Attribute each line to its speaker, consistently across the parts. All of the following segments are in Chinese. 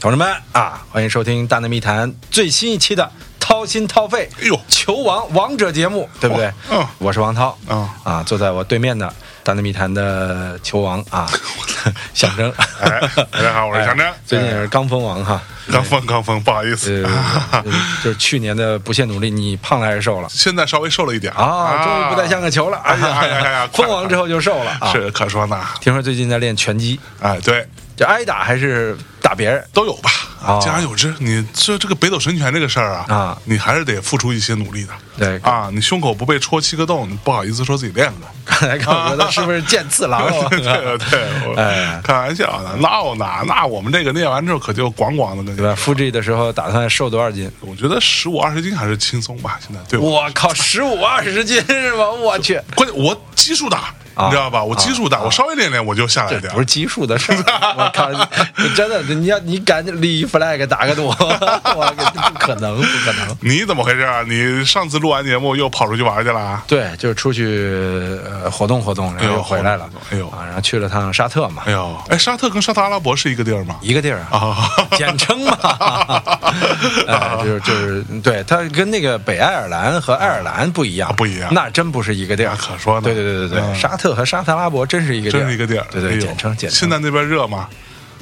Speaker 1: 同志们啊，欢迎收听《大内密谈》最新一期的掏心掏肺，
Speaker 2: 哎呦
Speaker 1: 球王王者节目，对不对？
Speaker 2: 嗯
Speaker 1: 我是王涛，
Speaker 2: 嗯
Speaker 1: 啊，坐在我对面的《大内密谈》的球王 啊，象征。
Speaker 2: 哎大家好我是象征
Speaker 1: 哎最近也是刚封王哈。
Speaker 2: 刚封刚封，不好意
Speaker 1: 呃
Speaker 2: 思，啊，
Speaker 1: 就是去年的不懈努力，你胖了还是瘦了？
Speaker 2: 现在稍微瘦了一点
Speaker 1: 啊，终于不再像个球了！
Speaker 2: 哎呀哎呀 哎呀，
Speaker 1: 封王之后就瘦了啊。
Speaker 2: 是可说呢，
Speaker 1: 听说最近在练拳击，
Speaker 2: 哎，对，
Speaker 1: 这挨打还是打别人？
Speaker 2: 都有吧，
Speaker 1: 哦
Speaker 2: 啊，家有之。你这这个北斗神拳这个事儿啊，
Speaker 1: 啊
Speaker 2: 你还是得付出一些努力的。
Speaker 1: 对
Speaker 2: 啊，你胸口不被戳七个洞，你不好意思说自己练过。
Speaker 1: 刚才看我说他是不是见次郎了？
Speaker 2: 对对对，
Speaker 1: 哎
Speaker 2: 我开玩笑的，闹呢，那我们这个练完之后可就咣咣的跟你
Speaker 1: 对吧？复制的时候打算瘦多少斤？
Speaker 2: 我觉得十五二十斤还是轻松吧，现在对我
Speaker 1: 我靠，十五二十斤是吧？我去，
Speaker 2: 关键我基数大，
Speaker 1: 啊
Speaker 2: 你知道吧？我基数大，我稍微练练我就下来
Speaker 1: 这
Speaker 2: 点儿。
Speaker 1: 不是基数的事儿。 我靠，真的，你要你敢立 flag 打个赌， 我不可能，不可能。
Speaker 2: 你怎么回事啊？你上次录完节目又跑出去玩去了啊？
Speaker 1: 对，就是出去呃活动活动，然后又回来了。
Speaker 2: 哎呦活动活动
Speaker 1: 啊，然后去了趟沙特嘛
Speaker 2: 哎，呦，哎，沙特跟沙特阿拉伯是一个地儿吗？
Speaker 1: 一个地儿啊，
Speaker 2: 啊，
Speaker 1: 简称嘛。 哎，就是就是，对，它跟那个北爱尔兰和爱尔兰不一样，
Speaker 2: 啊不一样
Speaker 1: 那真不是一个地儿。
Speaker 2: 那可说呢
Speaker 1: 对对对对对，
Speaker 2: 嗯
Speaker 1: 沙特和沙特阿拉伯真是一个地儿，
Speaker 2: 真是一个地儿。
Speaker 1: 对
Speaker 2: 哎
Speaker 1: 对，
Speaker 2: 呦
Speaker 1: 简称简称
Speaker 2: 现。在那边热吗？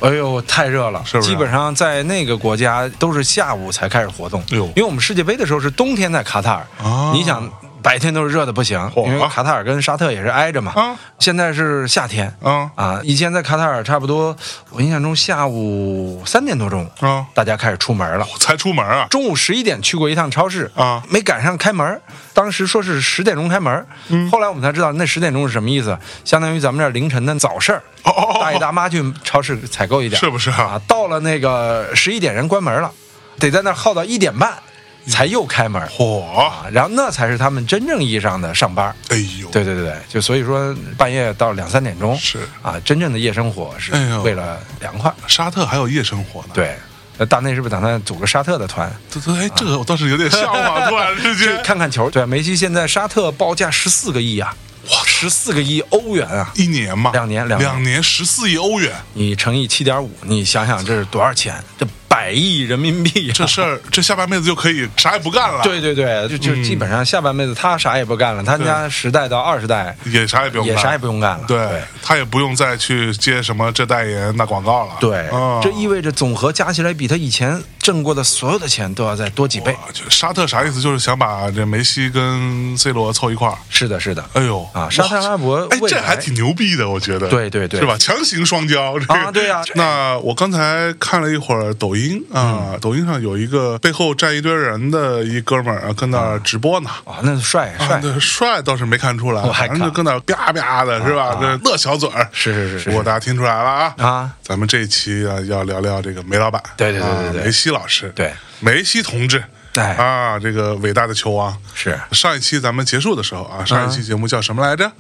Speaker 1: 哎呦，太热了，
Speaker 2: 是不是
Speaker 1: 基本上在那个国家都是下午才开始活动。
Speaker 2: 哎呦
Speaker 1: 因为我们世界杯的时候是冬天在卡塔尔，
Speaker 2: 啊
Speaker 1: 你想白天都是热的不行，
Speaker 2: 嚯
Speaker 1: 因为卡塔尔跟沙特也是挨着嘛。
Speaker 2: 啊
Speaker 1: 现在是夏天。
Speaker 2: 啊
Speaker 1: 啊，以前在卡塔尔差不多，我印象中下午三点多钟，
Speaker 2: 啊，
Speaker 1: 大家开始出门了。
Speaker 2: 才出门啊？
Speaker 1: 中午十一点去过一趟超市
Speaker 2: 啊
Speaker 1: 没赶上开门。当时说是十点钟开门，
Speaker 2: 嗯
Speaker 1: 后来我们才知道那十点钟是什么意思，相当于咱们这儿凌晨的早市儿
Speaker 2: 哦哦哦
Speaker 1: 大爷大妈去超市采购一点，
Speaker 2: 是不是啊
Speaker 1: 啊？到了那个十一点人关门了，得在那儿耗到一点半
Speaker 2: 嗯
Speaker 1: 才又开门。
Speaker 2: 火！
Speaker 1: 啊，然后那才是他们真正意义上的上班儿。
Speaker 2: 哎呦，
Speaker 1: 对对对对，就所以说半夜到两三点钟
Speaker 2: 是
Speaker 1: 啊，真正的夜生活是
Speaker 2: 哎呦
Speaker 1: 为了凉快。
Speaker 2: 沙特还有夜生活呢。
Speaker 1: 对，那大内是不是打算组个沙特的团？
Speaker 2: 对对，哎，这个我倒是有点向 往，突然之
Speaker 1: 去
Speaker 2: 间。
Speaker 1: 看看球。对，梅西现在沙特报价十四个亿啊，哇，十四个亿欧元啊！
Speaker 2: 一年嘛，
Speaker 1: 两年两年
Speaker 2: 两年十四亿欧元，
Speaker 1: 你乘以七点五，你想想这是多少钱？这百亿人民币、啊！
Speaker 2: 这嗯事儿这下半辈子就可以啥也不干 了，，
Speaker 1: 对对对，就就基本上下半辈子他啥也不干了，他家十代到二十代
Speaker 2: 也啥也不用干，
Speaker 1: 也啥也不用干了。
Speaker 2: 对他也不用再去接什么这代言那广告了。
Speaker 1: 对，
Speaker 2: 嗯
Speaker 1: 这意味着总和加起来比他以前挣过的所有的钱都要再多几倍。
Speaker 2: 哇啊就沙特啥意思？就是想把这梅西跟 C 罗凑一块儿。
Speaker 1: 是的，是的。
Speaker 2: 哎呦
Speaker 1: 啊沙特阿拉伯
Speaker 2: 哇哎，
Speaker 1: 未来
Speaker 2: 这还挺牛逼的，我觉得。
Speaker 1: 对对对
Speaker 2: 是吧？强行双骄这个
Speaker 1: 啊对啊
Speaker 2: 那我刚才看了一会儿抖音啊，
Speaker 1: 嗯
Speaker 2: 抖音上有一个背后站一堆人的一哥们儿啊，跟那儿直播呢。
Speaker 1: 啊，那帅
Speaker 2: 啊
Speaker 1: 帅，
Speaker 2: 对，帅倒是没看出来，
Speaker 1: 我还
Speaker 2: 反正就
Speaker 1: 看啊
Speaker 2: 跟那儿啪啪的是吧？这乐小嘴儿，
Speaker 1: 是是是是
Speaker 2: 不过大家听出来了啊
Speaker 1: 啊！
Speaker 2: 咱们这一期啊，要聊聊这个梅老板，
Speaker 1: 对对对对
Speaker 2: 啊
Speaker 1: 对
Speaker 2: 梅西老师，
Speaker 1: 对，
Speaker 2: 梅西同志，
Speaker 1: 哎
Speaker 2: 啊，这个伟大的球王。
Speaker 1: 是
Speaker 2: 上一期咱们结束的时候啊，
Speaker 1: 嗯
Speaker 2: 上一期节目叫什么来着？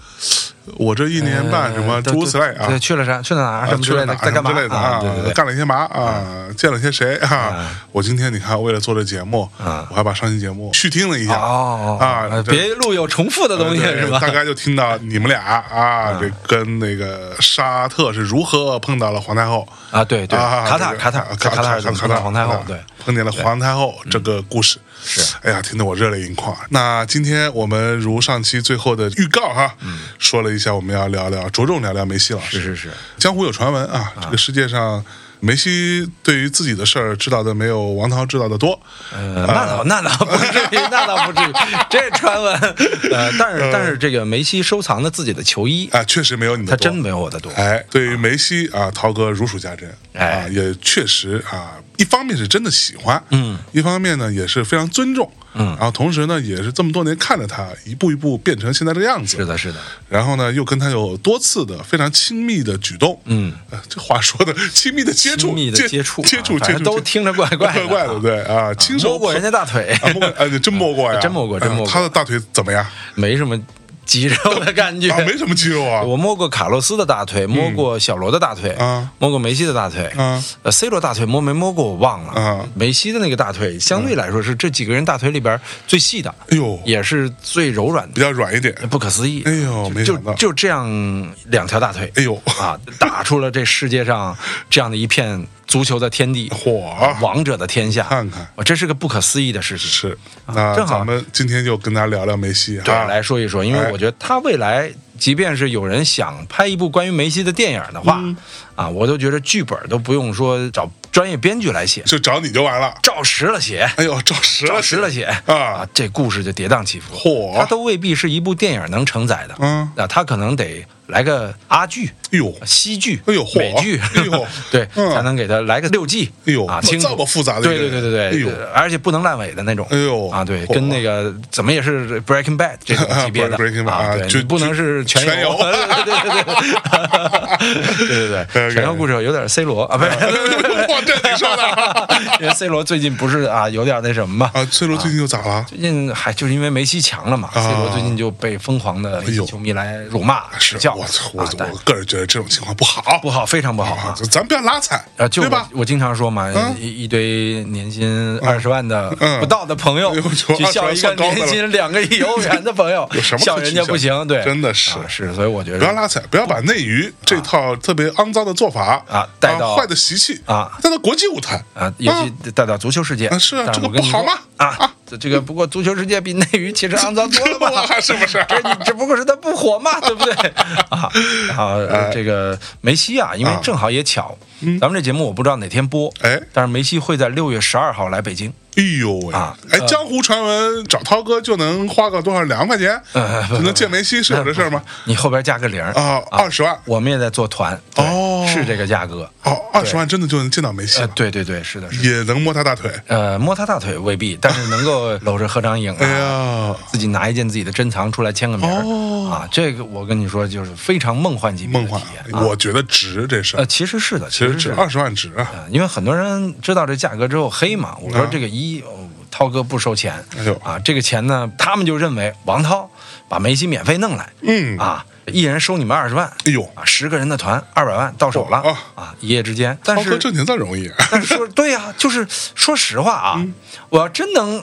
Speaker 2: 我这一年半什么
Speaker 1: 呃
Speaker 2: 诸如此类
Speaker 1: 对
Speaker 2: 啊
Speaker 1: 对。去了啥？去了哪？
Speaker 2: 啊
Speaker 1: 什么
Speaker 2: 去
Speaker 1: 之类
Speaker 2: 了哪
Speaker 1: 的？
Speaker 2: 儿
Speaker 1: 在干嘛？
Speaker 2: 什么之类的
Speaker 1: 啊，对对对。嗯
Speaker 2: 干了些嘛啊？见了些谁啊？我今天你看，为了做这节目，
Speaker 1: 啊
Speaker 2: 我还把上期节目续听了一下
Speaker 1: 哦
Speaker 2: 啊，这
Speaker 1: 别录有重复的东西
Speaker 2: 对
Speaker 1: 是吧？嗯
Speaker 2: 大概就听到你们俩啊，这跟那个沙特是如何碰到了皇太后
Speaker 1: 啊，对对，
Speaker 2: 啊
Speaker 1: 卡塔
Speaker 2: 这个
Speaker 1: 卡塔
Speaker 2: 啊
Speaker 1: 在卡塔尔
Speaker 2: 卡
Speaker 1: 怎么
Speaker 2: 卡
Speaker 1: 碰
Speaker 2: 塔
Speaker 1: 到皇太后
Speaker 2: 卡？塔
Speaker 1: 对，嗯
Speaker 2: 碰见了皇太后这个故事。
Speaker 1: 是，
Speaker 2: 哎呀，听得我热泪盈眶。那今天我们如上期最后的预告哈，说了一下我们要聊聊，着重聊聊梅西老师。
Speaker 1: 嗯是是是，
Speaker 2: 江湖有传闻啊，这个世界上梅西对于自己的事儿知道的没有王涛知道的多。
Speaker 1: 呃，那
Speaker 2: 啊
Speaker 1: 倒那倒不至于，那倒不 至于，这是传闻。呃，但
Speaker 2: 嗯
Speaker 1: 是但是这个梅西收藏的自己的球衣，
Speaker 2: 啊，确实没有你的
Speaker 1: 他
Speaker 2: 多。
Speaker 1: 真没有我的多。
Speaker 2: 哎，对于梅西啊，涛哥如数家珍，
Speaker 1: 哎
Speaker 2: 啊，也确实啊，一方面是真的喜欢，嗯，一方面呢也是非常尊重，嗯，然后同时呢也是这么多年看着他一步一步变成现在这个样子，
Speaker 1: 是的，是的，
Speaker 2: 然后呢，又跟他有多次的非常亲密的举动，嗯，呃、这话说的亲密的接触，
Speaker 1: 亲密的接
Speaker 2: 接
Speaker 1: 触
Speaker 2: 接触，
Speaker 1: 啊反
Speaker 2: 接
Speaker 1: 正
Speaker 2: 触，
Speaker 1: 都听着怪怪的
Speaker 2: 怪怪的，对啊，亲手
Speaker 1: 摸过人家大腿，
Speaker 2: 啊，摸过，哎，你真摸过呀，
Speaker 1: 真摸过
Speaker 2: 哎
Speaker 1: 真摸过
Speaker 2: 他的大腿怎么样？啊，
Speaker 1: 没什么肌肉的感觉。
Speaker 2: 没什么肌肉 啊，
Speaker 1: 我摸过卡洛斯的大腿，摸过小罗的大腿，
Speaker 2: 啊
Speaker 1: 摸过梅西的大腿，
Speaker 2: 啊
Speaker 1: 呃，C 罗大腿摸没摸过我忘了，
Speaker 2: 啊嗯
Speaker 1: 梅西的那个大腿相对来说是这几个人大腿里边最细的，
Speaker 2: 哎呦，
Speaker 1: 也是最柔软
Speaker 2: 比
Speaker 1: 的，
Speaker 2: 较软一点，
Speaker 1: 不可思议，
Speaker 2: 哎呦，没
Speaker 1: 就
Speaker 2: 想到，
Speaker 1: 就这样两条大腿，
Speaker 2: 哎呦
Speaker 1: 啊，打出了这世界上这样的一片足球的天地，
Speaker 2: 嚯
Speaker 1: 王者的天下，
Speaker 2: 看看啊
Speaker 1: 哇，这是个不可思议的事情。
Speaker 2: 是，那
Speaker 1: 啊正好
Speaker 2: 咱们今天就跟大家聊聊梅西
Speaker 1: 对，
Speaker 2: 啊，
Speaker 1: 来说一说，因为
Speaker 2: 哎
Speaker 1: 我觉得他未来，即便是有人想拍一部关于梅西的电影的话，
Speaker 2: 嗯
Speaker 1: 啊，我都觉得剧本都不用说找专业编剧来写，
Speaker 2: 就找你就完了。
Speaker 1: 照实了写，
Speaker 2: 哎呦，照实
Speaker 1: 照
Speaker 2: 了，
Speaker 1: 实了写
Speaker 2: 啊，
Speaker 1: 这故事就跌宕起伏，
Speaker 2: 嚯
Speaker 1: 它都未必是一部电影能承载的，
Speaker 2: 嗯
Speaker 1: 啊，它可能得来个阿剧。呃
Speaker 2: 哎呦，
Speaker 1: 西剧，
Speaker 2: 哎呦嚯
Speaker 1: 美剧，
Speaker 2: 哎呦
Speaker 1: 对，
Speaker 2: 嗯
Speaker 1: 才能给他来个六季，
Speaker 2: 哎呦
Speaker 1: 啊，
Speaker 2: 这
Speaker 1: 清楚
Speaker 2: 么复杂的一个
Speaker 1: 对对对对对，
Speaker 2: 哎呦
Speaker 1: 对而且不能烂尾的那种，
Speaker 2: 哎呦
Speaker 1: 啊，对，
Speaker 2: 嚯
Speaker 1: 跟那个怎么也是 Breaking Bad 这种级别的
Speaker 2: Breaking Bad，
Speaker 1: 啊，对，
Speaker 2: 就
Speaker 1: 你不能是
Speaker 2: 就
Speaker 1: 全游，
Speaker 2: 全
Speaker 1: 对对对对对对对，
Speaker 2: OK
Speaker 1: 全游故事有点 C 罗啊，不是，
Speaker 2: 哇，这你说的啊
Speaker 1: 因为 C 罗最近不是啊有点那什么嘛，
Speaker 2: 啊？崔罗最近又咋了？
Speaker 1: 最近还就是因为梅西强了嘛、
Speaker 2: 啊
Speaker 1: c 罗最近就被疯狂的梅
Speaker 2: 哎
Speaker 1: 西
Speaker 2: 呦
Speaker 1: 球迷来辱骂、
Speaker 2: 是
Speaker 1: 指教，
Speaker 2: 我操，我
Speaker 1: 啊但
Speaker 2: 我个人觉得这种情况不好，
Speaker 1: 不好，非常不好啊
Speaker 2: 啊！咱不要拉踩
Speaker 1: 啊，就
Speaker 2: 对
Speaker 1: 我
Speaker 2: 吧？
Speaker 1: 我经常说嘛，
Speaker 2: 嗯
Speaker 1: 一一堆年薪二十万的
Speaker 2: 嗯
Speaker 1: 不到的朋友
Speaker 2: 哎呦我觉得
Speaker 1: 去
Speaker 2: 20
Speaker 1: 笑
Speaker 2: 万
Speaker 1: 一个
Speaker 2: 算高的了
Speaker 1: 年薪两个亿欧元的朋友
Speaker 2: 有什，么可
Speaker 1: 笑人
Speaker 2: 取
Speaker 1: 家
Speaker 2: 笑
Speaker 1: 不行，对，
Speaker 2: 真的是
Speaker 1: 啊是，所以我觉
Speaker 2: 不要
Speaker 1: 得
Speaker 2: 拉踩，不要把内娱这套特别肮脏的做法
Speaker 1: 啊带到
Speaker 2: 啊坏的习气
Speaker 1: 啊
Speaker 2: 带到国际 舞台
Speaker 1: 啊，尤其带到足球世界
Speaker 2: 啊是啊
Speaker 1: 但
Speaker 2: 这个
Speaker 1: 我跟
Speaker 2: 不
Speaker 1: 你
Speaker 2: 好
Speaker 1: 说
Speaker 2: 吗
Speaker 1: 啊，这这个不过足球世界比内娱其实肮脏多 了吧？
Speaker 2: 哇是 不是
Speaker 1: 这你只不过是他不火嘛，对不对？ 啊，然后呃这个梅西啊，因为
Speaker 2: 哎啊嗯
Speaker 1: 正好也巧，咱们这节目我不知道哪天播，
Speaker 2: 哎
Speaker 1: 但是梅西会在六月十二号来北京。
Speaker 2: 哎呦喂
Speaker 1: 啊！
Speaker 2: 哎，
Speaker 1: 呃
Speaker 2: 江湖传闻找涛哥就能花个多少两万块钱
Speaker 1: 呃不
Speaker 2: 就能见梅西，是有这事儿吗？
Speaker 1: 你后边加个零儿
Speaker 2: 啊，二十万
Speaker 1: 我们也在做团，对
Speaker 2: 哦
Speaker 1: 是这个价格。
Speaker 2: 哦，二十万真的就能见到梅西
Speaker 1: 呃，
Speaker 2: 了，
Speaker 1: 对对对，是的，是的。
Speaker 2: 也能摸他大腿。
Speaker 1: 呃，摸他大腿未必，但是能 够搂着合张影
Speaker 2: 哎
Speaker 1: 啊，
Speaker 2: 呀，
Speaker 1: 自己拿一件自己的珍藏出来签个名儿、
Speaker 2: 哦
Speaker 1: 啊，这个我跟你说就是非常梦幻级别
Speaker 2: 梦
Speaker 1: 的
Speaker 2: 幻
Speaker 1: 体验。，啊
Speaker 2: 我觉得值这事
Speaker 1: 呃，
Speaker 2: 儿，
Speaker 1: 其实是的，其
Speaker 2: 其实
Speaker 1: 实是的
Speaker 2: 值二十万值啊！
Speaker 1: 呃因为很多人知道这价格之后黑嘛，我说
Speaker 2: 啊
Speaker 1: 这个一，哦涛哥不收钱
Speaker 2: 哎呦，
Speaker 1: 啊，这个钱呢，他们就认为王涛把梅西免费弄来，
Speaker 2: 嗯
Speaker 1: 啊，一人收你们二十万，
Speaker 2: 哎呦，
Speaker 1: 啊，十个人的团二百万到手了、
Speaker 2: 哦
Speaker 1: 啊，一夜之间。但
Speaker 2: 涛哥
Speaker 1: 是
Speaker 2: 挣钱倒容易，
Speaker 1: 但是说对呀、就是说实话啊，
Speaker 2: 嗯
Speaker 1: 我要真能。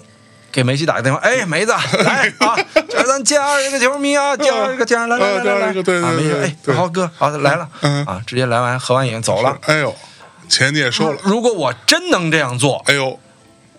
Speaker 1: 给梅西打个电话，哎，梅子来啊，这儿咱加一个球迷啊，加一个，加上来来
Speaker 2: 呃
Speaker 1: 来来
Speaker 2: 加
Speaker 1: 来，
Speaker 2: 一个对对
Speaker 1: 啊，梅西，
Speaker 2: 对对
Speaker 1: 哎，好哥，好来了，
Speaker 2: 嗯
Speaker 1: 啊，直接来完合完影走了。
Speaker 2: 哎呦，钱你也收了，
Speaker 1: 如果我真能这样做，
Speaker 2: 哎呦，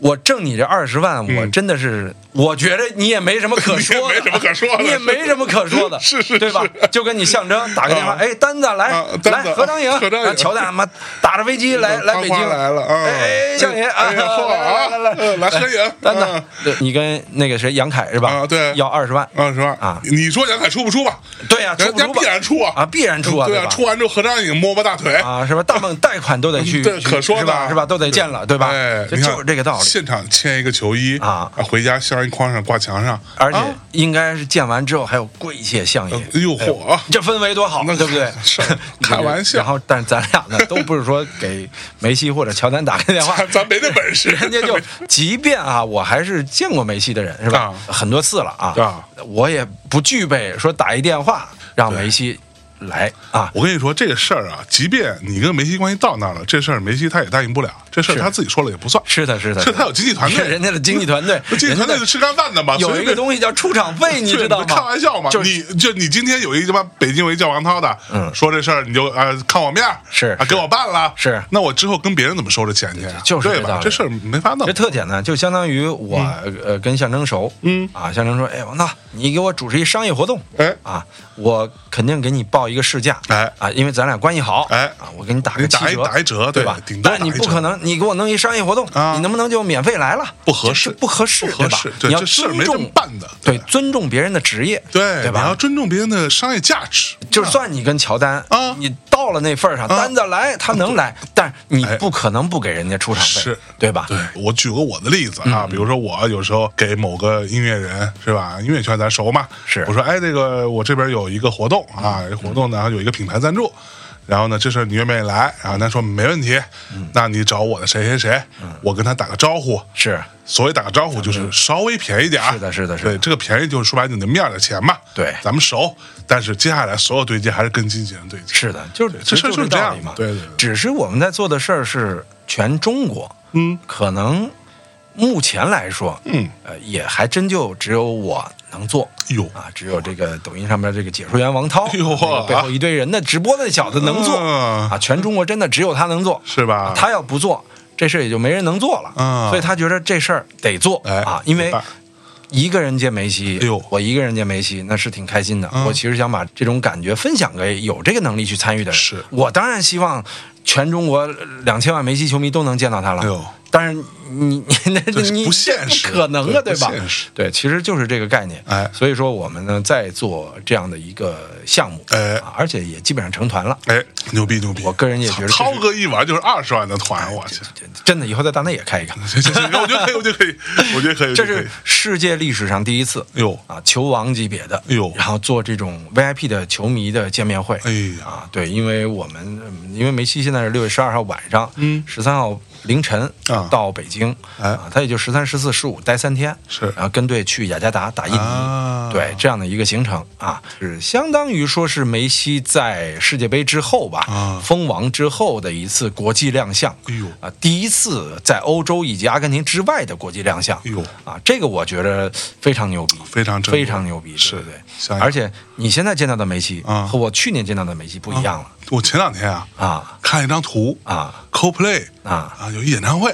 Speaker 1: 我挣你这二十万，我真的是，我觉得你也没什么可说
Speaker 2: 嗯 你
Speaker 1: 的，
Speaker 2: 也没什么可说的
Speaker 1: 你也没什么可说的，
Speaker 2: 是是
Speaker 1: 对吧？就跟你象征打个电话，
Speaker 2: 啊
Speaker 1: 哎，丹子来
Speaker 2: 啊丹
Speaker 1: 来
Speaker 2: 子
Speaker 1: 合张影，
Speaker 2: 合张影
Speaker 1: 啊乔丹妈打着飞机来来北京
Speaker 2: 花来了啊！
Speaker 1: 哎，相爷啊，
Speaker 2: 哎呀嚯
Speaker 1: 来来来
Speaker 2: 啊，
Speaker 1: 来
Speaker 2: 来合影，
Speaker 1: 丹子，对你跟那个谁杨凯是吧？
Speaker 2: 啊对
Speaker 1: 要二十万，
Speaker 2: 二十万
Speaker 1: 啊
Speaker 2: 你说杨凯出不出吧？
Speaker 1: 对呀，出
Speaker 2: 人
Speaker 1: 不
Speaker 2: 家
Speaker 1: 出吧
Speaker 2: 必然出啊！
Speaker 1: 啊，必然出啊，
Speaker 2: 对
Speaker 1: 吧
Speaker 2: 出完之后合张影，摸摸大腿，
Speaker 1: 啊，是吧？大本贷款都得去，
Speaker 2: 嗯对
Speaker 1: 去
Speaker 2: 可说
Speaker 1: 是
Speaker 2: 的
Speaker 1: 吧？是吧？都得见了，对吧
Speaker 2: 哎，？
Speaker 1: 就
Speaker 2: 你看
Speaker 1: 就是这个道理。
Speaker 2: 现场签一个球衣
Speaker 1: 啊
Speaker 2: 回家镶一框上挂墙上，
Speaker 1: 而且
Speaker 2: 啊
Speaker 1: 应该是见完之后还有跪谢相爷，
Speaker 2: 哎呦嚯啊
Speaker 1: 这氛围多好，
Speaker 2: 那
Speaker 1: 对不对？
Speaker 2: 是 开玩笑
Speaker 1: 然后，但是咱俩呢，都不是说给梅西或者乔丹打个电话，
Speaker 2: 咱咱没那本事，
Speaker 1: 人家就，即便啊，我还是见过梅西的人，是吧？
Speaker 2: 啊
Speaker 1: 很多次了啊，
Speaker 2: 啊
Speaker 1: 我也不具备说打一电话让梅西来啊。
Speaker 2: 我跟你说这个事儿啊，即便你跟梅西关系到那儿了，这事儿梅西他也答应不了，这事儿
Speaker 1: 是
Speaker 2: 他自己说了也不算，
Speaker 1: 是的，是的，
Speaker 2: 这他有 经纪团队
Speaker 1: 是人家的经纪团队，
Speaker 2: 经纪团队
Speaker 1: 人家
Speaker 2: 是吃干饭的嘛，
Speaker 1: 有一个
Speaker 2: 西。
Speaker 1: 东西叫出场费，你知道吗？
Speaker 2: 对开玩笑嘛，
Speaker 1: 就是
Speaker 2: 你就你今天有一他妈北京有一叫王涛的，
Speaker 1: 嗯
Speaker 2: 说这事儿你就呃看我面儿
Speaker 1: 是
Speaker 2: 啊给我办了
Speaker 1: 是
Speaker 2: 那我之后跟别人怎么收这钱去啊？
Speaker 1: 就是
Speaker 2: 对
Speaker 1: 这道
Speaker 2: 吧？
Speaker 1: 理
Speaker 2: 这事儿没法弄
Speaker 1: 这，特点呢，就相当于我、呃跟象征熟，
Speaker 2: 嗯
Speaker 1: 啊，象征说，哎，王涛，你给我主持一商业活动，
Speaker 2: 哎
Speaker 1: 啊，我肯定给你报一个市价，
Speaker 2: 哎
Speaker 1: 啊，因为咱俩关系好，
Speaker 2: 哎
Speaker 1: 啊，我给你打个
Speaker 2: 你打
Speaker 1: 七
Speaker 2: 一
Speaker 1: 折，
Speaker 2: 打一折
Speaker 1: 对吧？
Speaker 2: 对顶多
Speaker 1: 但是你
Speaker 2: 打一
Speaker 1: 不
Speaker 2: 折
Speaker 1: 可能，你给我弄一商业活动，
Speaker 2: 啊
Speaker 1: 你能不能就免费来了？
Speaker 2: 不合适
Speaker 1: 这不合适，
Speaker 2: 不合
Speaker 1: 对吧
Speaker 2: 适对
Speaker 1: 你要
Speaker 2: 这事儿
Speaker 1: 尊
Speaker 2: 没这么
Speaker 1: 重
Speaker 2: 办的
Speaker 1: 对，
Speaker 2: 对
Speaker 1: 尊重别人的职业，
Speaker 2: 对
Speaker 1: 对
Speaker 2: 你要
Speaker 1: 吧？
Speaker 2: 尊重别人的商业价值，
Speaker 1: 就算你跟乔丹
Speaker 2: 啊
Speaker 1: 你到了那份儿上，
Speaker 2: 啊
Speaker 1: 单子来他能来，但是你
Speaker 2: 哎
Speaker 1: 不可能不给人家出场费，
Speaker 2: 是
Speaker 1: 对嗯吧？
Speaker 2: 对啊我举个我的例子啊，比如说我有时候给某个音乐人是吧，音乐圈咱熟嘛，
Speaker 1: 是嗯
Speaker 2: 我说哎，这个我这边有一个活动啊，这活动呢有一个品牌赞助。然后呢，这事儿你愿不愿意来？然后他说没问题，
Speaker 1: 嗯
Speaker 2: 那你找我的谁谁谁，我跟他打个招呼。
Speaker 1: 是。
Speaker 2: 所谓打个招呼就是稍微便宜点儿
Speaker 1: 是的是的是的
Speaker 2: 对，这个便宜就是说白了你的面儿的钱嘛。
Speaker 1: 对
Speaker 2: 咱们熟，但是接下来所有对接还是跟经纪人对接。
Speaker 1: 是的，就是
Speaker 2: 这事儿
Speaker 1: 就
Speaker 2: 就是是这样
Speaker 1: 道理嘛。
Speaker 2: 对对对
Speaker 1: 只是我们在做的事儿是全中国，
Speaker 2: 嗯，
Speaker 1: 可能目前来说，
Speaker 2: 嗯，
Speaker 1: 呃，也还真就只有我能做。
Speaker 2: 哟
Speaker 1: 啊，只有这个抖音上面这个解说员王涛，
Speaker 2: 哎呦
Speaker 1: 那个背后一堆人的直播的小子能做
Speaker 2: 嗯
Speaker 1: 啊，全中国真的只有他能做，啊
Speaker 2: 是啊吧？
Speaker 1: 他要不做这事儿也就没人能做了
Speaker 2: 嗯，
Speaker 1: 所以他觉得这事儿得做
Speaker 2: 哎
Speaker 1: 啊，因为
Speaker 2: 明白
Speaker 1: 一个人见梅西
Speaker 2: 哎呦，
Speaker 1: 我一个人见梅西那是挺开心的。
Speaker 2: 嗯
Speaker 1: 我其实想把这种感觉分享给有这个能力去参与的人，
Speaker 2: 是
Speaker 1: 我当然希望全中国两千万梅西球迷都能见到他了。
Speaker 2: 哎呦
Speaker 1: 但是你 你那
Speaker 2: 这是
Speaker 1: 你
Speaker 2: 不现实
Speaker 1: 这不可能啊，
Speaker 2: 对
Speaker 1: 对吧
Speaker 2: 不现实？
Speaker 1: 对，其实就是这个概念。
Speaker 2: 哎
Speaker 1: 所以说我们呢在做这样的一个项目，
Speaker 2: 哎
Speaker 1: 啊而且也基本上成团了。
Speaker 2: 哎，牛逼牛逼！
Speaker 1: 我个人也觉得
Speaker 2: 操
Speaker 1: 这
Speaker 2: 涛
Speaker 1: 是哎
Speaker 2: 哥一玩就是二十万的团，我去！
Speaker 1: 真的，以后在大内也开一个。
Speaker 2: 行行行，我觉得可以，我觉得可以，我觉得可以，
Speaker 1: 这
Speaker 2: 我觉得
Speaker 1: 是世界历史上第一次，
Speaker 2: 哎呦
Speaker 1: 啊，球王级别的，
Speaker 2: 哎呦
Speaker 1: 然后做这种 VIP 的球迷的见面会，
Speaker 2: 可以哎呀，
Speaker 1: 啊，对，因为我们嗯因为梅西现在是六月十二号晚上，
Speaker 2: 嗯
Speaker 1: 十三号凌晨
Speaker 2: 啊
Speaker 1: 到北京，
Speaker 2: 哎
Speaker 1: 啊，他也就十三、十四、十五待三天，
Speaker 2: 是
Speaker 1: 然后跟队去雅加达打印尼，
Speaker 2: 啊
Speaker 1: 对这样的一个行程啊，是相当于说是梅西在世界杯之后吧，
Speaker 2: 啊
Speaker 1: 封王之后的一次国际亮相，
Speaker 2: 哎呦
Speaker 1: 啊，第一次在欧洲以及阿根廷之外的国际亮相，
Speaker 2: 哎呦
Speaker 1: 啊，这个我觉得非常牛逼，
Speaker 2: 非常珍贵
Speaker 1: 非常牛逼，
Speaker 2: 是
Speaker 1: 对不
Speaker 2: 想
Speaker 1: 对，
Speaker 2: 想
Speaker 1: 而且你现在见到的梅西
Speaker 2: 啊
Speaker 1: 和我去年见到的梅西不一样了
Speaker 2: 我前两天啊
Speaker 1: 啊
Speaker 2: 看一张图
Speaker 1: 啊
Speaker 2: ，CoPlay
Speaker 1: 啊！
Speaker 2: 有一演唱会，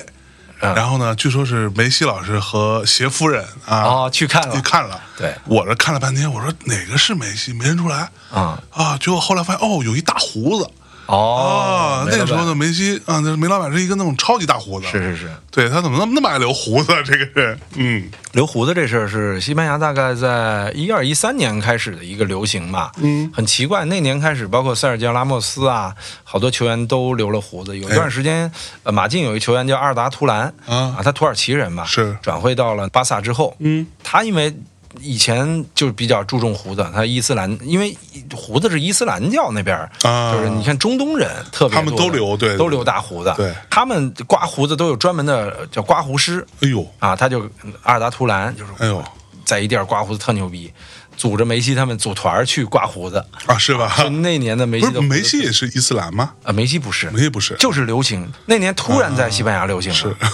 Speaker 1: 嗯
Speaker 2: 然后呢，据说是梅西老师和谢夫人啊，
Speaker 1: 哦，去看了
Speaker 2: 去看了，
Speaker 1: 对
Speaker 2: 我这看了半天，我说哪个是梅西，没认出来
Speaker 1: 啊
Speaker 2: 啊，结果后来发现哦，有一大胡子
Speaker 1: 哦
Speaker 2: 啊，，那个时候的
Speaker 1: 呢，
Speaker 2: 梅西啊，那梅老板是一个那种超级大胡子，
Speaker 1: 是是是，
Speaker 2: 对他怎么那么那么爱留胡子啊？这个人，嗯，
Speaker 1: 留胡子这事儿是西班牙大概在一二一三年开始的一个流行吧，嗯，很奇怪，那年开始，包括塞尔吉奥拉莫斯啊，好多球员都留了胡子。有一段时间，呃，马竞有一球员叫阿尔达图兰
Speaker 2: 哎啊
Speaker 1: 他土耳其人嘛，
Speaker 2: 是
Speaker 1: 转会到了巴萨之后，嗯，他因为。以前就比较注重胡子，他伊斯兰，因为胡子是伊斯兰教那边儿，
Speaker 2: 啊
Speaker 1: 就是你看中东人特别多的，
Speaker 2: 他们都留对
Speaker 1: 都留大胡子，
Speaker 2: 对
Speaker 1: 他们刮胡子都有专门的呃叫刮胡师，
Speaker 2: 哎呦，
Speaker 1: 啊，他就阿尔达图兰就是
Speaker 2: 哎呦
Speaker 1: 在一地儿刮胡子特牛逼，组织梅西他们组团儿去刮胡子。
Speaker 2: 啊，是吧？
Speaker 1: 就那年的梅
Speaker 2: 不
Speaker 1: 西
Speaker 2: 是
Speaker 1: 的
Speaker 2: 梅西也是伊斯兰吗？
Speaker 1: 啊，梅西不是，
Speaker 2: 梅西不是，
Speaker 1: 就是流行。那年突然在西班牙流行了，啊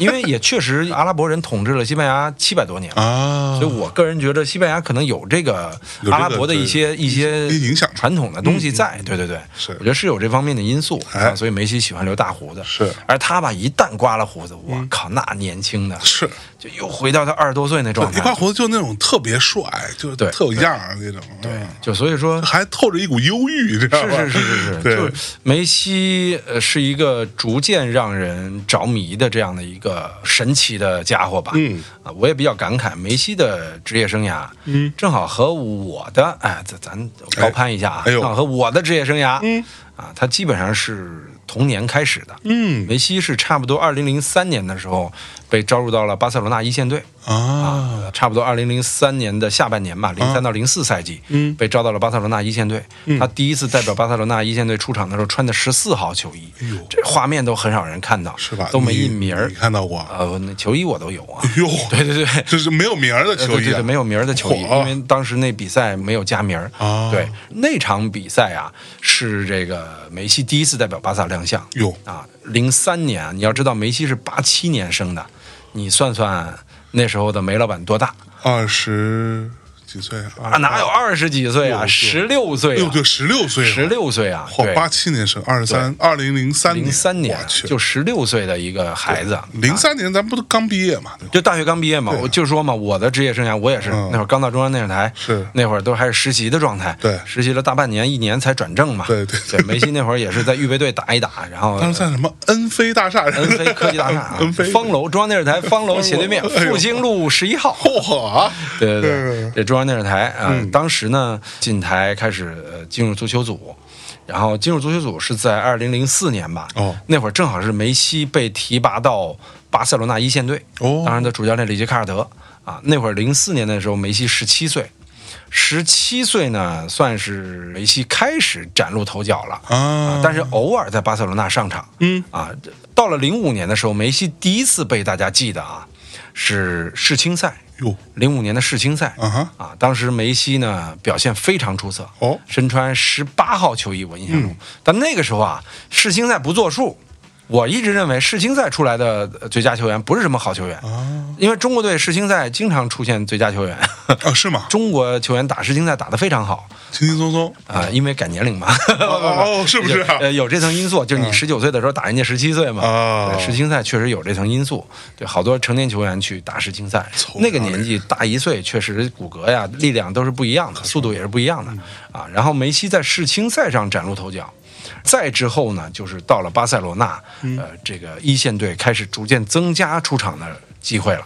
Speaker 1: 因为也确实阿拉伯人统治了西班牙七百多年。
Speaker 2: 啊，
Speaker 1: 所以，我个人觉得西班牙可能有这个
Speaker 2: 有这个
Speaker 1: 阿拉伯的一些一些
Speaker 2: 一些影响嗯
Speaker 1: 传统的东西在，对对对，
Speaker 2: 是
Speaker 1: 我觉得是有这方面的因素
Speaker 2: 哎
Speaker 1: 啊。所以梅西喜欢留大胡子，
Speaker 2: 是嗯
Speaker 1: 而他吧，一旦刮了胡子，我靠，那年轻的
Speaker 2: 是
Speaker 1: 就又回到他二十多岁那状
Speaker 2: 一
Speaker 1: 态
Speaker 2: 刮。胡子就那种特别帅，就
Speaker 1: 对
Speaker 2: 特有样儿那种，对，
Speaker 1: 就所以 说，
Speaker 2: 还透着一股忧郁，知道吧？
Speaker 1: 是是是是是，
Speaker 2: 对，
Speaker 1: 就是梅西呃是一个逐渐让人着迷的这样的一个神奇的家伙吧。
Speaker 2: 嗯
Speaker 1: 啊，我也比较感慨梅西的职业生涯，嗯，正好和我的哎，咱咱高攀一下啊，
Speaker 2: 哎哎呦
Speaker 1: 正好和我的职业生涯，嗯，啊，他基本上是同年开始的。
Speaker 2: 嗯
Speaker 1: 梅西是差不多二零零三年的时候被招入到了巴塞罗那一线队，
Speaker 2: 啊，
Speaker 1: 呃，差不多二零零三年的下半年吧，零三到零四赛季，
Speaker 2: 嗯
Speaker 1: 被招到了巴塞罗那一线队。他第一次代表巴塞罗那一线队出场的时候，穿的十四号球衣
Speaker 2: 哎呦，
Speaker 1: 这画面都很少人看到，
Speaker 2: 是吧？
Speaker 1: 都没
Speaker 2: 你
Speaker 1: 印名儿
Speaker 2: 你。看到哎过？
Speaker 1: 呃，我那球衣我都有啊。
Speaker 2: 哟，
Speaker 1: 对对对。
Speaker 2: 就是没有名儿的
Speaker 1: 呃
Speaker 2: 球
Speaker 1: 对
Speaker 2: 衣
Speaker 1: 对
Speaker 2: 啊，
Speaker 1: 对，没有名儿的球衣，
Speaker 2: 嚯
Speaker 1: 因为当时那比赛没有加名儿。
Speaker 2: 啊
Speaker 1: 对，那场比赛啊，是这个梅西第一次代表巴萨亮相。
Speaker 2: 哟
Speaker 1: 啊，零三年啊，你要知道梅西是八七年生的，你算算那时候的梅老板多大？
Speaker 2: 二十几岁啊
Speaker 1: 啊，哪有二十几岁啊？十六岁
Speaker 2: 六
Speaker 1: 啊，
Speaker 2: 对十六岁了，
Speaker 1: 十六岁啊，
Speaker 2: 嚯，
Speaker 1: 对，
Speaker 2: 八七年生，二十三，二零零三
Speaker 1: 零三年啊
Speaker 2: 我去，
Speaker 1: 就十六岁的一个孩子，
Speaker 2: 零三年咱们不都刚毕业嘛？那会儿
Speaker 1: 就大学刚毕业嘛，我就说嘛，我的职业生涯我也是
Speaker 2: 嗯
Speaker 1: 那会儿刚到中央电视台，
Speaker 2: 是
Speaker 1: 那会儿都还是实习的状态，
Speaker 2: 对
Speaker 1: 实习了大半年一年才转正嘛，
Speaker 2: 对对
Speaker 1: 对，梅西那会儿也是在预备队打一 打，然后
Speaker 2: 当时在什么恩菲大厦，
Speaker 1: 恩菲科技大厦啊
Speaker 2: 恩菲
Speaker 1: 方楼中央电视台方楼斜对面
Speaker 2: 方 楼哎呦
Speaker 1: 复兴路十一号，
Speaker 2: 嚯啊！
Speaker 1: 对对对
Speaker 2: 嗯，
Speaker 1: 这中央电视台啊、当时呢进台开始呃进入足球组，然后进入足球组是在二零零四年吧，
Speaker 2: 哦
Speaker 1: 那会儿正好是梅西被提拔到巴塞罗那一线队，
Speaker 2: 哦
Speaker 1: 当然的主教练里杰卡尔德啊，那会儿零四年的时候梅西十七岁。十七岁呢，算是梅西开始崭露头角了
Speaker 2: 啊
Speaker 1: 但是偶尔在巴塞罗那上场，
Speaker 2: 嗯
Speaker 1: 啊，这到了零五年的时候，梅西第一次被大家记得啊，是世青赛，
Speaker 2: 哟，
Speaker 1: 零五年的世青赛
Speaker 2: 啊哈
Speaker 1: 啊，当时梅西呢表现非常出色
Speaker 2: 哦嗯
Speaker 1: 身穿十八号球衣，我印象中，但那个时候啊，世青赛不作数。我一直认为世青赛出来的最佳球员不是什么好球员，
Speaker 2: 哦
Speaker 1: 因为中国队世青赛经常出现最佳球员，
Speaker 2: 啊，是吗？
Speaker 1: 中国球员打世青赛打得非常好
Speaker 2: 轻轻松松，
Speaker 1: 啊、因为改年龄嘛，
Speaker 2: 嗯 哦，是不是啊？嗯
Speaker 1: 呃，有这层因素，就是你十九岁的时候打人家十七岁嘛。
Speaker 2: 啊
Speaker 1: 对世青赛确实有这层因素，对，好多成年球员去打世青赛，
Speaker 2: 从
Speaker 1: 那个
Speaker 2: 哪里
Speaker 1: 年纪大一岁，确实骨骼呀、力量都是不一样的，速度也是不一样的
Speaker 2: 嗯
Speaker 1: 啊。然后梅西在世青赛上崭露头角。再之后呢，就是到了巴塞罗那，
Speaker 2: 嗯
Speaker 1: 呃，这个一线队开始逐渐增加出场的机会了。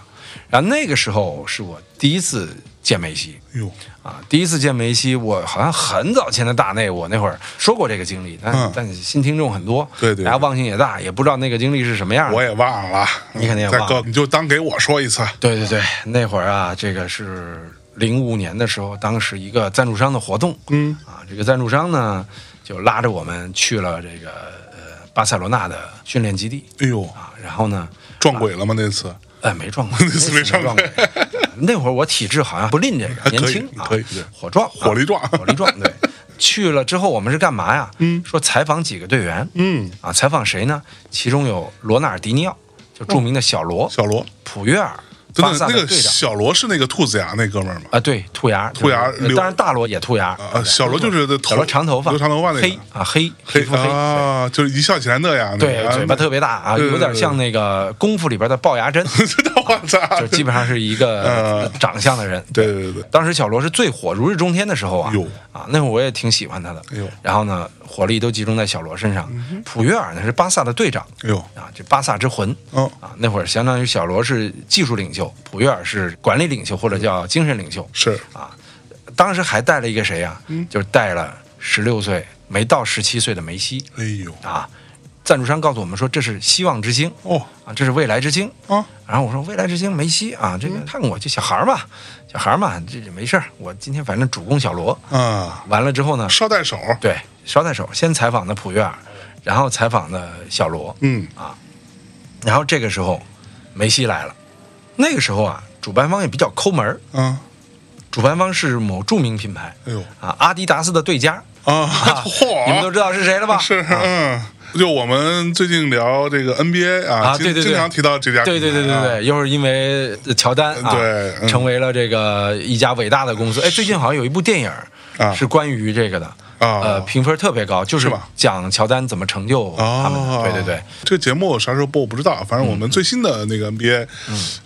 Speaker 1: 然后那个时候是我第一次见梅西，
Speaker 2: 哟，
Speaker 1: 啊，第一次见梅西，我好像很早前的大内，我那会儿说过这个经历，但、
Speaker 2: 嗯
Speaker 1: 但新听众很多，
Speaker 2: 对对对
Speaker 1: 大家忘性也大，也不知道那个经历是什么样的。
Speaker 2: 我也忘了，
Speaker 1: 啊你肯定也
Speaker 2: 再
Speaker 1: 忘
Speaker 2: 告，你就当给我说一次。
Speaker 1: 对对对，那会儿啊，这个是零五年的时候，当时一个赞助商的活动，
Speaker 2: 嗯
Speaker 1: 啊，这个赞助商呢就拉着我们去了这个呃巴塞罗那的训练基地
Speaker 2: 哎呦，
Speaker 1: 啊，然后呢，
Speaker 2: 撞鬼了吗？那次
Speaker 1: 哎，没撞过，
Speaker 2: 那次没撞
Speaker 1: 过
Speaker 2: 过。
Speaker 1: 那会儿我体质好像不吝这个，
Speaker 2: 还可以
Speaker 1: 年轻啊
Speaker 2: 可以对
Speaker 1: 火壮，
Speaker 2: 火力壮
Speaker 1: 啊火力壮。 对，去了之后我们是干嘛呀？嗯，说采访几个队员，
Speaker 2: 嗯，
Speaker 1: 啊，采访谁呢？其中有罗纳尔迪尼奥，就著名的小罗，
Speaker 2: 哦小罗，
Speaker 1: 普约尔，
Speaker 2: 真
Speaker 1: 巴
Speaker 2: 的
Speaker 1: 萨
Speaker 2: 那
Speaker 1: 的
Speaker 2: 个
Speaker 1: 队长。
Speaker 2: 小罗是那个兔子牙那哥们儿吗？
Speaker 1: 啊，对，兔牙，
Speaker 2: 兔牙
Speaker 1: 就是
Speaker 2: 留
Speaker 1: 当然大罗也兔牙，
Speaker 2: 啊，小罗就是那头
Speaker 1: 小罗长头发，
Speaker 2: 留长头发那
Speaker 1: 黑
Speaker 2: 个，
Speaker 1: 啊黑，皮
Speaker 2: 黑
Speaker 1: 肤黑，
Speaker 2: 啊，就是一笑起来那样，那
Speaker 1: 对
Speaker 2: 个，
Speaker 1: 嘴巴特别大啊，
Speaker 2: 对对
Speaker 1: 有点
Speaker 2: 对
Speaker 1: 像那个功夫里边的龅牙针，
Speaker 2: 别， 真的我操，
Speaker 1: 就基本上是一个
Speaker 2: 呃
Speaker 1: 长相的人，
Speaker 2: 对对对对，
Speaker 1: 当时小罗是最火如日中天的时候啊
Speaker 2: 哟，
Speaker 1: 啊，那会儿我也挺喜欢他的
Speaker 2: 哎呦。
Speaker 1: 然后呢，火力都集中在小罗身上。普约尔呢是巴萨的队长
Speaker 2: 哎呦，
Speaker 1: 啊，这巴萨之魂。
Speaker 2: 哦
Speaker 1: 啊，那会儿相当于小罗是技术领袖，普约尔是管理领袖或者叫精神领袖。
Speaker 2: 是
Speaker 1: 啊，当时还带了一个谁呀、就是带了十六岁没到十七岁的梅西
Speaker 2: 哎呦，
Speaker 1: 啊。赞助商告诉我们说这是希望之星
Speaker 2: 哦
Speaker 1: 啊，这是未来之星。
Speaker 2: 啊，
Speaker 1: 然后我说未来之星梅西啊，这个
Speaker 2: 嗯
Speaker 1: 看我就小孩儿嘛，小孩儿嘛，这这没事儿。我今天反正主攻小罗，
Speaker 2: 啊，
Speaker 1: 完了之后呢，
Speaker 2: 捎带手，
Speaker 1: 对，捎带手先采访的普约尔，然后采访的小罗，
Speaker 2: 嗯，
Speaker 1: 然后这个时候梅西来了。那个时候啊，主办方也比较抠门儿，
Speaker 2: 啊，
Speaker 1: 主办方是某著名品牌
Speaker 2: 哎呦，
Speaker 1: 啊，阿迪达斯的对家，
Speaker 2: 啊，
Speaker 1: 啊
Speaker 2: 嚯，
Speaker 1: 你们都知道啊是谁了吧？
Speaker 2: 是，嗯，就我们最近聊这个 NBA 啊，
Speaker 1: 啊
Speaker 2: 经
Speaker 1: 对对对
Speaker 2: 经常提到这家
Speaker 1: 对对对
Speaker 2: 品
Speaker 1: 对
Speaker 2: 牌啊，
Speaker 1: 对，又是因为呃乔丹啊，
Speaker 2: 对嗯
Speaker 1: 成为了这个一家伟大的公司。哎，最近好像有一部电影
Speaker 2: 啊
Speaker 1: 是关于这个的，
Speaker 2: 啊
Speaker 1: 呃，评分特别高，就是
Speaker 2: 是吧
Speaker 1: 讲乔丹怎么成就他们的。
Speaker 2: 哦，
Speaker 1: 对对嗯对，，
Speaker 2: 这个节目啥时候播我不知道，反正我们最新的那个 NBA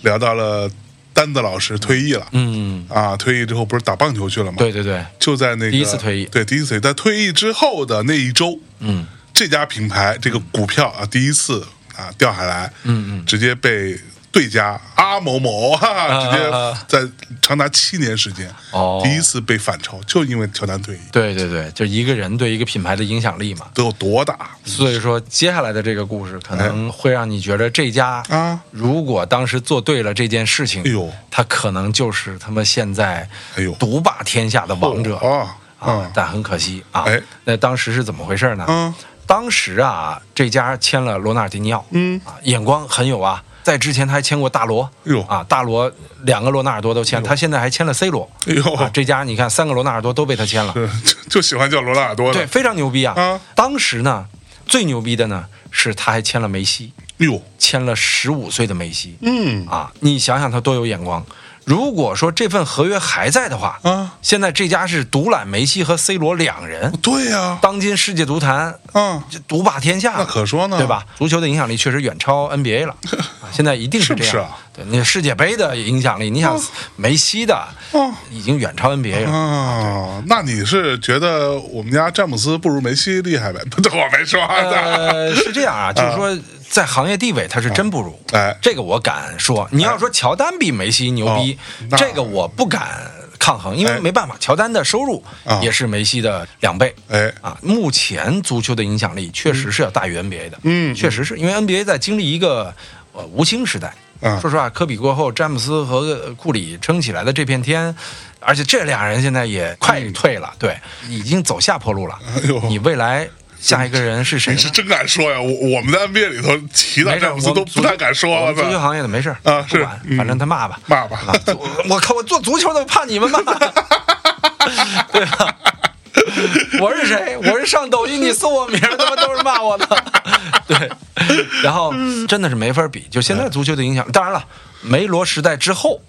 Speaker 2: 聊到了丹子老师退役了，
Speaker 1: 嗯，
Speaker 2: 啊，退役之后不是打棒球去了吗？，
Speaker 1: 对对对，
Speaker 2: 就在那个
Speaker 1: 第一次退役
Speaker 2: 对，第一次退役，在退役之后的那一周，
Speaker 1: 嗯，
Speaker 2: 这家品牌这个股票啊，第一次啊掉下来，嗯嗯，直接被。对家阿某某，哈哈，直
Speaker 1: 啊
Speaker 2: 接在长达七年时间，
Speaker 1: 哦
Speaker 2: 第一次被反超，就因为乔丹退役，
Speaker 1: 对对对，就一个人对一个品牌的影响力嘛。
Speaker 2: 都有多大？
Speaker 1: 所以说，接下来的这个故事可能会让你觉得这家
Speaker 2: 啊，
Speaker 1: 如果当时做对了这件事情，
Speaker 2: 哎呦
Speaker 1: 他可能就是他们现在
Speaker 2: 哎呦
Speaker 1: 独霸天下的王者
Speaker 2: 啊
Speaker 1: 啊
Speaker 2: 啊！
Speaker 1: 但很可惜啊
Speaker 2: 哎，
Speaker 1: 那当时是怎么回事呢？
Speaker 2: 嗯
Speaker 1: 当时啊，这家签了罗纳尔迪尼奥，
Speaker 2: 嗯
Speaker 1: 啊，眼光很有啊。在之前他还签过大罗，
Speaker 2: 哟
Speaker 1: 啊，大罗两个罗纳尔多都签，他现在还签了 C 罗，
Speaker 2: 哎呦
Speaker 1: 啊，这家你看三个罗纳尔多都被他签了，
Speaker 2: 呃就就喜欢叫罗纳尔多的
Speaker 1: 对，，非常牛逼啊。
Speaker 2: 啊
Speaker 1: 当时呢，最牛逼的呢是他还签了梅西，
Speaker 2: 哟，
Speaker 1: 签了十五岁的梅西，
Speaker 2: 哎嗯
Speaker 1: 啊，你想想他多有眼光。如果说这份合约还在的话，
Speaker 2: 啊，
Speaker 1: 现在这家是独揽梅西和 C 罗两人，
Speaker 2: 对呀，
Speaker 1: 当今世界足坛
Speaker 2: 啊，
Speaker 1: 就独霸天下，
Speaker 2: 那可啊说呢，
Speaker 1: 对？吧？足球的影响力确实远超 NBA 了，啊现在一定
Speaker 2: 是不
Speaker 1: 这样。
Speaker 2: 是啊
Speaker 1: 对，那世界杯的影响力，你想梅西的
Speaker 2: 哦
Speaker 1: 已经远超 NBA 了。
Speaker 2: 啊，那你是觉得我们家詹姆斯不如梅西厉害呗？对，我没说啊的，
Speaker 1: 呃，是这样
Speaker 2: 嗯
Speaker 1: 啊，就是说在行业地位他是真不如，
Speaker 2: 哎
Speaker 1: 这个我敢说。你要说乔丹比梅西牛逼
Speaker 2: 哦，那
Speaker 1: 这个我不敢抗衡，因为
Speaker 2: 哎
Speaker 1: 没办法，乔丹的收入
Speaker 2: 啊
Speaker 1: 也是梅西的两倍。
Speaker 2: 哎，
Speaker 1: 啊，目前足球的影响力确实是要大于 NBA 的，
Speaker 2: 嗯嗯
Speaker 1: 确实是因为 NBA 在经历一个呃无星时代。
Speaker 2: 啊
Speaker 1: 说实话，科比过后，詹姆斯和呃库里撑起来的这片天，而且这俩人现在也快退了，对，已经走下坡路了。
Speaker 2: 嗯哎呦
Speaker 1: 你未来下一个人是谁
Speaker 2: 你
Speaker 1: 呢？
Speaker 2: 是真敢说呀？我我们在 NBA 里头提到
Speaker 1: 没事，
Speaker 2: 詹
Speaker 1: 我
Speaker 2: 姆斯
Speaker 1: 们
Speaker 2: 都
Speaker 1: 足
Speaker 2: 不太敢说啊
Speaker 1: 我
Speaker 2: 了
Speaker 1: 们足球
Speaker 2: 呢，
Speaker 1: 行业的没事
Speaker 2: 啊
Speaker 1: 不
Speaker 2: 是
Speaker 1: 管，
Speaker 2: 嗯
Speaker 1: 反正他骂吧，
Speaker 2: 骂吧
Speaker 1: 啊足 我靠，我做足球的怕你们骂，对吧？啊我是谁？我是上抖音你搜我名儿，他妈都是骂我的。对，然后真的是没法比，就现在足球的影响。当然了，梅罗时代之后，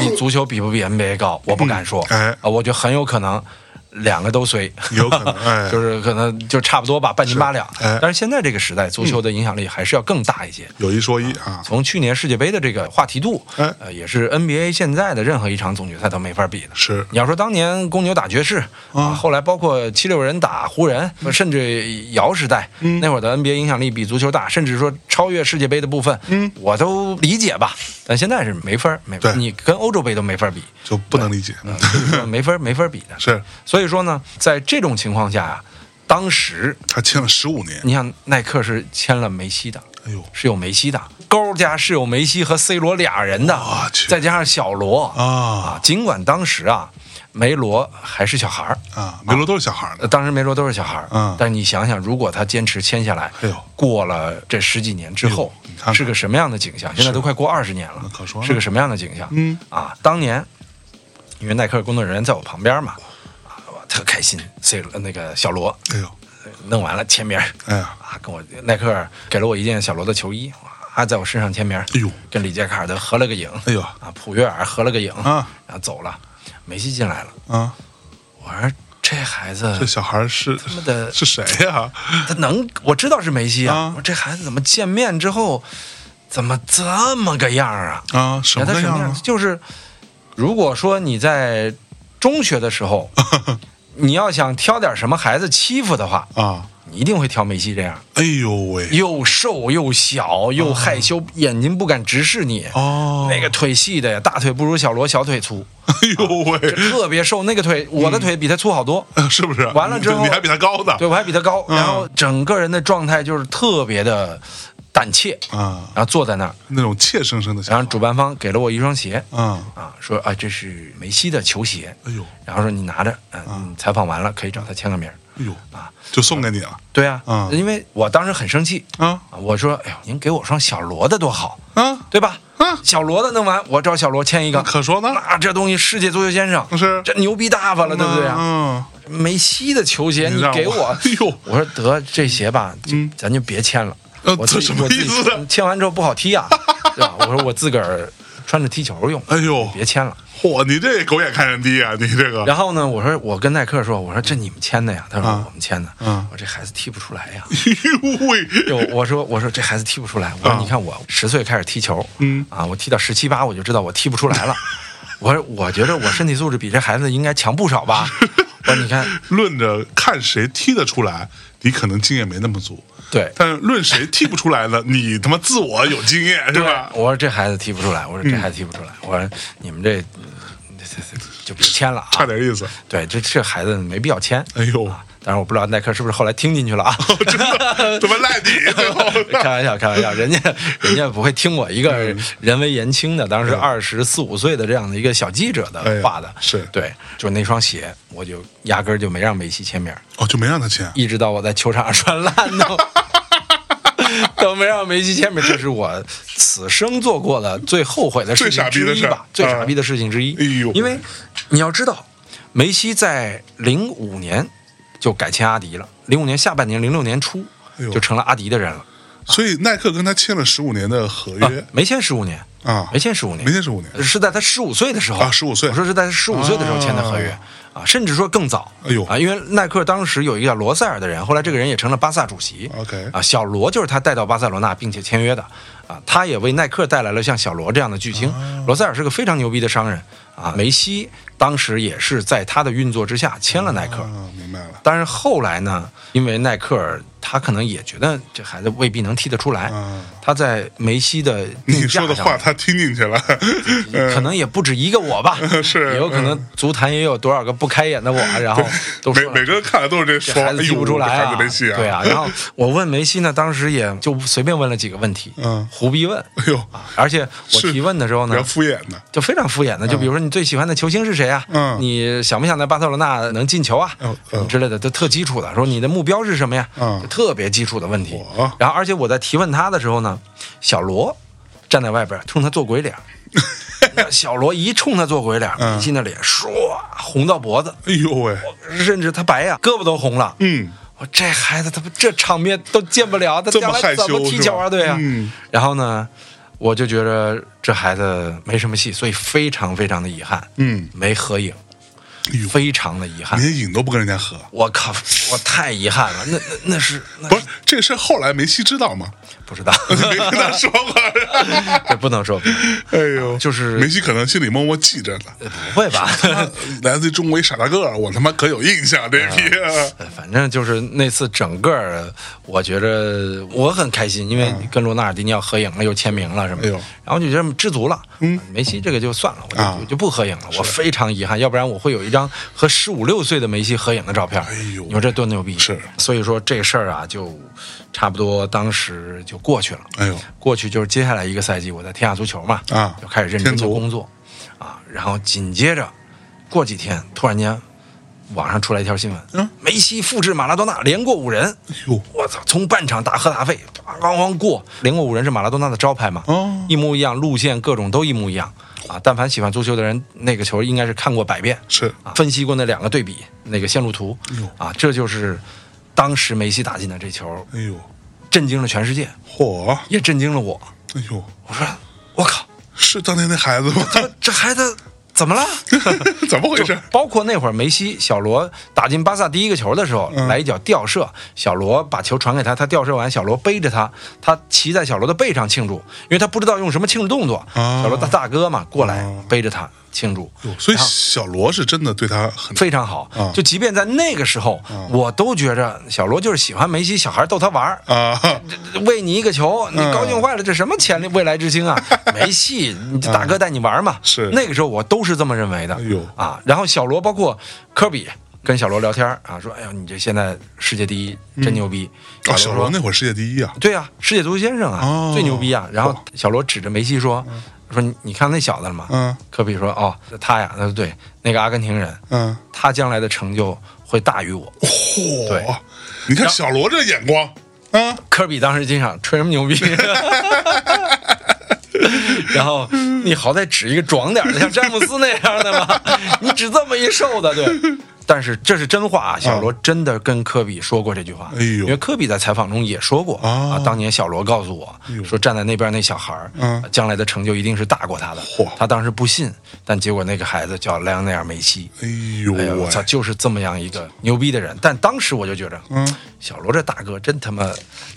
Speaker 1: 你足球比不比 NBA 高，我不敢说。
Speaker 2: 哎
Speaker 1: 啊，我觉得很有可能两个都随，
Speaker 2: 有可能 哎
Speaker 1: 就是可能就差不多吧，半斤八两。
Speaker 2: 是哎
Speaker 1: 但是现在这个时代，足球的影响力还是要更大一些。
Speaker 2: 有一说一啊，
Speaker 1: 从去年世界杯的这个话题度，
Speaker 2: 哎
Speaker 1: 呃，也是 NBA 现在的任何一场总决赛都没法比的。
Speaker 2: 是
Speaker 1: 你要说当年公牛打爵士啊，后来包括七六人打湖人，
Speaker 2: 嗯
Speaker 1: 甚至姚时代那会儿的 NBA 影响力比足球大，甚至说超越世界杯的部分，我都理解吧。但现在是没法儿，没法儿
Speaker 2: 嗯对
Speaker 1: 你跟欧洲杯都没 法儿比，
Speaker 2: 就不能理解，
Speaker 1: 嗯所以说没法儿没法儿比的。
Speaker 2: 是
Speaker 1: 所以说呢，在这种情况下啊，当时
Speaker 2: 他签了十五年，
Speaker 1: 你想耐克是签了梅西的，
Speaker 2: 哎呦
Speaker 1: 是有梅西的，勾家是有梅西和 C 罗俩人的
Speaker 2: 我，啊去
Speaker 1: 再加上小罗
Speaker 2: 啊
Speaker 1: 尽管当时啊，梅罗还是小孩儿。
Speaker 2: 啊，梅罗都是小孩儿
Speaker 1: 呃
Speaker 2: 呢，
Speaker 1: 当时梅罗都是小孩儿，
Speaker 2: 嗯
Speaker 1: 但你想想，如果他坚持签下来，
Speaker 2: 哎呦
Speaker 1: 过了这十几年之后
Speaker 2: 哎呦你，看看
Speaker 1: 是个什么样的景象？现在都快过二十年了
Speaker 2: 那，可说呢
Speaker 1: 是个什么样的景象？
Speaker 2: 嗯
Speaker 1: 啊，当年因为耐克工作人员在我旁边嘛，啊，我特开心，C 罗那个小罗
Speaker 2: 哎呦，
Speaker 1: 弄完了签名儿，
Speaker 2: 哎呀，
Speaker 1: 啊，跟我耐克给了我一件小罗的球衣，啊，在我身上签名，哎
Speaker 2: 哎呦
Speaker 1: 跟里杰卡尔德合了个影，
Speaker 2: 哎呦
Speaker 1: 啊，普约尔合了个影，
Speaker 2: 啊，
Speaker 1: 然后走了，梅西进来了，
Speaker 2: 啊，
Speaker 1: 我说这孩子
Speaker 2: 这小孩儿是他
Speaker 1: 妈的
Speaker 2: 是谁呀？
Speaker 1: 他能，我知道是梅西啊，
Speaker 2: 啊
Speaker 1: 我说这孩子怎么见面之后怎么这么个样儿啊？
Speaker 2: 啊，什
Speaker 1: 你
Speaker 2: 么
Speaker 1: 看他什么
Speaker 2: 样
Speaker 1: 样
Speaker 2: 啊
Speaker 1: 子？？就是如果说你在中学的时 候，你要想挑点什么孩子欺负的话，
Speaker 2: 啊，
Speaker 1: 你一定会挑梅西这样。
Speaker 2: 哎呦喂，
Speaker 1: 又瘦又小又害羞，眼睛不敢直视你。
Speaker 2: 哦，
Speaker 1: 那个腿细的呀，大腿不如小罗小腿粗，
Speaker 2: 哎呦
Speaker 1: 就
Speaker 2: 喂，哎
Speaker 1: 特别瘦。那个腿，
Speaker 2: 嗯
Speaker 1: 我的腿比他粗好多。
Speaker 2: 是不是？啊
Speaker 1: 完了之后
Speaker 2: 你还比他高呢，
Speaker 1: 对我还比他高，
Speaker 2: 嗯
Speaker 1: 然后整个人的状态就是特别的胆怯，
Speaker 2: 啊，
Speaker 1: 然后坐在那儿，
Speaker 2: 那种怯生生的小
Speaker 1: 然
Speaker 2: 孩
Speaker 1: 后主办方给了我一双鞋，
Speaker 2: 啊，
Speaker 1: 啊，说啊这是梅西的球鞋，
Speaker 2: 哎呦，
Speaker 1: 然后说你拿着，嗯，你采访完了可以找他签个名儿。
Speaker 2: 哎呦
Speaker 1: 啊，
Speaker 2: 就送给你了
Speaker 1: 对啊，
Speaker 2: 嗯
Speaker 1: 因为我当时很生气，
Speaker 2: 啊
Speaker 1: 啊我说哎呦您给我双小罗的多好，
Speaker 2: 啊，
Speaker 1: 对吧？
Speaker 2: 嗯
Speaker 1: 小罗的弄完，我找小罗签一个，
Speaker 2: 可说呢，
Speaker 1: 那这东西世界足球先生
Speaker 2: 啊是
Speaker 1: 这牛逼大发了，对不对啊？
Speaker 2: 嗯，
Speaker 1: 梅西的球鞋你
Speaker 2: 让
Speaker 1: 给我，
Speaker 2: 哎呦，嗯
Speaker 1: 我说得这鞋吧，咱就别签了。
Speaker 2: 呃
Speaker 1: 我自己
Speaker 2: 这什么
Speaker 1: 我自己
Speaker 2: 意思
Speaker 1: 签签完之后不好踢 啊，对吧？我说我自个儿穿着踢球用，
Speaker 2: 哎呦，
Speaker 1: 别签了。
Speaker 2: 嚯，你这狗眼看人低啊，你这个，
Speaker 1: 然后呢，我说我跟耐克说，我说这你们签的呀？他说
Speaker 2: 啊
Speaker 1: 我们签的。
Speaker 2: 嗯
Speaker 1: 我说这孩子踢不出来呀。
Speaker 2: 哎呦喂，
Speaker 1: 就我说我说这孩子踢不出来，我说
Speaker 2: 啊
Speaker 1: 你看我十岁开始踢球，
Speaker 2: 嗯
Speaker 1: 啊，我踢到十七八我就知道我踢不出来了。我说我觉得我身体素质比这孩子应该强不少 吧。我说你看，
Speaker 2: 论着看谁踢得出来，你可能经验没那么足，
Speaker 1: 对
Speaker 2: 但是论谁踢不出来呢，你他妈自我有经验是吧？嗯
Speaker 1: 我说这孩子踢不出来，我说这孩子踢不出来，我说你们这嗯这这这就别签了
Speaker 2: 差
Speaker 1: 啊。
Speaker 2: 点意思，
Speaker 1: 对，这这孩子没必要签。
Speaker 2: 哎呦，
Speaker 1: 当然我不知道耐克是不是后来听进去了啊。
Speaker 2: 真 的怎么赖你？最后
Speaker 1: 开玩笑，开玩笑，人家人家不会听我一个
Speaker 2: 嗯
Speaker 1: 人微言轻的，当时二十四五岁的这样的一个小记者
Speaker 2: 哎
Speaker 1: 的
Speaker 2: 呀
Speaker 1: 话的，
Speaker 2: 是
Speaker 1: 对，就那双鞋，我就压根儿就没让梅西签名，
Speaker 2: 哦，就没让他签，
Speaker 1: 一直到我在球场上穿烂都 都没让梅西签名，这是我此生做过的最后悔的事情之一吧，
Speaker 2: 最
Speaker 1: 最
Speaker 2: 傻逼的事
Speaker 1: 傻逼的
Speaker 2: 儿
Speaker 1: 事情之一。
Speaker 2: 哎呦
Speaker 1: 因为你要知道，梅西在零五年就改签阿迪了，零五年下半年，零六年初
Speaker 2: 哎呦
Speaker 1: 就成了阿迪的人了。
Speaker 2: 所以耐克跟他签了十五年的合约
Speaker 1: 没签十五年
Speaker 2: 啊
Speaker 1: 没签十五年，呃
Speaker 2: 没签15年
Speaker 1: 是在他十五岁的时候
Speaker 2: 啊15岁
Speaker 1: 我说是在他十五岁的时候签的合约
Speaker 2: 啊
Speaker 1: 啊，甚至说更早。
Speaker 2: 哎呦
Speaker 1: 啊，因为耐克当时有一个叫罗塞尔的人，后来这个人也成了巴萨主席。
Speaker 2: OK
Speaker 1: 啊，小罗就是他带到巴塞罗那并且签约的啊，他也为耐克带来了像小罗这样的巨星。
Speaker 2: 啊
Speaker 1: 罗塞尔是个非常牛逼的商人啊，梅西当时也是在他的运作之下签了耐克。
Speaker 2: 啊，明白了，
Speaker 1: 但是后来呢，因为耐克尔他可能也觉得这孩子未必能踢得出来，
Speaker 2: 嗯
Speaker 1: 他在梅西的
Speaker 2: 你
Speaker 1: 定价
Speaker 2: 说的
Speaker 1: 上嗯
Speaker 2: 话他听进去了，
Speaker 1: 可能也不止一个我吧，
Speaker 2: 是嗯
Speaker 1: 也有可能足坛也有多少个不开眼的我，啊然后都
Speaker 2: 每
Speaker 1: 说
Speaker 2: 每个人看来都是这
Speaker 1: 这
Speaker 2: 说，
Speaker 1: 孩子
Speaker 2: 哎
Speaker 1: 踢
Speaker 2: 呦
Speaker 1: 不出来
Speaker 2: 这孩子没戏啊，
Speaker 1: 对啊。 然后我问梅西呢，当时也就随便问了几个问题，
Speaker 2: 嗯
Speaker 1: 胡逼问，啊
Speaker 2: 哎呦，
Speaker 1: 而且我
Speaker 2: 是
Speaker 1: 提问的时候
Speaker 2: 比
Speaker 1: 呢
Speaker 2: 较。敷衍的，
Speaker 1: 就非常敷衍的，就比如说你最喜欢的球星是谁啊？
Speaker 2: 嗯
Speaker 1: 你想不想在巴塞罗那能进球啊？
Speaker 2: 嗯
Speaker 1: 什么之类的，都特基础的。说你的目标是什么呀？
Speaker 2: 嗯哦
Speaker 1: 就特别基础的问题
Speaker 2: 哇。
Speaker 1: 然后， 而且我在提问他的时候呢，小罗站在外边冲他做鬼脸儿，小罗一冲他做鬼脸，
Speaker 2: 嗯
Speaker 1: 米奇那脸唰红到脖子，
Speaker 2: 哎呦喂，
Speaker 1: 甚至他白呀，胳膊都红了。
Speaker 2: 嗯，
Speaker 1: 我这孩子他妈这场面都见不了，他
Speaker 2: 这么
Speaker 1: 将来
Speaker 2: 害羞
Speaker 1: 怎么踢
Speaker 2: 是吧
Speaker 1: 球啊？对啊。
Speaker 2: 嗯
Speaker 1: 然后呢，我就觉得这孩子没什么戏，所以非常非常的遗憾，
Speaker 2: 嗯，
Speaker 1: 没合影，
Speaker 2: 哎呦，
Speaker 1: 非常的遗憾。
Speaker 2: 连饮都不跟人家喝，
Speaker 1: 我靠，我太遗憾了，那那那是那
Speaker 2: 不是这事儿后来梅西知道吗？
Speaker 1: 不知道，
Speaker 2: 没跟他说过。
Speaker 1: 这不能说，不能说
Speaker 2: 哎呦，
Speaker 1: 就是
Speaker 2: 梅西可能心里默默记着 呢。
Speaker 1: 不会吧？
Speaker 2: 他来自中国一傻大个儿，我他妈可有印象这批。
Speaker 1: 呃反正就是那次整个儿，我觉着我很开心，因为跟罗纳尔迪尼奥合影了，又签名了什么的，
Speaker 2: 啊哎呦
Speaker 1: 然后就觉得知足了。嗯，梅西这个就算了，我就、
Speaker 2: 啊
Speaker 1: 我就不合影了，我非常遗憾，要不然我会有一张和十五六岁的梅西合影的照片。
Speaker 2: 哎呦
Speaker 1: 你说这多牛逼！
Speaker 2: 是，
Speaker 1: 所以说这事儿啊，就差不多当时就过去了。
Speaker 2: 哎呦，
Speaker 1: 过去就是接下来一个赛季我在天下足球嘛，
Speaker 2: 啊
Speaker 1: 就开始认真
Speaker 2: 天
Speaker 1: 的
Speaker 2: 足
Speaker 1: 工作，啊，然后紧接着过几天突然间网上出来一条新闻，
Speaker 2: 嗯
Speaker 1: 梅西复制马拉多纳连过五人，
Speaker 2: 哎呦，
Speaker 1: 我操，从半场大喝大吠，咣咣咣过，连过五人是马拉多纳的招牌嘛，
Speaker 2: 哦
Speaker 1: 一模一样，路线各种都一模一样，啊，但凡喜欢足球的人，那个球应该是看过百遍，
Speaker 2: 是
Speaker 1: 啊，分析过那两个对比那个线路图
Speaker 2: 哎呦，
Speaker 1: 啊，这就是当时梅西打进的这球，
Speaker 2: 哎呦，
Speaker 1: 震惊了全世界，
Speaker 2: 嚯，
Speaker 1: 也震惊了我。
Speaker 2: 哎呦，
Speaker 1: 我说我靠，
Speaker 2: 是当年那孩子吗？
Speaker 1: 这孩子怎么了？
Speaker 2: 怎么回事？
Speaker 1: 包括那会儿梅西、小罗打进巴萨第一个球的时候，
Speaker 2: 嗯
Speaker 1: 来一脚吊射，小罗把球传给他，他吊射完，小罗背着他，他骑在小罗的背上庆祝，因为他不知道用什么庆祝动作，
Speaker 2: 啊
Speaker 1: 小罗大大哥嘛过来
Speaker 2: 啊
Speaker 1: 背着他庆祝，
Speaker 2: 哟所以
Speaker 1: 然后
Speaker 2: 小罗是真的对他很
Speaker 1: 非常好
Speaker 2: 啊。
Speaker 1: 就即便在那个时候，我都觉着小罗就是喜欢梅西，小孩逗他玩儿，
Speaker 2: 啊，
Speaker 1: 喂你一个球，你
Speaker 2: 嗯
Speaker 1: 高兴坏了，这什么潜力未来之星 啊？没戏，你这大哥带你玩嘛。
Speaker 2: 嗯是
Speaker 1: 那个时候我都是这么认为的。
Speaker 2: 哎呦
Speaker 1: 啊，然后小罗包括科比跟小罗聊天啊，说哎呀，你这现在世界第一，真牛逼。
Speaker 2: 啊，
Speaker 1: 小
Speaker 2: 小
Speaker 1: 罗
Speaker 2: 罗
Speaker 1: 说
Speaker 2: 那会儿世界第一啊，
Speaker 1: 对啊，世界足球先生啊，
Speaker 2: 哦
Speaker 1: 最牛逼啊。然后小罗指着梅西说说你你看那小子了吗？
Speaker 2: 嗯
Speaker 1: 科比说哦，他呀，他说对，那个阿根廷人，
Speaker 2: 嗯，
Speaker 1: 他将来的成就会大于我。对
Speaker 2: 嚯，你看小罗这眼光啊，
Speaker 1: 科比当时心想吹什么牛逼？ 然后你好歹指一个壮点儿的，像詹姆斯那样的 嘛，你指这么一瘦的，对。但是这是真话啊，小罗真的跟科比说过这句话。
Speaker 2: 哎呦
Speaker 1: 因为科比在采访中也说过
Speaker 2: 啊哎
Speaker 1: 啊，当年小罗告诉我
Speaker 2: 呦
Speaker 1: 说，站在那边那小孩儿
Speaker 2: 嗯，
Speaker 1: 将来的成就一定是大过他的
Speaker 2: 嚯。
Speaker 1: 他当时不信，但结果那个孩子叫莱昂内尔·梅西。
Speaker 2: 哎呦
Speaker 1: 哎呀，
Speaker 2: 喂
Speaker 1: 我操，，就是这么样一个牛逼的人。但当时我就觉着，
Speaker 2: 嗯，
Speaker 1: 小罗这大哥真他妈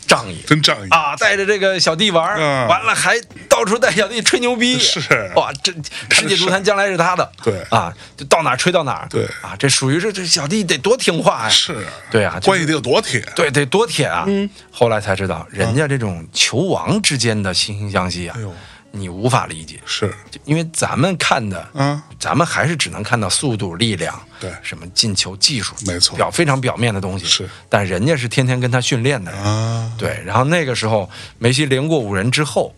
Speaker 1: 仗义，
Speaker 2: 真仗义，
Speaker 1: 啊，带着这个小弟玩儿，
Speaker 2: 嗯
Speaker 1: 完了还到处带小弟吹牛逼，
Speaker 2: 是
Speaker 1: 哇，这世界足坛将来是他的，
Speaker 2: 对
Speaker 1: 啊，就到哪儿吹到哪儿，
Speaker 2: 对
Speaker 1: 啊，这属于是这小弟得多听话呀，
Speaker 2: 是，
Speaker 1: 对啊，就是
Speaker 2: 关系嗯得有多铁，
Speaker 1: 对得多铁啊，后来才知道人家这种球王之间的惺惺相惜啊
Speaker 2: 嗯哎呦，
Speaker 1: 你无法理解，
Speaker 2: 是
Speaker 1: 就因为咱们看的，
Speaker 2: 啊，
Speaker 1: 咱们还是只能看到速度、力量，
Speaker 2: 对
Speaker 1: 什么进球技术，
Speaker 2: 没错
Speaker 1: 表非常表面的东西，
Speaker 2: 是，
Speaker 1: 但人家是天天跟他训练的人。
Speaker 2: 啊，
Speaker 1: 对，然后那个时候梅西连过五人之后，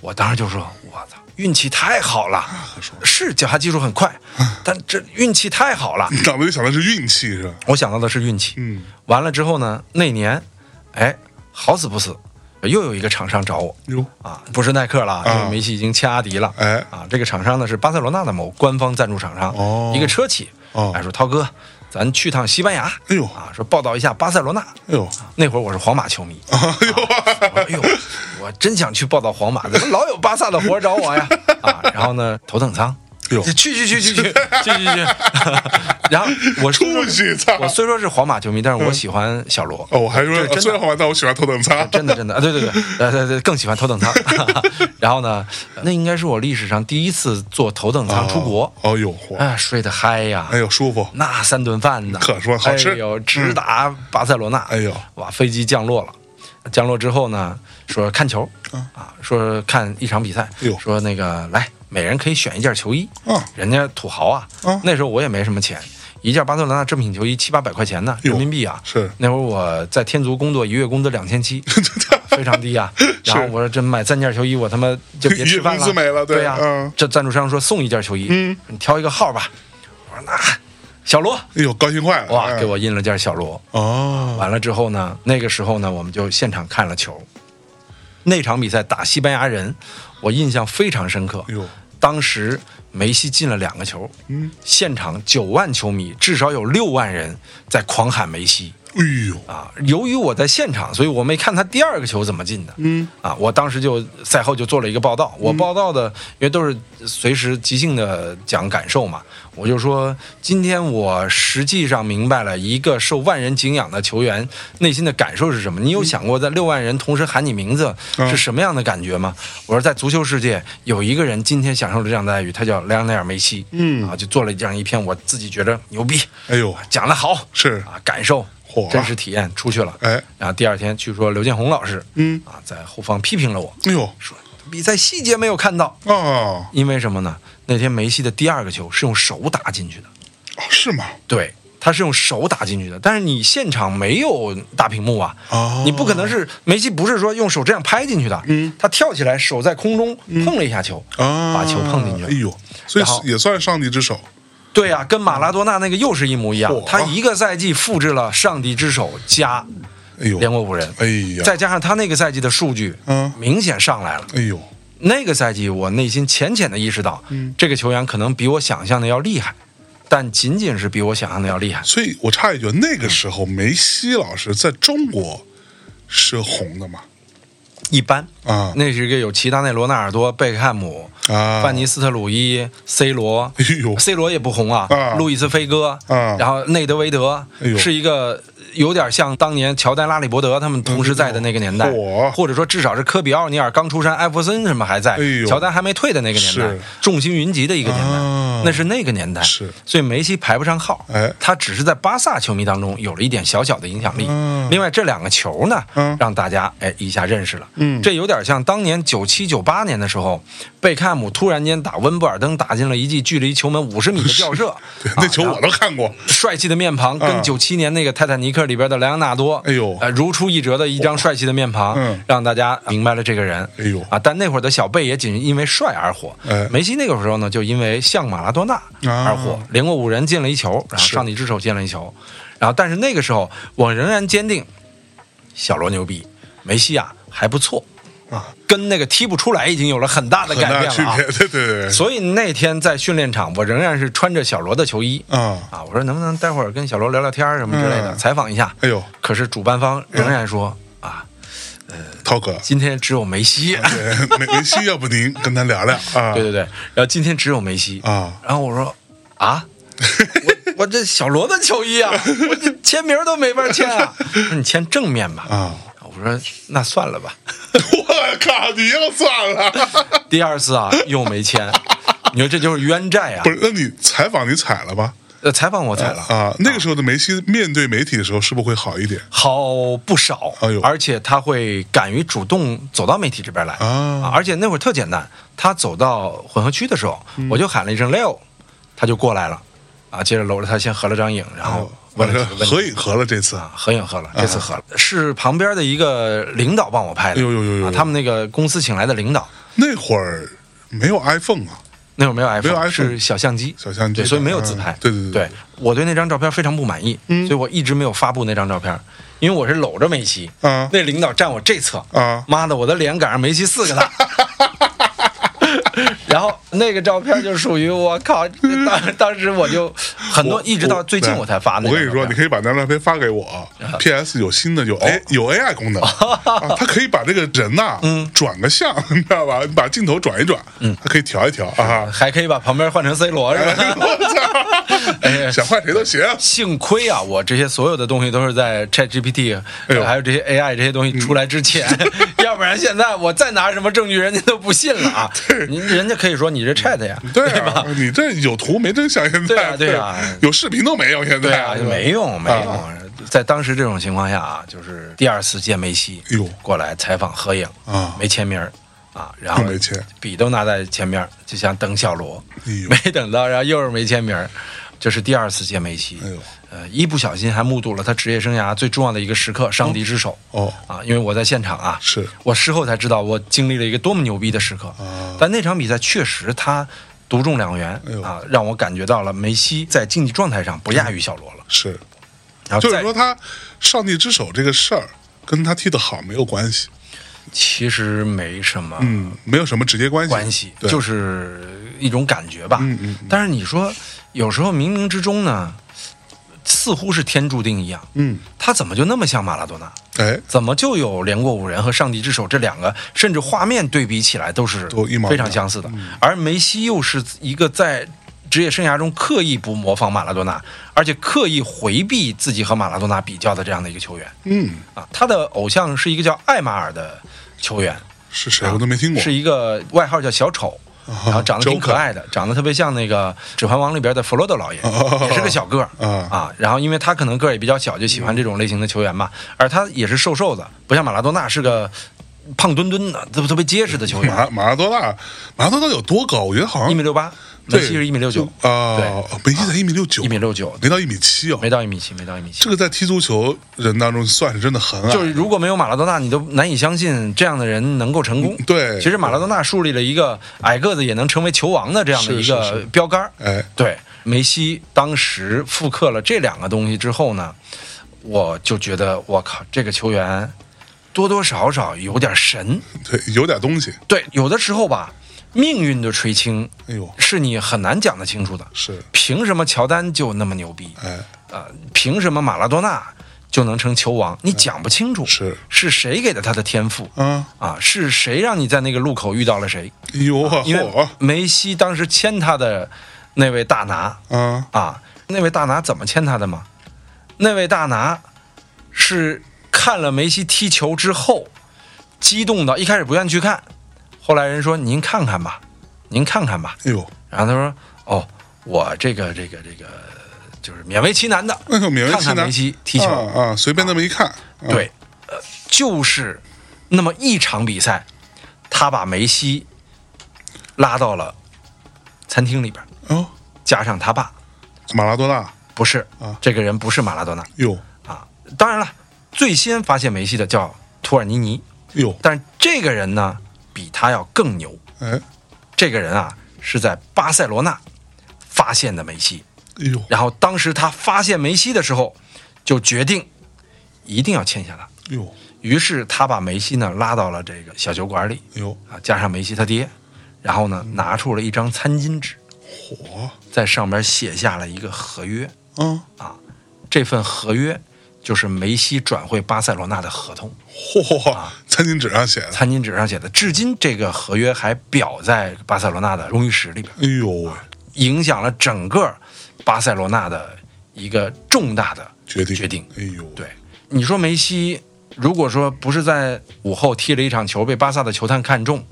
Speaker 1: 我当时就说：“我操，运气太好了！
Speaker 2: 啊
Speaker 1: 是脚下技术很快，
Speaker 2: 嗯
Speaker 1: 但这运气太好了。
Speaker 2: 你脑子里想的是运气是吧？”
Speaker 1: 我想到的是运气。
Speaker 2: 嗯，
Speaker 1: 完了之后呢，那年，哎，好死不死，又有一个厂商找我
Speaker 2: 哟，
Speaker 1: 啊，不是耐克了，因
Speaker 2: 啊
Speaker 1: 为梅西已经签阿迪了。
Speaker 2: 哎
Speaker 1: 啊，这个厂商呢是巴塞罗那的某官方赞助厂商，
Speaker 2: 哦
Speaker 1: 一个车企。
Speaker 2: 哦
Speaker 1: 哎，说涛哥，咱去趟西班牙。
Speaker 2: 哎呦
Speaker 1: 啊，说报道一下巴塞罗那。啊
Speaker 2: 哎呦，
Speaker 1: 那会儿我是皇马球 迷，
Speaker 2: 哎呦，
Speaker 1: 我说哎呦，我真想去报道皇马，怎么老有巴萨的活找我呀？啊，然后呢，头等舱，
Speaker 2: 哎呦
Speaker 1: 去去去去去去去去， 然后我虽说
Speaker 2: 出息操
Speaker 1: 我虽说是皇马球迷，但是
Speaker 2: 嗯
Speaker 1: 我喜欢小罗。
Speaker 2: 哦，我还说
Speaker 1: 这是
Speaker 2: 虽
Speaker 1: 真
Speaker 2: 然
Speaker 1: 的。
Speaker 2: 好玩，但我喜欢头等舱，
Speaker 1: 真的真的啊，对对对，呃对对，更喜欢头等舱。 然后呢，那应该是我历史上第一次坐头等舱出国，嗯
Speaker 2: 哦，哦呦嚯，
Speaker 1: 哎，睡得嗨呀，
Speaker 2: 哎呦舒服，
Speaker 1: 那三顿饭呢，
Speaker 2: 可说好吃
Speaker 1: 哎呦，直达巴塞罗那。
Speaker 2: 哎呦，
Speaker 1: 哇，飞机降落了，降落之后呢，说看球，啊，说看一场比赛
Speaker 2: 嗯哎呦，
Speaker 1: 说那个来，每人可以选一件球衣。
Speaker 2: 嗯
Speaker 1: 人家土豪啊
Speaker 2: 嗯，
Speaker 1: 那时候我也没什么钱，一件巴塞罗那正品球衣七八百块钱呢，
Speaker 2: 哎呦
Speaker 1: 人民币啊。
Speaker 2: 是
Speaker 1: 那会儿我在天足工作，一月工资两千 七，非常低啊。然后我说这买三件球衣，我他妈就别吃 饭
Speaker 2: 工资没了对
Speaker 1: 对呀
Speaker 2: 嗯。
Speaker 1: 这赞助商说送一件球衣，你挑一个号吧。我说那小罗，
Speaker 2: 哎呦高兴坏了，
Speaker 1: 哇，
Speaker 2: 哎
Speaker 1: 给我印了件小罗。
Speaker 2: 哦，
Speaker 1: 完了之后呢，那个时候呢，我们就现场看了球。那场比赛打西班牙人，我印象非常深刻
Speaker 2: 哎。呦，
Speaker 1: 当时梅西进了两个球，嗯，现场九万球迷，至少有六万人在狂喊梅西。
Speaker 2: 哎呦，
Speaker 1: 啊，由于我在现场，所以我没看他第二个球怎么进的。嗯，啊，我当时就赛后就做了一个报道，
Speaker 2: 嗯
Speaker 1: 我报道的因为都是随时即兴的讲感受嘛，我就说今天我实际上明白了一个受万人敬仰的球员内心的感受是什么。你有想过在六万人同时喊你名字
Speaker 2: 嗯
Speaker 1: 是什么样的感觉吗？我说在足球世界有一个人今天享受了这样的待遇，他叫莱昂内尔梅西。
Speaker 2: 嗯
Speaker 1: 啊，就做了这样一篇，我自己觉得牛逼，
Speaker 2: 哎呦，
Speaker 1: 讲得好。
Speaker 2: 是，
Speaker 1: 啊，感受
Speaker 2: 嚯，
Speaker 1: 真实体验出去了。
Speaker 2: 哎，
Speaker 1: 然后第二天，据说刘建宏老师，
Speaker 2: 嗯
Speaker 1: 啊，在后方批评了我，
Speaker 2: 哎呦，
Speaker 1: 说比赛细节没有看到，
Speaker 2: 哦，
Speaker 1: 因为什么呢？那天梅西的第二个球是用手打进去的，
Speaker 2: 哦是吗？
Speaker 1: 对，他是用手打进去的，但是你现场没有大屏幕啊，
Speaker 2: 哦
Speaker 1: 你不可能是梅西不是说用手这样拍进去的，
Speaker 2: 嗯
Speaker 1: 他跳起来手在空中碰了一下球，
Speaker 2: 啊，
Speaker 1: 把球碰进去了
Speaker 2: 哎呦，所
Speaker 1: 然后
Speaker 2: 以也算上帝之手。
Speaker 1: 对呀、跟马拉多纳那个又是一模一样
Speaker 2: 嚯，
Speaker 1: 他一个赛季复制了上帝之手加
Speaker 2: 哎呦，
Speaker 1: 连过五人，
Speaker 2: 哎呀，
Speaker 1: 再加上他那个赛季的数据，
Speaker 2: 嗯
Speaker 1: 明显上来了。
Speaker 2: 哎呦，
Speaker 1: 那个赛季，我内心浅浅的意识到，
Speaker 2: 嗯
Speaker 1: 这个球员可能比我想象的要厉害，但仅仅是比我想象的要厉害。
Speaker 2: 所以我插一句，那个时候梅西老师在中国是红的嘛？
Speaker 1: 一般，
Speaker 2: 啊
Speaker 1: 那是一个有齐达内、罗纳尔多、贝克汉姆、
Speaker 2: 啊，
Speaker 1: 范尼斯特鲁伊、C 罗。
Speaker 2: 哎呦，
Speaker 1: C 罗也不红啊，
Speaker 2: 啊
Speaker 1: 路易斯菲戈，
Speaker 2: 啊
Speaker 1: 然后内德维德、
Speaker 2: 哎呦
Speaker 1: 是一个有点像当年乔丹、拉里伯德他们同时在的那个年代，
Speaker 2: 嚯
Speaker 1: 或者说至少是科比、奥尼尔刚出山，艾弗森什么还在，
Speaker 2: 哎呦
Speaker 1: 乔丹还没退的那个年代
Speaker 2: 是，
Speaker 1: 众星云集的一个年代，
Speaker 2: 啊
Speaker 1: 那是那个年代，
Speaker 2: 是，
Speaker 1: 所以梅西排不上号，
Speaker 2: 哎
Speaker 1: 他只是在巴萨球迷当中有了一点小小的影响力。
Speaker 2: 嗯
Speaker 1: 另外这两个球呢，
Speaker 2: 嗯
Speaker 1: 让大家哎一下认识了，
Speaker 2: 嗯
Speaker 1: 这有点像当年九七九八年的时候，贝克汉姆突然间打温布尔登打进了一记距离球门五十米的吊射，
Speaker 2: 对
Speaker 1: 啊
Speaker 2: 那球
Speaker 1: 然
Speaker 2: 我
Speaker 1: 后
Speaker 2: 都看过。
Speaker 1: 帅气的面庞跟
Speaker 2: 嗯
Speaker 1: 九七年那个《泰坦尼克》里边的莱昂纳多，
Speaker 2: 哎呦
Speaker 1: 呃，如出一辙的一张帅气的面庞，
Speaker 2: 嗯
Speaker 1: 让大家明白了这个人，
Speaker 2: 哎呦
Speaker 1: 啊！但那会儿的小贝也仅因为帅而火，
Speaker 2: 哎啊
Speaker 1: 梅西那个时候呢，就因为像马拉多纳而火，连过五人进了一球，然后
Speaker 2: 是
Speaker 1: 上帝之手进了一球，然后但是那个时候我仍然坚定，小罗牛逼，梅西啊还不错
Speaker 2: 啊，
Speaker 1: 跟那个踢不出来已经有了很大的
Speaker 2: 很大
Speaker 1: 改
Speaker 2: 区
Speaker 1: 变了啊
Speaker 2: 别，。 对对对，
Speaker 1: 所以那天在训练场，我仍然是穿着小罗的球衣，
Speaker 2: 啊，
Speaker 1: 啊，我说能不能待会儿跟小罗聊聊天儿什么之类的，
Speaker 2: 嗯
Speaker 1: 采访一下。
Speaker 2: 哎嗯呦，
Speaker 1: 可是主办方仍然说、啊，
Speaker 2: 涛哥，
Speaker 1: 今天只有梅西。
Speaker 2: 对，梅梅西，要不您跟他聊聊 啊？
Speaker 1: 对对对，然后今天只有梅西。
Speaker 2: 啊，
Speaker 1: 然后我说啊，我我这小罗的球 衣啊，我这签名都没法签啊。 那你签正面吧。
Speaker 2: 啊，
Speaker 1: 我说那算了吧。
Speaker 2: 我靠，你又算了，
Speaker 1: 第二次啊又没签，你说这就是冤债啊
Speaker 2: 不。是？那你采访你踩了吧？
Speaker 1: 呃，采访我采了。
Speaker 2: 啊，那个时候的梅西面对媒体的时候，是不是会好一点？
Speaker 1: 好不少，
Speaker 2: 哎呦
Speaker 1: 而且他会敢于主动走到媒体这边来
Speaker 2: 啊
Speaker 1: 而且那会儿特简单，他走到混合区的时候，
Speaker 2: 嗯
Speaker 1: 我就喊了一声 “Leo”，他就过来了，啊，接着搂着他先合了张影，然
Speaker 2: 哦
Speaker 1: 后哦问了几个问题，
Speaker 2: 合影合嗯了这次，
Speaker 1: 啊，合影合了，这次合了，是旁边的一个领导帮我拍的，
Speaker 2: 哎呦呦呦呦
Speaker 1: 啊，他们那个公司请来的领导，
Speaker 2: 那会儿没有 iPhone 啊，
Speaker 1: 那会儿没有 iPhone，
Speaker 2: 没有 iPhone
Speaker 1: 是小相机，
Speaker 2: 小相机
Speaker 1: 对，所以没有自
Speaker 2: 嗯
Speaker 1: 拍。
Speaker 2: 对对对嗯
Speaker 1: 对我对那张照片非常不满意，所以我一直没有发布那张照片，因为我是搂着梅西，
Speaker 2: 啊
Speaker 1: 那领导站我这侧，
Speaker 2: 啊
Speaker 1: 妈的，我的脸赶上梅西四个 大。然后那个照片就属于我靠，当当时我就很多，一直到最近我才发那张照片。啊哦
Speaker 2: 我跟你说，你可以把那张照片发给我。P.S. 有新的有 A 有 AI 功 能，啊它可以把这个人呐，
Speaker 1: 嗯
Speaker 2: 转个向， 你知道吧？你把镜头转一转，它可以调一调啊。
Speaker 1: 还可以把旁边换成 C 嗯罗是哎吧？
Speaker 2: 哎我操，想换谁都行。
Speaker 1: 幸亏啊，我这些所有的东西都是在 Chat GPT，、
Speaker 2: 哎呦
Speaker 1: 呃还有这些 AI 这些东西出来之 前，要不然现在我再拿什么证据，人家都不信了 啊！您人家可以说你这 Chat 呀，
Speaker 2: 对啊，你这有图没真相，现
Speaker 1: 对
Speaker 2: 在
Speaker 1: 啊对啊
Speaker 2: 有视频都没有，现在
Speaker 1: 对 啊，
Speaker 2: 是吧
Speaker 1: 没用没用。
Speaker 2: 啊
Speaker 1: 在当时这种情况下啊，就是第二次见梅西，
Speaker 2: 哎呦
Speaker 1: 过来采访合影
Speaker 2: 啊
Speaker 1: 没签名儿啊，然后
Speaker 2: 又没签
Speaker 1: 笔都拿在前面儿，就想等小罗，
Speaker 2: 哎呦
Speaker 1: 没等到，然后又是没签名儿，这是第二次见梅西。
Speaker 2: 哎呦
Speaker 1: 呃，一不小心还目睹了他职业生涯最重要的一个时刻——上帝之手。
Speaker 2: 哦
Speaker 1: 啊，因为我在现场啊，
Speaker 2: 是
Speaker 1: 我事后才知道我经历了一个多么牛逼的时刻。
Speaker 2: 啊
Speaker 1: 但那场比赛确实他独中两元、
Speaker 2: 哎呦
Speaker 1: 啊，让我感觉到了梅西在竞技状态上不亚于小罗了。
Speaker 2: 是，
Speaker 1: 然后
Speaker 2: 就是
Speaker 1: 再
Speaker 2: 说他上帝之手这个事儿跟他踢得好没有关系，嗯
Speaker 1: 其实没什么
Speaker 2: 嗯，没有什么直接关系，
Speaker 1: 嗯关系，
Speaker 2: 对
Speaker 1: 就是一种感觉吧。
Speaker 2: 嗯嗯
Speaker 1: 但是你说，有时候冥冥之中呢，似乎是天注定一样，
Speaker 2: 嗯，
Speaker 1: 他怎么就那么像马拉多纳？
Speaker 2: 哎，
Speaker 1: 怎么就有《连过五人》和《上帝之手》这两个，甚至画面对比起来都是
Speaker 2: 都一毛一样
Speaker 1: 非常相似的？而梅西又是一个在职业生涯中刻意不模仿马拉多纳，而且刻意回避自己和马拉多纳比较的这样的一个球员
Speaker 2: 嗯，
Speaker 1: 啊。他的偶像是一个叫艾马尔的球员，
Speaker 2: 是谁我都没听过，
Speaker 1: 啊是一个外号叫小丑。
Speaker 2: 哦
Speaker 1: 然后长得挺可爱的，长得特别像那个《指环王》里边的弗罗多老爷，
Speaker 2: 哦
Speaker 1: 也是个小个儿
Speaker 2: 啊
Speaker 1: 啊。然后因为他可能个儿也比较小，就喜欢这种类型的球员吧。
Speaker 2: 嗯
Speaker 1: 而他也是瘦瘦的，不像马拉多纳是个胖墩墩的、特别特别结实的球员，
Speaker 2: 马马拉多纳，马拉多纳有多高？我觉得好像
Speaker 1: 一米六八，梅
Speaker 2: 对
Speaker 1: 西是一米六九，
Speaker 2: 啊，哦梅西才一米六九，
Speaker 1: 一米六九，
Speaker 2: 没到一米七哦
Speaker 1: 没。到一米七，没到一米七。
Speaker 2: 这个在踢足球人当中算是真的很矮，
Speaker 1: 就是如果没有马拉多纳，你都难以相信这样的人能够成功。
Speaker 2: 嗯对
Speaker 1: 其实马拉多纳树立了一个矮个子也能成为球王的这样的一
Speaker 2: 是是
Speaker 1: 个
Speaker 2: 是
Speaker 1: 标杆儿。
Speaker 2: 哎，
Speaker 1: 对，梅西当时复刻了这两个东西之后呢，我就觉得我靠，这个球员多多少少有点神。
Speaker 2: 对，有点东西。
Speaker 1: 对，有的时候吧，命运的垂青
Speaker 2: 哎呦，
Speaker 1: 是你很难讲得清楚的。
Speaker 2: 是，
Speaker 1: 凭什么乔丹就那么牛逼？
Speaker 2: 哎，
Speaker 1: 啊、凭什么马拉多纳就能成球王？你讲不清楚，
Speaker 2: 是
Speaker 1: 是谁给的他的天赋？
Speaker 2: 啊，
Speaker 1: 啊，是谁让你在那个路口遇到了谁？
Speaker 2: 哎呦啊，
Speaker 1: 因为
Speaker 2: 嚯
Speaker 1: 梅西当时签他的那位大拿
Speaker 2: 啊，
Speaker 1: 啊，那位大拿怎么签他的吗？那位大拿是看了梅西踢球之后，激动到一开始不愿意去看，后来人说您看看吧，您看看吧，
Speaker 2: 哎呦，
Speaker 1: 然后他说哦，我这个这个这个就是勉为其难的，
Speaker 2: 那可勉为
Speaker 1: 看
Speaker 2: 其
Speaker 1: 看
Speaker 2: 难
Speaker 1: 梅西踢球，
Speaker 2: 啊啊，随便那么一看，啊，
Speaker 1: 对，呃，就是那么一场比赛，他把梅西拉到了餐厅里边，
Speaker 2: 哦，
Speaker 1: 加上他爸，
Speaker 2: 马拉多纳，
Speaker 1: 不是
Speaker 2: 啊
Speaker 1: 这个人不是马拉多纳
Speaker 2: 哟
Speaker 1: 啊。当然了，最先发现梅西的叫图尔尼尼，
Speaker 2: 哟，
Speaker 1: 但是这个人呢，比他要更牛。
Speaker 2: 哎，哎
Speaker 1: 这个人啊，是在巴塞罗那发现的梅西，
Speaker 2: 呦，
Speaker 1: 然后当时他发现梅西的时候，就决定一定要签下他。
Speaker 2: 哟，
Speaker 1: 于是他把梅西呢拉到了这个小酒馆里，
Speaker 2: 哎呦，
Speaker 1: 啊，加上梅西他爹，然后呢，拿出了一张餐巾纸，
Speaker 2: 嚯，
Speaker 1: 在上面写下了一个合约
Speaker 2: 啊，
Speaker 1: 啊，这份合约就是梅西转会巴塞罗那的合同，
Speaker 2: 嚯，
Speaker 1: 啊
Speaker 2: 餐巾纸上写的，
Speaker 1: 餐巾纸上写的，至今这个合约还裱在巴塞罗那的荣誉室里边，
Speaker 2: 哎呦喂，
Speaker 1: 影响了整个巴塞罗那的一个重大的
Speaker 2: 决定
Speaker 1: 决定。
Speaker 2: 哎呦，
Speaker 1: 对，你说梅西如果说不是在午后踢了一场球被巴萨的球探看中，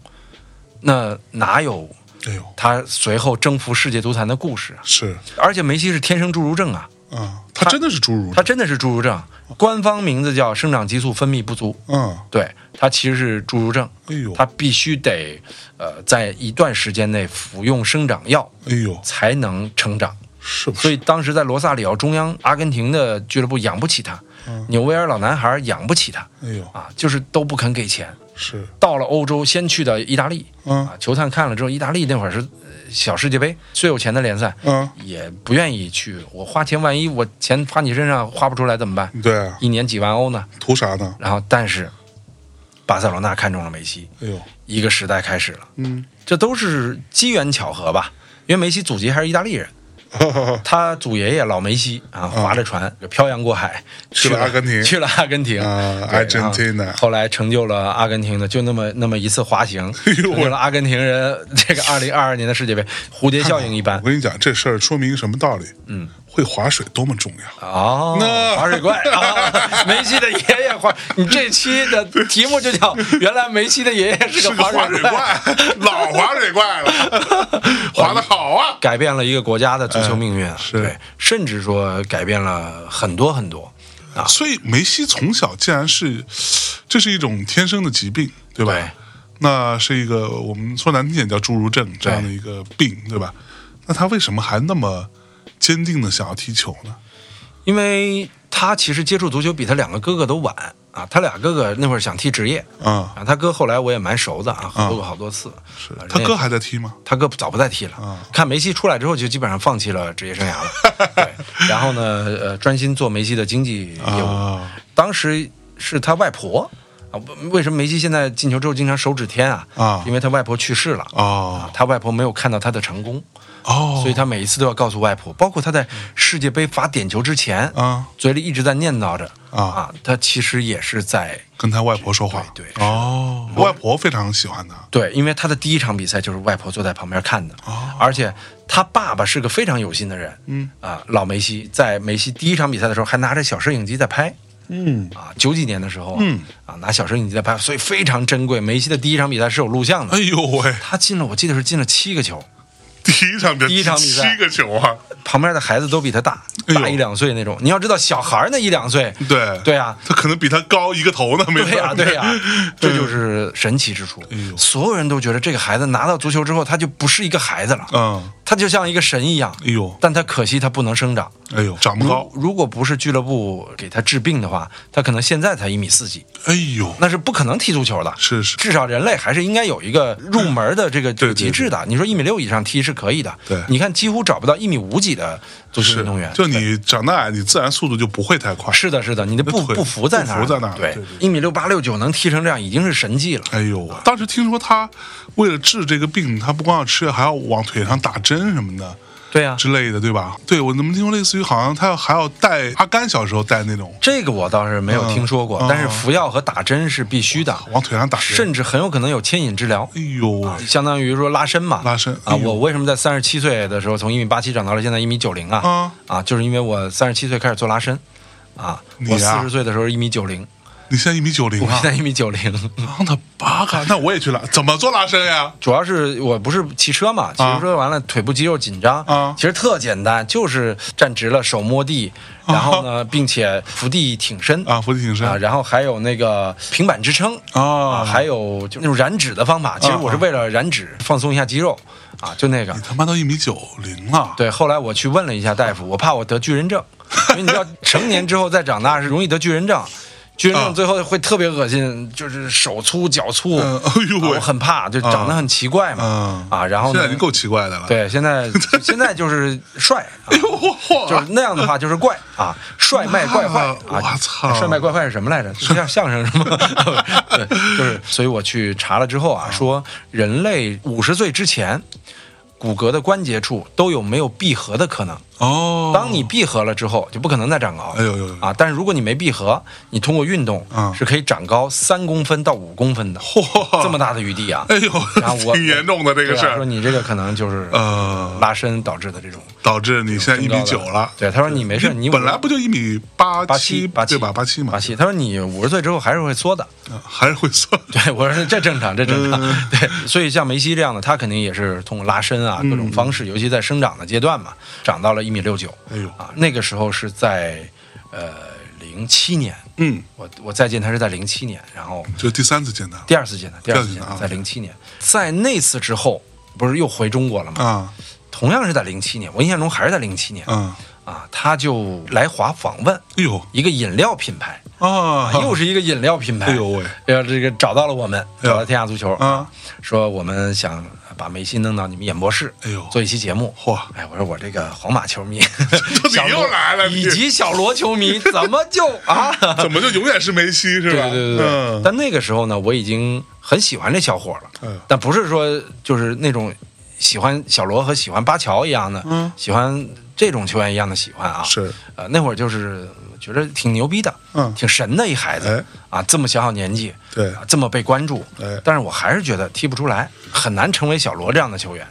Speaker 1: 那哪有
Speaker 2: 哎呦，
Speaker 1: 他随后征服世界足坛的故事啊！
Speaker 2: 是
Speaker 1: 而且梅西是天生侏儒症啊，
Speaker 2: 啊，他真的是侏儒，
Speaker 1: 他真的是侏儒症，官方名字叫生长激素分泌不足，
Speaker 2: 啊，
Speaker 1: 对，他其实是侏儒症，
Speaker 2: 哎呦，
Speaker 1: 他必须得呃在一段时间内服用生长药
Speaker 2: 哎呦，
Speaker 1: 才能成长。
Speaker 2: 是不
Speaker 1: 所
Speaker 2: 是？
Speaker 1: 以当时在罗萨里奥中央，阿根廷的俱乐部养不起他，纽维尔老男孩养不起他
Speaker 2: 哎呦，
Speaker 1: 啊，就是都不肯给钱。
Speaker 2: 是
Speaker 1: 到了欧洲，先去的意大利
Speaker 2: 啊
Speaker 1: 啊，球探看了之后，意大利那会儿是呃小世界杯最有钱的联赛，
Speaker 2: 啊，
Speaker 1: 也不愿意去。我花钱，万一我钱花你身上花不出来怎么办？
Speaker 2: 对啊，
Speaker 1: 一年几万欧呢？
Speaker 2: 图啥呢？
Speaker 1: 然后，但是巴塞罗那看中了梅西，
Speaker 2: 哎呦，
Speaker 1: 一个时代开始了。
Speaker 2: 嗯，
Speaker 1: 这都是机缘巧合吧？因为梅西祖籍还是意大利 人，
Speaker 2: 哈哈哈
Speaker 1: 他祖爷爷老梅西啊，划着船漂洋过海
Speaker 2: 哦去了阿根廷
Speaker 1: 去了阿根廷
Speaker 2: 啊
Speaker 1: 对然后
Speaker 2: Argentina
Speaker 1: 后来成就了阿根廷的就那么那么一次滑行，
Speaker 2: 哎
Speaker 1: 成
Speaker 2: 呦
Speaker 1: 就了阿根廷人 这个二零二二年的世界杯蝴蝶效应一般
Speaker 2: 我。跟你讲，这事儿说明什么道理？嗯，会划水多么重要。
Speaker 1: 哦
Speaker 2: 那，
Speaker 1: 滑水怪啊！ 梅西的爷爷滑，你这期的题目就叫“原来梅西的爷爷是
Speaker 2: 是
Speaker 1: 个
Speaker 2: 个
Speaker 1: 滑
Speaker 2: 划
Speaker 1: 水
Speaker 2: 水怪，老划水 怪了，划的好啊！
Speaker 1: 改变了一个国家的足球命运啊！
Speaker 2: 哎是
Speaker 1: 对，甚至说改变了很多很多。
Speaker 2: 所以梅西从小竟然是，这是一种天生的疾病，对吧？
Speaker 1: 对
Speaker 2: 那是一个我们说难听点叫侏儒症这样的一个病，对吧？那他为什么还那么坚定的想要踢球呢？
Speaker 1: 因为他其实接触足球比他两个哥哥都晚啊，他俩哥哥那会儿想踢职业
Speaker 2: 啊、
Speaker 1: 啊，他哥后来我也蛮熟的啊，合作过好多次。
Speaker 2: 是
Speaker 1: 啊
Speaker 2: 他
Speaker 1: 人
Speaker 2: 哥
Speaker 1: 家
Speaker 2: 还在啊踢吗？
Speaker 1: 他哥早不再踢了，看梅西出来之后就基本上放弃了职业生涯了。 对，然后呢，呃，专心做梅西的经济业务。
Speaker 2: 啊
Speaker 1: 当时是他外婆啊，为什么梅西现在进球之后经常手指天啊？
Speaker 2: 啊
Speaker 1: 因为他外婆去世了
Speaker 2: 哦，
Speaker 1: 啊他外婆没有看到他的成功，
Speaker 2: 哦，
Speaker 1: 所以他每一次都要告诉外婆，包括他在世界杯罚点球之前，
Speaker 2: 啊
Speaker 1: 嘴里一直在念叨着
Speaker 2: 啊
Speaker 1: 他其实也是在
Speaker 2: 跟他外婆说话，
Speaker 1: 对对是的
Speaker 2: 哦，外婆非常喜欢他，
Speaker 1: 对，因为他的第一场比赛就是外婆坐在旁边看的，
Speaker 2: 哦
Speaker 1: 而且他爸爸是个非常有心的人，嗯啊，老梅西在梅西第一场比赛的时候还拿着小摄影机在拍。
Speaker 2: 嗯，
Speaker 1: 啊，九几年的时候啊，啊拿小摄影机在拍，所以非常珍贵。梅西的第一场比赛是有录像的
Speaker 2: 哎，呦喂，
Speaker 1: 他进了，我记得是进了七个球，
Speaker 2: 第一场比赛
Speaker 1: 第一场比赛
Speaker 2: 七个球啊，
Speaker 1: 旁边的孩子都比他大，
Speaker 2: 哎呦嗯
Speaker 1: 大一两岁那种。你要知道，小孩儿那一两岁，
Speaker 2: 对
Speaker 1: 对啊，
Speaker 2: 他可能比他高一个头呢，没
Speaker 1: 对呀、
Speaker 2: 准
Speaker 1: 对呀、啊这就是神奇之处
Speaker 2: 啊嗯哎。呦
Speaker 1: 所有人都觉得这个孩子拿到足球之后，他就不是一个孩子了，
Speaker 2: 嗯，
Speaker 1: 他就像一个神一样。
Speaker 2: 哎呦，
Speaker 1: 但他可惜他不能生长。
Speaker 2: 哎呦，长不高
Speaker 1: 如，如果不是俱乐部给他治病的话，他可能现在才一米四几，
Speaker 2: 哎呦，
Speaker 1: 那是不可能踢足球的。
Speaker 2: 是是，
Speaker 1: 至少人类还是应该有一个入门的这个
Speaker 2: 对对
Speaker 1: 极致的。你说一米六以上踢是可以的，
Speaker 2: 对
Speaker 1: 你看几乎找不到一米五几的足球运动员。
Speaker 2: 就你长得矮，你自然速度就不会太
Speaker 1: 啊
Speaker 2: 快。
Speaker 1: 是的，是的，你的步
Speaker 2: 腿
Speaker 1: 步幅在哪儿？
Speaker 2: 步幅在哪儿
Speaker 1: 对
Speaker 2: 对对，
Speaker 1: 一米六八六九能踢成这样已经是神迹了。
Speaker 2: 哎呦，当时听说他为了治这个病，他不光要吃药，还要往腿上打针什么的
Speaker 1: 对啊，
Speaker 2: 之类的，对吧？对，我怎么听说类似于好像他要还要带阿甘小时候带那种
Speaker 1: 这个我倒是没有听说过
Speaker 2: 嗯，
Speaker 1: 但是服药和打针是必须的，
Speaker 2: 往腿上打针，
Speaker 1: 甚至很有可能有牵引治疗。啊
Speaker 2: 哎呦喂，
Speaker 1: 相当于说拉伸嘛，
Speaker 2: 拉伸
Speaker 1: 啊！
Speaker 2: 哎呦
Speaker 1: 我为什么在三十七岁的时候从一米八七长到了现在一米九零
Speaker 2: 嗯
Speaker 1: 啊？啊，就是因为我三十七岁开始做拉伸，啊，
Speaker 2: 你
Speaker 1: 我四
Speaker 2: 呀
Speaker 1: 十岁的时候一米九零，
Speaker 2: 你现在一米九零
Speaker 1: 我
Speaker 2: 啊
Speaker 1: 现，在一米九零，
Speaker 2: 让他八嘎，那我也去了，怎么做拉伸呀？
Speaker 1: 主要是我不是骑车嘛，骑
Speaker 2: 啊
Speaker 1: 车完了腿部肌肉紧张，
Speaker 2: 啊
Speaker 1: 其实特简单，就是站直了，手摸地，然后呢，并且伏地挺身
Speaker 2: 啊，伏地挺身
Speaker 1: 啊，然后还有那个平板支撑
Speaker 2: 啊
Speaker 1: 啊，还有就那种燃脂的方法，其实我是为了燃脂放松一下肌肉啊，就那个
Speaker 2: 你。他妈都一米九零了，
Speaker 1: 对，后来我去问了一下大夫，我怕我得巨人症，因为你知 道成年之后再长大是容易得巨人症，巨人
Speaker 2: 啊
Speaker 1: 症最后会特别恶心，就是手粗脚粗，
Speaker 2: 嗯哎呦
Speaker 1: 啊
Speaker 2: 喂
Speaker 1: 我很怕，就长得很奇怪嘛
Speaker 2: 嗯，
Speaker 1: 啊，然后
Speaker 2: 现
Speaker 1: 呢
Speaker 2: 在已经，够奇怪的了。， 哎
Speaker 1: 对，现在现在就是帅，啊
Speaker 2: 嚯，
Speaker 1: 就是那样的话就是怪啊，帅卖怪坏
Speaker 2: 那
Speaker 1: 啊，
Speaker 2: 我操
Speaker 1: 帅卖怪坏是什么来着？就像相声什 么？对就是，所以我去查了之后啊，说人类五十岁之前。骨骼的关节处都有没有闭合的可能？
Speaker 2: 哦，
Speaker 1: 当你闭合了之后，就不可能再长高。
Speaker 2: 哎呦呦呦
Speaker 1: 啊！但是如果你没闭合，你通过运动
Speaker 2: 嗯
Speaker 1: 是可以长高三公分到五公分的，
Speaker 2: 嚯，
Speaker 1: 这么大的余地啊！
Speaker 2: 哎呦
Speaker 1: 然后，我
Speaker 2: 挺严重 的这个事
Speaker 1: 对啊说
Speaker 2: 儿，
Speaker 1: 你这个可能就是
Speaker 2: 呃
Speaker 1: 拉伸导致的这种
Speaker 2: 导致你现在一
Speaker 1: 增高
Speaker 2: 米
Speaker 1: 的
Speaker 2: 九了。
Speaker 1: 对，他说你没事，你
Speaker 2: 本来不就一米八
Speaker 1: 八七八七
Speaker 2: 对吧？八七嘛，
Speaker 1: 八七，他说你五十岁之后还是会缩的。
Speaker 2: 嗯还是会 算。
Speaker 1: 对，我说这正常，这正常。
Speaker 2: 嗯
Speaker 1: 对，所以像梅西这样的，他肯定也是通过拉伸啊
Speaker 2: 嗯
Speaker 1: 各种方式，尤其在生长的阶段嘛，长到了一米六九。
Speaker 2: 哎呦
Speaker 1: 啊，那个时候是在呃零七年，
Speaker 2: 嗯，
Speaker 1: 我我再见他是在零七年，然后
Speaker 2: 这是第三次见他
Speaker 1: 第二次见他，第二次见
Speaker 2: 第
Speaker 1: 他
Speaker 2: 二次见他
Speaker 1: 在零七年，在那次之后，不是又回中国了吗？
Speaker 2: 啊，
Speaker 1: 同样是在零七年，我印象中还是在零七年
Speaker 2: 嗯，
Speaker 1: 啊，他就来华访问
Speaker 2: 哎呦
Speaker 1: 一个饮料品牌。
Speaker 2: 啊，
Speaker 1: 又是一个饮料品牌，
Speaker 2: 哎呦喂，
Speaker 1: 呃，这个找到了我们，
Speaker 2: 哎呦
Speaker 1: 找到天下足球
Speaker 2: 啊，
Speaker 1: 说我们想把梅西弄到你们演播室，
Speaker 2: 哎呦
Speaker 1: 做一期节目，
Speaker 2: 嚯
Speaker 1: 哎，我说我这个皇马球 迷，
Speaker 2: 你
Speaker 1: 小罗
Speaker 2: 又来了你
Speaker 1: 以及小罗球 迷，怎么就啊？
Speaker 2: 怎么就永远是梅西是
Speaker 1: 对
Speaker 2: 吧？
Speaker 1: 对对对对
Speaker 2: 嗯，
Speaker 1: 但那个时候呢，我已经很喜欢这小伙了
Speaker 2: 嗯，
Speaker 1: 但不是说就是那种喜欢小罗和喜欢巴乔一样的，
Speaker 2: 嗯
Speaker 1: 喜欢这种球员一样的喜欢啊，
Speaker 2: 是
Speaker 1: 呃，那会儿就是觉得挺牛逼的，
Speaker 2: 嗯
Speaker 1: 挺神的一孩子、啊，这么小小年纪，
Speaker 2: 哎对
Speaker 1: 啊这么被关注，
Speaker 2: 哎
Speaker 1: 但是我还是觉得踢不出来，很难成为小罗这样的球员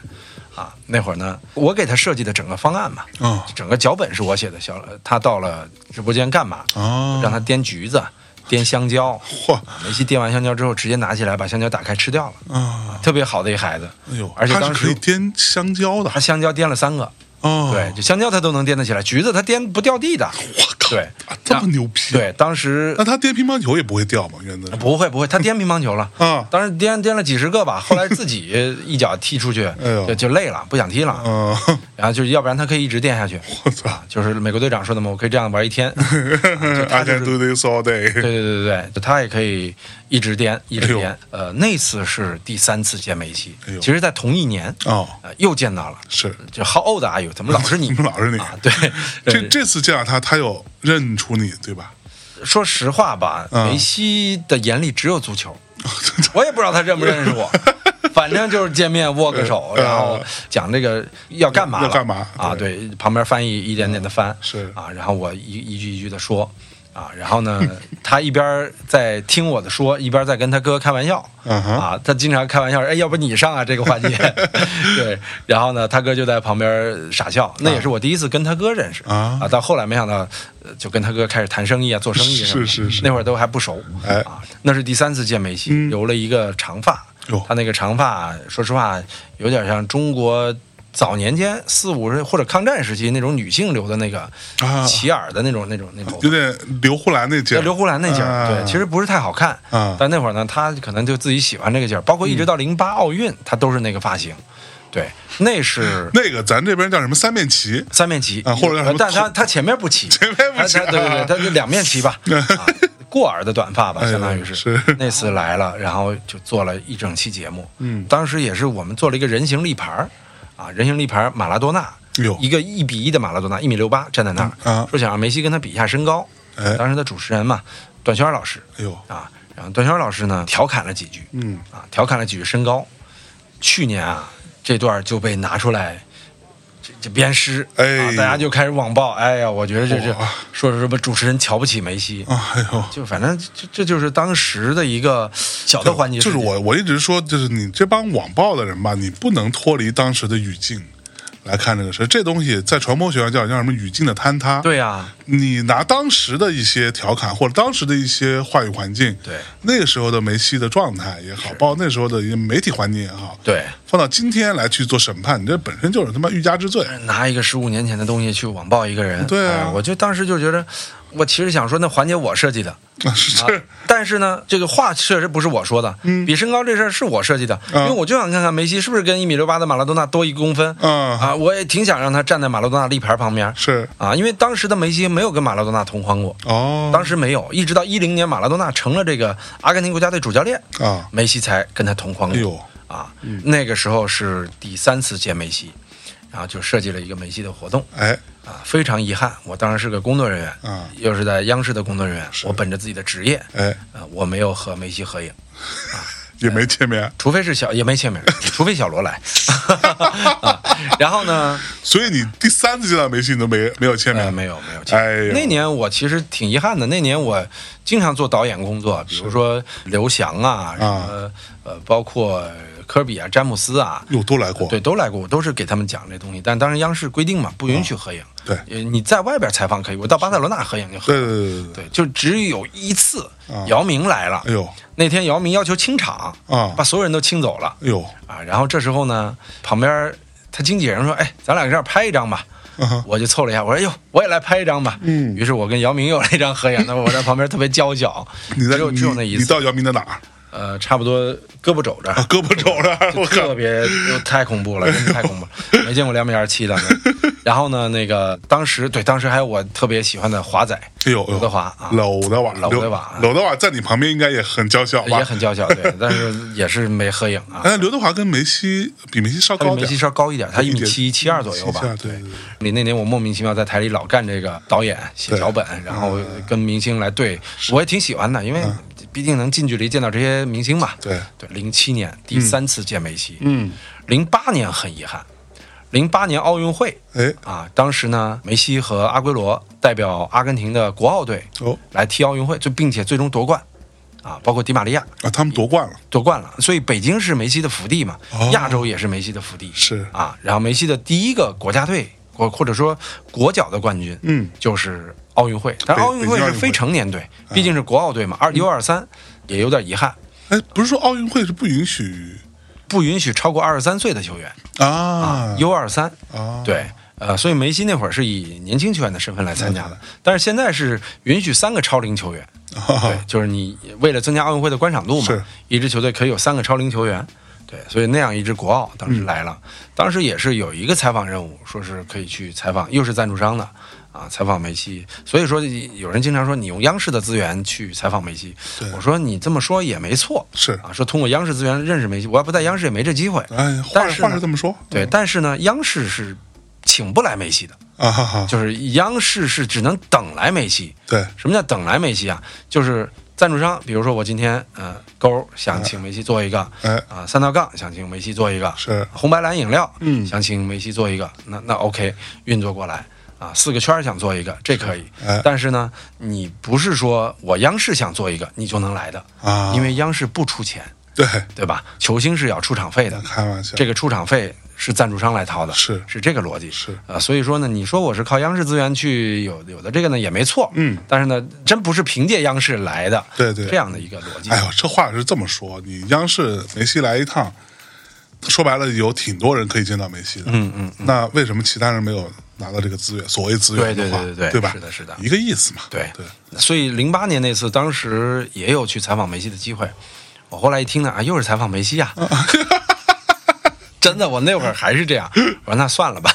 Speaker 1: 啊。那会儿呢，我给他设计的整个方案嘛，
Speaker 2: 嗯
Speaker 1: 整个脚本是我写的，小他到了直播间干嘛？
Speaker 2: 哦
Speaker 1: 让他颠橘子，颠香蕉，啊
Speaker 2: 嚯
Speaker 1: 梅西颠完香蕉之后，直接拿起来把香蕉打开吃掉了，
Speaker 2: 啊，
Speaker 1: 特别好的一孩子，
Speaker 2: 哎呦，
Speaker 1: 而且
Speaker 2: 他是
Speaker 1: 当
Speaker 2: 可以
Speaker 1: 时
Speaker 2: 颠香蕉的
Speaker 1: 他香蕉颠了三个。
Speaker 2: 哦，
Speaker 1: 对，就香蕉他都能颠得起来，橘子他颠不掉地的。
Speaker 2: 我靠，
Speaker 1: 对
Speaker 2: 啊这么牛逼，
Speaker 1: 对，，当时
Speaker 2: 那他颠乒乓球也不会掉吗？原则上
Speaker 1: 不会不会，他颠乒乓球了
Speaker 2: 啊
Speaker 1: 当时颠颠了几十 个吧，后来自己一脚踢出去，
Speaker 2: 哎呦
Speaker 1: 就就累了，不想踢了。
Speaker 2: 嗯，
Speaker 1: 然后就是要不然他可以一直颠下去，
Speaker 2: 我操
Speaker 1: 就是美国队长说的嘛，我可以这样玩一 天。对
Speaker 2: ，I can do this all day，
Speaker 1: 对对对，就他也可以一直颠
Speaker 2: 哎
Speaker 1: 一直颠。呃，那次是第三次见梅西
Speaker 2: 哎，呦
Speaker 1: 其实，在同一年
Speaker 2: 哦，
Speaker 1: 呃又见到了。
Speaker 2: 是。
Speaker 1: 就 How old are you？怎么老是你？
Speaker 2: 怎么老是你
Speaker 1: 啊啊？对，
Speaker 2: 这这次见到他，他有认出你对吧？
Speaker 1: 说实话吧，
Speaker 2: 嗯哦
Speaker 1: 梅西的眼里只有足 球，我也不知道他认不认识我。反正就是见面握个手，
Speaker 2: 嗯
Speaker 1: 然后讲这个要干嘛了
Speaker 2: 要干嘛嗯
Speaker 1: 啊？对，旁边翻译一点点的翻
Speaker 2: 是
Speaker 1: 啊，然后我一一句一句的说啊，然后 呢，他一边在听我的说，一边在跟他哥开玩笑
Speaker 2: 嗯哼
Speaker 1: 啊，他经常开玩笑说，哎，要不你上啊这个环 节，对，然后呢，他哥就在旁边傻笑，那也是我第一次跟他哥认识
Speaker 2: 啊
Speaker 1: 啊，到后来没想到呃就跟他哥开始谈生意啊，做生意什么的，
Speaker 2: 是是是
Speaker 1: 那会儿都还不熟，
Speaker 2: 哎嗯
Speaker 1: 啊，那是第三次见梅西，留了一个长发
Speaker 2: 哟，
Speaker 1: 他那个长发，说实话有点像中国。早年间四五十或者抗战时期那种女性留的那个
Speaker 2: 啊
Speaker 1: 齐耳的那种那种那种
Speaker 2: 有点刘胡兰那劲儿，
Speaker 1: 刘胡兰那劲儿，
Speaker 2: 啊
Speaker 1: 对，其实不是太好看
Speaker 2: 啊
Speaker 1: 但那会儿呢，他可能就自己喜欢这个劲儿，包括一
Speaker 2: 嗯
Speaker 1: 直到零八奥运，他都是那个发型，对，那是
Speaker 2: 那个咱这边叫什么三面旗，
Speaker 1: 三面旗呃
Speaker 2: 啊或者叫什么
Speaker 1: 但他他前面不齐，
Speaker 2: 前面不齐啊
Speaker 1: 他他对对对，他就两面旗 吧，啊过耳的短发吧，
Speaker 2: 哎呦
Speaker 1: 相当于是。
Speaker 2: 是
Speaker 1: 那次来了，然后就做了一整期节目，嗯，当时也是我们做了一个人形立牌儿，啊，人形立牌儿马拉多纳
Speaker 2: 哟，
Speaker 1: 一个一比一的马拉多纳，一米六八站在那儿，
Speaker 2: 嗯啊
Speaker 1: 说想让梅西跟他比一下身高
Speaker 2: 哎，
Speaker 1: 当时的主持人嘛，段暄老师，
Speaker 2: 哎呦
Speaker 1: 啊，然后段暄老师呢调侃了几句，
Speaker 2: 嗯
Speaker 1: 啊，调侃了几句身高，去年啊这段就被拿出来。这这鞭尸，
Speaker 2: 哎
Speaker 1: 啊，大家就开始网暴。哎呀，我觉得这这
Speaker 2: 哇
Speaker 1: 说是什么主持人瞧不起梅西，
Speaker 2: 啊，哎呦，
Speaker 1: 就反正这这就是当时的一个小的环节，
Speaker 2: 就是我我一直说，就是你这帮网暴的人吧，你不能脱离当时的语境来看这个事儿。这东西在传播学上叫叫什么语境的坍塌。
Speaker 1: 对啊，
Speaker 2: 你拿当时的一些调侃或者当时的一些话语环境，
Speaker 1: 对
Speaker 2: 那个时候的梅西的状态也好，包括那时候的一个媒体环境也好，
Speaker 1: 对，
Speaker 2: 放到今天来去做审判，你这本身就是他妈欲加之罪。
Speaker 1: 拿一个十五年前的东西去网暴一个人，
Speaker 2: 对啊
Speaker 1: 哎我就当时就觉得，我其实想说那环节我设计的，
Speaker 2: 啊，是
Speaker 1: 啊
Speaker 2: 这，
Speaker 1: 但是呢，这个话确实不是我说的，
Speaker 2: 嗯
Speaker 1: 比身高这事儿是我设计的，
Speaker 2: 啊
Speaker 1: 因为我就想看看梅西是不是跟一米六八的马拉多纳多一公分，
Speaker 2: 嗯
Speaker 1: 啊，我也挺想让他站在马拉多纳立牌旁边，
Speaker 2: 是
Speaker 1: 啊，因为当时的梅西没有跟马拉多纳同框过，
Speaker 2: 哦，
Speaker 1: 当时没有，一直到一零年马拉多纳成了这个阿根廷国家队主教练，
Speaker 2: 啊，
Speaker 1: 梅西才跟他同框
Speaker 2: 哎
Speaker 1: 过，
Speaker 2: 呦，嗯
Speaker 1: 啊，那个时候是第三次见梅西，然后就设计了一个梅西的活动。
Speaker 2: 哎，
Speaker 1: 啊，非常遗憾，我当时是个工作人员，
Speaker 2: 啊
Speaker 1: 又是在央视的工作人员，我本着自己的职业，
Speaker 2: 哎，
Speaker 1: 呃，我没有和梅西合影，
Speaker 2: 也
Speaker 1: 哎
Speaker 2: 没啊见面，
Speaker 1: 除非是小也没见面，除非小罗来， 啊，然后呢，
Speaker 2: 所以你第三次见到梅西，你都没没有啊见面
Speaker 1: 呃，
Speaker 2: 吗，
Speaker 1: 没有没有见面。
Speaker 2: 哎呦，
Speaker 1: 那年我其实挺遗憾的，那年我经常做导演工作，比如说刘翔啊，什么呃，包括科比啊、詹姆斯啊，
Speaker 2: 哟都来过，
Speaker 1: 对，都来过，我都是给他们讲这东西。但当时央视规定嘛，不允许合影。
Speaker 2: 哦对
Speaker 1: 呃你在外边采访可以，我到巴塞罗那合影就合
Speaker 2: 对
Speaker 1: 影。
Speaker 2: 对对对对，
Speaker 1: 对，就只有一次
Speaker 2: 啊，
Speaker 1: 姚明来了。
Speaker 2: 哎呦
Speaker 1: 那天姚明要求清场，
Speaker 2: 啊
Speaker 1: 把所有人都清走了
Speaker 2: 哎呦，
Speaker 1: 啊。然后这时候呢，旁边他经纪人说：“哎，咱俩搁这儿拍一张吧。”
Speaker 2: 嗯哼
Speaker 1: 我就凑了一下，我说：“哟，哎我也来拍一张吧。”嗯，于是我跟姚明又来一张合影，那我在旁边特别娇小，
Speaker 2: 你在
Speaker 1: 只有只有那
Speaker 2: 你
Speaker 1: 一
Speaker 2: 你
Speaker 1: 次，
Speaker 2: 到姚明的哪儿？
Speaker 1: 呃，差不多胳膊肘这儿
Speaker 2: 啊，胳膊肘那儿， 我
Speaker 1: 特
Speaker 2: 靠，
Speaker 1: 别就太恐怖了，真的太恐怖了，没见过两米二七的。然后呢，那个当时对，当时还有我特别喜欢的华仔，
Speaker 2: 哎呦，
Speaker 1: 刘德华啊
Speaker 2: 娄德华，
Speaker 1: 娄德华
Speaker 2: 刘娄德华在你旁边应该也很娇小吧？
Speaker 1: 也很娇小，对，但是也是没合影啊。
Speaker 2: 哎，刘德华跟梅西比梅西稍
Speaker 1: 他比
Speaker 2: 高
Speaker 1: 梅
Speaker 2: 点
Speaker 1: 西，稍高一点，他一
Speaker 2: 一
Speaker 1: 米
Speaker 2: 点
Speaker 1: 七七二左右吧
Speaker 2: 七。二对对对
Speaker 1: 你那年我莫名其妙在台里老干这个导演写
Speaker 2: 对嗯
Speaker 1: 脚本，然后跟明星来对，我也挺喜欢的，因为毕竟能近距离见到这些明星嘛。
Speaker 2: 对嗯
Speaker 1: 对，零七年第三次见梅西，嗯，零八年很遗憾，零八年奥运会，
Speaker 2: 哎
Speaker 1: 啊，当时呢，梅西和阿圭罗代表阿根廷的国奥队
Speaker 2: 哦
Speaker 1: 来踢奥运会，就并且最终夺冠，啊，包括迪玛利亚
Speaker 2: 啊，他们夺冠了，
Speaker 1: 夺冠了，所以北京是梅西的福地嘛，
Speaker 2: 哦
Speaker 1: 亚洲也是梅西的福地，
Speaker 2: 是
Speaker 1: 啊，然后梅西的第一个国家队或或者说国脚的冠军，
Speaker 2: 嗯，
Speaker 1: 就是奥运会，但
Speaker 2: 北
Speaker 1: 奥运
Speaker 2: 北
Speaker 1: 会
Speaker 2: 京奥
Speaker 1: 是
Speaker 2: 运会啊
Speaker 1: 非成年队，毕竟是国奥队嘛，二 U 二三也有点遗憾，
Speaker 2: 哎，不是说奥运会是不允许
Speaker 1: 不允许超过二十三岁的球员
Speaker 2: 啊
Speaker 1: U 二三
Speaker 2: 啊，
Speaker 1: 对，呃，所以梅西那会儿是以年轻球员的身份来参
Speaker 2: 哦
Speaker 1: 加的，但是现在是允许三个超龄球员，对
Speaker 2: 啊，，
Speaker 1: 就是你为了增加奥运会的观赏度
Speaker 2: 是
Speaker 1: 嘛，一支球队可以有三个超龄球员，对，所以那样一支国奥当时来了，
Speaker 2: 嗯
Speaker 1: 当时也是有一个采访任务，说是可以去采访，又是赞助商的。啊，采访梅西，所以说有人经常说你用央视的资源去采访梅西
Speaker 2: 对，
Speaker 1: 我说你这么说也没错，
Speaker 2: 是
Speaker 1: 啊，说通过央视资源认识梅西，我要不在央视也没这机会。
Speaker 2: 哎，话
Speaker 1: 但是
Speaker 2: 话
Speaker 1: 呢
Speaker 2: 是这么说，
Speaker 1: 对，
Speaker 2: 嗯
Speaker 1: 但是呢，央视是请不来梅西的，
Speaker 2: 啊哈哈，
Speaker 1: 就是央视是只能等来梅西。
Speaker 2: 对，
Speaker 1: 什么叫等来梅西啊？就是赞助商，比如说我今天呃勾想请梅西做一个，
Speaker 2: 哎
Speaker 1: 啊三道杠想请梅西做一个，
Speaker 2: 是
Speaker 1: 红白蓝饮料，
Speaker 2: 嗯
Speaker 1: 想请梅西做一个，那那 OK 运作过来。啊，四个圈儿想做一个，这可以。
Speaker 2: 哎
Speaker 1: 但是呢，你不是说我央视想做一个，你就能来的
Speaker 2: 啊
Speaker 1: 因为央视不出钱，
Speaker 2: 对，
Speaker 1: 对吧？球星是要出场费的，
Speaker 2: 开玩笑，
Speaker 1: 这个出场费是赞助商来掏的，
Speaker 2: 是
Speaker 1: 是这个逻辑，
Speaker 2: 是
Speaker 1: 啊、所以说呢，你说我是靠央视资源去有有的这个呢也没错，嗯，但是呢，真不是凭借央视来的，
Speaker 2: 对对
Speaker 1: 这样的一个逻辑，
Speaker 2: 哎呦，这话是这么说，你央视梅西来一趟，说白了有挺多人可以见到梅西的，嗯嗯，那为什么其他人没有拿到这个资源？所谓资源
Speaker 1: 对
Speaker 2: 的
Speaker 1: 对
Speaker 2: 话，
Speaker 1: 对对对
Speaker 2: 吧？
Speaker 1: 是的是的
Speaker 2: 一个意思嘛，
Speaker 1: 对
Speaker 2: 对，
Speaker 1: 所以零八年那次，当时也有去采访梅西的机会，我后来一听呢，啊，又是采访梅西啊。 真的，我那会儿还是这样。我说那算了 吧，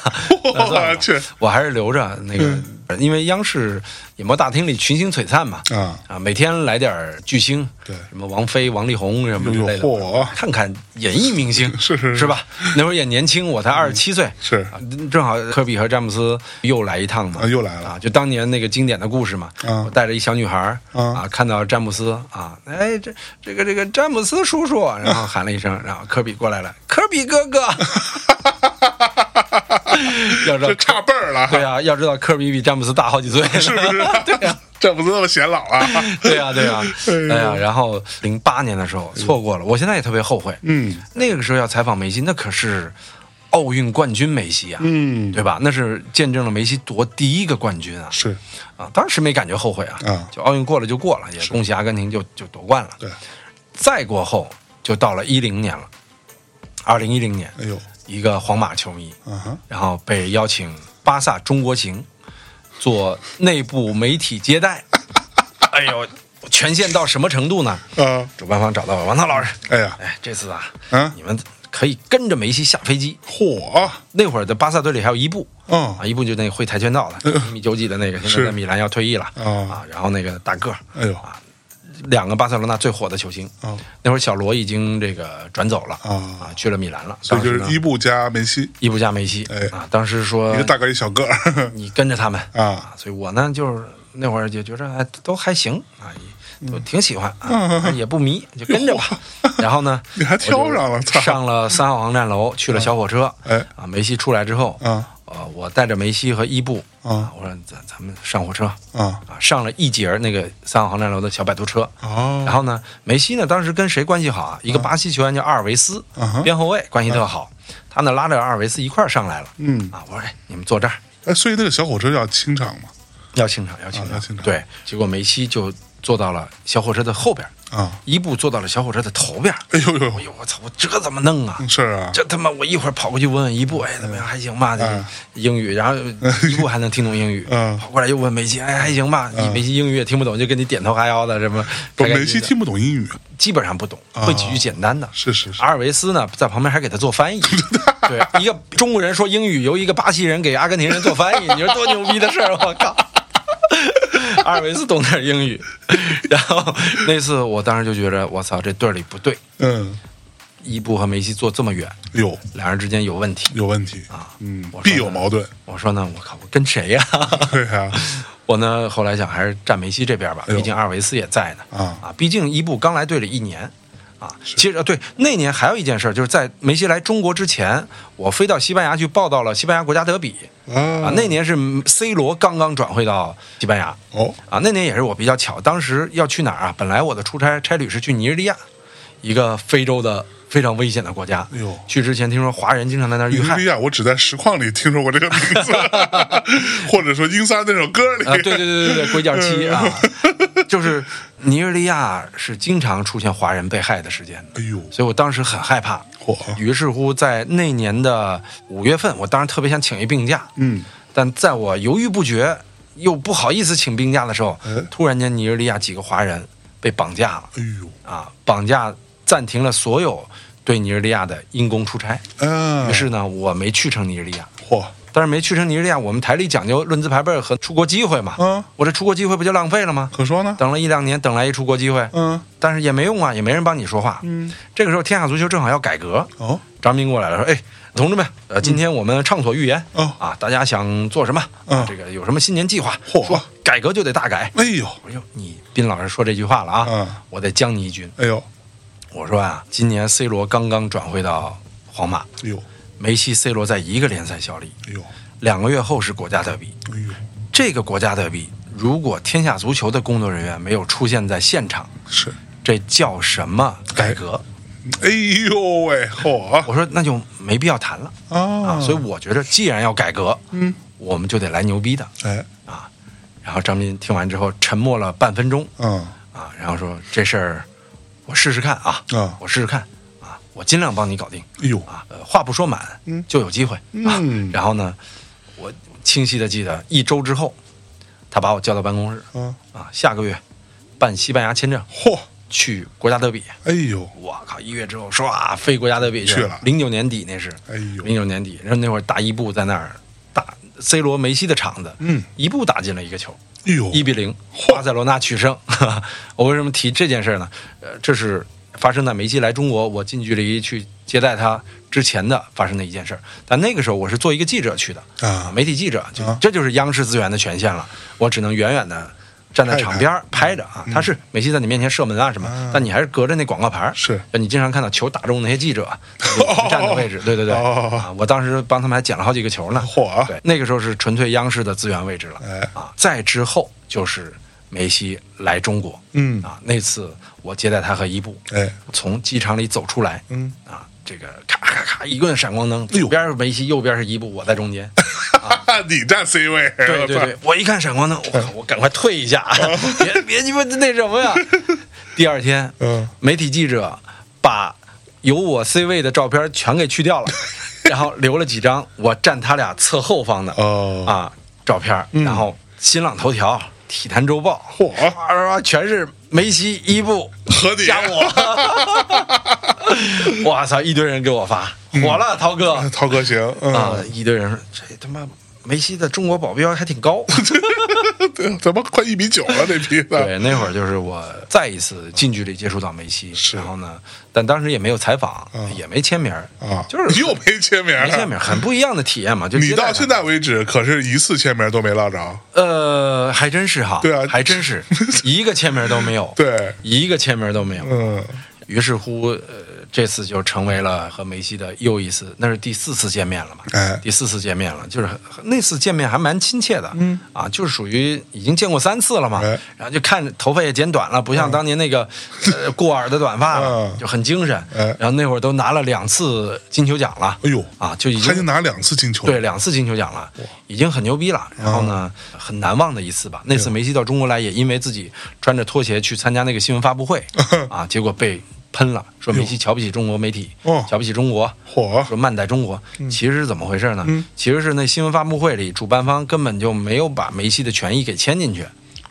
Speaker 1: 那算了吧
Speaker 2: 我去
Speaker 1: 我还是留着那个，因为央视演播大厅里群星璀璨嘛，
Speaker 2: 嗯啊
Speaker 1: 啊，每天来点儿巨星，
Speaker 2: 对
Speaker 1: 什么王菲、王力宏什么之类的，
Speaker 2: 哎呦嚯
Speaker 1: 看看演艺明星
Speaker 2: 是是是嗯
Speaker 1: 是吧？那会儿也年轻，我才二十七岁，
Speaker 2: 是
Speaker 1: 啊正好科比和詹姆斯又来一趟嘛，
Speaker 2: 啊又来了
Speaker 1: 啊，就当年那个经典的故事嘛，
Speaker 2: 啊
Speaker 1: 我带着一小女孩儿
Speaker 2: 啊
Speaker 1: 啊，看到詹姆斯啊，哎，这这个这个詹姆斯叔叔，
Speaker 2: 啊
Speaker 1: 然后喊了一声，然后科比过来了，科比哥哥， 要知道
Speaker 2: 这差辈儿了，
Speaker 1: 对啊，要知道科比比詹姆斯大好几岁，
Speaker 2: 是不是
Speaker 1: ？对呀、啊。
Speaker 2: 这不是那么显老 啊？
Speaker 1: 对呀、对呀、
Speaker 2: 哎呦哎
Speaker 1: 哎呀，然后零八年的时候错过了，我现在也特别后悔。
Speaker 2: 嗯，
Speaker 1: 那个时候要采访梅西，那可是奥运冠军梅西啊，
Speaker 2: 嗯
Speaker 1: 对吧？那是见证了梅西夺第一个冠军啊，
Speaker 2: 是
Speaker 1: 啊，当时没感觉后悔啊，
Speaker 2: 啊
Speaker 1: 就奥运过了就过了，也恭喜阿根廷就就夺冠了。
Speaker 2: 对，
Speaker 1: 再过后就到了一零年了，二零一零年，
Speaker 2: 哎呦，
Speaker 1: 一个皇马球迷，
Speaker 2: 啊哈，
Speaker 1: 然后被邀请巴萨中国行做内部媒体接 待。哎呦，权限到什么程度呢？
Speaker 2: 啊，
Speaker 1: 主办方找到我，王涛老师，
Speaker 2: 哎呀，
Speaker 1: 哎，这次啊，
Speaker 2: 嗯
Speaker 1: 你们可以跟着梅西下飞机。
Speaker 2: 嚯，
Speaker 1: 那会儿的巴萨队里还有伊布，
Speaker 2: 嗯
Speaker 1: 啊，伊布就那会跆拳道的，一米九几的那个，现在
Speaker 2: 呃是
Speaker 1: 在米兰要退役了
Speaker 2: 啊
Speaker 1: 啊，然后那个大个儿，
Speaker 2: 哎呦
Speaker 1: 啊，两个巴塞罗那最火的球星
Speaker 2: 啊，
Speaker 1: 那会儿小罗已经这个转走了
Speaker 2: 啊
Speaker 1: 啊，去了米兰了，
Speaker 2: 所以就
Speaker 1: 当
Speaker 2: 是
Speaker 1: 时呢
Speaker 2: 伊布加梅西，
Speaker 1: 伊布加梅西
Speaker 2: 哎
Speaker 1: 啊，当时说
Speaker 2: 一个大个儿一小个儿，
Speaker 1: 你跟着他们
Speaker 2: 啊，
Speaker 1: 所以我呢就是那会儿也觉着哎都还行啊，
Speaker 2: 嗯
Speaker 1: 也都挺喜欢啊，也不迷，就跟着吧。然后呢，
Speaker 2: 你还挑上了
Speaker 1: 我就
Speaker 2: 操
Speaker 1: 上了三号航站楼，去了小火车，
Speaker 2: 哎
Speaker 1: 啊，梅西出来之后，
Speaker 2: 啊
Speaker 1: 呃，我带着梅西和伊布
Speaker 2: 啊，
Speaker 1: 我说咱咱们上火车
Speaker 2: 啊，
Speaker 1: 上了一节儿那个三号航站楼的小摆渡车。
Speaker 2: 哦，嗯
Speaker 1: 然后呢，梅西呢当时跟谁关系好啊？一个巴西球员叫阿尔维斯
Speaker 2: 啊哈，
Speaker 1: 边后卫关系特好，他呢拉着阿尔维斯一块儿上来了。
Speaker 2: 嗯
Speaker 1: 啊，我说哎，你们坐这儿。
Speaker 2: 哎，所以那个小火车叫清场嘛，
Speaker 1: 要清场，要清场，
Speaker 2: 啊要清场
Speaker 1: 对，结果梅西就坐到了小火车的后边，
Speaker 2: 啊，
Speaker 1: 伊布坐到了小火车的头边。
Speaker 2: 哎呦呦
Speaker 1: 哎，呦，我操，我这怎么弄啊？
Speaker 2: 是啊，
Speaker 1: 这他妈，我一会儿跑过去问问伊布，哎，怎么
Speaker 2: 嗯
Speaker 1: 样？还行吧？这个英语，然后伊布还能听懂英语，
Speaker 2: 嗯
Speaker 1: 跑过来又问梅西，哎，还行吧？你梅西英语也听不懂，就跟你点头哈腰的什么。
Speaker 2: 不，
Speaker 1: 大概
Speaker 2: 梅西
Speaker 1: 就
Speaker 2: 听不啊懂英语，
Speaker 1: 基本上不懂，会几句简单的。
Speaker 2: 是是是
Speaker 1: 阿，尔维斯呢，在旁边还给他做翻译。对，一个中国人说英语，由一个巴西人给阿根廷人做翻译，你说多牛逼的事儿！我靠， 阿尔维斯懂点英语。然后那次，我当时就觉得，我操，这队里不对，
Speaker 2: 嗯，
Speaker 1: 伊布和梅西坐这么远，
Speaker 2: 有
Speaker 1: 两人之间有问题。
Speaker 2: 有问题
Speaker 1: 啊
Speaker 2: 嗯
Speaker 1: 我，说
Speaker 2: 必
Speaker 1: 呢
Speaker 2: 有 矛盾，
Speaker 1: 我说呢，我靠，我跟谁呀、
Speaker 2: 对啊，
Speaker 1: 我呢，后来想还是站梅西这边吧，
Speaker 2: 哎呦
Speaker 1: 毕竟阿尔维斯也在呢。
Speaker 2: 啊
Speaker 1: 毕竟伊布刚来队里一年。啊，其实呃对那年还有一件事儿，就是在梅西来中国之前，我飞到西班牙去报道了西班牙国家德比啊
Speaker 2: 啊。
Speaker 1: 那年是 C 罗刚刚转会到西班牙
Speaker 2: 哦，
Speaker 1: 啊，那年也是我比较巧，当时要去哪儿啊？本来我的出差差旅是去尼日利亚，一个非洲的非常危险的国家
Speaker 2: 哎呦。
Speaker 1: 去之前听说华人经常在那儿
Speaker 2: 尼
Speaker 1: 遇
Speaker 2: 日
Speaker 1: 害
Speaker 2: 利亚，我只在实况里听说过这个名 字，或者说英三那首歌里，
Speaker 1: 啊，对对对对对，鬼脚七啊，就是尼日利亚是经常出现华人被害的事件的，
Speaker 2: 哎呦，
Speaker 1: 所以我当时很害怕。
Speaker 2: 火，
Speaker 1: 于是乎，在那年的五月份，我当时特别想请一病假，
Speaker 2: 嗯，
Speaker 1: 但在我犹豫不决又不好意思请病假的时候
Speaker 2: 哎，
Speaker 1: 突然间尼日利亚几个华人被绑架了
Speaker 2: 哎呦，
Speaker 1: 啊，绑架暂停了所有对尼日利亚的因公出差。
Speaker 2: 啊，
Speaker 1: 于是呢，我没去成尼日利亚，
Speaker 2: 嚯，
Speaker 1: 但是没去成尼日利亚，我们台里讲究论资排辈儿和出国机会嘛，
Speaker 2: 嗯
Speaker 1: 我这出国机会不就浪费了吗？
Speaker 2: 可说呢，
Speaker 1: 等了一两年，等来一出国机会，
Speaker 2: 嗯，
Speaker 1: 但是也没用啊，也没人帮你说话。
Speaker 2: 嗯，
Speaker 1: 这个时候天下足球正好要改革，
Speaker 2: 哦，
Speaker 1: 张斌过来了，说：“哎，同志们，呃，今天我们畅所欲言
Speaker 2: 嗯哦
Speaker 1: 啊，大家想做什么？
Speaker 2: 嗯
Speaker 1: 这个有什么新年计划？
Speaker 2: 嚯
Speaker 1: 说改革就得大改。
Speaker 2: 哎呦，
Speaker 1: 哎呦，你斌老师说这句话了啊，
Speaker 2: 嗯
Speaker 1: 我得将你一军。
Speaker 2: 哎呦，
Speaker 1: 我说啊，今年 C 罗刚刚转会到皇马，
Speaker 2: 哎呦，
Speaker 1: 梅西、C 罗在一个联赛效力，
Speaker 2: 哎呦，
Speaker 1: 两个月后是国家德比。
Speaker 2: 哎呦，
Speaker 1: 这个国家德比，如果天下足球的工作人员没有出现在现场，
Speaker 2: 是，
Speaker 1: 这叫什么改革？
Speaker 2: 哎呦喂，啊嚯
Speaker 1: 我说那就没必要谈了啊。
Speaker 2: 啊！
Speaker 1: 所以我觉得，既然要改革，
Speaker 2: 嗯，
Speaker 1: 我们就得来牛逼的
Speaker 2: 哎，
Speaker 1: 啊。然后张斌听完之后沉默了半分钟
Speaker 2: 嗯，
Speaker 1: 啊，然后说这事儿我试试看啊，
Speaker 2: 啊
Speaker 1: 我试试看啊，我尽量帮你搞定。
Speaker 2: 哎呦，
Speaker 1: 啊，呃，话不说满，
Speaker 2: 嗯
Speaker 1: 就有机会。啊
Speaker 2: 嗯
Speaker 1: 然后呢，我清晰的记得一周之后，他把我叫到办公室，
Speaker 2: 啊，
Speaker 1: 啊，下个月办西班牙签证
Speaker 2: 嚯，
Speaker 1: 去国家德比。
Speaker 2: 哎呦，
Speaker 1: 我靠，一月之后唰飞国家德比
Speaker 2: 去了
Speaker 1: 零九年底那是，
Speaker 2: 哎呦
Speaker 1: 零九年底，然后那会儿大伊布在那儿打 C 罗、梅西的场子，
Speaker 2: 嗯，
Speaker 1: 一步打进了一个球，
Speaker 2: 哎呦，
Speaker 1: 一比零，巴塞罗那取胜。 我为什么提这件事呢？呃，这是发生在梅西来中国，我近距离去接待他之前的发生的一件事儿。但那个时候我是做一个记者去的
Speaker 2: 啊
Speaker 1: 媒体记者，就
Speaker 2: 啊
Speaker 1: 这就是央视资源的权限了，我只能远远的。站在场边儿拍着
Speaker 2: 嗯
Speaker 1: 啊，他是梅西在你面前射门啊什么
Speaker 2: 啊，
Speaker 1: 但你还是隔着那广告牌儿
Speaker 2: 是
Speaker 1: 你经常看到球打中那些记者站的 位置，对对对，
Speaker 2: 哦
Speaker 1: 啊，我当时帮他们还捡了好几个球呢，
Speaker 2: 嚯啊
Speaker 1: 对，那个时候是纯粹央视的资源位置了，
Speaker 2: 哎
Speaker 1: 啊，再之后就是梅西来中国，
Speaker 2: 嗯
Speaker 1: 啊，那次我接待他和伊布，
Speaker 2: 哎，
Speaker 1: 从机场里走出来，
Speaker 2: 嗯
Speaker 1: 啊，这个咔咔咔一顿闪光灯，
Speaker 2: 哎呦
Speaker 1: 左
Speaker 2: 哎
Speaker 1: 边是梅西，右边是伊布，我在中间，
Speaker 2: 哈哈， 你站 C 位，
Speaker 1: 啊对对对，我一看闪光灯，我
Speaker 2: 哎
Speaker 1: 靠，我赶快退一下，
Speaker 2: 哦
Speaker 1: 别别鸡巴那什 么呀！第二天，
Speaker 2: 嗯
Speaker 1: 媒体记者把有我 C 位的照片全给去 掉了，然后留了几张我站他俩侧后方的
Speaker 2: 哦
Speaker 1: 啊照片，然后新浪头条、体坛周报，
Speaker 2: 嗯嚯
Speaker 1: 嚯，全是梅西、伊布
Speaker 2: 和你
Speaker 1: 加 我，我操，一堆人给我发，火了，涛哥，
Speaker 2: 涛哥行，
Speaker 1: 啊
Speaker 2: 嗯，，
Speaker 1: 一堆人说这他妈梅西的中国保镖还挺 高。
Speaker 2: 对， 怎么快一米九了这批子？
Speaker 1: 对，那会儿就是我再一次近距离接触到梅西，
Speaker 2: 是
Speaker 1: 然后呢，但当时也没有采访，
Speaker 2: 嗯
Speaker 1: 也没签名儿
Speaker 2: 啊，
Speaker 1: 就是
Speaker 2: 又没签名，
Speaker 1: 没签名儿，很不一样的体验嘛。就
Speaker 2: 你
Speaker 1: 接待
Speaker 2: 到
Speaker 1: 他
Speaker 2: 现在为止可是一次签名都没落着，
Speaker 1: 呃，还真是哈，
Speaker 2: 对啊
Speaker 1: 还真 是一个签名都没有，，
Speaker 2: 对，啊
Speaker 1: 一个签名都没有。
Speaker 2: 嗯，
Speaker 1: 于是乎，呃，这次就成为了和梅西的又一次，那是第四次见面了嘛？
Speaker 2: 哎
Speaker 1: 第四次见面了，就是很那次见面还蛮亲切的，嗯，啊，就是属于已经见过三次了嘛，
Speaker 2: 哎
Speaker 1: 然后就看着头发也剪短了，不像当年那个、 呃过耳的短发了，
Speaker 2: 嗯
Speaker 1: 就很精神。
Speaker 2: 哎
Speaker 1: 然后那会儿都拿了两次金球奖了，
Speaker 2: 哎呦
Speaker 1: 啊，就已
Speaker 2: 他已
Speaker 1: 经
Speaker 2: 经拿两次金球，
Speaker 1: 对，两次金球奖了，已经很牛逼了。然后呢，很难忘的一次吧。那次梅西到中国来，也因为自己穿着拖鞋去参加那个新闻发布会啊，结果被喷了，说梅西瞧不起中国媒体
Speaker 2: 哦，
Speaker 1: 瞧不起中国，
Speaker 2: 嚯
Speaker 1: 说慢待中国。其实是怎么回事呢？其实是那新闻发布会里，主办方根本就没有把梅西的权益给签进去，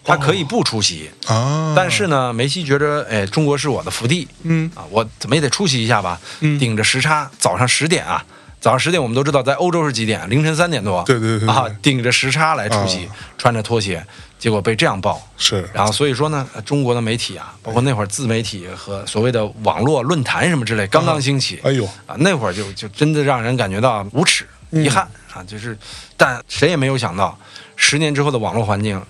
Speaker 1: 他可以不出席。
Speaker 2: 啊，
Speaker 1: 但是呢，梅西觉着，哎，中国是我的福地，
Speaker 2: 嗯
Speaker 1: 啊，我怎么也得出席一下吧，顶着时差，早上十点啊，早上十点我们都知道在欧洲是几点，凌晨三点多，
Speaker 2: 对对对对
Speaker 1: 啊，顶着时差来出席，
Speaker 2: 啊
Speaker 1: 穿着拖鞋，结果被这样爆。
Speaker 2: 是
Speaker 1: 然后，所以说呢，呃中国的媒体啊，包括那会儿自媒体和所谓的网络论坛什么之类，刚刚兴起，
Speaker 2: 哎呦
Speaker 1: 啊，那会儿就就真的让人感觉到无耻、
Speaker 2: 嗯
Speaker 1: 遗憾啊，就是，但谁也没有想到，十年之后的网络环境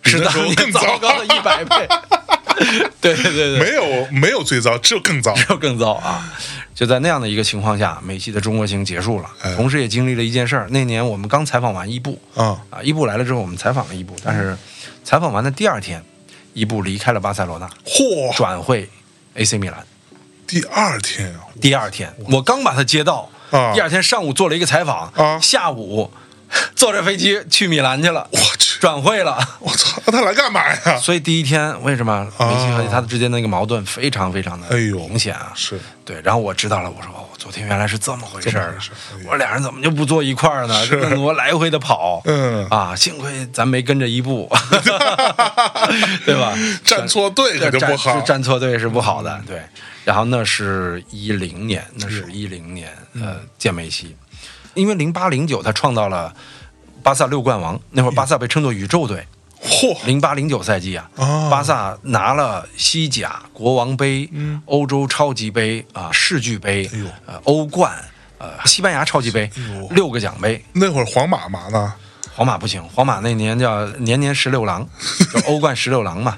Speaker 2: 比
Speaker 1: 是
Speaker 2: 那时
Speaker 1: 当
Speaker 2: 候
Speaker 1: 年
Speaker 2: 更
Speaker 1: 糟
Speaker 2: 糟
Speaker 1: 糕了一百 倍，对对对对，
Speaker 2: 没有没有最糟，只有更糟。
Speaker 1: 这更糟啊！就在那样的一个情况下，梅西的中国行结束了，
Speaker 2: 哎
Speaker 1: 同时也经历了一件事儿。那年我们刚采访完伊布
Speaker 2: 啊
Speaker 1: 啊，伊布来了之后，我们采访了伊布，但是采访完的第二天，伊布离开了巴塞罗那，
Speaker 2: 嚯！
Speaker 1: 转会 AC 米兰。
Speaker 2: 第二天啊，
Speaker 1: 第二天，我刚把他接到，
Speaker 2: 啊
Speaker 1: 第二天上午做了一个采访，
Speaker 2: 啊
Speaker 1: 下午 坐着飞机去米兰去了，
Speaker 2: 我去，
Speaker 1: 转会了。
Speaker 2: 我操，那他来干嘛呀？
Speaker 1: 所以第一天为什么梅西和他之间那个矛盾非常非常的
Speaker 2: 啊哎呦
Speaker 1: 明显啊？
Speaker 2: 是
Speaker 1: 对，然后我知道了，我说哦，昨天原来是这么回事
Speaker 2: 这
Speaker 1: 儿
Speaker 2: 么回
Speaker 1: 啊
Speaker 2: 事哎！呦
Speaker 1: 我说俩人怎么就不坐一块儿呢？
Speaker 2: 是
Speaker 1: 弄得我来回的跑，
Speaker 2: 嗯
Speaker 1: 啊，幸亏咱没跟着一 步， 对吧？
Speaker 2: 站错队可就不好嗯
Speaker 1: 站站错队是不好的，对。然后那是一零年，那是一零年，呃，见梅西，
Speaker 2: 嗯
Speaker 1: 因为零八零九他创造了巴萨六冠王，那会儿巴萨被称作宇宙队。
Speaker 2: 嚯，
Speaker 1: 零八零九赛季啊，
Speaker 2: 哦
Speaker 1: 巴萨拿了西甲、国王杯、欧洲超级杯啊、世俱杯
Speaker 2: 嗯哎呦、
Speaker 1: 呃欧冠、呃西班牙超级杯
Speaker 2: 哎呦，
Speaker 1: 六个奖杯。
Speaker 2: 那会儿皇马嘛
Speaker 1: 啊
Speaker 2: 呢，
Speaker 1: 皇马不行，皇马那年叫年年十六 郎，就欧冠十六郎嘛。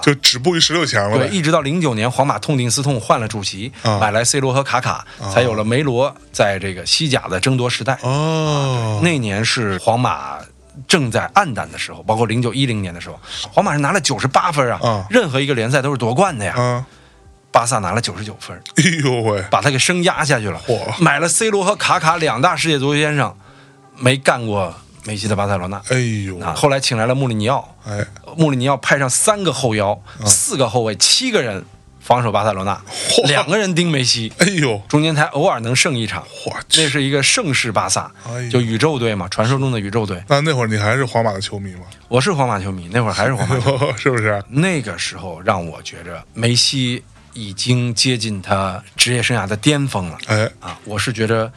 Speaker 2: 就止步于十六强了
Speaker 1: 对，
Speaker 2: 呗。
Speaker 1: 一直到零九年，皇马痛定思痛，换了主席，
Speaker 2: 啊
Speaker 1: 买来 C 罗和卡卡，才有了梅罗在这个西甲的争夺时
Speaker 2: 啊
Speaker 1: 代。
Speaker 2: 哦，
Speaker 1: 那年是皇马正在暗淡的时候，包括零九一零年的时候，皇马是拿了九十八分啊，
Speaker 2: 啊
Speaker 1: 任何一个联赛都是夺冠的呀。
Speaker 2: 啊，
Speaker 1: 巴萨拿了九十九分，
Speaker 2: 哎呦喂，
Speaker 1: 把他给生压下去了。
Speaker 2: 嚯
Speaker 1: 买了 C 罗和卡卡两大世界足球先生，没干过梅西的巴塞罗那。
Speaker 2: 哎呦，
Speaker 1: 啊，后来请来了穆里尼奥，
Speaker 2: 哎，
Speaker 1: 呃穆里尼奥派上三个后腰、
Speaker 2: 嗯
Speaker 1: 四个后卫、七个人防守巴塞罗那，两个人盯梅西，
Speaker 2: 哎呦，
Speaker 1: 中间才偶尔能胜一场。
Speaker 2: 我
Speaker 1: 那
Speaker 2: 去。
Speaker 1: 是一个盛世巴萨
Speaker 2: 哎呦，
Speaker 1: 就宇宙队嘛，传说中的宇宙队。
Speaker 2: 那那会儿你还是皇马的球迷吗？
Speaker 1: 我是皇马球迷，那会儿还是皇
Speaker 2: 哎
Speaker 1: 马球迷。
Speaker 2: 是不是？
Speaker 1: 那个时候让我觉着梅西已经接近他职业生涯的巅峰了
Speaker 2: 哎，
Speaker 1: 啊！我是觉着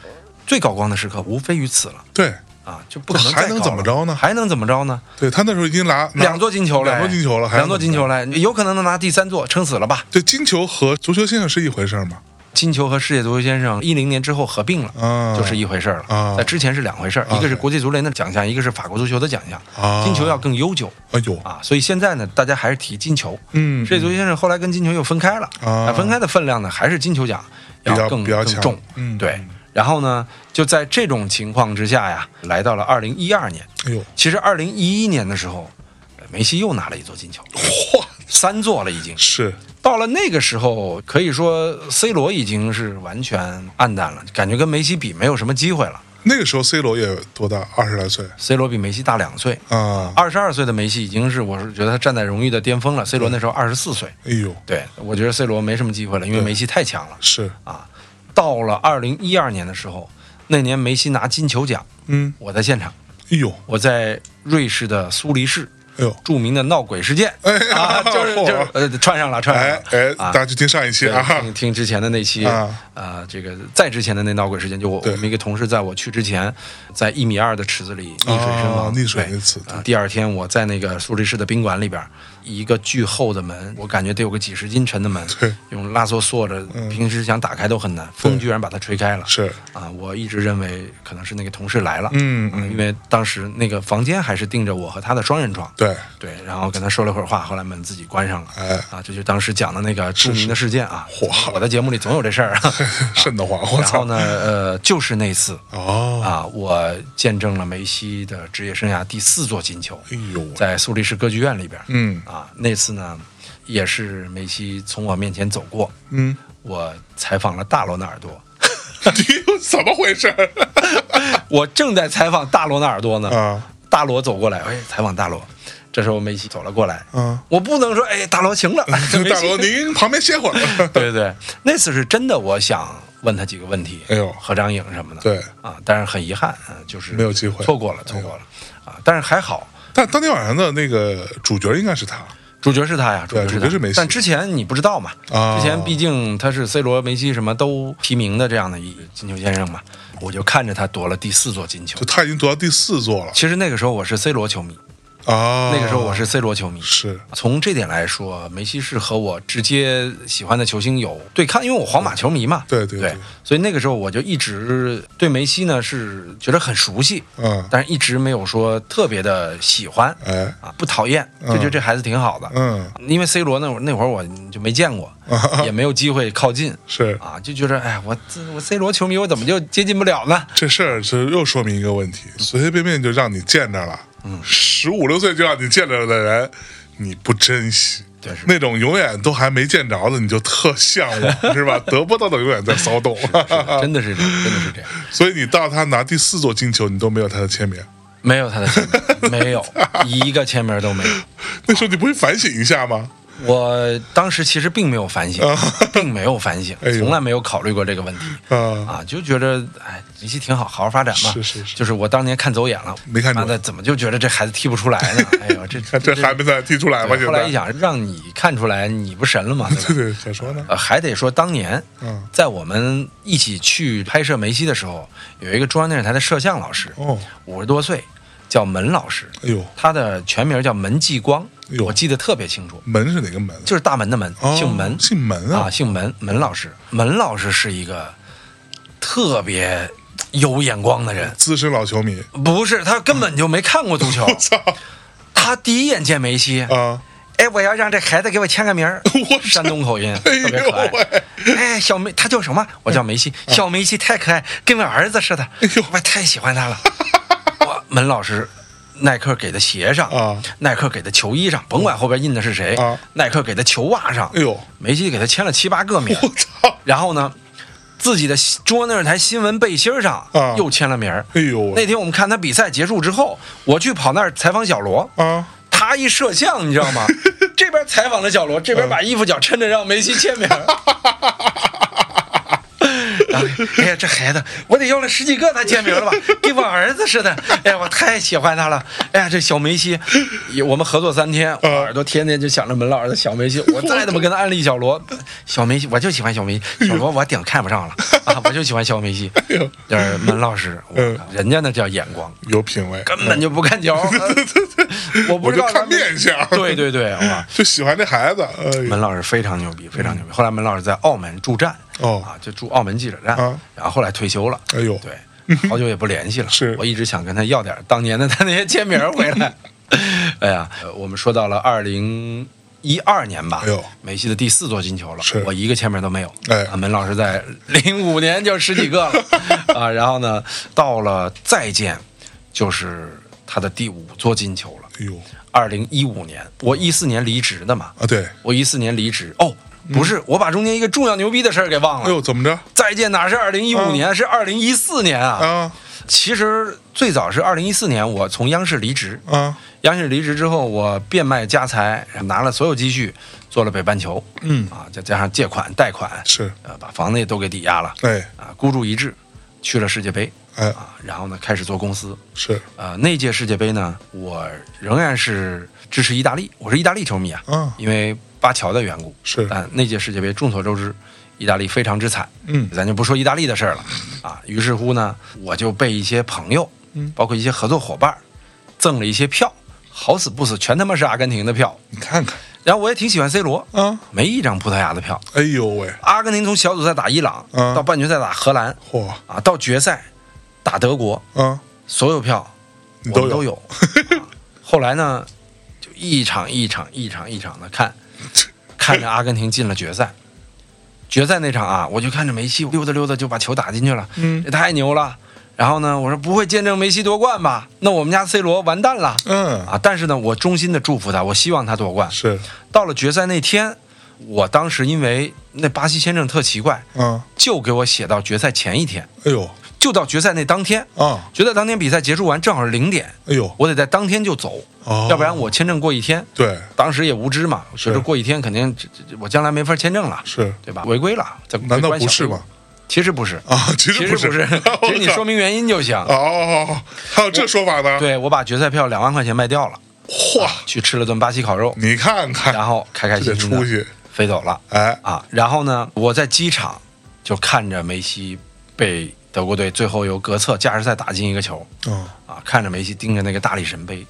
Speaker 1: 最高光的时刻无非于此了
Speaker 2: 对
Speaker 1: 啊，就不可能
Speaker 2: 还
Speaker 1: 再
Speaker 2: 能
Speaker 1: 高
Speaker 2: 怎么
Speaker 1: 了
Speaker 2: 着呢
Speaker 1: 还能怎么着呢？
Speaker 2: 对，他那时候已经拿拿
Speaker 1: 两座金球了，
Speaker 2: 两座金球了，还能
Speaker 1: 两座金
Speaker 2: 怎么着。
Speaker 1: 球了，有可能能拿第三座，撑死了吧？
Speaker 2: 对，金球和足球先生是一回事儿吗？
Speaker 1: 金球和世界足球先生一零年之后合并了。
Speaker 2: 啊，
Speaker 1: 就是一回事儿
Speaker 2: 啊
Speaker 1: 了，在之前是两回事儿，一个是国际足联的奖项，一个是法国足球的奖项。
Speaker 2: 啊
Speaker 1: 金球要更悠久
Speaker 2: 哎呦，
Speaker 1: 啊，所以现在呢，大家还是提金球。
Speaker 2: 嗯，
Speaker 1: 世界足球先生后来跟金球又分开了，
Speaker 2: 啊
Speaker 1: 那分开的分量呢，还是金球奖
Speaker 2: 比较
Speaker 1: 要更
Speaker 2: 比较
Speaker 1: 更
Speaker 2: 强
Speaker 1: 重，
Speaker 2: 嗯
Speaker 1: 对
Speaker 2: 嗯。
Speaker 1: 然后呢，就在这种情况之下呀，来到了二零一二年。
Speaker 2: 哎呦，
Speaker 1: 其实二零一一年的时候，呃梅西又拿了一座金球，
Speaker 2: 嚯，
Speaker 1: 三座了已经。
Speaker 2: 是
Speaker 1: 到了那个时候，可以说 C 罗已经是完全暗淡了，感觉跟梅西比没有什么机会了。
Speaker 2: 那个时候 C 罗也多大，二十来岁
Speaker 1: C 罗比梅西大两岁，
Speaker 2: 啊，
Speaker 1: 二十二岁的梅西已经是我是觉得他站在荣誉的巅峰了。C 罗那时候二十四岁，
Speaker 2: 哎呦，
Speaker 1: 对我觉得 C 罗没什么机会了，因为
Speaker 2: 对
Speaker 1: 梅西太强了。
Speaker 2: 是，
Speaker 1: 啊，到了二零一二年的时候，那年梅西拿金球奖，
Speaker 2: 嗯，
Speaker 1: 我在现场，
Speaker 2: 哎呦，
Speaker 1: 我在瑞士的苏黎世，
Speaker 2: 哎呦，
Speaker 1: 著名的闹鬼事件，
Speaker 2: 哎呀
Speaker 1: 啊，就是
Speaker 2: 嚯
Speaker 1: 就是呃，串上了，串上
Speaker 2: 哎
Speaker 1: 了，
Speaker 2: 哎，
Speaker 1: 啊
Speaker 2: 大家去听上一期啊，
Speaker 1: 对听听之前的那期
Speaker 2: 啊
Speaker 1: 呃，这个再之前的那闹鬼事件，就我
Speaker 2: 对
Speaker 1: 我们一个同事在我去之前，在一米二的池子里溺水身亡，
Speaker 2: 啊溺水
Speaker 1: 对
Speaker 2: 那次
Speaker 1: 啊第二天我在那个苏黎世的宾馆里边，一个巨厚的门，我感觉得有个几十斤沉的门
Speaker 2: 对，嗯
Speaker 1: 用拉锁锁着，平时想打开都很难，风居然把它吹开了。
Speaker 2: 是
Speaker 1: 啊，我一直认为可能是那个同事来了，啊
Speaker 2: 嗯嗯
Speaker 1: 因为当时那个房间还是定着我和他的双人床，
Speaker 2: 对，
Speaker 1: 对，然后跟他说了会儿话，后来门自己关上了。
Speaker 2: 哎
Speaker 1: 啊，这就当时讲的那个著名的事件啊。
Speaker 2: 嚯
Speaker 1: 我的节目里总有这事儿啊。
Speaker 2: 瘆得慌， 我
Speaker 1: 然后
Speaker 2: 操，
Speaker 1: 呢，呃，就是那次
Speaker 2: 哦，
Speaker 1: 啊，我见证了梅西的职业生涯第四座金球，
Speaker 2: 哎呦，
Speaker 1: 在苏黎世歌剧院里边。
Speaker 2: 嗯
Speaker 1: 啊，那次呢，也是梅西从我面前走过，
Speaker 2: 嗯，
Speaker 1: 我采访了大罗纳尔多。
Speaker 2: 你怎么回事
Speaker 1: 我正在采访大罗纳尔多呢，
Speaker 2: 啊？
Speaker 1: 大罗走过来，哎，采访大罗。这时候梅西走了过来，
Speaker 2: 啊，
Speaker 1: 我不能说，哎，大罗 行了， 梅西
Speaker 2: 大罗，您旁边歇会儿，
Speaker 1: 对对对，那次是真的，我想问他几个问题，
Speaker 2: 哎呦
Speaker 1: 合张影什么的，
Speaker 2: 对
Speaker 1: 啊，但是很遗憾，呃就是
Speaker 2: 没有机会哎
Speaker 1: 错过了，错过了、啊，但是还好，
Speaker 2: 但当天晚上的那个主角应该是他，
Speaker 1: 主角是他呀，主
Speaker 2: 对
Speaker 1: 角是
Speaker 2: 主角
Speaker 1: 他，
Speaker 2: 是梅西
Speaker 1: 但之前你不知道嘛，
Speaker 2: 啊
Speaker 1: 之前毕竟他是 C 罗、梅西什么都提名的这样的一金球先生嘛，我就看着他夺了第四座金球
Speaker 2: 就。他已经夺到第四座了
Speaker 1: 其实那个时候我是 C 罗球迷，
Speaker 2: 啊。
Speaker 1: 那个时候我是 C 罗球迷，
Speaker 2: 是
Speaker 1: 从这点来说，梅西是和我直接喜欢的球星有对抗，因为我皇马球迷嘛。
Speaker 2: 对对
Speaker 1: 对
Speaker 2: 对
Speaker 1: 所以那个时候我就一直对梅西呢是觉得很熟悉，
Speaker 2: 嗯
Speaker 1: 但是一直没有说特别的喜欢
Speaker 2: 哎
Speaker 1: 啊啊，不讨厌，就觉得这孩子挺好的。
Speaker 2: 嗯
Speaker 1: 因为 C 罗那会儿那会儿我就没见过， 也没有机会靠近
Speaker 2: 是
Speaker 1: 啊，就觉得哎呀，我这我 C 罗球迷，我怎么就接近不了呢？
Speaker 2: 这事儿是又说明一个问题，
Speaker 1: 嗯
Speaker 2: 随随便便就让你见着了，十五六岁就让你见着的人，你不珍惜。
Speaker 1: 对是
Speaker 2: 那种永远都还没见着的，你就特向 往，是吧？得不到的永远在骚动，
Speaker 1: 真的是这样，真的是这样。
Speaker 2: 所以你到他拿第四座金球，你都没有他的签名。
Speaker 1: 没有他的签名，没 有一个签名都没有。
Speaker 2: 那时候你不会反省一下吗？
Speaker 1: 我当时其实并没有反省
Speaker 2: 啊，
Speaker 1: 并没有反省
Speaker 2: 哎，呦
Speaker 1: 从来没有考虑过这个问题
Speaker 2: 啊，
Speaker 1: 啊，就觉着哎，梅西挺好，好好发展嘛。
Speaker 2: 是是是
Speaker 1: 就是我当年看走眼了，
Speaker 2: 没看
Speaker 1: 妈
Speaker 2: 准
Speaker 1: 的，怎么就觉得这孩子踢不出来 呢？哎呦，这
Speaker 2: 看这还没再踢出来吗？
Speaker 1: 对
Speaker 2: 现
Speaker 1: 后来一
Speaker 2: 在，
Speaker 1: 想，让你看出来，你不神了 吗？对
Speaker 2: 对
Speaker 1: 吧？
Speaker 2: 对，咋说呢？
Speaker 1: 呃，还得说当年
Speaker 2: 嗯，
Speaker 1: 在我们一起去拍摄梅西的时候，有一个中央电视台的摄像老师，
Speaker 2: 哦，
Speaker 1: 五十多岁，叫门老师，
Speaker 2: 哎呦，
Speaker 1: 他的全名叫门继光
Speaker 2: 哎，呦
Speaker 1: 我记得特别清楚，
Speaker 2: 门是哪个门？
Speaker 1: 就是大门的门，
Speaker 2: 哦
Speaker 1: 姓门，
Speaker 2: 姓门啊
Speaker 1: 啊，姓门，门老师，门老师是一个特别有眼光的人，
Speaker 2: 资深老球迷。
Speaker 1: 不是他根本就没看过 足球，
Speaker 2: 我操
Speaker 1: 他第一眼见梅西，
Speaker 2: 啊！
Speaker 1: 哎，我要让这孩子给我签个名儿
Speaker 2: 我，
Speaker 1: 山东口音，
Speaker 2: 哎呦
Speaker 1: 特别可爱。哎，小梅，他叫什么？我叫梅西，
Speaker 2: 嗯
Speaker 1: 小梅西太可爱，跟我儿子似的，
Speaker 2: 哎
Speaker 1: 我太喜欢他了。我门老师。耐克给的鞋上
Speaker 2: 啊
Speaker 1: 耐克给的球衣上，甭管后边印的是谁，
Speaker 2: 啊
Speaker 1: 耐克给的球袜上，
Speaker 2: 哎呦，
Speaker 1: 梅西给他签了七八个名儿，
Speaker 2: 我操！
Speaker 1: 然后呢，自己的中央电视台新闻背心儿上
Speaker 2: 啊
Speaker 1: 又签了名儿。
Speaker 2: 哎呦，
Speaker 1: 那天我们看他比赛结束之后，我去跑那儿采访小罗，
Speaker 2: 啊，
Speaker 1: 他一摄像，你知 道吗？这边采访了小罗，这
Speaker 2: 嗯
Speaker 1: 边把衣服角抻着让梅西签名。 然后哎呀，这孩子，我得要了十几个他签名 了吧，跟我儿子似的。哎呀，我太喜欢他了。哎呀，这小梅西，也我们合作三
Speaker 2: 嗯
Speaker 1: 天，我耳朵天天就想着门老师的小梅西。我再怎么跟他安利小罗，小梅西，我就喜欢小梅西。小罗我顶看不上了啊，我就喜欢小梅西。
Speaker 2: 哎呦，
Speaker 1: 就是门老师，我
Speaker 2: 嗯
Speaker 1: 人家那叫眼光。
Speaker 2: 有品位，
Speaker 1: 根本就不看 球，呃我不
Speaker 2: 我
Speaker 1: 知
Speaker 2: 就
Speaker 1: 道他
Speaker 2: 看
Speaker 1: 们
Speaker 2: 面相。
Speaker 1: 对对对，哇！
Speaker 2: 就喜欢这孩子。哎呦
Speaker 1: 门老师非常牛逼，非常牛逼。后来门老师在澳门驻站，
Speaker 2: 嗯哦
Speaker 1: 啊，就驻澳门记者站
Speaker 2: 啊，
Speaker 1: 然后后来退休了，
Speaker 2: 哎呦，
Speaker 1: 对， 好久也不联系了。
Speaker 2: 是
Speaker 1: 我一直想跟他要点当年的他那些签名回来。 哎呀，呃我们说到了二零一二年吧
Speaker 2: 哎呦，
Speaker 1: 梅西的第四座进球了
Speaker 2: 是，
Speaker 1: 我一个签名都没有。
Speaker 2: 哎
Speaker 1: 啊，门老师在零五年就十几个了 啊，然后呢，到了再见，就是他的第五座进球了。
Speaker 2: 哎呦
Speaker 1: 二零一五年，我一四年离职的嘛，
Speaker 2: 啊，对，
Speaker 1: 我一四年离职哦，不是，我把中间一个重要牛逼的事儿给忘
Speaker 2: 嗯哎
Speaker 1: 了。
Speaker 2: 呦，怎么着
Speaker 1: 再见哪是二零一五年，是二零一四年啊！
Speaker 2: 啊
Speaker 1: 其实最早是二零一四年，我从央视离职，
Speaker 2: 啊？
Speaker 1: 央视离职之后，我变卖家财，拿了所有积蓄做了北半球，
Speaker 2: 嗯
Speaker 1: 啊，再加上借款贷款，
Speaker 2: 是，
Speaker 1: 呃，把房子也都给抵押了，
Speaker 2: 哎
Speaker 1: 啊，孤注一掷去了世界杯
Speaker 2: 哎，
Speaker 1: 啊，然后呢开始做公司，
Speaker 2: 是
Speaker 1: 呃，那届世界杯呢，我仍然是支持意大利，我是意大利球迷啊，
Speaker 2: 啊
Speaker 1: 因为巴乔的缘故。
Speaker 2: 是，
Speaker 1: 但那届世界杯众所周知，意大利非常之惨，
Speaker 2: 嗯
Speaker 1: 咱就不说意大利的事儿了啊。于是乎呢，我就被一些朋友，
Speaker 2: 嗯
Speaker 1: 包括一些合作伙伴，赠了一些票，好死不死全他妈是阿根廷的票。
Speaker 2: 你看看
Speaker 1: 然后我也挺喜欢 C 罗，
Speaker 2: 啊，
Speaker 1: 没一张葡萄牙的票。
Speaker 2: 哎呦喂，
Speaker 1: 阿根廷从小组赛打伊朗，
Speaker 2: 嗯
Speaker 1: 到半决赛打荷兰，
Speaker 2: 嚯
Speaker 1: 啊，到决赛打德国，
Speaker 2: 啊，
Speaker 1: 所有票
Speaker 2: 你
Speaker 1: 我
Speaker 2: 都
Speaker 1: 们都
Speaker 2: 有
Speaker 1: 有。 啊后来呢，就一场一场一场一场的 看，看着阿根廷进了决赛。决赛那场啊，我就看着梅西溜达溜达就把球打进去了，
Speaker 2: 嗯
Speaker 1: 这太牛了。然后呢，我说不会见证梅西夺冠吧？那我们家 C 罗完蛋了
Speaker 2: 嗯
Speaker 1: 啊！但是呢，我衷心的祝福他，我希望他夺冠。
Speaker 2: 是
Speaker 1: 到了决赛那天，我当时因为那巴西签证特奇怪，
Speaker 2: 啊，
Speaker 1: 就给我写到决赛前一天，
Speaker 2: 哎呦
Speaker 1: 就到决赛那当天。
Speaker 2: 啊，
Speaker 1: 决赛当天比赛结束完正好是零点，
Speaker 2: 哎呦
Speaker 1: 我得在当天就走，
Speaker 2: 哦，
Speaker 1: 要不然我签证过一天，
Speaker 2: 对
Speaker 1: 当时也无知嘛，觉得过一天肯定这这这我将来没法签证了，
Speaker 2: 是，
Speaker 1: 对吧？违规了，在
Speaker 2: 难道不是？吗？
Speaker 1: 其实不是，
Speaker 2: 啊，其
Speaker 1: 其
Speaker 2: 实
Speaker 1: 实
Speaker 2: 不，
Speaker 1: 不是其 实你说
Speaker 2: 明
Speaker 1: 明原因就行。
Speaker 2: 哦，还有这说法呢？
Speaker 1: 对我把决赛票两万块钱卖掉了，
Speaker 2: 嚯，
Speaker 1: 去吃了顿巴西烤肉，
Speaker 2: 你看看
Speaker 1: 然后啊开开心
Speaker 2: 这嗯得
Speaker 1: 心的
Speaker 2: 出息，
Speaker 1: 飞走了
Speaker 2: 哎，
Speaker 1: 啊。然后呢，我在机场就看着梅西被德国队最后由格策加时赛打进一个球，
Speaker 2: 啊
Speaker 1: 啊，看着梅西盯着那个大力神杯。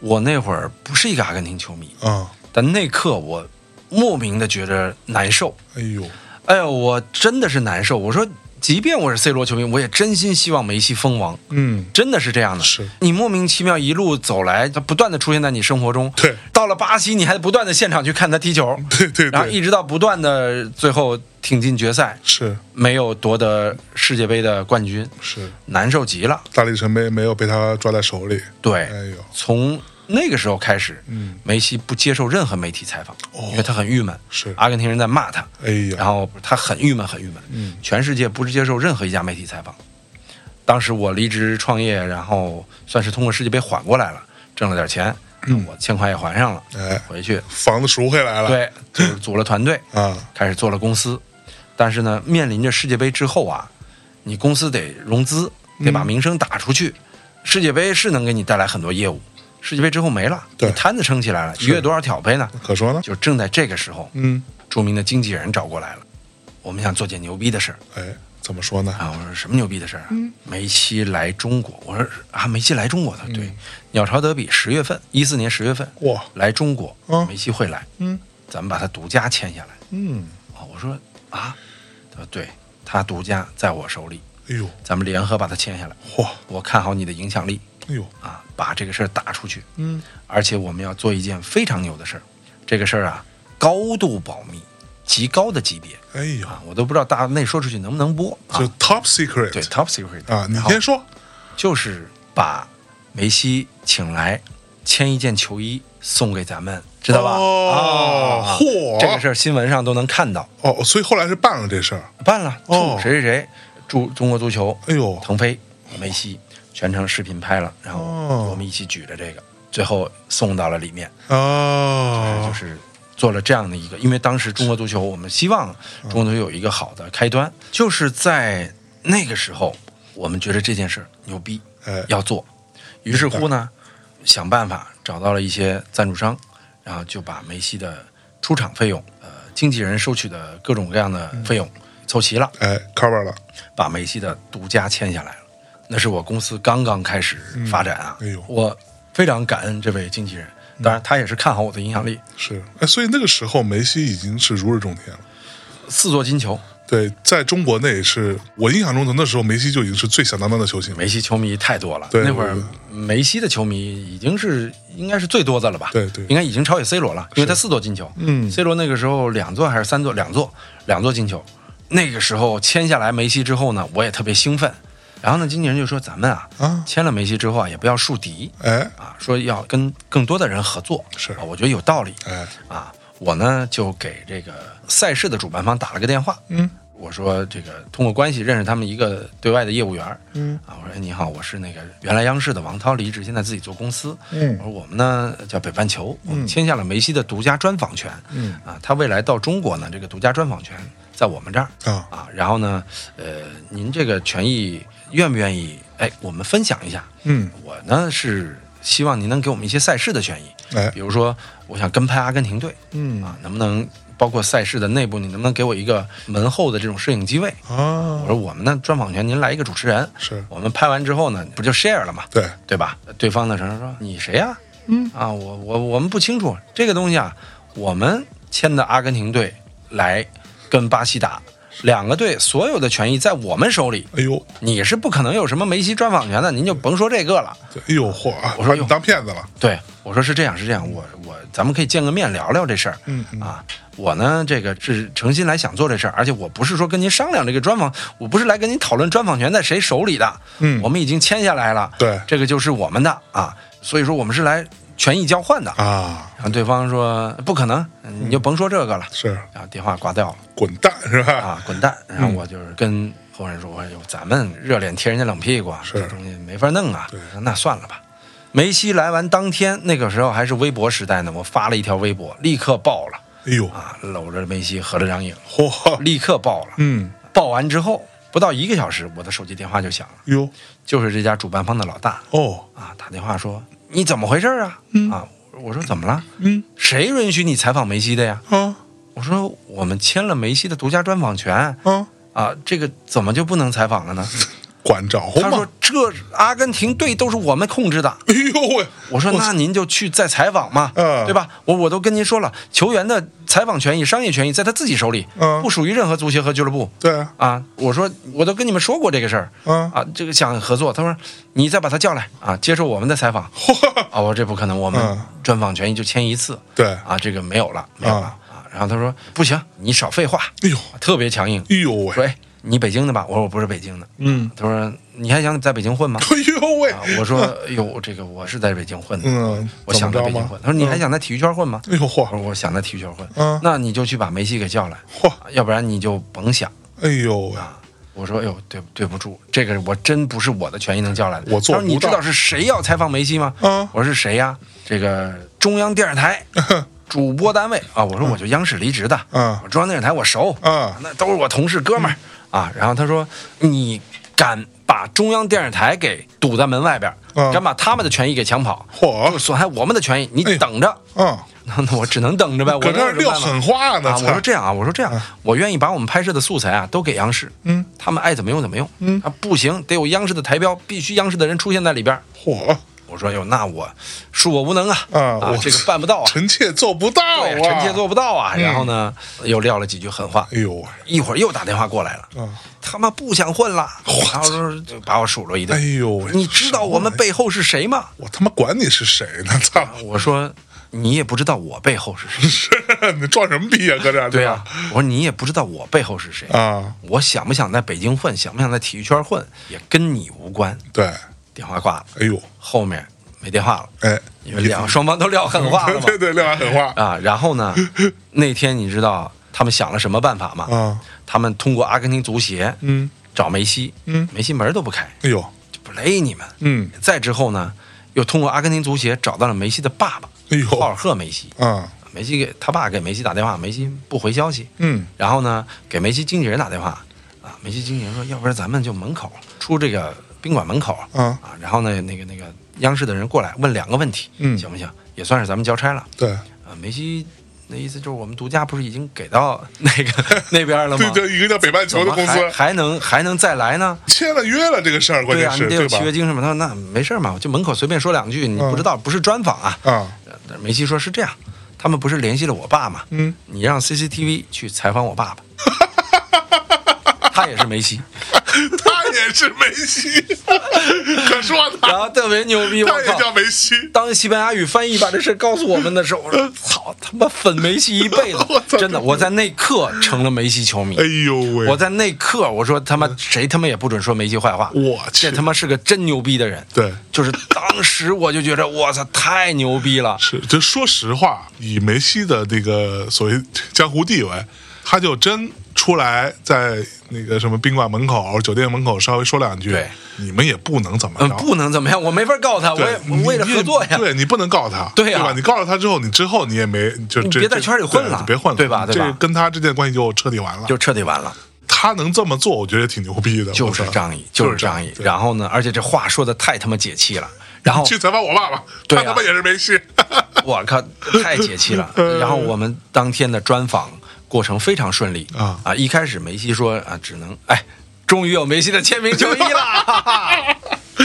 Speaker 1: 我那会儿不是一个阿根廷球迷，
Speaker 2: 啊，
Speaker 1: 但那刻我莫名的觉着难受。
Speaker 2: 哎呦，
Speaker 1: 哎呦，我真的是难受。我说，即便我是 C 罗球迷，我也真心希望梅西封王，
Speaker 2: 嗯，
Speaker 1: 真的是这样的。
Speaker 2: 是
Speaker 1: 你莫名其妙一路走来，他不断的出现在你生活中。
Speaker 2: 对，
Speaker 1: 到了巴西，你还不断的现场去看他踢球，
Speaker 2: 对对
Speaker 1: 然后
Speaker 2: 对，
Speaker 1: 一直到不断的最后挺进决赛，
Speaker 2: 是
Speaker 1: 没有夺得世界杯的冠军，
Speaker 2: 是，
Speaker 1: 难受极了。
Speaker 2: 大力神杯没有被他抓在手里，
Speaker 1: 对，
Speaker 2: 哎呦，
Speaker 1: 从那个时候开始，
Speaker 2: 嗯，
Speaker 1: 梅西不接受任何媒体采访，
Speaker 2: 哦
Speaker 1: 因为他很郁闷，
Speaker 2: 是
Speaker 1: 阿根廷人在骂他，
Speaker 2: 哎呀，
Speaker 1: 然后他很郁闷，很郁闷，
Speaker 2: 嗯，
Speaker 1: 全世界不接受任何一家媒体采访。当时我离职创业，然后算是通过世界杯缓过来了，挣了点钱，我欠款也还上了，
Speaker 2: 嗯哎，
Speaker 1: 回去
Speaker 2: 房子赎回来了，
Speaker 1: 对，就是组了团队，
Speaker 2: 啊，
Speaker 1: 开始做了公司。但是呢，面临着世界杯之后啊，你公司得融资，得
Speaker 2: 嗯
Speaker 1: 把名声打出去。世界杯是能给你带来很多业务，世界杯之后没了，
Speaker 2: 对
Speaker 1: 你摊子撑起来了，一月多少挑杯呢？
Speaker 2: 可说呢，
Speaker 1: 就正在这个时候，
Speaker 2: 嗯，
Speaker 1: 著名的经纪人找过来了，我们想做件牛逼的事儿，
Speaker 2: 哎，怎么说呢？
Speaker 1: 啊，我说什么牛逼的事儿啊？
Speaker 2: 嗯
Speaker 1: 梅西来中国，我说啊，梅西来中国的，对，鸟巢德比十月份，一四年十月份，
Speaker 2: 嗯哇
Speaker 1: 来中国
Speaker 2: 嗯，
Speaker 1: 梅西会来，
Speaker 2: 嗯，
Speaker 1: 咱们把他独家签下来。
Speaker 2: 嗯，
Speaker 1: 啊，我说啊，他说对他独家在我手里，
Speaker 2: 哎呦，
Speaker 1: 咱们联合把他签下来，
Speaker 2: 嚯，
Speaker 1: 我看好你的影响力
Speaker 2: 哎呦，
Speaker 1: 啊，把这个事儿打出去，
Speaker 2: 嗯，
Speaker 1: 而且我们要做一件非常牛的事儿，这个事儿啊，高度保密，极高的级别
Speaker 2: 哎呦，
Speaker 1: 啊，我都不知道大内说出去能不能播啊
Speaker 2: 就，top
Speaker 1: 对
Speaker 2: secret
Speaker 1: ，top secret
Speaker 2: 啊，你
Speaker 1: 然后
Speaker 2: 先说，
Speaker 1: 就是把梅西请来，签一件球衣送给咱们，知道吧？
Speaker 2: 哦
Speaker 1: 啊
Speaker 2: 嚯
Speaker 1: 这个事儿新闻上都能看到，
Speaker 2: 哦，所以后来是办了这事儿，
Speaker 1: 办了，祝
Speaker 2: 哦
Speaker 1: 谁谁谁，祝中国足球
Speaker 2: 哎呦，
Speaker 1: 腾飞、梅西，全程视频拍了，然后
Speaker 2: 哦
Speaker 1: 我们一起举着这个，最后送到了里面，
Speaker 2: 哦，
Speaker 1: 就是做了这样的一个，因为当时中国足球，我们希望
Speaker 2: 嗯
Speaker 1: 中国足球有一个好的开端，就是在那个时候，我们觉得这件事儿牛逼
Speaker 2: 哎，
Speaker 1: 要做，于是乎呢，
Speaker 2: 嗯
Speaker 1: 想办法找到了一些赞助商，然后就把梅西的出场费用，呃，经纪人收取的各种各样
Speaker 2: 嗯
Speaker 1: 的费用凑齐了。
Speaker 2: 哎，cover 了，
Speaker 1: 把梅西的独家签下来了。那是我公司刚刚开始发展啊，
Speaker 2: 嗯哎呦嗯
Speaker 1: 我非常感恩这位经纪人，当然他也是看好我的影响力，
Speaker 2: 是，哎，所以那个时候梅西已经是如日中天了。
Speaker 1: 四座金球，
Speaker 2: 对，在中国那也是我印象中的那时候，梅西就已经是最响当当的球星了。
Speaker 1: 梅西球迷太多了。
Speaker 2: 对
Speaker 1: 那会儿
Speaker 2: 对
Speaker 1: 梅西的球迷已经是应该是最多的了吧？
Speaker 2: 对对
Speaker 1: 应该已经超越 C 罗了，因为他四座金球。
Speaker 2: 嗯
Speaker 1: ，C 罗那个时候两座还是三座？两座，两座金球。那个时候签下来梅西之后呢，我也特别兴奋。然后呢，经纪人就说：“咱们啊，
Speaker 2: 啊
Speaker 1: 签了梅西之后啊，也不要树敌，
Speaker 2: 哎
Speaker 1: 啊，说要跟更多的人合作，
Speaker 2: 是
Speaker 1: 啊，我觉得有道理
Speaker 2: 哎，
Speaker 1: 啊。我呢就给这个赛事的主办方打了个电话，
Speaker 2: 嗯，
Speaker 1: 我说这个通过关系认识他们一个对外的业务员，
Speaker 2: 嗯，
Speaker 1: 啊，我说你好，我是那个原来央视的王涛离职，现在自己做公司，
Speaker 2: 嗯
Speaker 1: 我说我们呢叫北半球，我们签下了梅西的独家专访权，
Speaker 2: 嗯，
Speaker 1: 啊，他未来到中国呢，这个独家专访权在我们这儿
Speaker 2: 啊
Speaker 1: 啊，然后呢，呃，您这个权益愿不愿意？哎，我们分享一下，
Speaker 2: 嗯，
Speaker 1: 我呢是希望您能给我们一些赛事的权益，
Speaker 2: 哎
Speaker 1: 比如说我想跟拍阿根廷队，
Speaker 2: 嗯
Speaker 1: 啊，能不能包括赛事的内部，你能不能给我一个门后的这种摄影机位？我
Speaker 2: 啊，
Speaker 1: 说我们呢专访权，您来一个主持人，
Speaker 2: 是
Speaker 1: 我们拍完之后呢，不就 share 了吗？
Speaker 2: 对，
Speaker 1: 对吧？对方呢承认说你谁呀、嗯啊，我我我们不清楚这个东西啊，我们签的阿根廷队来跟巴西打，两个队所有的权益在我们手里，
Speaker 2: 哎呦，
Speaker 1: 你是不可能有什么梅西专访权的，您就甭说这个了。
Speaker 2: 对哎呦嚯，啊
Speaker 1: 我说
Speaker 2: 把你
Speaker 1: 哟
Speaker 2: 当骗子了，
Speaker 1: 对，我说是这样，是这样，我我咱们可以见个面聊聊这事儿。
Speaker 2: 嗯
Speaker 1: 啊，我呢这个是诚心来想做这事儿，而且我不是说跟您商量这个专访，我不是来跟您讨论专访权在谁手里的。
Speaker 2: 嗯
Speaker 1: 我们已经签下来了，
Speaker 2: 对
Speaker 1: 这个就是我们的啊，所以说我们是来权益交换的。
Speaker 2: 啊，
Speaker 1: 然后对方说不可能，你就甭说这个了。
Speaker 2: 是
Speaker 1: 然后电话挂掉了。
Speaker 2: 滚蛋是吧？
Speaker 1: 啊，滚蛋！然后
Speaker 2: 嗯
Speaker 1: 我就是跟后人说，我说哟咱们热脸贴人家冷屁股啊，
Speaker 2: 是
Speaker 1: 这东西没法弄啊
Speaker 2: 对。
Speaker 1: 那算了吧。梅西来完当天，那个时候还是微博时代呢，我发了一条微博，立刻爆了
Speaker 2: 哎呦，
Speaker 1: 啊，搂着梅西合了张影，
Speaker 2: 嚯，
Speaker 1: 立刻爆了。
Speaker 2: 嗯，
Speaker 1: 爆完之后不到一个小时，我的手机电话就响了，
Speaker 2: 哟，
Speaker 1: 就是这家主办方的老大
Speaker 2: 哦，
Speaker 1: 啊打电话说你怎么回事啊？啊，我说怎么了？
Speaker 2: 嗯
Speaker 1: 谁允许你采访梅西的呀？
Speaker 2: 啊
Speaker 1: 我说我们签了梅西的独家专访权，
Speaker 2: 啊，
Speaker 1: 啊，这个怎么就不能采访了呢？
Speaker 2: 管着
Speaker 1: 他说
Speaker 2: 嘛，
Speaker 1: 这阿根廷队都是我们控制的。
Speaker 2: 哎呦喂，
Speaker 1: 我说那您就去再采访嘛，
Speaker 2: 嗯
Speaker 1: 对吧？我我都跟您说了，球员的采访权益、商业权益在他自己手里，
Speaker 2: 嗯
Speaker 1: 不属于任何足协和俱乐部。
Speaker 2: 对啊，
Speaker 1: 啊，我说我都跟你们说过这个事儿，
Speaker 2: 嗯
Speaker 1: 啊，这个想合作，他说你再把他叫来啊，接受我们的采访。
Speaker 2: 嚯，
Speaker 1: 啊，我说这不可能，我们
Speaker 2: 嗯
Speaker 1: 专访权益就签一次，
Speaker 2: 对哎
Speaker 1: 啊，这个没有了，没有了
Speaker 2: 啊
Speaker 1: 啊。然后他说不行，你少废话，
Speaker 2: 哎呦，
Speaker 1: 特别强硬，
Speaker 2: 哎呦喂，
Speaker 1: 说哎，你北京的吧？我说我不是北京的。
Speaker 2: 嗯，
Speaker 1: 他说你还想在北京混吗？
Speaker 2: 哎呦喂
Speaker 1: 啊，，我说 哎呦，这个我是在北京混的，
Speaker 2: 嗯，
Speaker 1: 我想在
Speaker 2: 怎
Speaker 1: 北
Speaker 2: 么着
Speaker 1: 京
Speaker 2: 嘛
Speaker 1: 混。他说你还想在体育圈混吗？
Speaker 2: 哎呦
Speaker 1: 我说
Speaker 2: 嚯，
Speaker 1: 我想在体育圈混。
Speaker 2: 嗯
Speaker 1: 那你就去把梅西给叫来，啊
Speaker 2: 嚯，
Speaker 1: 要不然你就甭想。
Speaker 2: 哎呦喂，
Speaker 1: 我说哎呦，对对不住，这个我真不是我的权益能叫来的。
Speaker 2: 我做
Speaker 1: 他说
Speaker 2: 不
Speaker 1: 你知
Speaker 2: 到
Speaker 1: 道是谁要采访梅西吗？
Speaker 2: 嗯
Speaker 1: 我说是谁呀？这个中央电视台主播单位啊。我说我就央视离职的，
Speaker 2: 嗯
Speaker 1: 我中央电视台我熟，
Speaker 2: 啊，
Speaker 1: 那都是我同事哥
Speaker 2: 嗯
Speaker 1: 们儿、啊。然后他说：“你敢把中央电视台给堵在门外边儿，
Speaker 2: 嗯
Speaker 1: 敢把他们的权益给抢跑，
Speaker 2: �or
Speaker 1: 损害我们的权益，你
Speaker 2: 啊哎呦
Speaker 1: 等着！”
Speaker 2: 啊，
Speaker 1: 那那我只能等着呗。我
Speaker 2: 搁这
Speaker 1: 那
Speaker 2: 儿撂狠话呢，
Speaker 1: 啊！我
Speaker 2: 操
Speaker 1: 说这样啊，我说这样，我愿意把我们拍摄的素材啊都给央视，
Speaker 2: 嗯，
Speaker 1: 他们爱怎么用怎么用，嗯啊，不行，得有央视的台标，必须央视的人出现在里边儿。
Speaker 2: 嚯
Speaker 1: 我说哟，那我恕我无能啊，
Speaker 2: 啊我
Speaker 1: 这个办不到啊，
Speaker 2: 臣妾做不到啊，
Speaker 1: 对，臣妾做不到啊。
Speaker 2: 嗯
Speaker 1: 然后呢，又撂了几句狠话，
Speaker 2: 哎呦喂，
Speaker 1: 一会儿又打电话过来了，
Speaker 2: 啊
Speaker 1: 他妈不想混了，然后说就把我数落一顿。
Speaker 2: 哎呦喂，
Speaker 1: 你知道我们背后是谁吗？
Speaker 2: 我他妈管你是谁呢？ 操！
Speaker 1: 我说你也不知道我背后是谁。
Speaker 2: 啊你装什么逼呀、搁这儿
Speaker 1: 对呀、我说你也不知道我背后是谁。
Speaker 2: 啊，
Speaker 1: 我想不想在北京混，想不想在体育圈混，也跟你无关。
Speaker 2: 对，
Speaker 1: 电话挂了，
Speaker 2: 哎呦，
Speaker 1: 后面没电话了，
Speaker 2: 哎，
Speaker 1: 因为两双方都撂狠话了
Speaker 2: 对
Speaker 1: 嘛。
Speaker 2: 对对，撂完狠话
Speaker 1: 啊，然后呢，那天你知道他们想了什么办法吗？
Speaker 2: 啊，
Speaker 1: 他们通过阿根廷足协，
Speaker 2: 嗯，
Speaker 1: 找梅西，
Speaker 2: 嗯
Speaker 1: 梅西门都不开，
Speaker 2: 哎呦，
Speaker 1: 就不勒你们。
Speaker 2: 嗯，
Speaker 1: 再之后呢，又通过阿根廷足协找到了梅西的爸爸
Speaker 2: 哎呦，
Speaker 1: 鲍尔赫梅西。
Speaker 2: 啊，
Speaker 1: 梅西给他爸给梅西打电话，梅西不回消息。
Speaker 2: 嗯，
Speaker 1: 然后呢，给梅西经纪人打电话，啊，梅西经纪人说，要不然咱们就门口出这个宾馆门口，
Speaker 2: 嗯
Speaker 1: 啊，然后呢，那个那个央视的人过来问两个问题，
Speaker 2: 嗯
Speaker 1: 行不行？也算是咱们交差了。
Speaker 2: 对，
Speaker 1: 啊，梅西那意思就是我们独家不是已经给到那个 那边了吗
Speaker 2: 对？对，一个叫北半球
Speaker 1: 怎
Speaker 2: 的
Speaker 1: 么
Speaker 2: 公
Speaker 1: 还
Speaker 2: 司
Speaker 1: 还能还能再来呢？
Speaker 2: 签了约了这个事儿，关
Speaker 1: 对
Speaker 2: 键
Speaker 1: 啊，你
Speaker 2: 是
Speaker 1: 得有契
Speaker 2: 吧
Speaker 1: 约？精神嘛。他说那没事儿嘛，我就门口随便说两句，你
Speaker 2: 嗯
Speaker 1: 不知道不是专访啊。
Speaker 2: 啊，
Speaker 1: 呃梅西说是这样，他们不是联系了我爸嘛？
Speaker 2: 嗯，
Speaker 1: 你让 CCTV 去采访我爸爸，他也是梅西，
Speaker 2: 他也是梅西， 可说
Speaker 1: 然
Speaker 2: 他，
Speaker 1: 后特别牛逼，我
Speaker 2: 他也
Speaker 1: 靠
Speaker 2: 叫！梅西，
Speaker 1: 当西班牙语翻译把这事告诉我们的时候，我 说操他妈粉梅西一辈
Speaker 2: 我操
Speaker 1: 子，真的，我在那刻成了梅西球迷
Speaker 2: 哎。呦喂，嗯
Speaker 1: 我在那刻我说他妈谁他妈也不准说梅西坏话，
Speaker 2: 我去
Speaker 1: 这他妈是个真牛逼的人。
Speaker 2: 对
Speaker 1: 就是当时我就觉得我操太牛逼了，
Speaker 2: 是，就说实话，以梅西的这个所谓江湖地位，他就真出来在那个什么宾馆门口、酒店门口稍微说两句
Speaker 1: 对，
Speaker 2: 你们也不能怎么
Speaker 1: 嗯，
Speaker 2: 着，
Speaker 1: 不能怎么样，我没法告他，我
Speaker 2: 对
Speaker 1: 也，我为了
Speaker 2: 你
Speaker 1: 合作呀。
Speaker 2: 对你不能告他，
Speaker 1: 对呀
Speaker 2: 吧？你告了他之后，你之后你也没就
Speaker 1: 你
Speaker 2: 这
Speaker 1: 别在圈里混
Speaker 2: 对
Speaker 1: 了
Speaker 2: 你别混了，
Speaker 1: 对吧对吧
Speaker 2: 这跟他之间的关系就彻底完了。
Speaker 1: 就彻底完了，
Speaker 2: 他能这么做，我觉得挺牛逼的，
Speaker 1: 就是
Speaker 2: 我操
Speaker 1: 张毅，就是张毅。然后呢，而且这话说的太他妈解气了，然后
Speaker 2: 去采访我爸爸，
Speaker 1: 对
Speaker 2: 他
Speaker 1: 啊
Speaker 2: 他妈也是梅西，
Speaker 1: 我靠，太解气 了。
Speaker 2: 嗯
Speaker 1: 然后我们当天的专访过程非常顺利
Speaker 2: 啊
Speaker 1: 啊！一开始梅西说啊，只能哎，终于有梅西的签名球衣 了，哈哈哎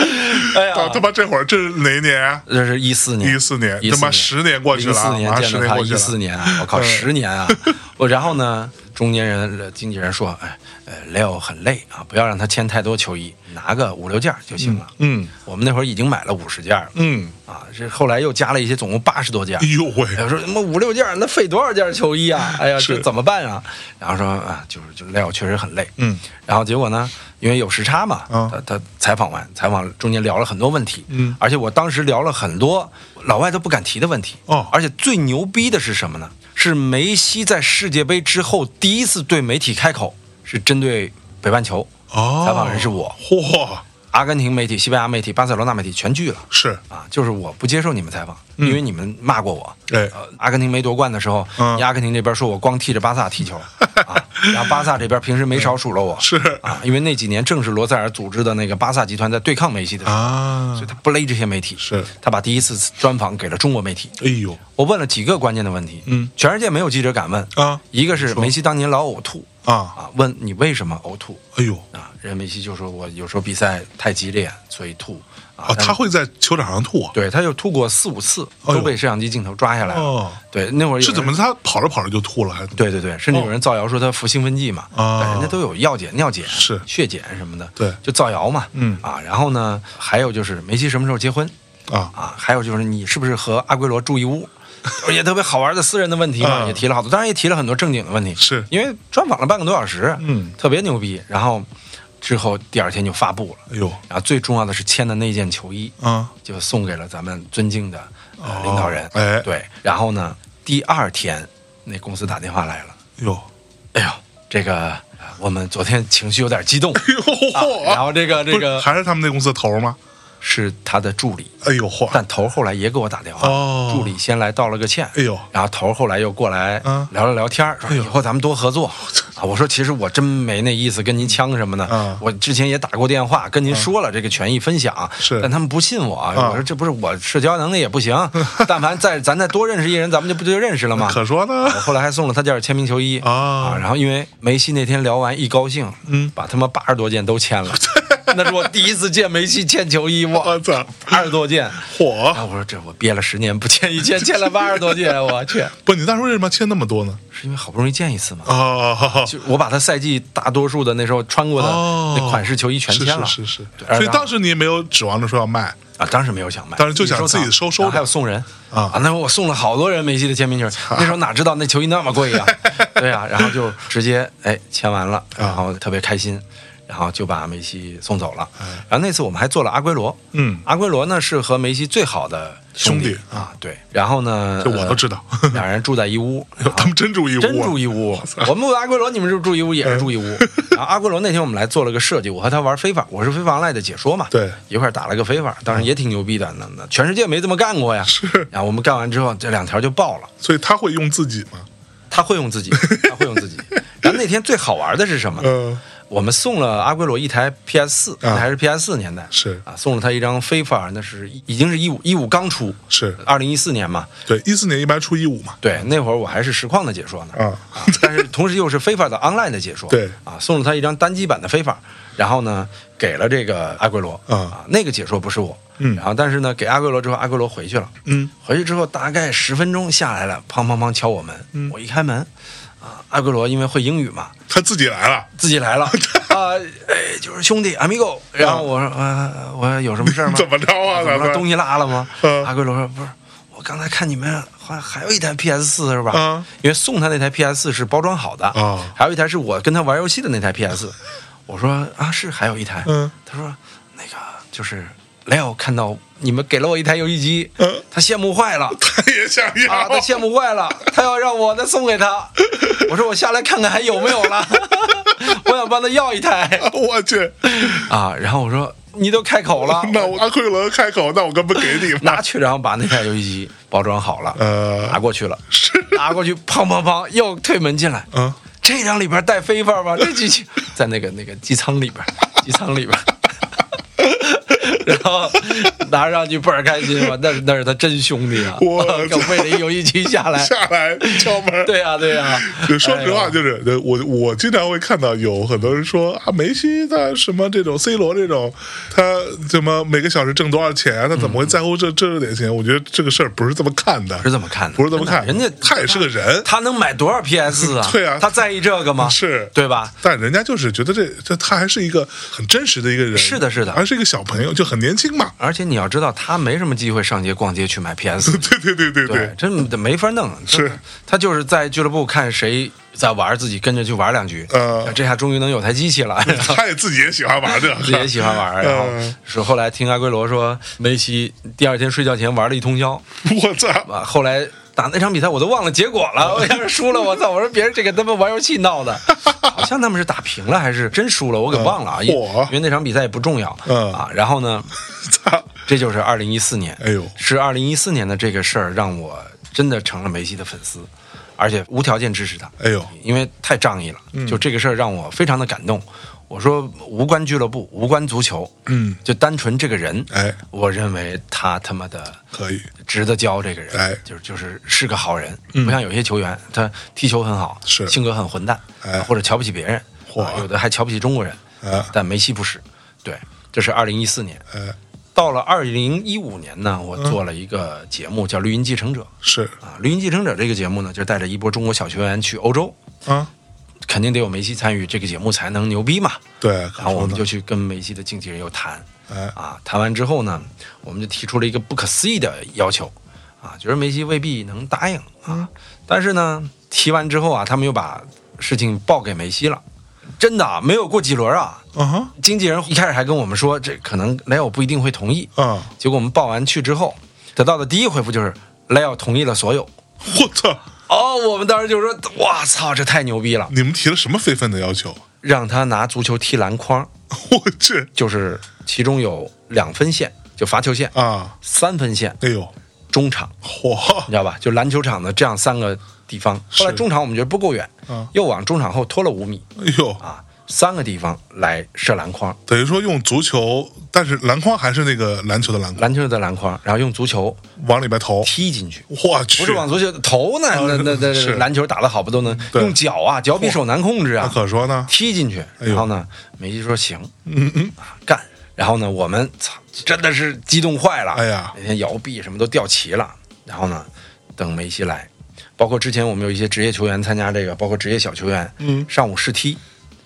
Speaker 2: 到
Speaker 1: 呀
Speaker 2: 啊他，妈这会儿这是哪一年啊？
Speaker 1: 这是一四年，
Speaker 2: 一四年，
Speaker 1: 14
Speaker 2: 他妈十年过去了啊，
Speaker 1: 零四年
Speaker 2: 啊
Speaker 1: 见
Speaker 2: 十
Speaker 1: 到
Speaker 2: 年
Speaker 1: 他，
Speaker 2: 过去
Speaker 1: 一
Speaker 2: 了，嗯
Speaker 1: 四年啊，我靠，十年啊！ 我然后呢，中间人呃经纪人说，哎，呃，Leo 很累啊，不要让他签太多球衣，拿个五六件儿就行了。
Speaker 2: 嗯，
Speaker 1: 我们那会儿已经买了五十件儿了，
Speaker 2: 嗯，
Speaker 1: 啊，这后来又加了一些，总共八十多件儿
Speaker 2: 哎。呦喂，
Speaker 1: 我说他妈五六件儿，那费多少件儿球衣啊？哎呀，
Speaker 2: 是
Speaker 1: 这怎么办啊？然后说啊，就是就 Leo 确实很累，
Speaker 2: 嗯，
Speaker 1: 然后结果呢，因为有时差嘛，
Speaker 2: 嗯
Speaker 1: 他他采访完，采访中间聊了很多问题，
Speaker 2: 嗯
Speaker 1: 而且我当时聊了很多老外都不敢提的问题，
Speaker 2: 哦
Speaker 1: 而且最牛逼的是什么呢？是梅西在世界杯之后第一次对媒体开口，是针对北半球，
Speaker 2: 哦，
Speaker 1: 采访人是我，
Speaker 2: 嚯，
Speaker 1: 阿根廷媒体、西班牙媒体、巴塞罗那媒体全拒了。
Speaker 2: 是，
Speaker 1: 啊，就是我不接受你们采访，
Speaker 2: 嗯
Speaker 1: 因为你们骂过我。
Speaker 2: 哎
Speaker 1: 呃，阿根廷没夺冠的时候，
Speaker 2: 嗯
Speaker 1: 你阿根廷这边说我光替着巴萨 踢球，啊，然后巴萨这边平时没少数落我，
Speaker 2: 嗯是
Speaker 1: 啊，因为那几年正是罗塞尔组织的那个巴萨集团在对抗梅西的时候，
Speaker 2: 啊
Speaker 1: 所以他不勒这些媒体，
Speaker 2: 是
Speaker 1: 他把第一次专访给了中国媒体。
Speaker 2: 哎呦，
Speaker 1: 我问了几个关键的问题，
Speaker 2: 嗯，
Speaker 1: 全世界没有记者敢问
Speaker 2: 啊
Speaker 1: 一个是梅西当年老呕吐
Speaker 2: 啊，
Speaker 1: 问你为什么呕吐
Speaker 2: 哎呦，
Speaker 1: 啊，人梅西就说我有时候比赛太激烈，所以吐啊
Speaker 2: 哦，，
Speaker 1: 但
Speaker 2: 他会在球场上吐啊？
Speaker 1: 对，他就吐过四五次，
Speaker 2: 哎呦
Speaker 1: 都被摄像机镜头抓下来了。
Speaker 2: 哦
Speaker 1: 对，那会儿有人
Speaker 2: 是怎么？他跑着跑着就吐了，还
Speaker 1: 对对对，甚至有人造谣说他服兴奋剂嘛，
Speaker 2: 哦
Speaker 1: 但人家都有药检、尿检、
Speaker 2: 是
Speaker 1: 血检什么的，
Speaker 2: 对
Speaker 1: 就造谣嘛。
Speaker 2: 嗯
Speaker 1: 啊，然后呢，还有就是梅西什么时候结婚
Speaker 2: 啊？
Speaker 1: 啊？还有就是你是不是和阿圭罗住一屋？ 也特别好玩的私人的问题嘛，
Speaker 2: 嗯
Speaker 1: 也提了好多，当然也提了很多正经的问题，
Speaker 2: 是
Speaker 1: 因为专访了半个多小时，
Speaker 2: 嗯
Speaker 1: 特别牛逼。然后之后第二天就发布了，
Speaker 2: 哎呦，
Speaker 1: 然后最重要的是签的那件球衣，
Speaker 2: 啊，
Speaker 1: 就送给了咱们尊敬的、呃
Speaker 2: 哦、
Speaker 1: 领导人。
Speaker 2: 哎
Speaker 1: 对，然后呢，第二天那公司打电话来了，
Speaker 2: 哎呦，
Speaker 1: 哎呦，这个呃我们昨天情绪有点激动。
Speaker 2: 哎呦，
Speaker 1: 啊、然后这个
Speaker 2: 不
Speaker 1: 这
Speaker 2: 是
Speaker 1: 个
Speaker 2: 还是他们那公司的头儿吗？
Speaker 1: 是他的助理，
Speaker 2: 哎呦嚯，
Speaker 1: 但头后来也给我打电话，
Speaker 2: 哦
Speaker 1: 助理先来道了个歉，
Speaker 2: 哎呦
Speaker 1: 然后头后来又过来
Speaker 2: 啊
Speaker 1: 聊了聊天儿，说
Speaker 2: 呦
Speaker 1: 以后咱们多合作啊。我说其实我真没那意思跟您呛什么
Speaker 2: 啊
Speaker 1: 的，我之前也打过电话跟您说了这个权益分享，
Speaker 2: 是啊
Speaker 1: 但他们不信我，我说这不是我社交能力也不 行，但凡再咱再多认识一人，咱们就不就认识了吗？
Speaker 2: 可说呢，
Speaker 1: 我后来还送了他件签名球衣
Speaker 2: 啊
Speaker 1: 然后因为梅西那天聊完一高兴，
Speaker 2: 嗯
Speaker 1: 把他妈八十多件都签了，那是我第一次见梅西签球衣，我
Speaker 2: 我操，
Speaker 1: 八十多件。
Speaker 2: 哦
Speaker 1: 然
Speaker 2: 嚯！
Speaker 1: 后我说这我憋了十年不签一件，签了八十多件，我去，
Speaker 2: 不，你当时为什么签那么多呢？
Speaker 1: 是因为好不容易见一次嘛。
Speaker 2: 哦，好好
Speaker 1: 就我把他赛季大多数的那时候穿过的
Speaker 2: 哦
Speaker 1: 那款式球衣全
Speaker 2: 是
Speaker 1: 签了，
Speaker 2: 是是是，
Speaker 1: 对
Speaker 2: 所以
Speaker 1: 然后
Speaker 2: 当时你也没有指望着说要卖，
Speaker 1: 啊，当时没有想卖，
Speaker 2: 当时就想自己
Speaker 1: 一
Speaker 2: 收
Speaker 1: 藏
Speaker 2: 收
Speaker 1: 然后还
Speaker 2: 着
Speaker 1: 有送人
Speaker 2: 啊
Speaker 1: 那会儿我送了好多人梅西的签名球，那时候哪知道那球衣那么 贵呀、对呀、然后就直接哎签完
Speaker 2: 啊
Speaker 1: 了，然后特别开心。然后就把梅西送走了。然后那次我们还做了阿圭罗，
Speaker 2: 哎嗯
Speaker 1: 阿圭罗呢是和梅西最好的弟
Speaker 2: 兄弟
Speaker 1: 啊，对。然后呢，
Speaker 2: 这我都
Speaker 1: 呃
Speaker 2: 知道。
Speaker 1: 两人住在一屋，然后
Speaker 2: 他们真住一屋啊，
Speaker 1: 真住一屋。我们住阿圭罗，你们是住一屋，也是住一 屋。然后阿圭罗那天我们来做了个设计，我和他玩非法，我是非法 online 的解说嘛，
Speaker 2: 对
Speaker 1: 一块儿打了个非法，当时也挺牛逼的，那那全世界没这么干过呀。
Speaker 2: 是
Speaker 1: 然后我们干完之后，这两条就爆 了。
Speaker 2: 所以他会用自己吗？
Speaker 1: 他会用自己，他会用自己。然后那天最好玩的是什么呢？
Speaker 2: 嗯啊
Speaker 1: 我们送了阿圭罗一台 PS 四、那还是 PS 四年代，
Speaker 2: 是
Speaker 1: 啊，送了他一张非法，那是已经是一五一五刚出，
Speaker 2: 是
Speaker 1: 二零一四年嘛，
Speaker 2: 对，一四年一般出一五嘛，
Speaker 1: 对，那会儿我还是实况的解说呢，
Speaker 2: 啊
Speaker 1: 但是同时又是非法的 online 的解说，
Speaker 2: 对
Speaker 1: 啊，送了他一张单机版的非法，然后呢给了这个阿圭罗，
Speaker 2: 啊
Speaker 1: 那个解说不是我，
Speaker 2: 嗯
Speaker 1: 然后但是呢给阿圭罗之后，阿圭罗回去了，
Speaker 2: 嗯，
Speaker 1: 回去之后大概十分钟下来了，砰砰砰敲我门，
Speaker 2: 嗯
Speaker 1: 我一开门，啊，阿圭罗因为会英语嘛，
Speaker 2: 他自己来了，
Speaker 1: 自己来 了，啊，哎，就是兄弟，amigo，然后我说，呃，我说有什么事儿吗？
Speaker 2: 怎么着啊？
Speaker 1: 怎
Speaker 2: 咱
Speaker 1: 么了？
Speaker 2: 们
Speaker 1: 东西落了吗？
Speaker 2: 嗯
Speaker 1: 阿圭罗说不是，我刚才看你们好像还有一台 PS 四是吧？
Speaker 2: 嗯
Speaker 1: 因为送他那台 PS 四是包装好的，
Speaker 2: 哦
Speaker 1: 还有一台是我跟他玩游戏的那台 PS 四。我说啊，是还有一台。
Speaker 2: 嗯
Speaker 1: 他说那个就是雷欧看到你们给了我一台游戏机，
Speaker 2: 嗯
Speaker 1: 他羡慕坏了。
Speaker 2: 他也想要，
Speaker 1: 啊，他羡慕坏了，他要让我再送给他。我说我下来看看还有没有了， 我想帮他要一台
Speaker 2: 我去，
Speaker 1: 啊。然后我说你都开口 了，
Speaker 2: 那我阿奎罗开口，那我根本给你嘛，
Speaker 1: 拿去，然后把那台游戏 机包装好了，
Speaker 2: 呃
Speaker 1: 拿过去了，拿过去，砰砰砰，又推门进来，
Speaker 2: 嗯，
Speaker 1: 这张里边带飞范吗？ 这机器在那个那个机舱里边，机舱里边。 然后拿上去倍儿开心嘛，那是那是他真兄弟啊！
Speaker 2: 我
Speaker 1: 刚为了一游戏机下 来，
Speaker 2: 下来敲门，
Speaker 1: 对呀、对呀、
Speaker 2: 就说实
Speaker 1: 哎
Speaker 2: 话，
Speaker 1: 呦
Speaker 2: 就是呃我我经常会看到有很多人说啊，梅西的什么这种 C 罗这种，他怎么每个小时挣多少钱啊？他怎么会在乎这这点钱？我觉得这个事儿不是这么看的，
Speaker 1: 嗯不是这么看的，
Speaker 2: 不是这么看的，
Speaker 1: 人家
Speaker 2: 他也是个人，
Speaker 1: 他能买多少 PS 啊？
Speaker 2: 对啊
Speaker 1: 他在意这个吗？
Speaker 2: 是
Speaker 1: 对吧？
Speaker 2: 但人家就是觉得这这他还是一个很真实的一个人，
Speaker 1: 是的是的
Speaker 2: 还是一个小朋友，就很年轻嘛。
Speaker 1: 而且你要知道，他没什么机会上街逛街去买 PS，
Speaker 2: 对对对对
Speaker 1: 对，，真的没法弄。
Speaker 2: 是
Speaker 1: 他，他就是在俱乐部看谁在玩，自己跟着去玩两局。
Speaker 2: 呃
Speaker 1: 这下终于能有台机器了。 然后
Speaker 2: 他也自己也喜欢玩这个，
Speaker 1: 自己也喜欢玩，然后
Speaker 2: 嗯
Speaker 1: 是后来听阿圭罗说，梅西第二天睡觉前玩了一通宵，
Speaker 2: 我操，
Speaker 1: 啊，后来打那场比赛我都忘了结果了，我要是输了，我操！我说别人这个他妈玩游戏闹的，好像他们是打平了还是真输了，我给忘了啊，
Speaker 2: 嗯
Speaker 1: 因
Speaker 2: 嚯
Speaker 1: 因为那场比赛也不重要，
Speaker 2: 嗯
Speaker 1: 啊，然后呢，
Speaker 2: 操，
Speaker 1: 这就是二零一四年，
Speaker 2: 哎呦
Speaker 1: 是二零一四年的这个事儿让我真的成了梅西的粉丝，而且无条件支持他，
Speaker 2: 哎呦嗯
Speaker 1: 因为太仗义了，就这个事儿让我非常的感动。我说无关俱乐部，无关足球，
Speaker 2: 嗯，
Speaker 1: 就单纯这个人，
Speaker 2: 哎，
Speaker 1: 我认为他他妈的
Speaker 2: 可以，
Speaker 1: 值得教这个人，
Speaker 2: 哎嗯
Speaker 1: 就是就是是个好人，不像有些球员，他踢球很好，
Speaker 2: 是
Speaker 1: 性格很混蛋，
Speaker 2: 哎
Speaker 1: 或者瞧不起别人，
Speaker 2: 嚯
Speaker 1: 啊有的还瞧不起中国人，
Speaker 2: 哎
Speaker 1: 但梅西不是，对，这是二零一四年，
Speaker 2: 呃，
Speaker 1: 到了二零一五年呢，我做了一个节目叫《绿茵继承者》
Speaker 2: 是
Speaker 1: 啊，《绿茵继承者》这个节目呢，就带着一波中国小球员去欧洲，
Speaker 2: 啊，
Speaker 1: 肯定得有梅西参与，这个节目才能牛逼嘛，
Speaker 2: 对，可
Speaker 1: 然后我
Speaker 2: 说呢
Speaker 1: 们就去跟梅西的经纪人又谈，
Speaker 2: 哎
Speaker 1: 啊，谈完之后呢，我们就提出了一个不可思议的要求，啊，觉得梅西未必能答应啊，但是呢，提完之后啊，他们又把事情报给梅西了，真的啊没有过几轮啊，
Speaker 2: 啊哈
Speaker 1: 经纪人一开始还跟我们说，这可能莱奥不一定会同意，
Speaker 2: 啊，
Speaker 1: 结果我们报完去之后，得到的第一回复就是莱奥同意了所有，
Speaker 2: 我操，
Speaker 1: 哦，我们当时就说，哇操，这太牛逼了，
Speaker 2: 你们提了什么非分的要求？
Speaker 1: 让他拿足球踢篮筐。
Speaker 2: 我去，
Speaker 1: 就是其中有两分线，就罚球线、
Speaker 2: 啊，
Speaker 1: 三分线、
Speaker 2: 哎呦，
Speaker 1: 中场，
Speaker 2: 嚯
Speaker 1: 你，知道吧？就篮球场的这样三个地方。后来
Speaker 2: 是
Speaker 1: 中场我们觉得不够远
Speaker 2: 嗯，
Speaker 1: 又往中场后拖了五米
Speaker 2: 哎呦，
Speaker 1: 啊，三个地方来射篮筐，
Speaker 2: 等于说用足球，但是篮筐还是那个篮球的篮筐，
Speaker 1: 篮球的篮筐，然后用足球
Speaker 2: 往里边投，
Speaker 1: 踢进去。
Speaker 2: 我去，
Speaker 1: 不是往足球头呢，那那那
Speaker 2: 是
Speaker 1: 篮球打得好不都能
Speaker 2: 对
Speaker 1: 用脚啊？脚比手难控制
Speaker 2: 那
Speaker 1: 啊，
Speaker 2: 可说呢，
Speaker 1: 踢进去。
Speaker 2: 哎呦
Speaker 1: 然后呢，梅西说行，
Speaker 2: 嗯嗯，
Speaker 1: 干。然后呢，我们操，真的是激动坏了。
Speaker 2: 哎呀
Speaker 1: 那天摇臂什么都掉齐了。然后呢，等梅西来，包括之前我们有一些职业球员参加这个，包括职业小球员，
Speaker 2: 嗯
Speaker 1: 上午试踢，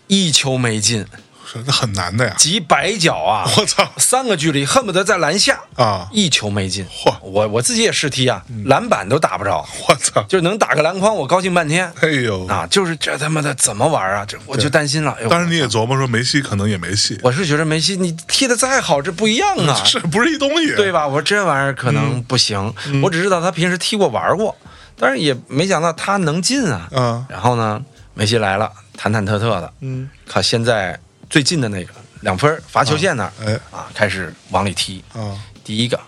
Speaker 1: 一球没进，
Speaker 2: 是那很难的呀，
Speaker 1: 几百脚啊，
Speaker 2: 我操
Speaker 1: 三个距离恨不得在篮下，
Speaker 2: 啊，
Speaker 1: 一球没进。
Speaker 2: 嚯嗯
Speaker 1: 我我自己也试踢啊，篮板都打不着，
Speaker 2: 我操，
Speaker 1: 就是能打个篮筐，我高兴半天。
Speaker 2: 哎呦，
Speaker 1: 啊，就是这他妈的怎么玩啊？这我就担心了。哎呦，
Speaker 2: 当时你也琢磨说梅西可能也没戏，
Speaker 1: 我是觉得梅西你踢的再好，这不一样啊。
Speaker 2: 嗯是嗯不是一东西？
Speaker 1: 对吧？我说这玩意儿可能不行，我只知道他平时踢过玩过，但是也没想到他能进啊。
Speaker 2: 啊，
Speaker 1: 然后呢，梅西来了，忐忐忑忑的，
Speaker 2: 嗯，
Speaker 1: 靠现在最近的那个两分儿罚球线那儿，
Speaker 2: 哎
Speaker 1: 啊，开始往里踢，
Speaker 2: 啊，
Speaker 1: 第一个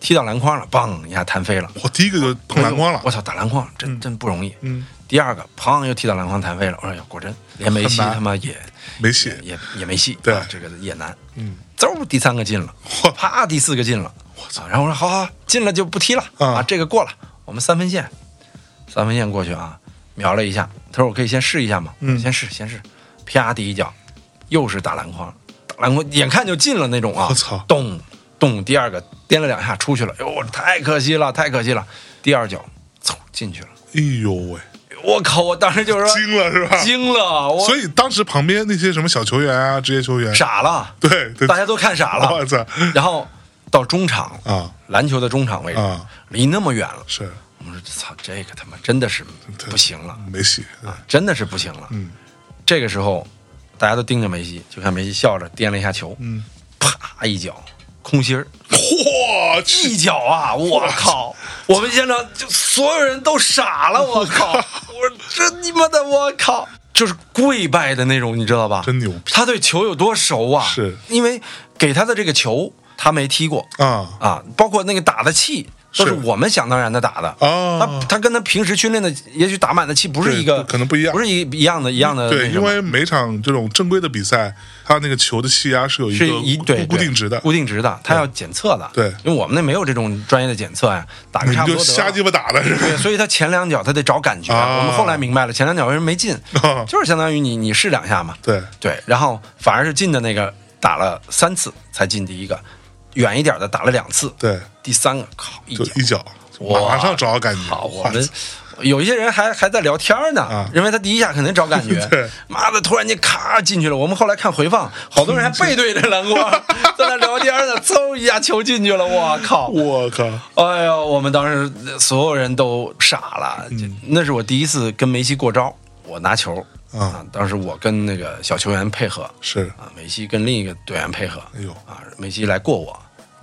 Speaker 1: 踢到篮筐了，砰一下弹飞了，
Speaker 2: 我第一个就碰篮筐了
Speaker 1: 我，操，打篮筐真真不容易。
Speaker 2: 嗯，
Speaker 1: 第二个，砰又踢到篮筐弹飞了，我说哎呀，果真连梅西
Speaker 2: 很难
Speaker 1: 他妈也
Speaker 2: 没戏，
Speaker 1: 也也没戏，
Speaker 2: 对
Speaker 1: 啊这个也难。
Speaker 2: 嗯，
Speaker 1: 邹第三个进了，
Speaker 2: 嚯
Speaker 1: 啪第四个进了，我操！然后我说好好，进了就不踢了
Speaker 2: 啊
Speaker 1: 啊，这个过了，我们三分线，三分线过去啊，瞄了一下，他说我可以先试一下嘛，
Speaker 2: 嗯
Speaker 1: 先试先试，啪第一脚，又是打篮筐，打篮筐眼看就进了那种啊，
Speaker 2: 我操
Speaker 1: 咚咚，第二个颠了两下出去了，哟，太可惜了，太可惜了，第二脚，嗖进去了，
Speaker 2: 哎呦喂，
Speaker 1: 我靠！我当时就是说
Speaker 2: 惊了是吧？
Speaker 1: 惊了，我
Speaker 2: 所以当时旁边那些什么小球员啊、职业球员，
Speaker 1: 傻了，
Speaker 2: 对对，
Speaker 1: 大家都看傻了
Speaker 2: 我，操
Speaker 1: 然后到中场
Speaker 2: 啊
Speaker 1: 篮球的中场位置，
Speaker 2: 啊
Speaker 1: 离那么远了，
Speaker 2: 是
Speaker 1: 我们说操，这个他妈真的是
Speaker 2: 对
Speaker 1: 不行了，
Speaker 2: 没戏，
Speaker 1: 真的是不行了。
Speaker 2: 嗯
Speaker 1: 这个时候，大家都盯着梅西，就看梅西笑着颠了一下球，
Speaker 2: 嗯，
Speaker 1: 啪一脚空心儿，
Speaker 2: 嚯去
Speaker 1: 一脚啊！我靠！我们现场就所有人都傻了，我 靠！我说这你妈的，我靠！就是跪拜的那种，你知道吧？
Speaker 2: 真牛逼
Speaker 1: 他对球有多熟啊？
Speaker 2: 是
Speaker 1: 因为给他的这个球，他没踢过，
Speaker 2: 啊！
Speaker 1: 啊，包括那个打的气都是
Speaker 2: 是
Speaker 1: 我们想当然的打的。他
Speaker 2: 啊，
Speaker 1: 他跟他平时训练的，也许打满的气不是
Speaker 2: 对
Speaker 1: 一个，
Speaker 2: 不可能不一样
Speaker 1: 不是一一样的，一样的呃那
Speaker 2: 对，
Speaker 1: 什
Speaker 2: 因
Speaker 1: 么。
Speaker 2: 为每场这种正规的比赛，他那个球的气压是有一
Speaker 1: 是
Speaker 2: 个
Speaker 1: 一对对
Speaker 2: 固固定值的，
Speaker 1: 固定值的，他要检测的。
Speaker 2: 对
Speaker 1: 因为我们那没有这种专业的检测呀，打个
Speaker 2: 你
Speaker 1: 差不
Speaker 2: 就
Speaker 1: 多得
Speaker 2: 瞎
Speaker 1: 了
Speaker 2: 鸡。巴打的是吧？
Speaker 1: 对，所以他前两脚他得找感觉。
Speaker 2: 啊
Speaker 1: 我们后来明白了，前两脚为什么没进，
Speaker 2: 啊
Speaker 1: 就是相当于你你试两下嘛。
Speaker 2: 对，
Speaker 1: 对，然后反而是进的那个打了三次才进第一个，远一点的打了两次，
Speaker 2: 对，
Speaker 1: 第三个靠一
Speaker 2: 就
Speaker 1: 脚。
Speaker 2: 一脚，
Speaker 1: 哇
Speaker 2: 马上找到感觉。
Speaker 1: 好，我
Speaker 2: 哇
Speaker 1: 们有一些人还还在聊天呢，
Speaker 2: 啊
Speaker 1: 认为他第一下肯定找感觉
Speaker 2: 对，
Speaker 1: 妈的，突然间咔进去了。我们后来看回放，好多人还背对着篮 筐在那聊天呢，嗖一下球进去了，我靠！
Speaker 2: 我靠，
Speaker 1: 哎呦，我们当时所有人都傻了，这那是我第一次跟梅西过招，我拿球
Speaker 2: 嗯啊，
Speaker 1: 当时我跟那个小球员配合
Speaker 2: 是，
Speaker 1: 啊，梅西跟另一个队员配合，
Speaker 2: 哎呦，
Speaker 1: 啊，梅西来过我，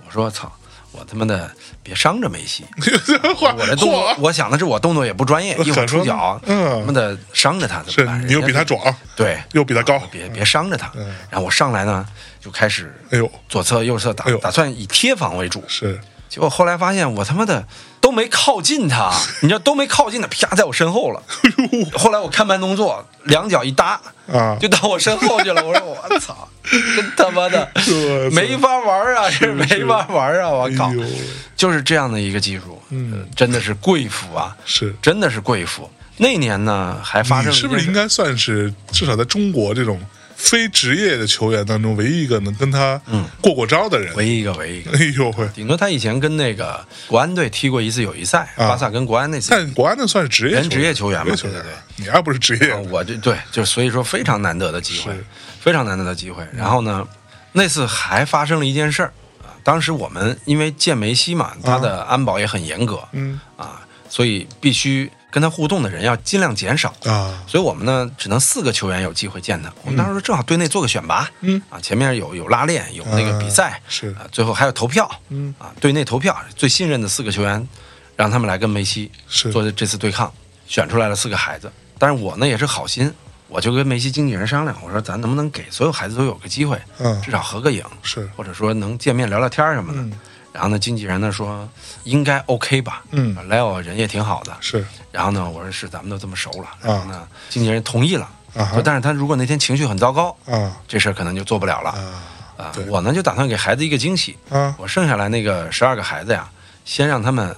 Speaker 1: 我说操，我他妈的别伤着梅西。
Speaker 2: 嚯
Speaker 1: 我这动作，
Speaker 2: 嚯，
Speaker 1: 我想的是我动作也不专业，一会儿出脚，
Speaker 2: 可说呢嗯
Speaker 1: 他妈的伤着他怎
Speaker 2: 是
Speaker 1: 么办？
Speaker 2: 你又比他嗯
Speaker 1: 人家
Speaker 2: 壮，
Speaker 1: 对，
Speaker 2: 又比他高，
Speaker 1: 别别伤着他。然后我上来呢，就开始
Speaker 2: 哎呦，
Speaker 1: 左侧右侧打
Speaker 2: 哎呦，
Speaker 1: 打算以贴防为主。
Speaker 2: 是
Speaker 1: 结果后来发现我他妈的都没靠近他，你知道都没靠近他，啪在我身后了。
Speaker 2: 哎
Speaker 1: 后来我看慢动作，两脚一搭，
Speaker 2: 啊，
Speaker 1: 就到我身后去了。我说我操，真他妈 的
Speaker 2: 我操
Speaker 1: 没法玩啊，这没法玩啊！我靠
Speaker 2: 哎呦喂，
Speaker 1: 就是这样的一个技术，嗯，真的是贵妇啊，
Speaker 2: 是。
Speaker 1: 真的是贵妇。那年呢，还发生
Speaker 2: 你
Speaker 1: 了一
Speaker 2: 是不是
Speaker 1: 件
Speaker 2: 应该算是至少在中国这种非职业的球员当中唯一一个能跟他
Speaker 1: 嗯
Speaker 2: 过过招的人？
Speaker 1: 唯一一个唯一一个？
Speaker 2: 哎呦喂！
Speaker 1: 顶多他以前跟那个国安队踢过一次友谊赛，
Speaker 2: 啊
Speaker 1: 巴萨跟国安那次。
Speaker 2: 但国安那算是职业
Speaker 1: 人职业球员嘛
Speaker 2: 职业球
Speaker 1: 对对对
Speaker 2: 你还不是职业
Speaker 1: 啊我这对，就所以说非常难得的机会
Speaker 2: 是，
Speaker 1: 非常难得的机会。然后呢，那次还发生了一件事儿啊，当时我们因为见梅西嘛，他的安保也很严格，
Speaker 2: 啊嗯
Speaker 1: 啊，所以必须跟他互动的人要尽量减少。
Speaker 2: 啊？
Speaker 1: 所以我们呢，只能四个球员有机会见他。我们当
Speaker 2: 嗯
Speaker 1: 时说正好队内做个选拔，嗯啊，前面有有拉练，有那个比赛，
Speaker 2: 嗯是
Speaker 1: 啊，最后还有投票，
Speaker 2: 嗯
Speaker 1: 啊，队内投票最信任的四个球员，让他们来跟梅西
Speaker 2: 是
Speaker 1: 做这次对抗，选出来了四个孩子。但是我呢也是好心，我就跟梅西经纪人商量，我说咱能不能给所有孩子都有个机会，
Speaker 2: 嗯
Speaker 1: 至少合个影，
Speaker 2: 是
Speaker 1: 或者说能见面聊聊天儿什么的。然后呢，经纪人呢说应该 OK 吧，啊
Speaker 2: 嗯
Speaker 1: ，Leo 人也挺好的，
Speaker 2: 是
Speaker 1: 然后呢，我说是，咱们都这么熟了，然后呢，经纪人同意了，
Speaker 2: 啊哈
Speaker 1: 说但是他如果那天情绪很糟糕，
Speaker 2: 啊
Speaker 1: 这事儿可能就做不了了
Speaker 2: 啊
Speaker 1: 啊
Speaker 2: 对。
Speaker 1: 我呢就打算给孩子一个惊喜，
Speaker 2: 啊
Speaker 1: 我剩下来那个十二个孩子呀，先让他们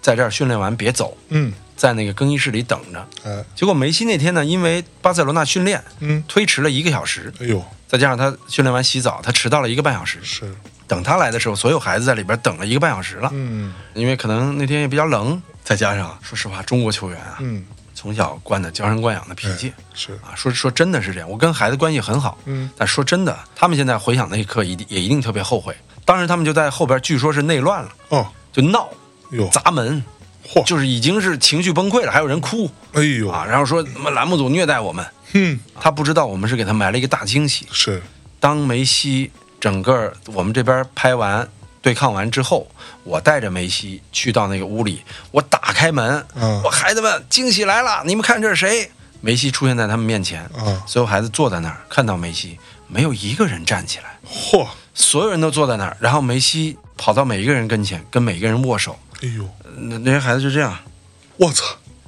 Speaker 1: 在这儿训练完别走，
Speaker 2: 嗯
Speaker 1: 在那个更衣室里等着。
Speaker 2: 哎
Speaker 1: 结果梅西那天呢，因为巴塞罗那训练
Speaker 2: 嗯
Speaker 1: 推迟了一个小时，
Speaker 2: 哎呦
Speaker 1: 再加上他训练完洗澡，他迟到了一个半小时。
Speaker 2: 是
Speaker 1: 等他来的时候，所有孩子在里边等了一个半小时了，
Speaker 2: 嗯
Speaker 1: 因为可能那天也比较冷，再加上说实话，中国球员啊，
Speaker 2: 嗯哎
Speaker 1: 从小惯的娇生惯养的脾气
Speaker 2: 是
Speaker 1: 啊，说说真的是这样。我跟孩子关系很好，
Speaker 2: 嗯
Speaker 1: 但说真的，他们现在回想那一刻，一定也一定特别后悔。当时他们就在后边，据说是内乱了，
Speaker 2: 哦
Speaker 1: 就闹
Speaker 2: 哟
Speaker 1: 砸门，
Speaker 2: 嚯
Speaker 1: 就是已经是情绪崩溃了，还有人哭
Speaker 2: 哎呦
Speaker 1: 啊，然后说什么栏目组虐待我们，
Speaker 2: 嗯
Speaker 1: 他不知道我们是给他埋了一个大惊喜。
Speaker 2: 是
Speaker 1: 当梅西整个我们这边拍完对抗完之后，我带着梅西去到那个屋里，我打开门，
Speaker 2: 嗯
Speaker 1: 我孩子们惊喜来了，你们看这是谁？梅西出现在他们面前，
Speaker 2: 嗯
Speaker 1: 所有孩子坐在那儿，看到梅西，没有一个人站起来，
Speaker 2: 嚯
Speaker 1: 所有人都坐在那儿，然后梅西跑到每一个人跟前，跟每一个人握手，
Speaker 2: 哎呦
Speaker 1: 那那些孩子就这样，
Speaker 2: 我操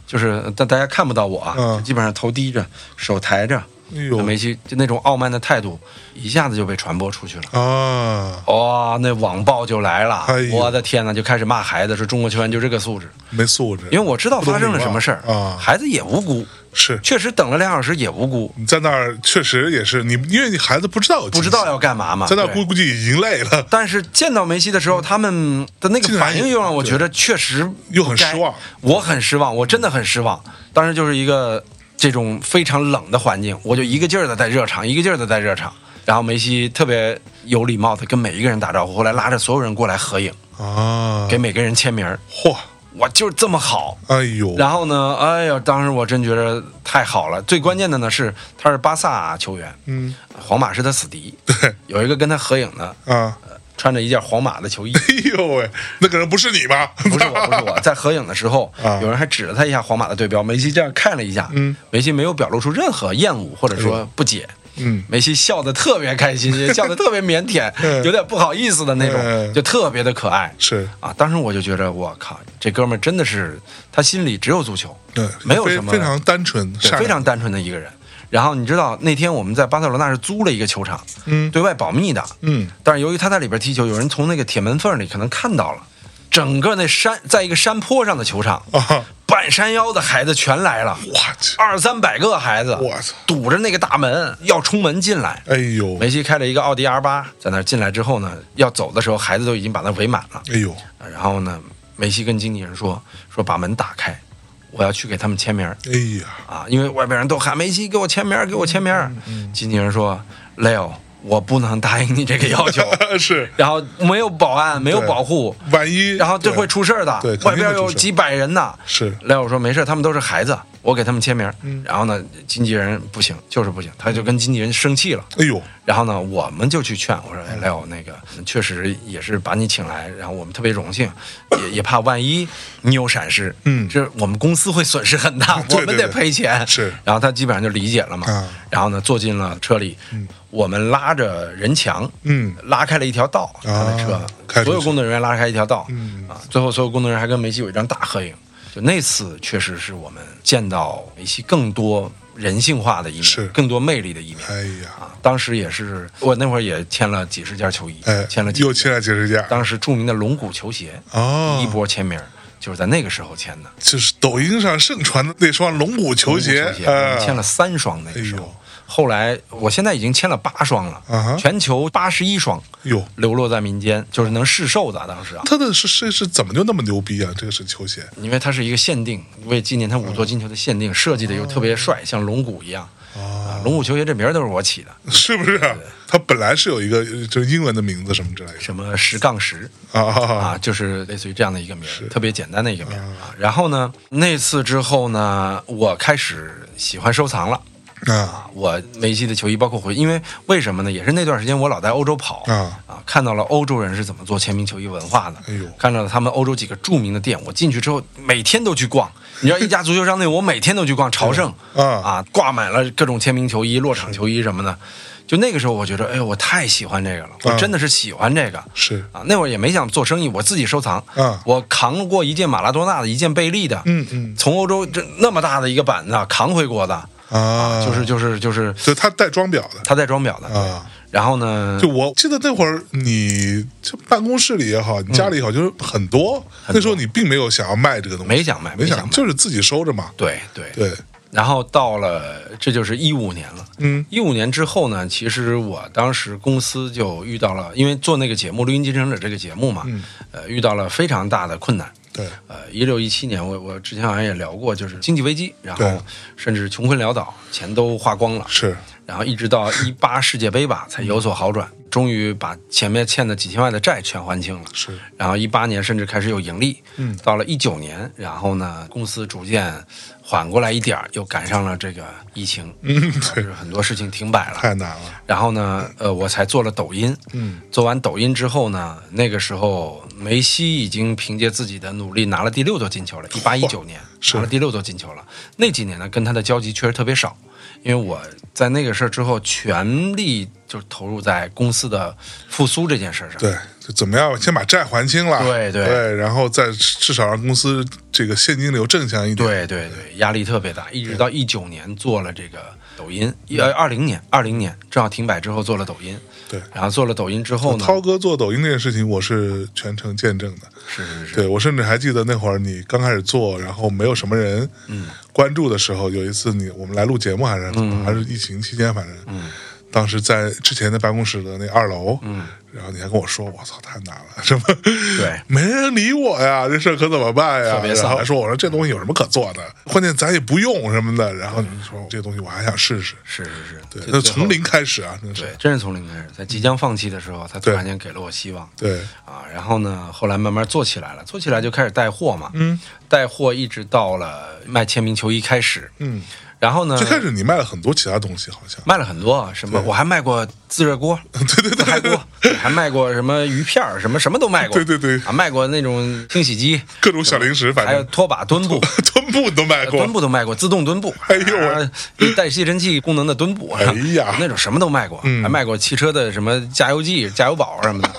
Speaker 1: 就是但大家看不到我啊，
Speaker 2: 嗯
Speaker 1: 就基本上头低着，手抬着，
Speaker 2: 哎呦
Speaker 1: 梅西就那种傲慢的态度，一下子就被传播出去了。
Speaker 2: 啊
Speaker 1: 哇、那网暴就来了！
Speaker 2: 哎呦
Speaker 1: 我的天哪，就开始骂孩子，说中国球员就这个素质。
Speaker 2: 没素质
Speaker 1: 因为我知道发生了什么事儿
Speaker 2: 不懂礼貌啊
Speaker 1: 孩子也无辜，
Speaker 2: 是
Speaker 1: 确实等了两小时也无辜，
Speaker 2: 你在那儿确实也是你因为你孩子不知道有
Speaker 1: 不知
Speaker 2: 惊喜
Speaker 1: 道要干嘛嘛。
Speaker 2: 在那
Speaker 1: 对
Speaker 2: 估估计已经累了
Speaker 1: 但是见到梅西的时候，他们的那个
Speaker 2: 竟然
Speaker 1: 反应又让我
Speaker 2: 对
Speaker 1: 觉得确实
Speaker 2: 又很
Speaker 1: 不该
Speaker 2: 失望，
Speaker 1: 我很失望，我真的很失望。当时就是一个这种非常冷的环境，我就一个劲儿的在热场，一个劲儿的在热场。然后梅西特别有礼貌的跟每一个人打招呼，后来拉着所有人过来合影，
Speaker 2: 啊
Speaker 1: 给每个人签名儿。
Speaker 2: 嚯
Speaker 1: 我就是这么好。
Speaker 2: 哎呦
Speaker 1: 然后呢，哎呀，当时我真觉得太好了。最关键的呢是，他是巴萨球员，
Speaker 2: 嗯
Speaker 1: 皇马是他死敌，
Speaker 2: 对
Speaker 1: 有一个跟他合影的，呃
Speaker 2: 啊
Speaker 1: 穿着一件皇马的球衣。
Speaker 2: 哎呦喂那个人不是你吧
Speaker 1: 不是我，不是我，在合影的时候
Speaker 2: 啊，
Speaker 1: 有人还指了他一下皇马的对标，梅西这样看了一下，
Speaker 2: 嗯哎
Speaker 1: 梅西没有表露出任何厌恶或者说不解，
Speaker 2: 嗯
Speaker 1: 梅西笑得特别开心， 也笑得特别腼腆，
Speaker 2: 嗯
Speaker 1: 有点不好意思的那种，
Speaker 2: 嗯
Speaker 1: 就特别的可爱。
Speaker 2: 是
Speaker 1: 啊，当时我就觉得，我靠，这哥们儿真的是他心里只有足球，
Speaker 2: 对
Speaker 1: 没有
Speaker 2: 非
Speaker 1: 什么
Speaker 2: 非常单纯
Speaker 1: 对，
Speaker 2: 善良
Speaker 1: 非常单纯的一个人。然后你知道那天我们在巴塞罗那是租了一个球场，
Speaker 2: 嗯
Speaker 1: 对外保密的，
Speaker 2: 嗯
Speaker 1: 但是由于他在里边踢球，有人从那个铁门缝里可能看到了，整个那山在一个山坡上的球场，
Speaker 2: 啊
Speaker 1: 半山腰的孩子全来了，
Speaker 2: 我去
Speaker 1: 二三百个孩子，
Speaker 2: 我操
Speaker 1: 堵着那个大门要冲门进来。
Speaker 2: 哎呦
Speaker 1: 梅西开了一个奥迪 R 八，在那儿进来之后呢，要走的时候，孩子都已经把他围满了。
Speaker 2: 哎呦
Speaker 1: 然后呢，梅西跟经纪人说：“说把门打开，我要去给他们签名儿
Speaker 2: 哎呀”
Speaker 1: 啊，因为外边人都喊梅西给我签名儿，给我签名儿。经纪人说：“Leo，我不能答应你这个要求。
Speaker 2: 是
Speaker 1: 然后没有保安，没有保护，
Speaker 2: 万一
Speaker 1: 然后这会出事儿的
Speaker 2: 对，肯定
Speaker 1: 外边
Speaker 2: 会
Speaker 1: 有
Speaker 2: 出事儿
Speaker 1: 几百人呢。
Speaker 2: 是嗯
Speaker 1: 来，我说没事，他们都是孩子，我给他们签名。然后呢，经纪人不行，就是不行，他就跟经纪人生气了。
Speaker 2: 哎呦
Speaker 1: 然后呢，我们就去劝我说：“哎，来，我那个确实也是把你请来，然后我们特别荣幸，也也怕万一你有闪失，
Speaker 2: 嗯
Speaker 1: 这我们公司会损失很大，
Speaker 2: 对
Speaker 1: 我们得赔钱。”
Speaker 2: 是
Speaker 1: 然后他基本上就理解了嘛。
Speaker 2: 啊
Speaker 1: 然后呢，坐进了车里，我们拉着人墙，
Speaker 2: 嗯
Speaker 1: 拉开了一条道，他的车，
Speaker 2: 啊开出去
Speaker 1: 所有工作人员拉开一条道，
Speaker 2: 嗯
Speaker 1: 啊，最后所有工作人员还跟梅西有一张大合影。就那次确实是我们见到梅西更多人性化的一面，
Speaker 2: 是
Speaker 1: 更多魅力的一面。
Speaker 2: 哎呀
Speaker 1: 啊，当时也是我那会儿也签了几十件球衣，
Speaker 2: 哎
Speaker 1: 签了几
Speaker 2: 又
Speaker 1: 十件
Speaker 2: 签了几十件
Speaker 1: 当时著名的龙骨球鞋，
Speaker 2: 哦
Speaker 1: 第一波签名儿就是在那个时候签的。
Speaker 2: 就是抖音上盛传的那双龙骨球鞋
Speaker 1: 龙骨球鞋，
Speaker 2: 啊
Speaker 1: 我们签了三双那个时
Speaker 2: 哎
Speaker 1: 候
Speaker 2: 呦。
Speaker 1: 后来，我现在已经签了八双了，
Speaker 2: 啊哈
Speaker 1: 全球八十一双
Speaker 2: 哟
Speaker 1: 流落在民间，就是能试售的。当时啊，
Speaker 2: 他的是是是怎么就那么牛逼啊？这个是球鞋
Speaker 1: 因为它是一个限定，为纪念他五座金球的限定，设计的又特
Speaker 2: 哦
Speaker 1: 别帅，像龙骨一样。啊，龙骨球鞋这名儿都是我起的，
Speaker 2: 是不是啊？它本来是有一个呃就是英文的名字什么之类的
Speaker 1: 什么十杠十，
Speaker 2: 啊
Speaker 1: 啊，就是类似于这样的一个名儿，特别简单的一个
Speaker 2: 嗯
Speaker 1: 名儿啊。然后呢，那次之后呢，我开始喜欢收藏了。
Speaker 2: 啊
Speaker 1: 我梅西的球衣，包括回，因为为什么呢？也是那段时间我老在欧洲跑
Speaker 2: 啊
Speaker 1: 看到了欧洲人是怎么做签名球衣文化的，
Speaker 2: 哎呦
Speaker 1: 看到了他们欧洲几个著名的店，我进去之后每天都去逛。你知道一家足球商店，我每天都去逛朝 圣
Speaker 2: 啊
Speaker 1: 挂满了各种签名球衣、落场球衣什么的。就那个时候，我觉得，哎呦，我太喜欢这个了，我
Speaker 2: 啊
Speaker 1: 真的是喜欢这个。
Speaker 2: 是
Speaker 1: 啊，那会儿也没想做生意，我自己收藏。
Speaker 2: 啊
Speaker 1: 我扛过一件马拉多纳的，一件贝利的，
Speaker 2: 嗯嗯
Speaker 1: 从欧洲这那么大的一个板子啊扛回国的，
Speaker 2: 啊，
Speaker 1: 就是就是就是
Speaker 2: 就他带装裱的
Speaker 1: 他带装裱的。
Speaker 2: 啊。
Speaker 1: 然后呢，
Speaker 2: 就我记得那会儿，你就办公室里也好，你家里也好，就是很多。那时候你并没有想要卖这个东
Speaker 1: 嗯
Speaker 2: 西，
Speaker 1: 没想卖
Speaker 2: 没
Speaker 1: 没想卖
Speaker 2: 就是自己收着嘛。
Speaker 1: 对对，
Speaker 2: 对，
Speaker 1: 然后到了这就是一五年了。
Speaker 2: 嗯
Speaker 1: 一五年之后呢，其实我当时公司就遇到了，因为做那个节目《录音继承者》这个节目嘛，
Speaker 2: 嗯
Speaker 1: 呃，遇到了非常大的困难。
Speaker 2: 对，
Speaker 1: 呃，一六一七年，我我之前好像也聊过，就是经济危机，然
Speaker 2: 对
Speaker 1: 后甚至穷困潦倒，钱都花光了，
Speaker 2: 是
Speaker 1: 然后一直到一八世界杯吧，才有所好转，终于把前面欠的几千万的债全还清了。
Speaker 2: 是，
Speaker 1: 然后一八年甚至开始有盈利，
Speaker 2: 嗯
Speaker 1: 到了一九年，然后呢，公司逐渐缓过来一点儿，又赶上了这个疫情，
Speaker 2: 嗯，
Speaker 1: 就
Speaker 2: 对
Speaker 1: 是，很多事情停摆了。
Speaker 2: 太难了，
Speaker 1: 然后呢，呃，我才做了抖音。
Speaker 2: 嗯
Speaker 1: 做完抖音之后呢，那个时候梅西已经凭借自己的努力拿了第六座进球了，一八一九年
Speaker 2: 是
Speaker 1: 拿了第六座进球了。那几年呢，跟他的交集确实特别少，因为我在那个事儿之后，全力就投入在公司的复苏这件事儿上。
Speaker 2: 对，就怎么样，先把债还清了，
Speaker 1: 对对
Speaker 2: 对，然后再至少让公司这个现金流正向一点，
Speaker 1: 对对对，压力特别大，一直到一九年做了这个抖音，一呃二零年二零年正好停摆之后做了抖音，
Speaker 2: 对
Speaker 1: 然后做了抖音之后呢，
Speaker 2: 涛哥做抖音这件事情，我是全程见证的。
Speaker 1: 是是是，
Speaker 2: 对我甚至还记得那会儿你刚开始做，然后没有什么人
Speaker 1: 嗯
Speaker 2: 关注的时候，有一次你我们来录节目还是怎么还是疫情期间，反正、
Speaker 1: 嗯
Speaker 2: 当时在之前的办公室的那二楼，然后你还跟我说：“我操，太难了，什么
Speaker 1: 对
Speaker 2: 没人理我呀，这事儿可怎么办呀？”
Speaker 1: 特别
Speaker 2: 然后
Speaker 1: 丧
Speaker 2: 还说：“我说这东西有什么可做的？关键咱也不用什么的。”然后你说：“这东西我还想试试。
Speaker 1: 是是是，”
Speaker 2: 对，
Speaker 1: 就
Speaker 2: 那
Speaker 1: 最后
Speaker 2: 从零开始啊，真是嗯
Speaker 1: 对，真是从零开始，在即将放弃的时候，他突
Speaker 2: 对
Speaker 1: 然间给了我希望。
Speaker 2: 对
Speaker 1: 啊，然后呢，后来慢慢做起来了，做起来就开始带货嘛，嗯，带货一直到了卖签名球衣开始，
Speaker 2: 嗯，
Speaker 1: 然后呢，
Speaker 2: 最开始你卖了很多其他东西，好像
Speaker 1: 卖了很多，什么我还卖过自热 锅，对对对，海锅，还卖过什么鱼片儿，什么什么都卖过，
Speaker 2: 对对对
Speaker 1: 啊，卖过那种清洗机，
Speaker 2: 各种小零食，反
Speaker 1: 还有
Speaker 2: 正
Speaker 1: 拖把、墩 布。
Speaker 2: 臀部都卖过
Speaker 1: 墩。布都卖过，自动墩布，
Speaker 2: 哎呦我
Speaker 1: 啊，带吸尘器功能的墩布，啊
Speaker 2: 哎呀嗯
Speaker 1: 那种什么都卖过，还卖过汽车的什么加油剂、加油宝什么 的。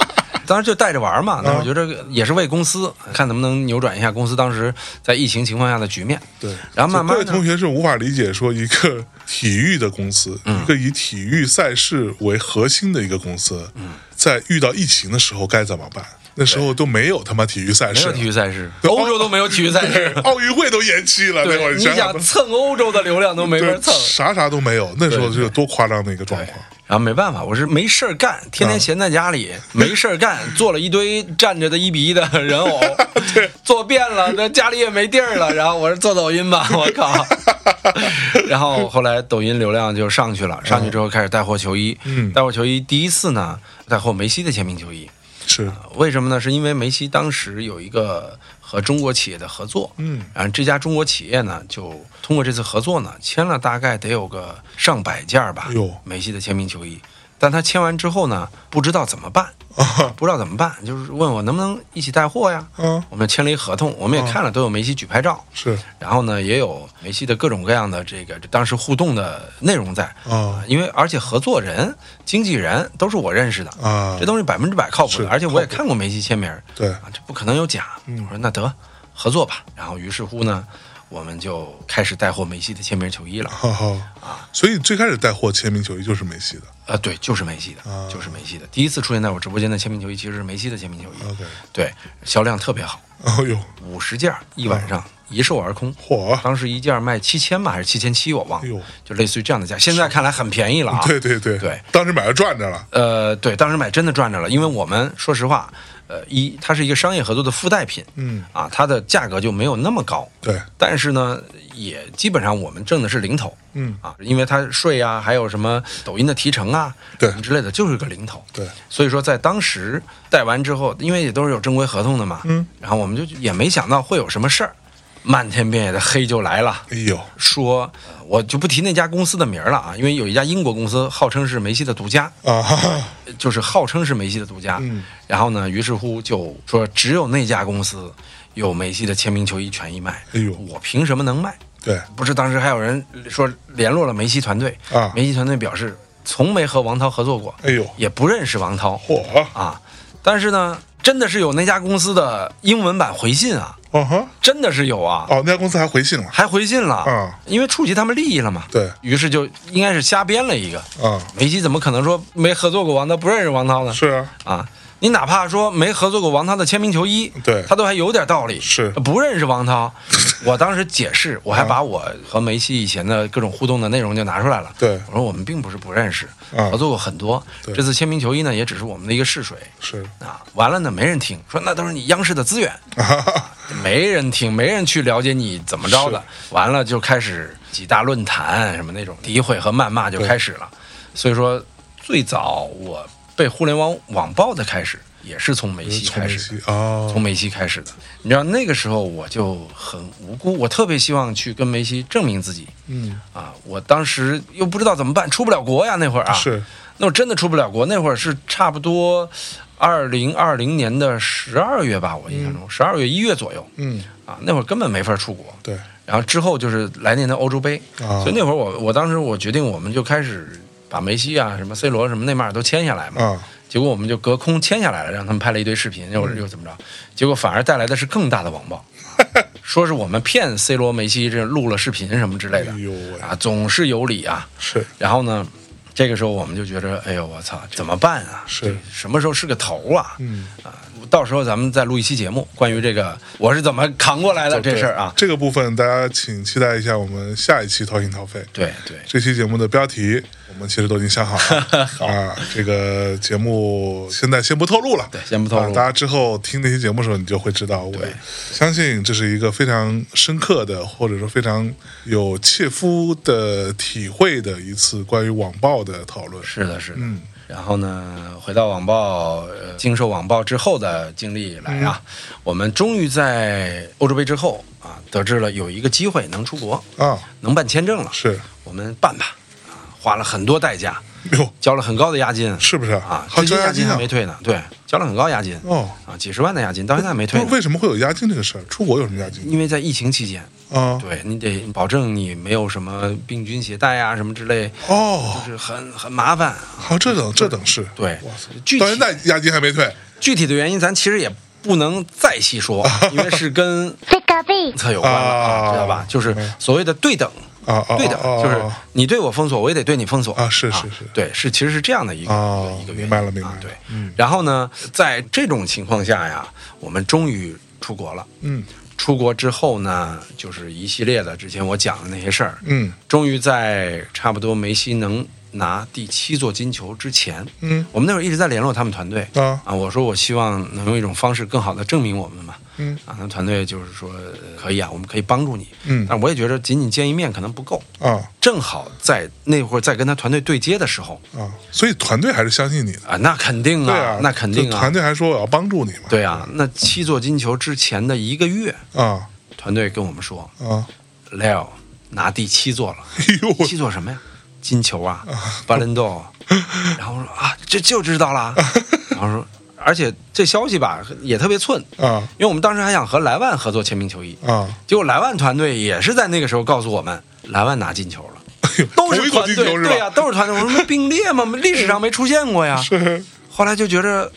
Speaker 1: 当时就带着玩儿嘛，那
Speaker 2: 啊
Speaker 1: 我觉得也是为公司看能不能扭转一下公司当时在疫情情况下的局面。
Speaker 2: 对，
Speaker 1: 然啊后慢慢
Speaker 2: 各位
Speaker 1: 呢
Speaker 2: 同学是无法理解说一个体育的公司，
Speaker 1: 嗯
Speaker 2: 一个以体育赛事为核心的一个公司，
Speaker 1: 嗯
Speaker 2: 在遇到疫情的时候该怎么办？那时候都没有他妈体育赛
Speaker 1: 没
Speaker 2: 事
Speaker 1: 有
Speaker 2: 了，
Speaker 1: 体育赛事，
Speaker 2: 对
Speaker 1: 欧洲都没有体育赛 事，
Speaker 2: 奥运会都延期了，那会
Speaker 1: 对，
Speaker 2: 儿
Speaker 1: 你
Speaker 2: 想想
Speaker 1: 想
Speaker 2: 都，
Speaker 1: 蹭欧洲的流量都没法
Speaker 2: 对，
Speaker 1: 蹭。
Speaker 2: 啥啥都没有，那时候是有多夸张的一个状况。嗯
Speaker 1: 然啊后没办法，我是没事儿干，天天闲在家里，没事儿干，做了一堆站着的一比一的人 偶，做遍了，那家里也没地儿了。然后我说做抖音吧，我 靠！然后后来抖音流量就上去了，上去之后开始带货球衣，
Speaker 2: 嗯
Speaker 1: 带货球衣第一次呢，带货梅西的签名球衣，
Speaker 2: 是，
Speaker 1: 为什么呢？是因为梅西当时有一个和中国企业的合作，
Speaker 2: 嗯，
Speaker 1: 然后这家中国企业呢，就通过这次合作呢，签了大概得有个上百件儿吧，
Speaker 2: 哎呦
Speaker 1: 梅西的签名球衣。但他签完之后呢，不知道怎么办，
Speaker 2: 啊
Speaker 1: 不知道怎么办，就是问我能不能一起带货呀？
Speaker 2: 啊，
Speaker 1: 我们签了一合同，我们也看了都有梅西举牌照，
Speaker 2: 是
Speaker 1: 然后呢，也有梅西的各种各样的这个当时互动的内容在。
Speaker 2: 啊
Speaker 1: 因为而且合作人、经纪人都是我认识的，
Speaker 2: 啊，
Speaker 1: 这东西百分之百靠谱
Speaker 2: 是
Speaker 1: 的，而且我也看过梅西签名儿，
Speaker 2: 对嗯
Speaker 1: 啊，这不可能有假。我说那得合作吧，然后于是乎呢，我们就开始带货梅西的签名球衣了。
Speaker 2: 哈哈，所以最开始带货签名球衣就是梅西的
Speaker 1: 啊，对，就是梅西
Speaker 2: 啊
Speaker 1: 的，就是梅西的。第一次出现在我直播间的签名球衣其实是梅西的签名球衣，
Speaker 2: ，OK，
Speaker 1: 对，销量特别好，
Speaker 2: 哎呦，
Speaker 1: 五十件儿一晚上一售而空。
Speaker 2: 啊嚯啊，
Speaker 1: 当时一件儿卖七千吧，还是七千七，我忘
Speaker 2: 哎呦
Speaker 1: 了，就类似于这样的价。现在看来很便宜了啊。
Speaker 2: 对对对
Speaker 1: 对，
Speaker 2: 当时买了赚着了。
Speaker 1: 呃，对，当时买真的赚着了，因为我们说实话，呃，一它是一个商业合作的附带品，
Speaker 2: 嗯，
Speaker 1: 啊，它的价格就没有那么高，
Speaker 2: 对，
Speaker 1: 但是呢，也基本上我们挣的是零头
Speaker 2: 嗯，
Speaker 1: 啊，因为它税啊，还有什么抖音的提成啊，
Speaker 2: 对
Speaker 1: 什么之类的，就是个零头。
Speaker 2: 对，
Speaker 1: 所以说在当时带完之后，因为也都是有正规合同的嘛，
Speaker 2: 嗯，
Speaker 1: 然后我们就也没想到会有什么事儿。漫天遍野的黑就来了。
Speaker 2: 哎呦，
Speaker 1: 说，呃我就不提那家公司的名儿了啊，因为有一家英国公司号称是梅西的独家，
Speaker 2: 啊哈哈，
Speaker 1: 就是号称是梅西的独家。
Speaker 2: 嗯
Speaker 1: 然后呢，于是乎就说只有那家公司有梅西的签名球衣权益卖，
Speaker 2: 哎呦
Speaker 1: 我凭什么能卖？
Speaker 2: 对，
Speaker 1: 不是，当时还有人说联络了梅西团队，
Speaker 2: 啊
Speaker 1: 梅西团队表示从没和王涛合作过，
Speaker 2: 哎呦，
Speaker 1: 也不认识王涛
Speaker 2: 嚯，
Speaker 1: 啊。但是呢，真的是有那家公司的英文版回信啊，
Speaker 2: 哦哈，
Speaker 1: 真的是有啊，
Speaker 2: 哦，那家公司还回信了，
Speaker 1: 还回信了，
Speaker 2: 啊
Speaker 1: 因为触及他们利益了嘛。
Speaker 2: 对，
Speaker 1: 于是就应该是瞎编了一个，
Speaker 2: 啊，
Speaker 1: 梅西怎么可能说没合作过王涛，不认识王涛呢？
Speaker 2: 是啊，
Speaker 1: 啊，你哪怕说没合作过王涛的签名球衣，
Speaker 2: 对
Speaker 1: 他都还有点道理。
Speaker 2: 是啊
Speaker 1: 不认识王 涛，我当时解释，我还把我和梅西以前的各种互动的内容就拿出来了。
Speaker 2: 对
Speaker 1: 我说我们并不是不认识，
Speaker 2: 啊
Speaker 1: 合作过很多。
Speaker 2: 对
Speaker 1: 这次签名球衣呢，也只是我们的一个试水。
Speaker 2: 是，
Speaker 1: 啊，完了呢，没人听，说那都是你央视的资源，
Speaker 2: 啊哈哈，
Speaker 1: 没人听，没人去了解你怎么着的。完了就开始几大论坛什么那种诋毁和谩骂就开始了。所以说，最早我被互联网网暴的开始，也是从梅西
Speaker 2: 嗯从
Speaker 1: 开
Speaker 2: 梅
Speaker 1: 始的。
Speaker 2: 西啊
Speaker 1: 从，梅西开始的，你知道那个时候我就很无辜，我特别希望去跟梅西证明自己
Speaker 2: 嗯，
Speaker 1: 啊！我当时又不知道怎么办，出不了国呀那会儿啊，
Speaker 2: 是，
Speaker 1: 那我真的出不了国。那会儿是差不多二零二零年的十二月吧，我印象中十二月一月左右
Speaker 2: 嗯，
Speaker 1: 啊，那会儿根本没法出国。
Speaker 2: 对，
Speaker 1: 然后之后就是来年的欧洲杯，
Speaker 2: 啊
Speaker 1: 所以那会儿我我当时我决定我们就开始把梅西啊、什么 C 罗、什么内马尔都签下来嘛。
Speaker 2: 啊，
Speaker 1: 结果我们就隔空签下来了，让他们拍了一堆视频，
Speaker 2: 嗯
Speaker 1: 又又怎么着？结果反而带来的是更大的网 暴，说是我们骗 C 罗、梅西这录了视频什么之类的
Speaker 2: 哎呦喂，
Speaker 1: 啊，总是有理啊。
Speaker 2: 是
Speaker 1: 然后呢，这个时候我们就觉着，哎呦我操，怎么办啊？
Speaker 2: 是，
Speaker 1: 什么时候是个头啊？
Speaker 2: 嗯
Speaker 1: 啊，到时候咱们再录一期节目，关于这个我是怎么扛过来的这事儿啊。
Speaker 2: 这个部分大家请期待一下我们下一期掏心掏肺。
Speaker 1: 对对，
Speaker 2: 这期节目的标题我们其实都已经想 好了啊，这个节目现在先不透露了，
Speaker 1: 对先不透露
Speaker 2: 啊大家之后听那期节目的时候，你就会知道。我
Speaker 1: 对
Speaker 2: 相信这是一个非常深刻的，或者说非常有切肤的体会的一次关于网暴的讨论。
Speaker 1: 是的，是的。
Speaker 2: 嗯
Speaker 1: 然后呢，回到网暴，呃，经受网暴之后的经历来啊，
Speaker 2: 嗯
Speaker 1: 我们终于在欧洲杯之后啊，得知了有一个机会能出国，
Speaker 2: 啊，
Speaker 1: 能办签证了，
Speaker 2: 是，
Speaker 1: 我们办吧，啊，花了很多代价，
Speaker 2: 哟，
Speaker 1: 交了很高的押金，
Speaker 2: 是不是
Speaker 1: 啊，
Speaker 2: 还
Speaker 1: 至今
Speaker 2: 交押
Speaker 1: 押金
Speaker 2: 金呢
Speaker 1: 还没退呢，对，交了很高押金，
Speaker 2: 哦，
Speaker 1: 啊，几十万的押金到现在还没
Speaker 2: 不
Speaker 1: 退
Speaker 2: 是
Speaker 1: 呢，
Speaker 2: 为什么会有押金这个事儿？出国有什么押金
Speaker 1: 因为在疫情期间，
Speaker 2: 啊？
Speaker 1: 对你得保证你没有什么病菌携带啊什么之类，就
Speaker 2: 哦，
Speaker 1: 是很很麻烦啊。
Speaker 2: 好，这等这等事，
Speaker 1: 对
Speaker 2: 哇塞，
Speaker 1: 具体
Speaker 2: 到现在押金还没退。
Speaker 1: 具体的原因咱其实也不能再细说，啊因为是跟
Speaker 3: Picka Bee.
Speaker 1: 策有关的啊，
Speaker 2: 啊
Speaker 1: 知道吧？就是所谓的对等，
Speaker 2: 啊啊，
Speaker 1: 对等
Speaker 2: 啊
Speaker 1: 就是你对我封锁，我也得对你封锁
Speaker 2: 啊是是是
Speaker 1: 对，是其实是这样的一个
Speaker 2: 哦
Speaker 1: 一个一个原因
Speaker 2: 明白了明白
Speaker 1: 啊
Speaker 2: 了
Speaker 1: 对
Speaker 2: 嗯。
Speaker 1: 然后呢，在这种情况下呀，我们终于出国了。
Speaker 2: 嗯
Speaker 1: 出国之后呢，就是一系列的之前我讲的那些事儿，
Speaker 2: 嗯
Speaker 1: 终于在差不多梅西能拿第七座金球之前，
Speaker 2: 嗯
Speaker 1: 我们那会儿一直在联络他们团队
Speaker 2: 啊
Speaker 1: 啊，我说我希望能用一种方式更好的证明我们嘛。
Speaker 2: 嗯
Speaker 1: 啊，那团队就是说呃可以啊，我们可以帮助你。
Speaker 2: 嗯
Speaker 1: 但我也觉得仅仅见一面可能不够，
Speaker 2: 啊
Speaker 1: 正好在那会儿在跟他团队对接的时候
Speaker 2: 啊，所以团队还是相信你的，
Speaker 1: 啊，那肯定
Speaker 2: 对啊，
Speaker 1: 那肯定
Speaker 2: 就团
Speaker 1: 啊，
Speaker 2: 队还说我要帮助你嘛，
Speaker 1: 对啊，那七座金球之前的一个月，
Speaker 2: 啊
Speaker 1: 团队跟我们说
Speaker 2: 啊，
Speaker 1: ，Leo 拿第七座了。
Speaker 2: 哎呦
Speaker 1: 七
Speaker 2: 我
Speaker 1: 座什么呀？金球啊，巴伦 豆。然后我说啊，这就知道啦。然后说，而且这消息吧也特别寸，
Speaker 2: 啊
Speaker 1: 因为我们当时还想和莱万合作签名球衣，
Speaker 2: 啊，
Speaker 1: 结果莱万团队也是在那个时候告诉我们，莱万拿金球了。
Speaker 2: 哎呦
Speaker 1: 都
Speaker 2: 同
Speaker 1: 是
Speaker 2: 一个
Speaker 1: 团
Speaker 2: 金
Speaker 1: 队，
Speaker 2: 球是
Speaker 1: 对啊呀、
Speaker 2: 吧？
Speaker 1: 都是团队。我说并列嘛，历史上没出现过呀。
Speaker 2: 是
Speaker 1: 后来就觉着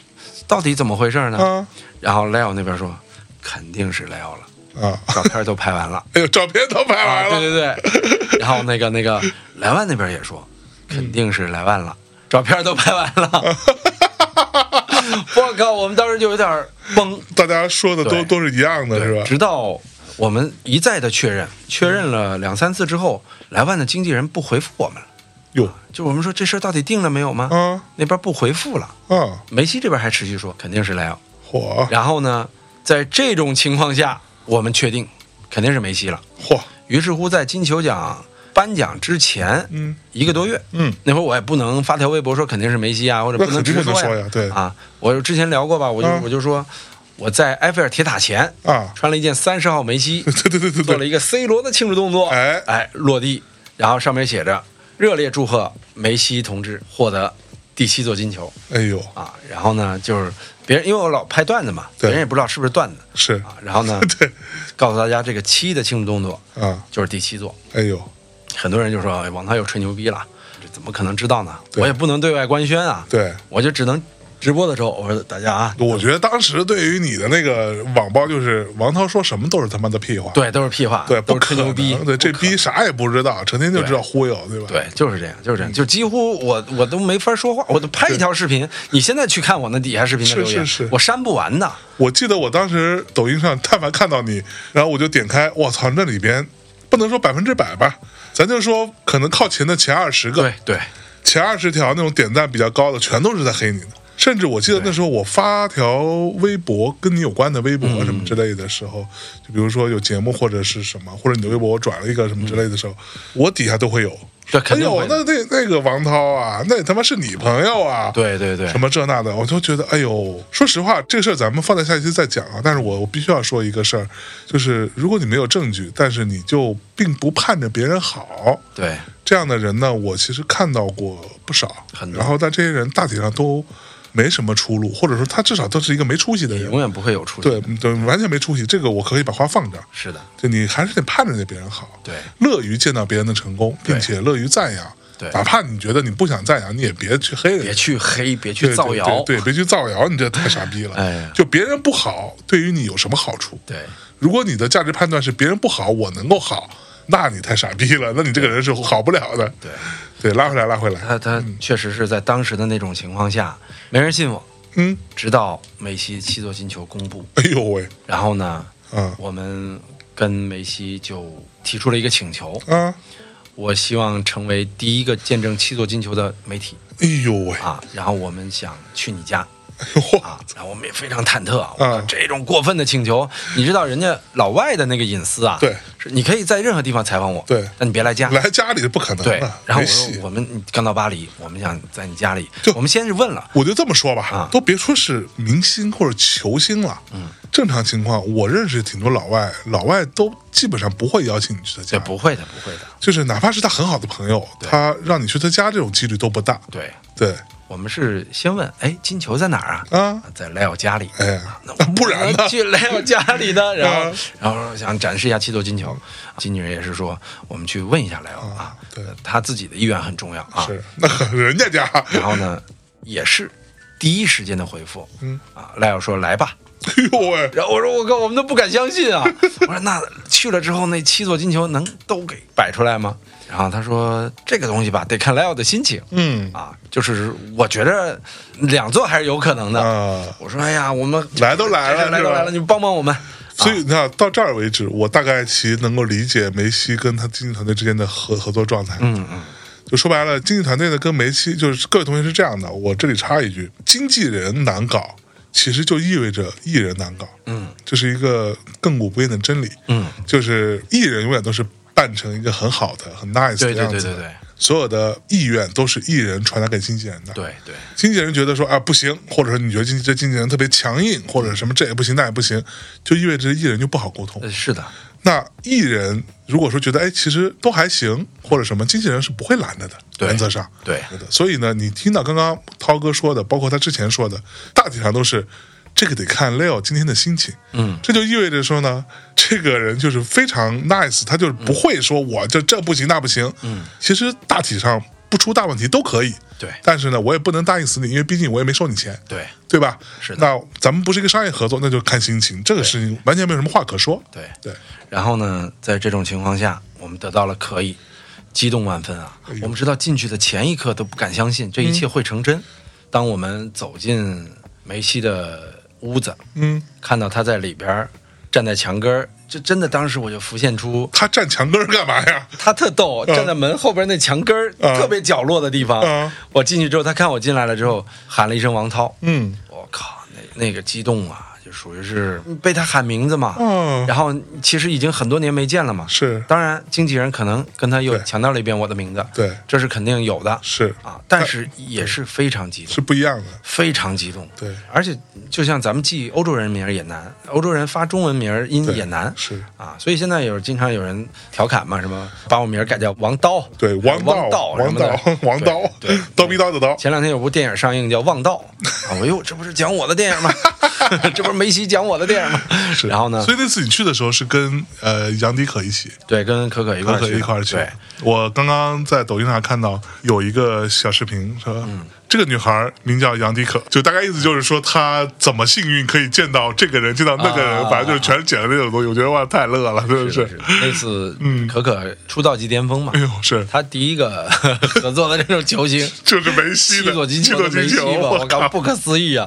Speaker 1: 到底怎么回事呢？
Speaker 2: 啊
Speaker 1: 然后莱奥那边说，肯定是莱奥了，
Speaker 2: 啊，
Speaker 1: 照片都拍完了。
Speaker 2: 哎呦，照片都拍
Speaker 1: 啊，
Speaker 2: 完
Speaker 1: 对
Speaker 2: 了，
Speaker 1: 对 对。然后那个那个莱万那边也说，肯定是莱万了，照片都拍 完了。我靠，我们当时就有点儿懵，
Speaker 2: 大家说的
Speaker 1: 对
Speaker 2: 都都是一样的，是
Speaker 1: 对，
Speaker 2: 吧？
Speaker 1: 直到我们一再的确认，确认了两三次之后，莱万的经纪人不回复我们了，
Speaker 2: 哟
Speaker 1: 就我们说这事儿到底定了没有吗？
Speaker 2: 啊
Speaker 1: 那边不回复了，
Speaker 2: 啊，
Speaker 1: 梅西这边还持续说肯定是莱奥。
Speaker 2: 火
Speaker 1: 然后呢，在这种情况下，我们确定肯定是梅西了。
Speaker 2: 火，
Speaker 1: 于是乎，在金球奖颁奖之前，
Speaker 2: 嗯
Speaker 1: 一个多月，
Speaker 2: 嗯，
Speaker 1: 那会儿我也不能发条微博说肯定是梅西啊，或者
Speaker 2: 那
Speaker 1: 不能
Speaker 2: 肯定
Speaker 1: 直
Speaker 2: 不能
Speaker 1: 说呀
Speaker 2: 说呀对
Speaker 1: 啊，我之前聊过吧，我就、
Speaker 2: 嗯
Speaker 1: 我就说，我在埃菲尔铁塔前
Speaker 2: 啊
Speaker 1: 穿了一件三十号梅西，
Speaker 2: 对对对对
Speaker 1: 做
Speaker 2: 对
Speaker 1: 了一个 C 罗的庆祝动作，
Speaker 2: 哎
Speaker 1: 哎，落地，然后上面写着热烈祝贺梅西同志获得第七座金球
Speaker 2: 哎呦，
Speaker 1: 啊，然后呢就是别人因为我老拍段子嘛，别
Speaker 2: 对
Speaker 1: 人也不知道是不是段子
Speaker 2: 是
Speaker 1: 啊，然后呢
Speaker 2: 对
Speaker 1: 告诉大家这个七的庆祝动作
Speaker 2: 啊，
Speaker 1: 就是第七座，
Speaker 2: 哎呦，
Speaker 1: 很多人就说哎王涛又吹牛逼了，这怎么可能知道呢？
Speaker 2: 对
Speaker 1: 我也不能对外官宣啊，
Speaker 2: 对，
Speaker 1: 我就只能直播的时候我说大家啊，
Speaker 2: 我觉得当时对于你的那个网暴就是王涛说什么都是他妈的屁话，
Speaker 1: 对，都是屁话，
Speaker 2: 对，
Speaker 1: 都
Speaker 2: 不
Speaker 1: 是
Speaker 2: 可
Speaker 1: 吹牛
Speaker 2: 能，
Speaker 1: 逼，
Speaker 2: 对，这逼啥也不知道，成天就知道忽悠，对吧？
Speaker 1: 对，就是这样，就是这样，就几乎我我都没法说话，我都拍一条视频，你现在去看我那底下视频的留言，
Speaker 2: 是是是
Speaker 1: 我删不完的，
Speaker 2: 我记得我当时抖音上，但凡看到你，然后我就点开，我操，那里边不能说百分之百吧，咱就说可能靠前的前二十个
Speaker 1: 对，对
Speaker 2: 前二十条那种点赞比较高的，全都是在黑你的。甚至我记得那时候我发条微博跟你有关的微博
Speaker 1: 嗯
Speaker 2: 什么之类的时候，就比如说有节目或者是什么，或者你的微博我转了一个什么之类的时候，我底下都会有。
Speaker 1: 对，嗯肯定
Speaker 2: 哎
Speaker 1: 会
Speaker 2: 呦，那
Speaker 1: 的，
Speaker 2: 那那个王涛啊，那他妈是你朋友啊？
Speaker 1: 对对对
Speaker 2: 什，么这那的，我就觉得，哎呦，说实话，这个事儿咱们放在下一期再讲啊。但是我我必须要说一个事儿，就是如果你没有证据，但是你就并不盼着别人好，
Speaker 1: 对
Speaker 2: 这样的人呢，我其实看到过不少
Speaker 1: 很，多
Speaker 2: 然后但这些人大体上都没什么出路，或者说他至少都是一个没出息的人
Speaker 1: 永，远不会有出息，
Speaker 2: 对对，完全没出息。这个我可以把话放这儿，
Speaker 1: 是的，
Speaker 2: 就你还是得盼着别人好，
Speaker 1: 对
Speaker 2: 乐于见到别人的成功，并且乐于赞扬。
Speaker 1: 对
Speaker 2: 哪怕你觉得你不想赞扬，你也别去黑人家，
Speaker 1: 别去黑，别
Speaker 2: 对
Speaker 1: 去造谣，
Speaker 2: 对对对，别去造谣，你这太傻逼了。
Speaker 1: 哎呀
Speaker 2: 就别人不好，对于你有什么好处？
Speaker 1: 对
Speaker 2: 如果你的价值判断是别人不好，我能够好，那你太傻逼了，那你这个人是好不了的。
Speaker 1: 对
Speaker 2: 对，拉回来，拉回来。
Speaker 1: 他他确实是在当时的那种情况下，没人信我，
Speaker 2: 嗯，
Speaker 1: 直到梅西七座金球公布，
Speaker 2: 哎呦喂，
Speaker 1: 然后呢，
Speaker 2: 啊
Speaker 1: 我们跟梅西就提出了一个请求，
Speaker 2: 啊，
Speaker 1: 我希望成为第一个见证七座金球的媒体
Speaker 2: 哎呦喂，
Speaker 1: 啊，然后我们想去你家
Speaker 2: 哎呦嚯，
Speaker 1: 啊，然后我们也非常忐忑啊，我说这种过分的请求，你知道人家老外的那个隐私啊，
Speaker 2: 对，
Speaker 1: 是你可以在任何地方采访我，
Speaker 2: 对
Speaker 1: 但你别来家。
Speaker 2: 来家里是不可 能
Speaker 1: 对，
Speaker 2: 的，
Speaker 1: 然后我
Speaker 2: 没
Speaker 1: 说
Speaker 2: 戏。
Speaker 1: 我们刚到巴黎，我们想在你家里
Speaker 2: 就，
Speaker 1: 我们先是问了，
Speaker 2: 我就这么说吧，
Speaker 1: 啊
Speaker 2: 都别说是明星或者球星了，嗯，正常情况，我认识挺多老外，老外都基本上不会邀请你去他
Speaker 1: 这
Speaker 2: 家，
Speaker 1: 不会的，不会的，
Speaker 2: 就是哪怕是他很好的朋友，他让你去他家这种几率都不大。
Speaker 1: 对，
Speaker 2: 对
Speaker 1: 我们是先问，哎，金球在哪儿啊？
Speaker 2: 啊，
Speaker 1: 在莱奥家里，
Speaker 2: 哎呀，不然呢？
Speaker 1: 去来我家里的，然后
Speaker 2: 啊
Speaker 1: 然后想展示一下七座金球。金女人也是说，我们去问一下莱奥啊，
Speaker 2: 对
Speaker 1: 呃她自己的意愿很重要啊。
Speaker 2: 是那可人家家，
Speaker 1: 然后呢，也是第一时间的回复，
Speaker 2: 嗯
Speaker 1: 啊，莱奥说来吧。
Speaker 2: 哎呦喂，
Speaker 1: 然后我说我靠，我们都不敢相信啊！我说那去了之后，那七座金球能都给摆出来吗？然后他说这个东西吧，得看莱奥的心情
Speaker 2: 嗯
Speaker 1: 啊，就是我觉着两座还是有可能的。
Speaker 2: 啊，
Speaker 1: 我说哎呀，我们
Speaker 2: 来都来了
Speaker 1: 这事儿来
Speaker 2: 是
Speaker 1: 都
Speaker 2: 吧
Speaker 1: 来了，你帮帮我们。
Speaker 2: 所
Speaker 1: 啊
Speaker 2: 以你看到这儿为止，我大概其实能够理解梅西跟他经纪团队之间的合合作状态。
Speaker 1: 嗯嗯，
Speaker 2: 就说白了，经纪团队呢跟梅西，就是各位同学是这样的，我这里插一句，经纪人难搞，其实就意味着艺人难搞，
Speaker 1: 嗯，
Speaker 2: 这是一个亘古不变的真理，
Speaker 1: 嗯，
Speaker 2: 就是艺人永远都是扮成一个很好的、很 nice 的
Speaker 1: 对对
Speaker 2: 样子
Speaker 1: 对
Speaker 2: 的，
Speaker 1: 对对
Speaker 2: 所有的意愿都是艺人传达给经纪人的，
Speaker 1: 对对，
Speaker 2: 经纪人觉得说啊不行，或者说你觉得经纪这经纪人特别强硬，或者什么这也不行那也不行，就意味着艺人就不好沟通
Speaker 1: 呃。是的，
Speaker 2: 那艺人如果说觉得哎其实都还行或者什么，经纪人是不会拦着的，
Speaker 1: 对
Speaker 2: 原则上。
Speaker 1: 对
Speaker 2: 对的所以呢，你听到刚刚涛哥说的，包括他之前说的，大体上都是这个得看 Leo 今天的心情。
Speaker 1: 嗯，
Speaker 2: 这就意味着说呢，这个人就是非常 nice，他就是
Speaker 1: 嗯
Speaker 2: 不会说我这这不行那不行。嗯，其实大体上不出大问题都可以。
Speaker 1: 对
Speaker 2: 但是呢，我也不能答应死你，因为毕竟我也没收你钱。
Speaker 1: 对
Speaker 2: 对吧？
Speaker 1: 是的
Speaker 2: 那咱们不是一个商业合作，那就看心情，这个事情完全没有什么话可说。
Speaker 1: 对。
Speaker 2: 对，
Speaker 1: 然后呢，在这种情况下，我们得到了可以，激动万分啊！
Speaker 2: 哎
Speaker 1: 我们直到进去的前一刻都不敢相信这一切会成真。当我们走进梅西的屋子，
Speaker 2: 嗯，
Speaker 1: 看到他在里边儿站在墙根儿，这真的当时我就浮现出
Speaker 2: 他站墙根儿干嘛呀？
Speaker 1: 他特逗，站在门后边那墙根儿、
Speaker 2: 嗯
Speaker 1: 特别角落的地方。
Speaker 2: 嗯
Speaker 1: 我进去之后，他看我进来了之后，喊了一声王涛。
Speaker 2: 嗯，
Speaker 1: 我靠，那那个激动啊，就属于是被他喊名字嘛。
Speaker 2: 嗯
Speaker 1: 然后其实已经很多年没见了嘛。
Speaker 2: 是
Speaker 1: 当然，经纪人可能跟他又
Speaker 2: 对
Speaker 1: 强调了一遍我的名字，
Speaker 2: 对
Speaker 1: 这是肯定有的
Speaker 2: 是
Speaker 1: 啊。但是也是非常激动，
Speaker 2: 是不一样的，
Speaker 1: 非常激动。
Speaker 2: 对，
Speaker 1: 而且就像咱们记欧洲人名儿也难，欧洲人发中文名儿音
Speaker 2: 对
Speaker 1: 也难
Speaker 2: 是
Speaker 1: 啊。所以现在有经常有人调侃嘛，什么把我名儿改叫王刀，啊
Speaker 2: 对王
Speaker 1: 道，
Speaker 2: 道
Speaker 1: 什
Speaker 2: 王
Speaker 1: 么的
Speaker 2: 道 王道
Speaker 1: 对，
Speaker 2: 刀逼刀的刀，
Speaker 1: 前两天有部电影上映叫《望 道》，啊，我哟，这不是讲我的电影吗？这不是梅西讲我的电影吗？
Speaker 2: 是。
Speaker 1: 然后呢
Speaker 2: 所，以那次你去的时候是跟呃杨迪可一起，
Speaker 1: 对，跟可可一块
Speaker 2: 可
Speaker 1: 儿
Speaker 2: 可
Speaker 1: 去的，
Speaker 2: 一块儿去
Speaker 1: 对，。
Speaker 2: 我刚刚在抖音上看到有一个小视频说。
Speaker 1: 嗯
Speaker 2: 这个女孩名叫杨迪可，就大概意思就是说她怎么幸运可以见到这个人，见到那个人，
Speaker 1: 啊
Speaker 2: 反正就是全是捡的那种东西。我觉得哇，太乐了，真的
Speaker 1: 是是是那次，
Speaker 2: 嗯
Speaker 1: 可可出道即巅峰嘛
Speaker 2: 哎，呦，是
Speaker 1: 他第一个合作的这种球 星，
Speaker 2: 就是梅西
Speaker 1: 七
Speaker 2: 的
Speaker 1: 座金
Speaker 2: 七
Speaker 1: 球的
Speaker 2: 座金
Speaker 1: 梅西
Speaker 2: 球，
Speaker 1: 吧，我 靠，不可思议啊！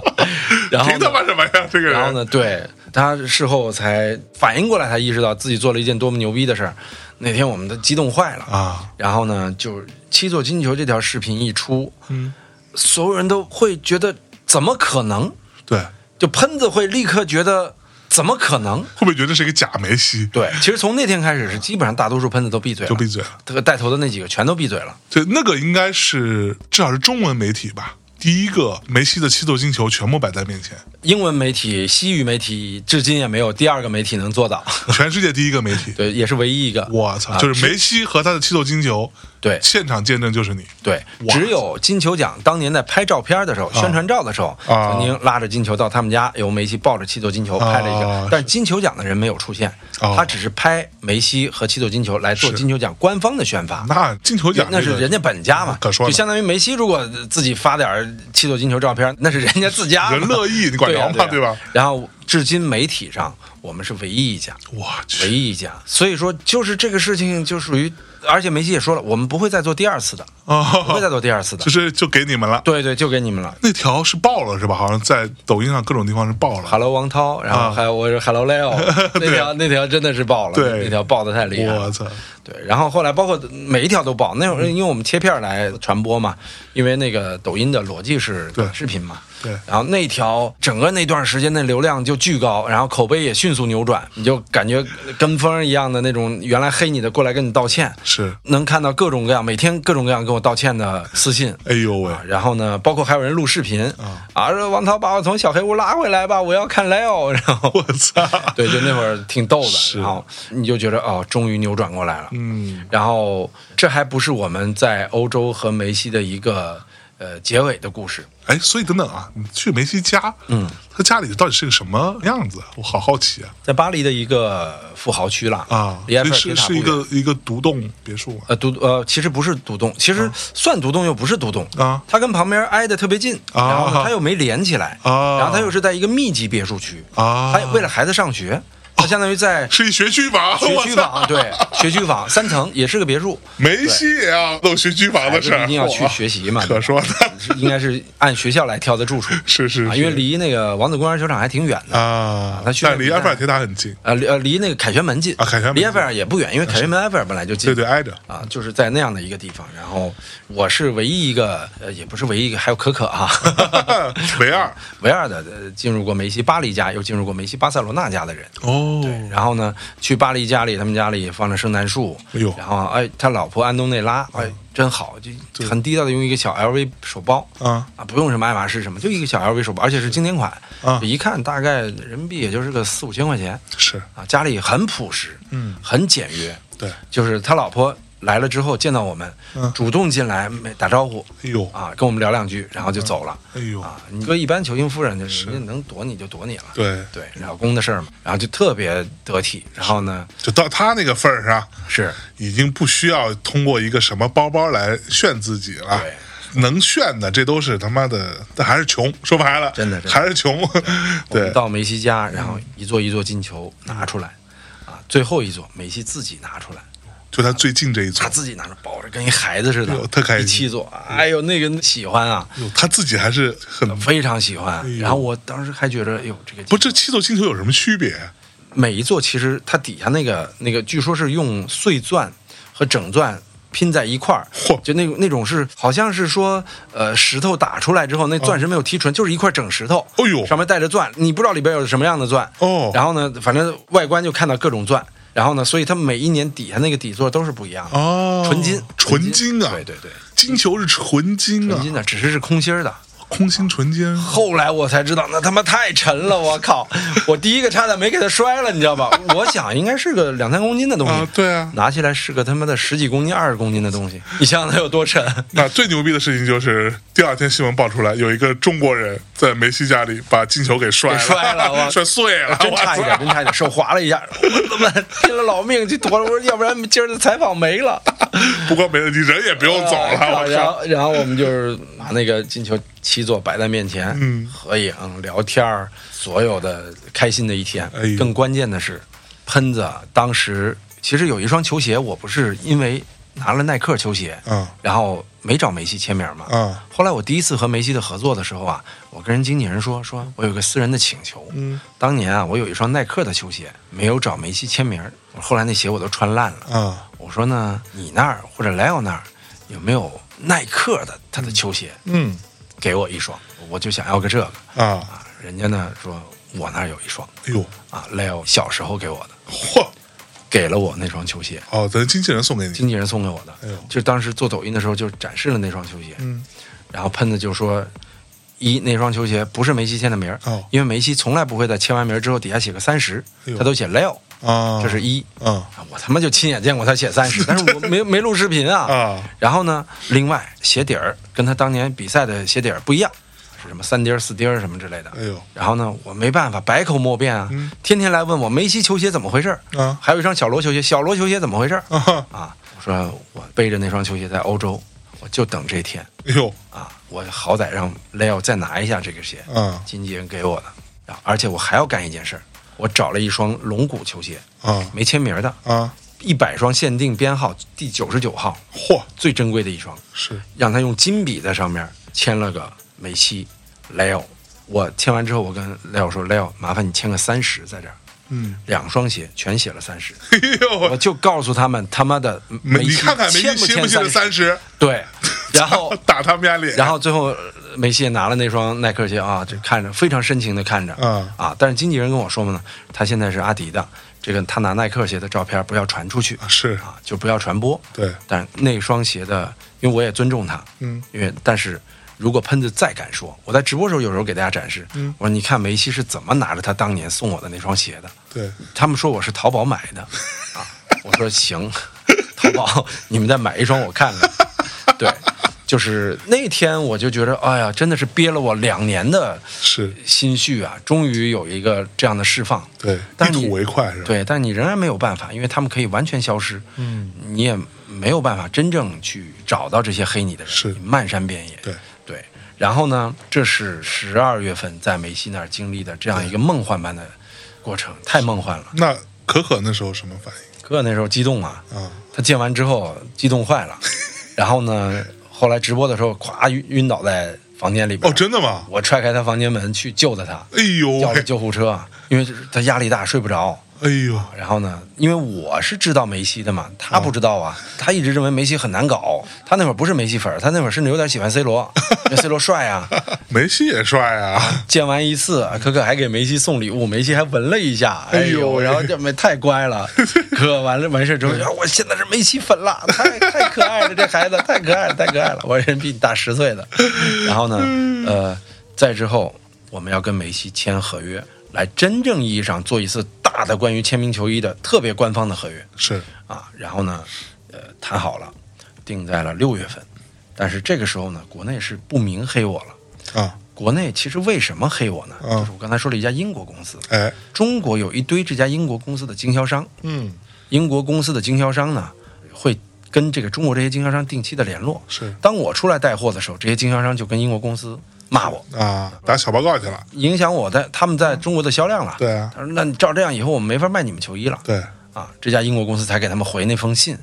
Speaker 1: 然后
Speaker 2: 凭他
Speaker 1: 呢，
Speaker 2: 妈什么呀？这个人，
Speaker 1: 然后呢，对他事后才反应过来，才意识到自己做了一件多么牛逼的事儿。那天我们都激动坏了
Speaker 2: 啊，
Speaker 1: 然后呢，就是七座金球这条视频一出，
Speaker 2: 嗯，
Speaker 1: 所有人都会觉得怎么可能？
Speaker 2: 对，会
Speaker 1: 就喷子会立刻觉得怎么可能？
Speaker 2: 不会觉得这是一个假梅西？
Speaker 1: 对，啊其实从那天开始是基本上大多数喷子都闭嘴了，
Speaker 2: 就闭嘴了。
Speaker 1: 这个带头的那几个全都闭嘴了。
Speaker 2: 对，那个应该是至少是中文媒体吧，第一个梅西的七座金球全部摆在面 前，
Speaker 1: 英文媒体、西语媒体至今也没有第二个媒体能做到，
Speaker 2: 全世界第一个媒体。
Speaker 1: 对，也是唯一一个。
Speaker 2: 我操，
Speaker 1: 啊
Speaker 2: 就是梅西和他的七座金球，
Speaker 1: 对
Speaker 2: 现场见证就是你，
Speaker 1: 对，
Speaker 2: 哇
Speaker 1: 只有金球奖当年在拍照片的时候，宣传照的时候，
Speaker 2: 啊
Speaker 1: 曾经拉着金球到他们家，由梅西抱着七座金球拍了一
Speaker 2: 啊
Speaker 1: 个
Speaker 2: 是，
Speaker 1: 但是金球奖的人没有出现，
Speaker 2: 哦
Speaker 1: 他只是拍梅西和七座金球来做
Speaker 2: 是
Speaker 1: 金球奖官方的宣发。
Speaker 2: 那金球奖
Speaker 1: 那是人
Speaker 2: 家
Speaker 1: 家本家嘛，
Speaker 2: 可说呢
Speaker 1: 就相当于梅西如果自己发点儿七座金球照片，那是人家自家嘛
Speaker 2: 人乐意，你管
Speaker 1: 对
Speaker 2: 着
Speaker 1: 呀
Speaker 2: 吗？
Speaker 1: 对呀
Speaker 2: 吧？
Speaker 1: 然后至今媒体上我们是唯一一家，
Speaker 2: 我
Speaker 1: 唯
Speaker 2: 去
Speaker 1: 一一家，所以说就是这个事情就属于，而且梅西也说了，我们不会再做第二次的，不会
Speaker 2: 啊，
Speaker 1: 再做第二次的
Speaker 2: 就，是就给你们了。
Speaker 1: 对对，就给你们了。
Speaker 2: 那条是爆了是吧？好像在抖音上各种地方是爆了。
Speaker 1: Hello 王涛，然
Speaker 2: 啊
Speaker 1: 后还有我是 Hello Leo，那条那条真的是爆了，
Speaker 2: 对
Speaker 1: 那条爆的太厉害了
Speaker 2: 我。嗯操！
Speaker 1: 对，然后后来包括每一条都爆，那会儿因为我们切片儿来传播嘛，因为那个抖音的逻辑是
Speaker 2: 对
Speaker 1: 短视频嘛。
Speaker 2: 对
Speaker 1: 然后那条整个那段时间的流量就巨高，然后口碑也迅速扭转，你就感觉跟风一样的那种，原来黑你的过来跟你道歉，
Speaker 2: 是，
Speaker 1: 能看到各种各样，每天各种各样跟我道歉的私信。
Speaker 2: 哎呦喂
Speaker 1: 啊，然后呢，包括还有人录视频啊，说王涛把我从小黑屋拉回来吧，我要看 Leo，然 后
Speaker 2: 我操！
Speaker 1: 对，就那会儿挺逗的，
Speaker 2: 是
Speaker 1: 然后你就觉得哦，终于扭转过来了。
Speaker 2: 嗯，
Speaker 1: 然后这还不是我们在欧洲和梅西的一个呃结尾的故事。
Speaker 2: 哎，所以等等啊，你去梅西家，嗯，他家里到底是个什么样子？我好好奇啊
Speaker 1: 在巴黎的一个富豪区了
Speaker 2: 啊！
Speaker 1: 里埃
Speaker 2: 所
Speaker 1: 菲
Speaker 2: 以
Speaker 1: 尔铁
Speaker 2: 是
Speaker 1: 塔
Speaker 2: 是一
Speaker 1: 公园
Speaker 2: 个一个独栋别墅啊嘛
Speaker 1: 呃独呃，其实不是独栋，其实算独栋又不是独栋
Speaker 2: 啊
Speaker 1: 它跟旁边挨得特别近，
Speaker 2: 啊
Speaker 1: 然后呢它又没连起来，
Speaker 2: 啊
Speaker 1: 然后它又是在一个密集别墅区，
Speaker 2: 啊
Speaker 1: 它为了孩子上学，它相当于在
Speaker 2: 是一学区房，
Speaker 1: 学
Speaker 2: 我
Speaker 1: 区
Speaker 2: 操！
Speaker 1: 房， 对，学区房三层也是个别墅，
Speaker 2: 梅西也要弄学区房
Speaker 1: 孩
Speaker 2: 的
Speaker 1: 子
Speaker 2: 事儿，
Speaker 1: 一定要去
Speaker 2: 哇
Speaker 1: 学习嘛，
Speaker 2: 啊可说呢，
Speaker 1: 是应该是按学校来挑的住处，
Speaker 2: 是是
Speaker 1: 啊，
Speaker 2: 是
Speaker 1: 因为离那个王子公园球场还挺远的。
Speaker 2: 啊，
Speaker 1: 他去
Speaker 2: 但
Speaker 1: 那
Speaker 2: 离
Speaker 1: 比
Speaker 2: 埃菲尔
Speaker 1: 赛
Speaker 2: 铁塔很近，
Speaker 1: 呃，离呃离那个凯旋门近
Speaker 2: 啊凯旋门啊
Speaker 1: 离埃菲尔也不远，因为凯旋门埃菲尔本来就近。
Speaker 2: 对对，挨 着。
Speaker 1: 啊，就是在那样的一个地方。然后我是唯一一个，呃，也不是唯一一个，还有可可啊，
Speaker 2: 唯二
Speaker 1: 唯二的呃进入过梅西巴黎家，又进入过梅西巴塞罗那家的人。
Speaker 2: 哦，
Speaker 1: 然后呢，去巴黎家里，他们家里放着圣诞树，
Speaker 2: 哎呦嗯
Speaker 1: 然后哎，他老婆安东内拉，哎，真好，就很低调的用一个小 LV 手包
Speaker 2: 啊
Speaker 1: 啊，不用什么爱马仕什么，就一个小 LV 手包，而且是经典款，
Speaker 2: 啊
Speaker 1: 一看大概人民币也就是个四五千块钱
Speaker 2: 是，哎
Speaker 1: 啊，家里很朴实，
Speaker 2: 嗯，
Speaker 1: 很简约，
Speaker 2: 对，哎
Speaker 1: 就是他老婆来了之后见到我们，
Speaker 2: 嗯
Speaker 1: 主动进来没打招呼
Speaker 2: 呦，
Speaker 1: 啊，跟我们聊两句，然后就走了。
Speaker 2: 哎呦，
Speaker 1: 啊，你搁一般球星夫人就是人家能躲你就躲你了，
Speaker 2: 对，
Speaker 1: 对，老公的事儿嘛，然后就特别得体，然后呢
Speaker 2: 就到他那个份儿上，
Speaker 1: 是
Speaker 2: 已经不需要通过一个什么包包来炫自己了。
Speaker 1: 对
Speaker 2: 能炫的，这都是他妈的，但还是穷。说白了，
Speaker 1: 真的真的
Speaker 2: 还是穷。
Speaker 1: 我们
Speaker 2: 对，
Speaker 1: 到梅西家，然后一座一座金球拿出来，啊，最后一座梅西自己拿出来，
Speaker 2: 就他最近这一
Speaker 1: 他
Speaker 2: 组，
Speaker 1: 自己拿着抱着跟一孩子似
Speaker 2: 哎呦
Speaker 1: 的，
Speaker 2: 特开心
Speaker 1: 第七座，哎呦那个喜欢啊，
Speaker 2: 哟他自己还是很
Speaker 1: 非常喜欢。
Speaker 2: 嗯哎呦
Speaker 1: 然后我当时还觉着，哎呦这个
Speaker 2: 不。这七座星球有什么区别？
Speaker 1: 每一座其实它底下那个那个，据说是用碎钻和整钻拼在一块儿
Speaker 2: 嚯，
Speaker 1: 就那那种是好像是说呃石头打出来之后，那钻石没有剔纯，就是一块整石头，
Speaker 2: 啊哎呦
Speaker 1: 上面带着钻，你不知道里边有什么样的钻
Speaker 2: 哦
Speaker 1: 然后呢，反正外观就看到各种钻，然后呢，所以它每一年底下那个底座都是不一样的，
Speaker 2: 哦，
Speaker 1: 纯金
Speaker 2: 纯金啊，
Speaker 1: 对对对，
Speaker 2: 金球是纯金
Speaker 1: 纯
Speaker 2: 啊，
Speaker 1: 金的，只是是空心儿的。
Speaker 2: 空心纯金，
Speaker 1: 后来我才知道，那他妈太沉了，我靠！ 我第一个差点没给它摔了，你知道吧？ 我想应该是个两三公斤的东西，
Speaker 2: 啊对啊
Speaker 1: 拿起来是个他妈的十几公斤、二十公斤的东西，你想想它有多沉？
Speaker 2: 那最牛逼的事情就是，第二天新闻爆出来，有一个中国人在梅西家里把金球给摔了，
Speaker 1: 给摔了哇
Speaker 2: 摔碎了，
Speaker 1: 真差一
Speaker 2: 哇
Speaker 1: 点，
Speaker 2: 塞
Speaker 1: 真差一点，手划了一下，我他妈拼了老命去躲了，我说要不然今儿的采访没了。
Speaker 2: 不过没问题，人也不用走 了，我
Speaker 1: 然
Speaker 2: 靠，
Speaker 1: 后，然后我们就是把那个金球七座摆在面前，
Speaker 2: 嗯
Speaker 1: 合影、聊天儿，所有的开心的一天。
Speaker 2: 哎呦
Speaker 1: 更关键的是，喷子当时其实有一双球鞋，我不是因为拿了耐克球鞋，
Speaker 2: 嗯
Speaker 1: 然后没找梅西签名嘛，
Speaker 2: 嗯
Speaker 1: 后来我第一次和梅西的合作的时候啊，我跟人经纪人说，说我有个私人的请求，
Speaker 2: 嗯，
Speaker 1: 当年啊，我有一双耐克的球鞋，没有找梅西签名儿，后来那鞋我都穿烂了，
Speaker 2: 啊，
Speaker 1: 我说呢，你那儿或者莱奥那儿有没有耐克的他的球鞋？
Speaker 2: 嗯
Speaker 1: 给我一双，我就想要个这个
Speaker 2: 啊，
Speaker 1: 啊。人家呢说，我那儿有一双
Speaker 2: 哎呦，
Speaker 1: 啊，莱奥小时候给我的，
Speaker 2: 嚯，
Speaker 1: 给了我那双球鞋，
Speaker 2: 哦，咱经纪人送给你，
Speaker 1: 经纪人送给我的。
Speaker 2: 哎呦
Speaker 1: 就是当时做抖音的时候就展示了那双球鞋，
Speaker 2: 嗯，
Speaker 1: 然后喷子就说。一那双球鞋不是梅西签的名儿，
Speaker 2: 哦
Speaker 1: 因为梅西从来不会在签完名儿之后底下写个三十、
Speaker 2: 哎呦
Speaker 1: 他都写 Leo，
Speaker 2: 啊，
Speaker 1: 这是一。
Speaker 2: 啊
Speaker 1: 啊我他妈就亲眼见过他写三十，但是我没没录视频啊。
Speaker 2: 啊
Speaker 1: 然后呢，另外鞋底儿跟他当年比赛的鞋底儿不一样，是什么三钉儿、四钉儿什么之类的。
Speaker 2: 哎呦
Speaker 1: 然后呢，我没办法，百口莫辩啊，
Speaker 2: 嗯
Speaker 1: 天天来问我梅西球鞋怎么回事儿
Speaker 2: 啊
Speaker 1: 还有一双小罗球鞋，小罗球鞋怎么回事儿
Speaker 2: 啊哈，
Speaker 1: 啊，我说我背着那双球鞋在欧洲，我就等这天
Speaker 2: 哎呦
Speaker 1: 啊，我好歹让 Leo 再拿一下这个鞋，
Speaker 2: 啊
Speaker 1: 经纪人给我的。然后而且我还要干一件事儿，我找了一双龙骨球鞋，
Speaker 2: 啊
Speaker 1: 没签名儿的，
Speaker 2: 啊，
Speaker 1: 一百双限定编号第九十九号，
Speaker 2: 嚯，
Speaker 1: 最珍贵的一双，
Speaker 2: 是
Speaker 1: 让他用金笔在上面签了个梅西、莱奥。我签完之后，我跟莱奥说：“莱奥，麻烦你签个三十在这儿，
Speaker 2: 嗯，
Speaker 1: 两双鞋全写了三十。
Speaker 2: 哎呦”
Speaker 1: 我
Speaker 2: 喂，
Speaker 1: 就告诉他们，他妈的
Speaker 2: 没
Speaker 1: 梅西
Speaker 2: 你看看梅
Speaker 1: 签
Speaker 2: 西信不信
Speaker 1: 签
Speaker 2: 这三
Speaker 1: 30？
Speaker 2: 十，
Speaker 1: 对， 然后
Speaker 2: 打他们家脸，
Speaker 1: 然后最后呃梅西也拿了那双耐克鞋啊，这看着非常深情的看着，
Speaker 2: 嗯
Speaker 1: 啊，但是经纪人跟我说嘛呢，他现在是阿迪的，这个他拿耐克鞋的照片不要传出去，
Speaker 2: 是
Speaker 1: 啊，就不要传播。
Speaker 2: 对
Speaker 1: 但那双鞋的，因为我也尊重他，
Speaker 2: 嗯，
Speaker 1: 因为但是如果喷子再敢说，我在直播时候有时候给大家展示，
Speaker 2: 嗯
Speaker 1: 我说你看梅西是怎么拿着他当年送我的那双鞋的，
Speaker 2: 对，
Speaker 1: 他们说我是淘宝买的，啊，我说行，淘宝你们再买一双我看看。对，就是那天我就觉得，哎呀，真的是憋了我两年的
Speaker 2: 是
Speaker 1: 心绪啊，终于有一个这样的释放。
Speaker 2: 对，
Speaker 1: 但
Speaker 2: 一
Speaker 1: 是你
Speaker 2: 吐为快是吧？
Speaker 1: 对，但你仍然没有办法，因为他们可以完全消失，嗯，你也没有办法真正去找到这些黑你的人，
Speaker 2: 是
Speaker 1: 你漫山遍野，
Speaker 2: 对
Speaker 1: 对。然后呢，这是十二月份在梅西那儿经历的这样一个梦幻般的过程，太梦幻了。
Speaker 2: 那可可那时候什么反应
Speaker 1: 哥那时候激动啊，
Speaker 2: 啊？
Speaker 1: 他见完之后激动坏 了，然后呢，后来直播的时候，咵晕晕倒在房间里边。
Speaker 2: 哦，真的吗？
Speaker 1: 我踹开他房间门去救的他，
Speaker 2: 哎呦
Speaker 1: 叫了
Speaker 2: 喂，
Speaker 1: 救护车，啊因为就是他压力大睡不着。
Speaker 2: 哎呦，
Speaker 1: 然后呢，因为我是知道梅西的
Speaker 2: 嗯
Speaker 1: 嘛，他不知道啊，他一直认为梅西很难搞。他那会儿不是梅西粉儿，他那会儿甚至有点喜欢 C 罗，因为 C 罗帅啊。
Speaker 2: 梅西也帅啊！
Speaker 1: 见完一次，可可还给梅西送礼物，梅西还闻了一下，哎
Speaker 2: 哎呦
Speaker 1: 呦，
Speaker 2: 喂嗯
Speaker 1: 然后这没太乖 了。可完了完事之后，啊我现在是梅西粉了，太太可爱了，这孩 子太可爱了，太可爱了。我人比你大十岁的。然后呢，
Speaker 2: 嗯
Speaker 1: 呃，再之后我们要跟梅西签合约，来真正意义上做一次大的关于签名球衣的特别官方的合约
Speaker 2: 是
Speaker 1: 啊。然后呢，呃，谈好了，定在了六月份。但是这个时候呢，国内是不明黑我了。
Speaker 2: 啊，
Speaker 1: 国内其实为什么黑我呢？
Speaker 2: 嗯
Speaker 1: 就是我刚才说了一家英国公司，
Speaker 2: 哎，
Speaker 1: 中国有一堆这家英国公司的经销商，
Speaker 2: 嗯，
Speaker 1: 英国公司的经销商呢会跟这个中国这些经销商定期的联络。
Speaker 2: 是
Speaker 1: 当我出来带货的时候，这些经销商就跟英国公司骂我，
Speaker 2: 啊，打小报告去了。
Speaker 1: 影响我在他们在中国的销量了。
Speaker 2: 对啊，
Speaker 1: 他说：“那你照这样以后，我们没法卖你们球衣了。”
Speaker 2: 对，
Speaker 1: 啊，这家英国公司才给他们回那封信，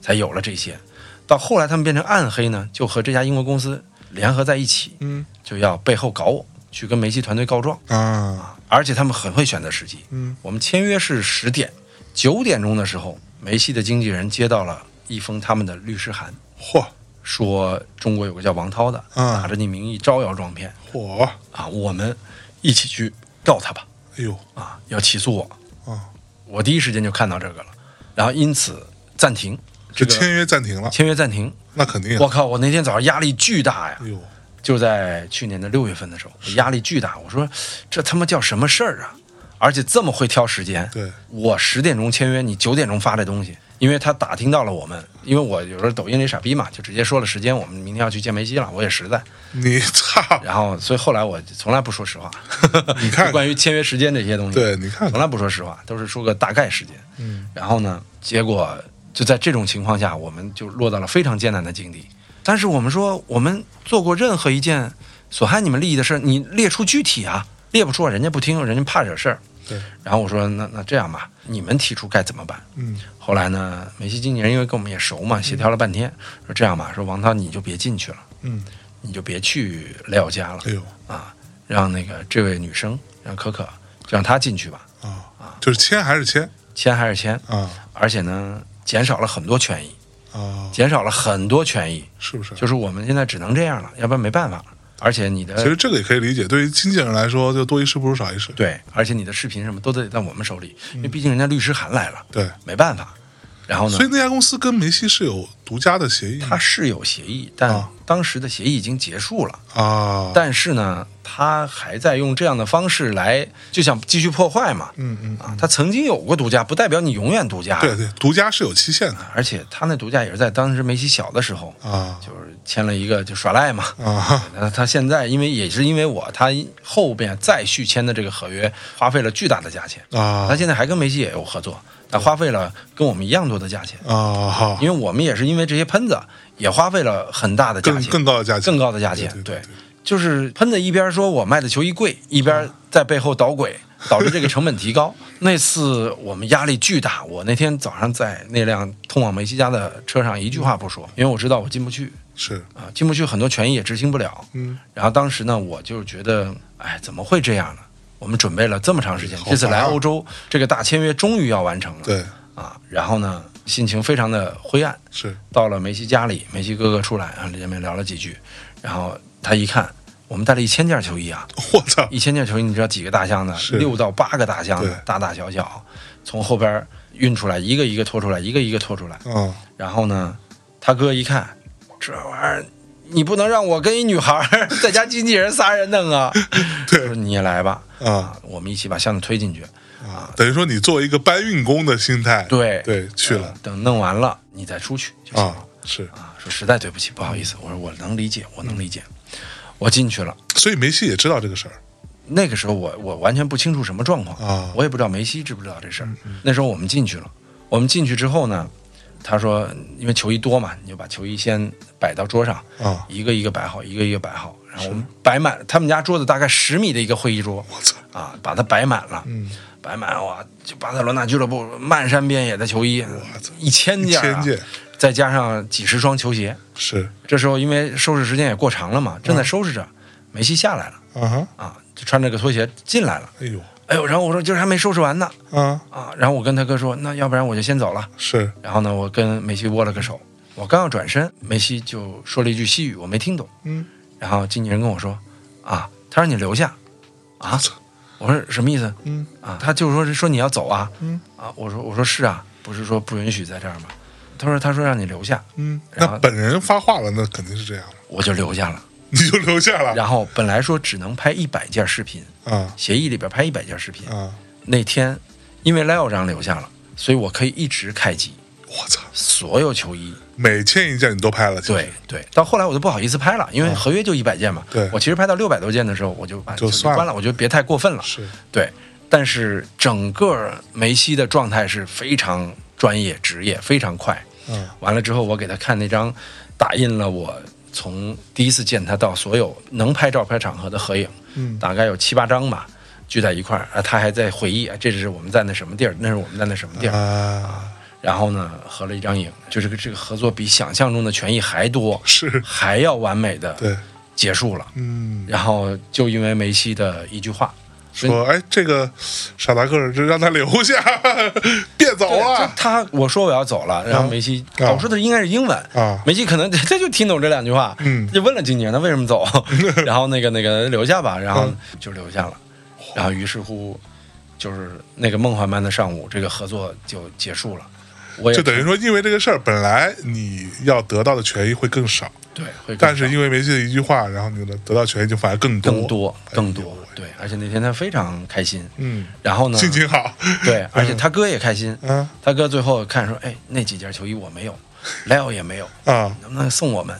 Speaker 1: 才有了这些。到后来他们变成暗黑呢，就和这家英国公司联合在一起，
Speaker 2: 嗯
Speaker 1: 就要背后搞我，去跟梅西团队告状。
Speaker 2: 啊，
Speaker 1: 而且他们很会选择时机。
Speaker 2: 嗯，
Speaker 1: 我们签约是十点，九点钟的时候，梅西的经纪人接到了一封他们的律师函，
Speaker 2: 嚯
Speaker 1: 说中国有个叫王涛的，
Speaker 2: 嗯
Speaker 1: 打着你名义招摇撞骗
Speaker 2: 嚯，哎
Speaker 1: 啊，我们一起去告他吧，
Speaker 2: 呦
Speaker 1: 啊，要起诉我。
Speaker 2: 啊，
Speaker 1: 我第一时间就看到这个了，然后因此暂停这
Speaker 2: 这
Speaker 1: 个
Speaker 2: 签约暂停了，
Speaker 1: 签约暂停。
Speaker 2: 那肯定啊。
Speaker 1: 我靠！我那天早上压力巨大呀
Speaker 2: 哎，呦，
Speaker 1: 就在去年的六月份的时候，我压力巨大。我说这他妈叫什么事儿啊？而且这么会挑时间。
Speaker 2: 对，
Speaker 1: 我十点钟签约，你九点钟发这东西，因为他打听到了我们，因为我有时候抖音里傻逼嘛，就直接说了时间，我们明天要去见梅西了，我也实在。
Speaker 2: 你操，
Speaker 1: 然后，所以后来我从来不说实话，
Speaker 2: 你看
Speaker 1: 就关于签约时间这些东西，
Speaker 2: 对，你看
Speaker 1: 从
Speaker 2: 看，
Speaker 1: 来不说实话，都是说个大概时间。
Speaker 2: 嗯，
Speaker 1: 然后呢，结果就在这种情况下，我们就落到了非常艰难的境地。但是我们说，我们做过任何一件损害你们利益的事儿，你列出具体啊，列不出来，人家不听，人家怕惹事儿。
Speaker 2: 对，
Speaker 1: 然后我说，那那这样吧，你们提出该怎么办？
Speaker 2: 嗯，
Speaker 1: 后来呢，梅西经纪人因为跟我们也熟嘛，协调了半天，说这样吧，说王涛你就别进去了，
Speaker 2: 嗯，
Speaker 1: 你就别去雷奥家了
Speaker 2: 哎呦
Speaker 1: 啊，让那个这位女生，让可可，就让她进去吧，
Speaker 2: 啊，就是签还是签
Speaker 1: 签还是签，
Speaker 2: 啊
Speaker 1: 而且呢，减少了很多权益，
Speaker 2: 啊，
Speaker 1: 减少了很多权益，
Speaker 2: 是不是？
Speaker 1: 就是哎我们现在只能这样了，要不然没办法了。而且你
Speaker 2: 其实
Speaker 1: 的
Speaker 2: 这个也可以理解，对于经纪人来说，就多一事不如少一事。
Speaker 1: 对，而且你的视频什么都得在我们手里，因为毕竟人家律师函来了，
Speaker 2: 对，
Speaker 1: 没办法。然后呢
Speaker 2: 所以，那家公司跟梅西是有独家的协
Speaker 1: 嗯
Speaker 2: 议
Speaker 1: 他
Speaker 2: 吗
Speaker 1: 是有协议，但
Speaker 2: 啊
Speaker 1: 当时的协议已经结束了。
Speaker 2: 啊，
Speaker 1: 但是呢，他还在用这样的方式来，就想继续破坏嘛。
Speaker 2: 嗯嗯，
Speaker 1: 啊，他曾经有过独家，不代表你永远独家。啊
Speaker 2: 对，对，独家是有期限的
Speaker 1: 而且他那独家也是在当时梅西小的时候，
Speaker 2: 啊
Speaker 1: 就是签了一个就耍赖嘛。
Speaker 2: 啊，
Speaker 1: 那他现在因为也是因为我，他后边再续签的这个合约花费了巨大的价钱。
Speaker 2: 啊
Speaker 1: 他现在还跟梅西也有合作，但花费了跟我们一样多的价钱，
Speaker 2: 啊，好
Speaker 1: 因为我们也是因为这些喷子也花费了很大的价
Speaker 2: 更
Speaker 1: 钱，
Speaker 2: 更高的价钱，
Speaker 1: 更高的价钱。
Speaker 2: 对对对
Speaker 1: 就是喷子一边说我卖的球衣贵，一边在背后捣鬼，导致这个成本提高。那次我们压力巨大，我那天早上在那辆通往梅西家的车上一句话不说，因为我知道我进不去
Speaker 2: 是，
Speaker 1: 啊，进不去很多权益也执行不了。
Speaker 2: 嗯，
Speaker 1: 然后当时呢，我就觉得，哎，怎么会这样呢？我们准备了这么长时间
Speaker 2: 好，烦啊
Speaker 1: 这次来欧洲，这个大签约终于要完成了。
Speaker 2: 对，
Speaker 1: 啊，然后呢，心情非常的灰暗。
Speaker 2: 是
Speaker 1: 到了梅西家里，梅西哥哥出来，然后里面聊了几句，然后他一看，我们带了一千件球衣啊，
Speaker 2: 我操，
Speaker 1: 一千件球衣，你知道几个大箱子？
Speaker 2: 是
Speaker 1: 六到八个大箱
Speaker 2: 对
Speaker 1: 子，大大小小，从后边运出来，一个一个拖出来，一个一个拖出来。
Speaker 2: 嗯，
Speaker 1: 然后呢，他哥一看这玩意儿，你不能让我跟一女孩儿 在家经纪人仨人弄 啊，说你也来吧，
Speaker 2: 啊，
Speaker 1: 我们一起把箱子推进去。
Speaker 2: 啊，等于说你作为一个搬运工的心态，
Speaker 1: 对
Speaker 2: 对，去
Speaker 1: 呃
Speaker 2: 了
Speaker 1: 等弄完了你再出去就行了。
Speaker 2: 啊，是，
Speaker 1: 啊，说实在对不起，不好意思，我说我能理解，我能理解。我进去了，
Speaker 2: 所以梅西也知道这个事儿
Speaker 1: 那个时候我我完全不清楚什么状况
Speaker 2: 啊嗯
Speaker 1: 我也不知道梅西知不知道这事儿。那时候我们进去了，我们进去之后呢，他说因为球衣多嘛，你就把球衣先摆到桌上，
Speaker 2: 啊，
Speaker 1: 一个一个摆好，一个一个摆好，然后我们摆满他们家桌子大概十米的一个会议桌
Speaker 2: 我操，
Speaker 1: 啊，把它摆满了，
Speaker 2: 嗯，
Speaker 1: 摆满哇，就巴塞罗那俱乐部漫山遍野的球衣，
Speaker 2: 操
Speaker 1: 一千件、啊，
Speaker 2: 一千件
Speaker 1: 再加上几十双球鞋。
Speaker 2: 是，
Speaker 1: 这时候因为收拾时间也过长了
Speaker 2: 嗯
Speaker 1: 嘛，正在收拾着，梅西下来了
Speaker 2: 啊哈，
Speaker 1: 啊，就穿着个拖鞋进来了。
Speaker 2: 哎呦，
Speaker 1: 哎呦，然后我说今儿还没收拾完呢
Speaker 2: 啊，
Speaker 1: 啊，然后我跟他哥说，那要不然我就先走了。
Speaker 2: 是，
Speaker 1: 然后呢，我跟梅西握了个手，我刚要转身，梅西就说了一句西语，我没听懂。
Speaker 2: 嗯，
Speaker 1: 然后经纪人跟我说，啊，他让你留下，啊
Speaker 2: 操，
Speaker 1: 我说什么意思？
Speaker 2: 嗯，
Speaker 1: 啊，他就说说你要走啊，
Speaker 2: 嗯，
Speaker 1: 啊，我说我说是啊，不是说不允许在这儿吗？他说他说让你留下，
Speaker 2: 嗯，
Speaker 1: 然后
Speaker 2: 那本人发话了，那肯定是这样了，
Speaker 1: 我就留下了。
Speaker 2: 你就留下了
Speaker 1: 然后本来说只能拍一百件视频，
Speaker 2: 啊
Speaker 1: 协议里边拍一百件视频，
Speaker 2: 啊，
Speaker 1: 那天因为 Leo 让留下了，所以我可以一直开机，
Speaker 2: 我操，
Speaker 1: 所有球衣。
Speaker 2: 每签一件你都拍了，其实
Speaker 1: 对，对，到后来我都不好意思拍了，因为合约就一百件嘛。
Speaker 2: 哦对
Speaker 1: 我其实拍到六百多件的时候，我就把
Speaker 2: 就
Speaker 1: 就
Speaker 2: 算了
Speaker 1: 关了，我觉得别太过分了。
Speaker 2: 是，
Speaker 1: 对，但是整个梅西的状态是非常专业、职业，非常快。
Speaker 2: 嗯，
Speaker 1: 完了之后，我给他看那张打印了我从第一次见他到所有能拍照片场合的合影，
Speaker 2: 嗯
Speaker 1: 大概有七八张吧，聚在一块儿啊，他还在回忆，啊，这是我们在那什么地儿，那是我们在那什么地儿，
Speaker 2: 啊，
Speaker 1: 然后呢合了一张影，就这个这个合作比想象中的权益还多，
Speaker 2: 是，
Speaker 1: 还要完美的
Speaker 2: 对，
Speaker 1: 结束了。
Speaker 2: 嗯，
Speaker 1: 然后就因为梅西的一句话，
Speaker 2: 说哎，这个沙达克尔就让他留下， 别走啊
Speaker 1: 对
Speaker 2: 了。
Speaker 1: 他他我说我要走了，然后梅西，
Speaker 2: 哦啊
Speaker 1: 我说的应该是英文
Speaker 2: 啊
Speaker 1: 梅西可能 他就听懂这两句话，
Speaker 2: 嗯
Speaker 1: 就问了经纪人他为什么 走，然后那个那个留下吧，然后
Speaker 2: 嗯
Speaker 1: 就留下了，然后于是乎就是那个梦幻般的上午，这个合作就结束了，我也
Speaker 2: 就等于说，因为这个事儿，本来你要得到的权益会更少，
Speaker 1: 对，会更
Speaker 2: 但是因为梅西的一句话，然后你的得到权益就反而更多。
Speaker 1: 更多更
Speaker 2: 哎
Speaker 1: 多
Speaker 2: 呦喂，
Speaker 1: 对，而且那天他非常开心，
Speaker 2: 嗯，
Speaker 1: 然后呢，
Speaker 2: 心情好。
Speaker 1: 对，而且他哥也开心，
Speaker 2: 嗯
Speaker 1: 他哥最后看说，哎，那几件球衣我没有，莱奥也没有，
Speaker 2: 啊，
Speaker 1: 能不能送我们？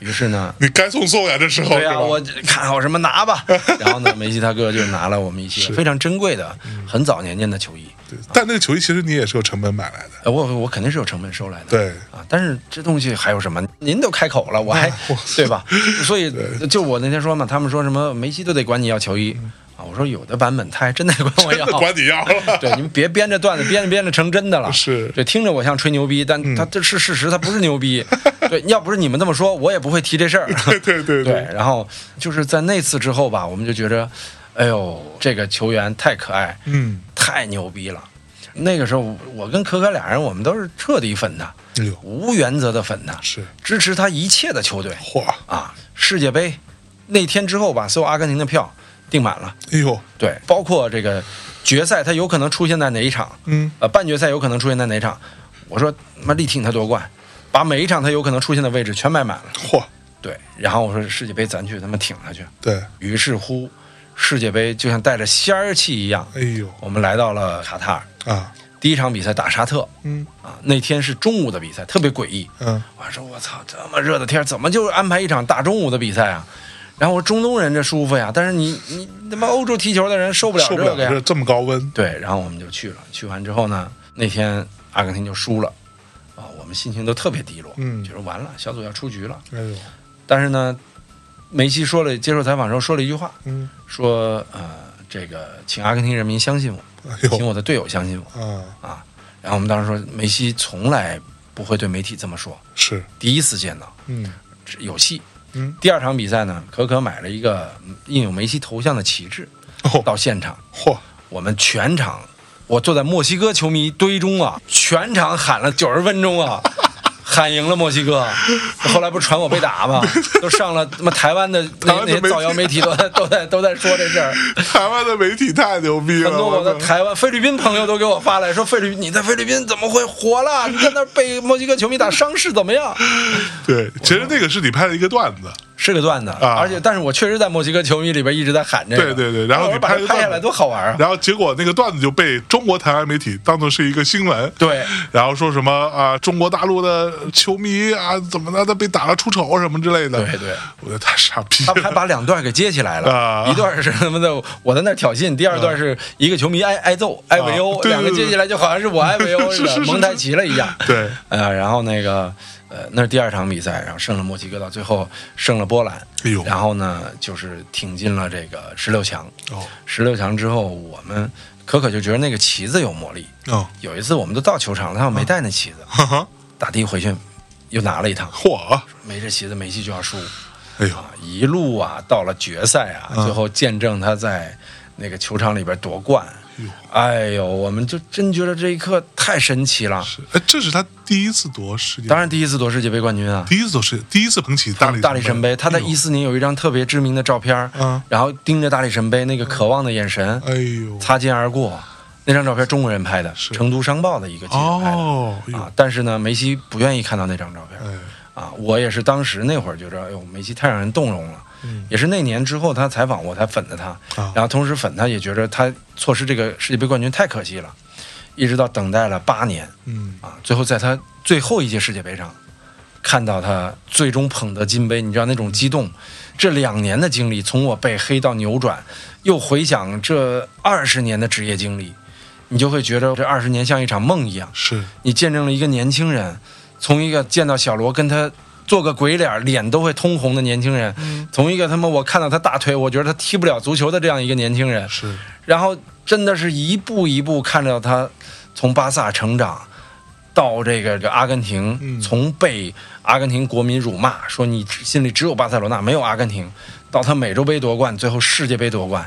Speaker 1: 于是呢。
Speaker 2: 你该送送呀，这时候
Speaker 1: 对
Speaker 2: 是
Speaker 1: 呀、
Speaker 2: 吧？
Speaker 1: 我看好什么拿吧。 然后呢，梅西他哥就拿了我们一些非常珍贵的、很早年间的球衣。
Speaker 2: 对但那个球衣其实你也是有成本买来的。
Speaker 1: 呃，我我肯定是有成本收来的。
Speaker 2: 对，
Speaker 1: 啊，但是这东西还有什么？您都开口了，我还、对吧？所以就我那天说嘛，他们说什么梅西都得管你要球衣、啊，我说有的版本他还真得管我
Speaker 2: 真
Speaker 1: 要
Speaker 2: 的。管你要 了。
Speaker 1: 对，你们别编着段子，编着编着成真的了。
Speaker 2: 是
Speaker 1: 对，听着我像吹牛逼，但他这是事实，他不是牛逼。对，要不是你们这么说，我也不会提这 事儿。
Speaker 2: 对对对
Speaker 1: 啊对，然后就是在那次之后吧，我们就觉着，哎呦，这个球员太可爱，
Speaker 2: 嗯，
Speaker 1: 太牛逼了。那个时候，我跟可可俩人，我们都是彻底粉他，
Speaker 2: 哎呦，
Speaker 1: 无原则的粉他，
Speaker 2: 是
Speaker 1: 支持他一切的球队
Speaker 2: 嚯，
Speaker 1: 啊！世界杯那天之后，把所有阿根廷的票订满了，
Speaker 2: 哎呦，
Speaker 1: 对，包括这个决赛，他有可能出现在哪一场？
Speaker 2: 嗯，
Speaker 1: 呃，半决赛有可能出现在哪一场？我说，妈力挺他夺冠，把每一场他有可能出现的位置全买满了。
Speaker 2: 嚯，
Speaker 1: 对，然后我说世界杯咱去他妈挺他去。
Speaker 2: 对，
Speaker 1: 于是乎，世界杯就像带着仙儿气一样，
Speaker 2: 哎呦
Speaker 1: 我们来到了卡塔尔。
Speaker 2: 啊，
Speaker 1: 第一场比赛打沙特
Speaker 2: 嗯
Speaker 1: 啊，那天是中午的比赛，特别诡异。
Speaker 2: 嗯，
Speaker 1: 我说我操，这么热的天儿，怎么就安排一场大中午的比赛啊？然后我说中东人这舒服呀，但是你你他妈欧洲踢球的人受不了
Speaker 2: 受
Speaker 1: 这
Speaker 2: 不了
Speaker 1: 个呀。
Speaker 2: 这这么高温，
Speaker 1: 对，然后我们就去了。去完之后呢，那天阿根廷就输了，啊，我们心情都特别低落，
Speaker 2: 嗯
Speaker 1: 觉得完了，小组要出局了。
Speaker 2: 哎呦，
Speaker 1: 但是呢，梅西说了接受采访时候说了一句话，
Speaker 2: 嗯，
Speaker 1: 说呃，这个请阿根廷人民相信我，
Speaker 2: 哎
Speaker 1: 请
Speaker 2: 呦
Speaker 1: 我的队友相信我。
Speaker 2: 啊，
Speaker 1: 然后我们当时说，梅西从来不会对媒体这么说，
Speaker 2: 是，
Speaker 1: 第一次见到，
Speaker 2: 嗯
Speaker 1: 只有戏。
Speaker 2: 嗯，
Speaker 1: 第二场比赛呢，可可买了一个印有梅西头像的旗帜
Speaker 2: 嚯
Speaker 1: 到现场，
Speaker 2: 哦嚯，
Speaker 1: 我们全场，我坐在墨西哥球迷堆中啊，全场喊了九十分钟 啊，喊赢了墨西哥。后来不是传我被打 吗？都上了他妈台湾的那
Speaker 2: 台湾
Speaker 1: 那些
Speaker 2: 的媒体
Speaker 1: 造谣媒体都在都在都在说这事儿，
Speaker 2: 台湾的媒体太牛逼了，
Speaker 1: 很多我的
Speaker 2: 操
Speaker 1: 台湾菲律宾朋友都给我发来说，菲律宾你在菲律宾怎么会火 了？你在那儿被墨西哥球迷打伤势怎么样？
Speaker 2: 对，其实那个是你拍的一个段子，
Speaker 1: 是个段子，
Speaker 2: 啊
Speaker 1: 而且但是我确实在墨西哥球迷里边一直在喊这个，
Speaker 2: 对对对然后
Speaker 1: 我
Speaker 2: 你
Speaker 1: 把
Speaker 2: 拍
Speaker 1: 它
Speaker 2: 个
Speaker 1: 拍下
Speaker 2: 段
Speaker 1: 来
Speaker 2: 子
Speaker 1: 多好玩啊！
Speaker 2: 然后结果那个段子就被中国台湾媒体当做是一个新闻，
Speaker 1: 对，
Speaker 2: 然后说什么啊，中国大陆的球迷啊，怎么的，他被打了出丑什么之类的，
Speaker 1: 对对，
Speaker 2: 我觉得太傻逼
Speaker 1: 他还
Speaker 2: 了，
Speaker 1: 把两段给接起来了
Speaker 2: 啊，
Speaker 1: 一段是他妈的我在那儿挑衅，第二段是一个球迷挨挨揍挨围殴，
Speaker 2: 啊对对
Speaker 1: 两个接起来就好像是我挨围 殴似的
Speaker 2: 是，是是
Speaker 1: 蒙太奇了一样。
Speaker 2: 对，
Speaker 1: 呃，然后那个呃，那是第二场比赛，然后胜了墨西哥，到最后胜了波兰
Speaker 2: 哎呦，
Speaker 1: 然后呢就是挺进了这个十六强。
Speaker 2: 哦
Speaker 1: 十六强之后，我们可可就觉得那个旗子有魔力。
Speaker 2: 哦，
Speaker 1: 有一次我们都到球场了，但我
Speaker 2: 啊
Speaker 1: 没带那旗子，
Speaker 2: 哈哈，
Speaker 1: 打的回去又拿了一趟，
Speaker 2: 嚯啊，
Speaker 1: 没这旗子梅西就要输啊！
Speaker 2: 哎呦，
Speaker 1: 一路啊到了决赛啊，
Speaker 2: 嗯
Speaker 1: 最后见证他在那个球场里边夺冠。哎呦，我们就真觉得这一刻太神奇了。
Speaker 2: 是，哎，这是他第一次夺世界，
Speaker 1: 当然，第一次夺世界杯冠军啊，
Speaker 2: 第一次夺世，第一次捧起大力哎
Speaker 1: 大力神杯，他在一，四年有一张特别知名的照片儿，
Speaker 2: 嗯
Speaker 1: 然后盯着大力神杯那个渴望的眼神，
Speaker 2: 哎呦，
Speaker 1: 擦肩而过。那张照片中国人拍的，成都商报的一个记者拍的、
Speaker 2: 哦，哎呦，
Speaker 1: 啊。但是呢，梅西不愿意看到那张照片，
Speaker 2: 哎，
Speaker 1: 啊，我也是当时那会儿觉着，哎呦，梅西太让人动容了。
Speaker 2: 嗯
Speaker 1: 也是那年之后，他采访我才粉的他，
Speaker 2: 啊
Speaker 1: 然后同时粉他也觉着他错失这个世界杯冠军太可惜了，一直到等待了八年
Speaker 2: 嗯，
Speaker 1: 啊，最后在他最后一届世界杯上看到他最终捧得金杯，你知道那种激动，这两年的经历，从我被黑到扭转，又回想这二十年的职业经历，你就会觉得这二十年像一场梦一样。
Speaker 2: 是，
Speaker 1: 你见证了一个年轻人，从一个见到小罗跟他做个鬼脸，脸都会通红的年轻人，从一个他妈我看到他大腿，我觉得他踢不了足球的这样一个年轻人，
Speaker 2: 是，
Speaker 1: 然后真的是一步一步看着他从巴萨成长。到这个这个阿根廷，
Speaker 2: 嗯
Speaker 1: 从被阿根廷国民辱骂说你只心里只有巴塞罗那没有阿根廷，到他美洲杯夺冠，最后世界杯夺冠，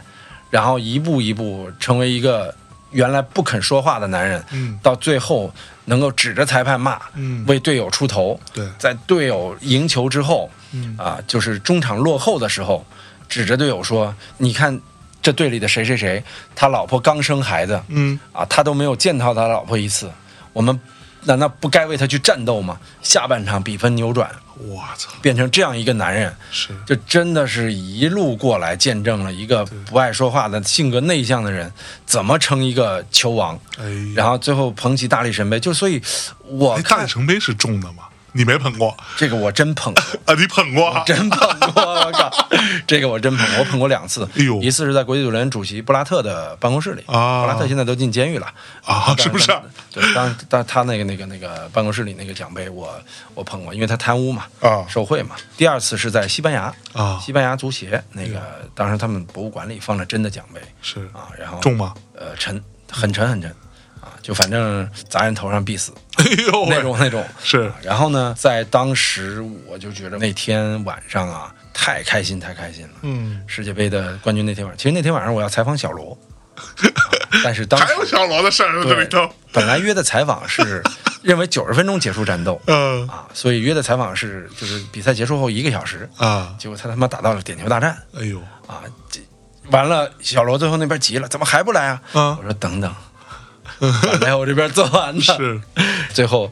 Speaker 1: 然后一步一步成为一个原来不肯说话的男人，
Speaker 2: 嗯
Speaker 1: 到最后能够指着裁判骂，
Speaker 2: 嗯
Speaker 1: 为队友出头，
Speaker 2: 对
Speaker 1: 在队友赢球之后，
Speaker 2: 嗯
Speaker 1: 啊，就是中场落后的时候，指着队友说：“你看这队里的谁谁谁，他老婆刚生孩子，
Speaker 2: 嗯，
Speaker 1: 啊，他都没有见到他老婆一次，我们难道不该为他去战斗吗？”下半场比分扭转，
Speaker 2: 我操，
Speaker 1: 变成这样一个男人，
Speaker 2: 是
Speaker 1: 就真的是一路过来见证了一个不爱说话的性格内向的人怎么成一个球王，
Speaker 2: 哎呀，
Speaker 1: 然后最后捧起大力神杯，就所以我
Speaker 2: 哎大
Speaker 1: 看
Speaker 2: 力神杯是中的吗？你没捧过
Speaker 1: 这个我真 捧过。
Speaker 2: 啊？你捧过啊？
Speaker 1: 真捧过，我靠，这个我真捧过，我捧过两次，
Speaker 2: 哎呦
Speaker 1: 一次是在国际足联主席布拉特的办公室里，
Speaker 2: 啊
Speaker 1: 布拉特现在都进监狱了
Speaker 2: 啊
Speaker 1: 当然
Speaker 2: 是不是啊
Speaker 1: 对，当当他那个那个那个办公室里那个奖杯我，我捧过，因为他贪污嘛，
Speaker 2: 啊
Speaker 1: 受贿嘛。第二次是在西班牙
Speaker 2: 啊
Speaker 1: 西班牙足协那个，当时他们博物馆里放了真的奖杯
Speaker 2: 是
Speaker 1: 啊，然后
Speaker 2: 中吗？
Speaker 1: 呃，沉，很沉很沉啊，就反正砸人头上必死
Speaker 2: 哎呦喂，
Speaker 1: 那种那种。
Speaker 2: 是
Speaker 1: 然后呢，在当时我就觉得那天晚上啊，太开心，太开心了。
Speaker 2: 嗯，
Speaker 1: 世界杯的冠军那天晚上，其实那天晚上我要采访小罗，啊但是当时
Speaker 2: 还有小罗的事儿呢这里头
Speaker 1: 对，本来约的采访是认为九十分钟结束战斗
Speaker 2: 嗯
Speaker 1: 啊，所以约的采访是就是比赛结束后一个小时，
Speaker 2: 啊，
Speaker 1: 结果他他妈打到了点球大战
Speaker 2: 哎呦，
Speaker 1: 啊，这完了，小罗最后那边急了，怎么还不来啊？
Speaker 2: 嗯
Speaker 1: 我说等等，本来我这边做完的，
Speaker 2: 是
Speaker 1: 最后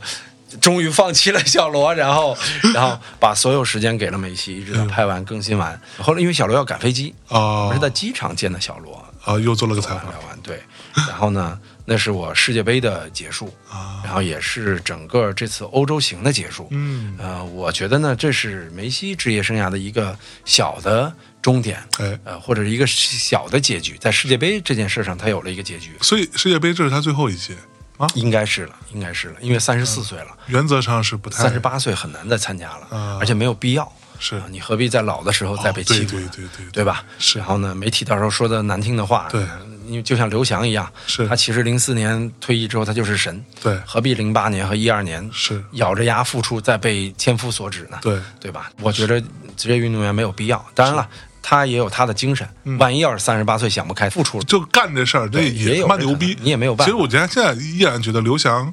Speaker 1: 终于放弃了小罗，然 后然后把所有时间给了梅西，一直
Speaker 2: 嗯
Speaker 1: 到拍完更新完。后来因为小罗要赶飞机，我
Speaker 2: 啊
Speaker 1: 们是在机场见的小罗，
Speaker 2: 啊，又做了个采
Speaker 1: 聊
Speaker 2: 访
Speaker 1: 完对，然后呢，那是我世界杯的结束，
Speaker 2: 啊，
Speaker 1: 然后也是整个这次欧洲行的结束。
Speaker 2: 嗯，
Speaker 1: 呃，我觉得呢，这是梅西职业生涯的一个小的终点，
Speaker 2: 哎，
Speaker 1: 呃，或者一个小的结局，在世界杯这件事上，他有了一个结局，
Speaker 2: 所以世界杯这是他最后一届啊，
Speaker 1: 应该是了，应该是了，因为三十
Speaker 2: 嗯
Speaker 1: 四岁了。
Speaker 2: 原则上是不太
Speaker 1: 三十八岁很难再参加了，
Speaker 2: 啊
Speaker 1: 而且没有必要。
Speaker 2: 是
Speaker 1: 啊你何必在老的时候再被
Speaker 2: 哦对
Speaker 1: 欺负呢？
Speaker 2: 对对对对
Speaker 1: 吧？
Speaker 2: 是
Speaker 1: 然后呢，媒体到时候说的难听的话，
Speaker 2: 对，
Speaker 1: 因为就像刘翔一样，
Speaker 2: 是
Speaker 1: 他其实零四年退役之后他就是神，
Speaker 2: 对
Speaker 1: 何必零八年和一二年
Speaker 2: 是
Speaker 1: 咬着牙付出再被千夫所指呢？
Speaker 2: 对
Speaker 1: 对吧？我觉得职业运动员没有必要。当然了，他也有他的精神，万一要是三十八岁想不开，付出了。
Speaker 2: 就干嗯这事儿，这
Speaker 1: 对也
Speaker 2: 也
Speaker 1: 有
Speaker 2: 他妈
Speaker 1: 这
Speaker 2: 牛
Speaker 1: 可
Speaker 2: 逼，
Speaker 1: 能你也没有办法
Speaker 2: 其实我觉得现在依然觉得刘翔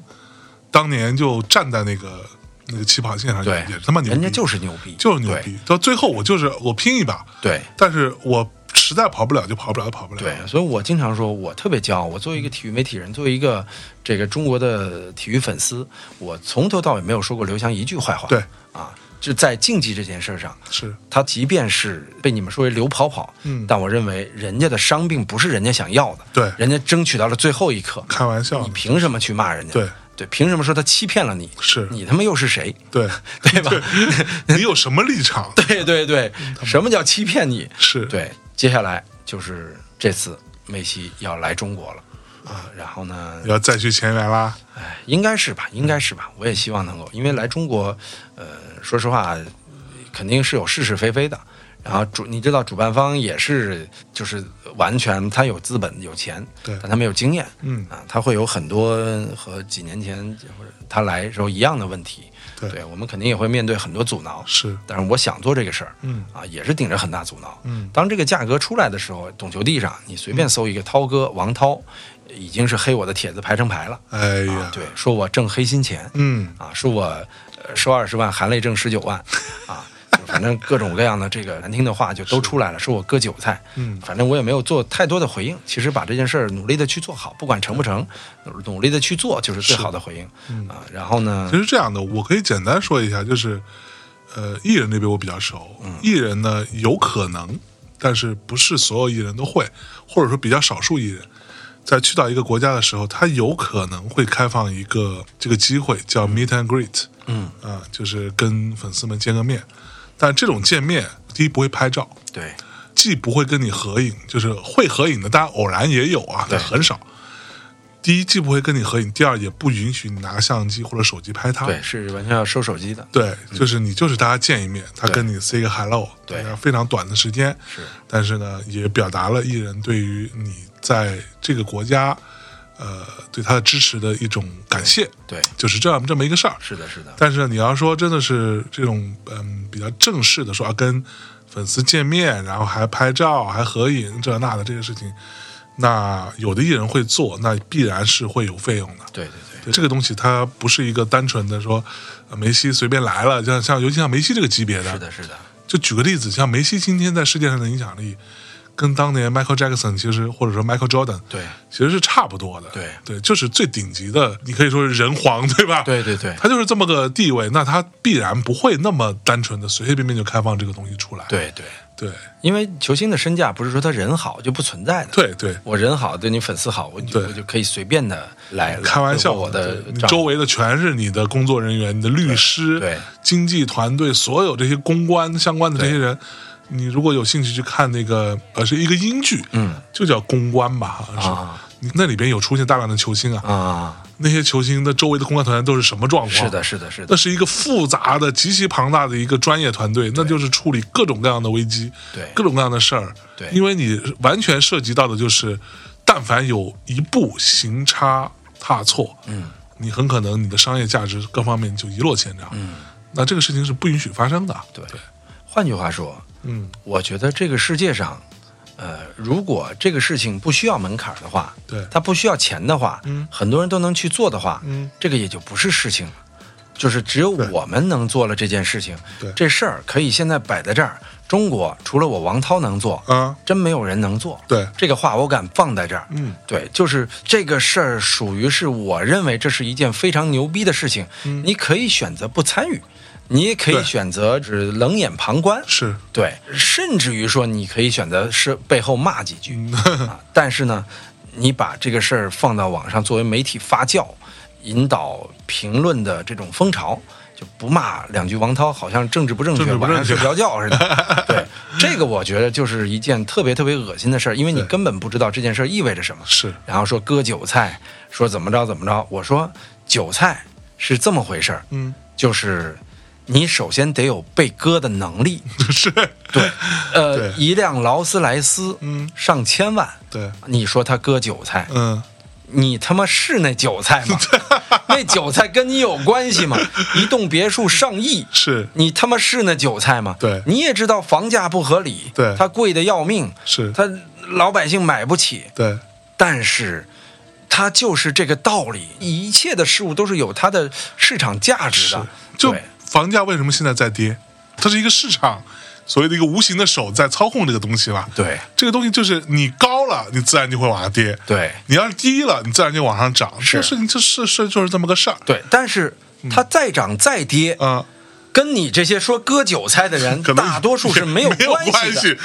Speaker 2: 当年就站在那个那个起跑线上，
Speaker 1: 对
Speaker 2: 也是他妈牛逼，
Speaker 1: 人家就是牛逼，
Speaker 2: 就是牛逼。到最后我就是我拼一把，
Speaker 1: 对。对
Speaker 2: 但是我实在跑不了就跑不了，就跑不了。
Speaker 1: 对，所以我经常说，我特别骄傲。我作为一
Speaker 2: 嗯
Speaker 1: 个体育媒体人，作为一个这个中国的体育粉丝，我从头到尾没有说过刘翔一句坏话。
Speaker 2: 对
Speaker 1: 啊，就在竞技这件事上，
Speaker 2: 是
Speaker 1: 他即便是被你们说为刘跑跑，
Speaker 2: 嗯
Speaker 1: 但我认为人家的伤病不是人家想要的，
Speaker 2: 对
Speaker 1: 人家争取到了最后一刻，
Speaker 2: 开玩笑
Speaker 1: 你，凭什么去骂人家？
Speaker 2: 对
Speaker 1: 对，凭什么说他欺骗了你？
Speaker 2: 是
Speaker 1: 你他妈又是谁？
Speaker 2: 对
Speaker 1: 对吧？
Speaker 2: 你有什么立场？
Speaker 1: 对对对，
Speaker 2: 嗯
Speaker 1: 什么叫欺骗你？
Speaker 2: 是，
Speaker 1: 对，接下来就是这次梅西要来中国了啊，然后呢，
Speaker 2: 要再去前缘啦。
Speaker 1: 哎，应该是吧，应该是吧，我也希望能够，因为来中国，呃，说实话，肯定是有是是非非的。然后主，你知道主办方也是，就是完全他有资本有钱，
Speaker 2: 对
Speaker 1: 但他没有经验，
Speaker 2: 嗯
Speaker 1: 啊，他会有很多和几年前或者他来时候一样的问题，
Speaker 2: 对
Speaker 1: 我们肯定也会面对很多阻挠，
Speaker 2: 是，
Speaker 1: 但是我想做这个事儿，
Speaker 2: 嗯
Speaker 1: 啊，也是顶着很大阻挠。
Speaker 2: 嗯
Speaker 1: 当这个价格出来的时候，懂球帝上你随便搜一个涛哥王涛，已经是黑我的帖子排成排了。
Speaker 2: 哎
Speaker 1: 啊
Speaker 2: 呀，，
Speaker 1: 对，说我挣黑心钱，
Speaker 2: 嗯，
Speaker 1: 啊，说我呃收二十万，含泪挣十 九万，啊。就反正各种各样的这个难听的话就都出来了，说我割韭菜，
Speaker 2: 嗯
Speaker 1: 反正我也没有做太多的回应。其实把这件事儿努力的去做好，不管成不成，
Speaker 2: 嗯
Speaker 1: 努努力的去做就是最好的回应、啊。然后呢
Speaker 2: 其，实这样的，我可以简单说一下，就是，呃，艺人这边我比较熟，
Speaker 1: 嗯
Speaker 2: 艺人呢有可能，但是不是所有艺人都会，或者说比较少数艺人，在去到一个国家的时候，他有可能会开放一个这个机会叫 meet and greet，
Speaker 1: 嗯
Speaker 2: 啊、就是跟粉丝们见个面，但这种见面，第一不会拍照，
Speaker 1: 对，
Speaker 2: 既不会跟你合影，就是会合影的，当然偶然也有啊，
Speaker 1: 对
Speaker 2: 但很少。第一，既不会跟你合影；第二，也不允许你拿相机或者手机拍他。
Speaker 1: 对，是完全要收手机的，
Speaker 2: 对，就是你就是大家见一面，他跟你 say 个 hello，
Speaker 1: 嗯对
Speaker 2: 大家非常短的时间，
Speaker 1: 是
Speaker 2: 但是呢，也表达了艺人对于你在这个国家，呃，对他的支持的一种感谢，
Speaker 1: 对，
Speaker 2: 就是这样这么一个事儿。
Speaker 1: 是的，是的，
Speaker 2: 但是呢，你要说真的是这种嗯比较正式的说啊，跟粉丝见面，然后还拍照、还合影，这那的这些事情，那有的艺人会做，那必然是会有费用的。
Speaker 1: 对对对，
Speaker 2: 对这个东西，它不是一个单纯的说呃梅西随便来了，像像尤其像梅西这个级别的，
Speaker 1: 是的，是的，
Speaker 2: 就举个例子，像梅西今天在世界上的影响力，跟当年 Michael Jackson 其实或者说 Michael Jordan
Speaker 1: 对
Speaker 2: 其实是差不多的。
Speaker 1: 对
Speaker 2: 对，就是最顶级的，你可以说是人皇，对吧？
Speaker 1: 对对对
Speaker 2: 他就是这么个地位，那他必然不会那么单纯的随随便便就开放这个东西出来。
Speaker 1: 对对，
Speaker 2: 对
Speaker 1: 因为球星的身价不是说他人好就不存在的。，
Speaker 2: 对对，
Speaker 1: 我人好，对你粉丝好，我就
Speaker 2: 对
Speaker 1: 我就可以随便的来来
Speaker 2: 开玩笑，
Speaker 1: 我的
Speaker 2: 对你
Speaker 1: 账
Speaker 2: 周围的全是你的工作人员、你的律师、
Speaker 1: 对对
Speaker 2: 经纪团队，所有这些公关相关的这些人。你如果有兴趣去看那个，呃，是一个英剧，
Speaker 1: 嗯，
Speaker 2: 就叫公关吧，好像是。
Speaker 1: 啊
Speaker 2: 你那里边有出现大量的球星啊，
Speaker 1: 啊，
Speaker 2: 那些球星的周围的公关团队都是什么状况？
Speaker 1: 是的，，是的，是
Speaker 2: 那
Speaker 1: 的，
Speaker 2: 是一个复杂的、极其庞大的一个专业团队，那就是处理各种各样的危机，
Speaker 1: 对
Speaker 2: 各种各样的事儿。
Speaker 1: 对
Speaker 2: 因为你完全涉及到的就是，但凡有一步行差踏错，嗯，你很可能你的商业价值各方面就一落千丈。嗯，那这个事情是不允许发生的。
Speaker 1: 对。换句话说，
Speaker 2: 嗯，
Speaker 1: 我觉得这个世界上，呃，如果这个事情不需要门槛儿的话，
Speaker 2: 对
Speaker 1: 它不需要钱的话，
Speaker 2: 嗯
Speaker 1: 很多人都能去做的话，
Speaker 2: 嗯，
Speaker 1: 这个也就不是事情了。就是只有我们能做了这件事情
Speaker 2: 对，
Speaker 1: 这事儿可以现在摆在这儿。中国除了我王涛能做，
Speaker 2: 啊，
Speaker 1: 真没有人能做。
Speaker 2: 对
Speaker 1: 这个话我敢放在这儿。
Speaker 2: 嗯，
Speaker 1: 对，就是这个事儿属于是我认为这是一件非常牛逼的事情。你可以选择不参与，你也可以
Speaker 2: 嗯对
Speaker 1: 选择只冷眼旁观。
Speaker 2: 是
Speaker 1: 对，甚至于说你可以选择是背后骂几句、
Speaker 2: 嗯
Speaker 1: 啊，但是呢，你把这个事儿放到网上作为媒体发酵，引导评论的这种风潮。就不骂两句王涛，好像政治不正确，
Speaker 2: 政治不
Speaker 1: 晚
Speaker 2: 正确
Speaker 1: 上睡不着觉似 的。对，这个我觉得就是一件特别特别恶心的事儿，因为你
Speaker 2: 对
Speaker 1: 根本不知道这件事儿意味着什么。
Speaker 2: 是，
Speaker 1: 然后说割韭菜，说怎么着怎么着。我说韭菜是这么回事儿，
Speaker 2: 嗯，
Speaker 1: 就是你首先得有被割的能力。
Speaker 2: 是，
Speaker 1: 对，呃
Speaker 2: 对，
Speaker 1: 一辆劳斯莱斯，
Speaker 2: 嗯
Speaker 1: 上千万，
Speaker 2: 对，
Speaker 1: 你说他割韭菜，
Speaker 2: 嗯，
Speaker 1: 你他妈是那韭菜 吗？那韭菜跟你有关系吗？一栋别墅上亿。
Speaker 2: 是
Speaker 1: 你他妈是那韭菜吗？
Speaker 2: 对
Speaker 1: 你也知道房价不合理，
Speaker 2: 对
Speaker 1: 它贵的要命，
Speaker 2: 是，
Speaker 1: 它老百姓买不起，
Speaker 2: 对，
Speaker 1: 但是它就是这个道理，一切的事物都是有它的市场价值的，
Speaker 2: 就
Speaker 1: 对
Speaker 2: 房价为什么现在在跌？它是一个市场，所谓的一个无形的手在操控这个东西吧。
Speaker 1: 对
Speaker 2: 这个东西就是你高了，你自然就会往下跌；
Speaker 1: 对
Speaker 2: 你要是低了，你自然就往上涨。
Speaker 1: 是
Speaker 2: 这事情就是是就是这么个事儿
Speaker 1: 对，但是
Speaker 2: 嗯
Speaker 1: 它再涨再跌，
Speaker 2: 啊、
Speaker 1: 跟你这些说割韭菜的 人，
Speaker 2: 可能
Speaker 1: 大多数是没有
Speaker 2: 啊没有
Speaker 1: 系的。
Speaker 2: 系，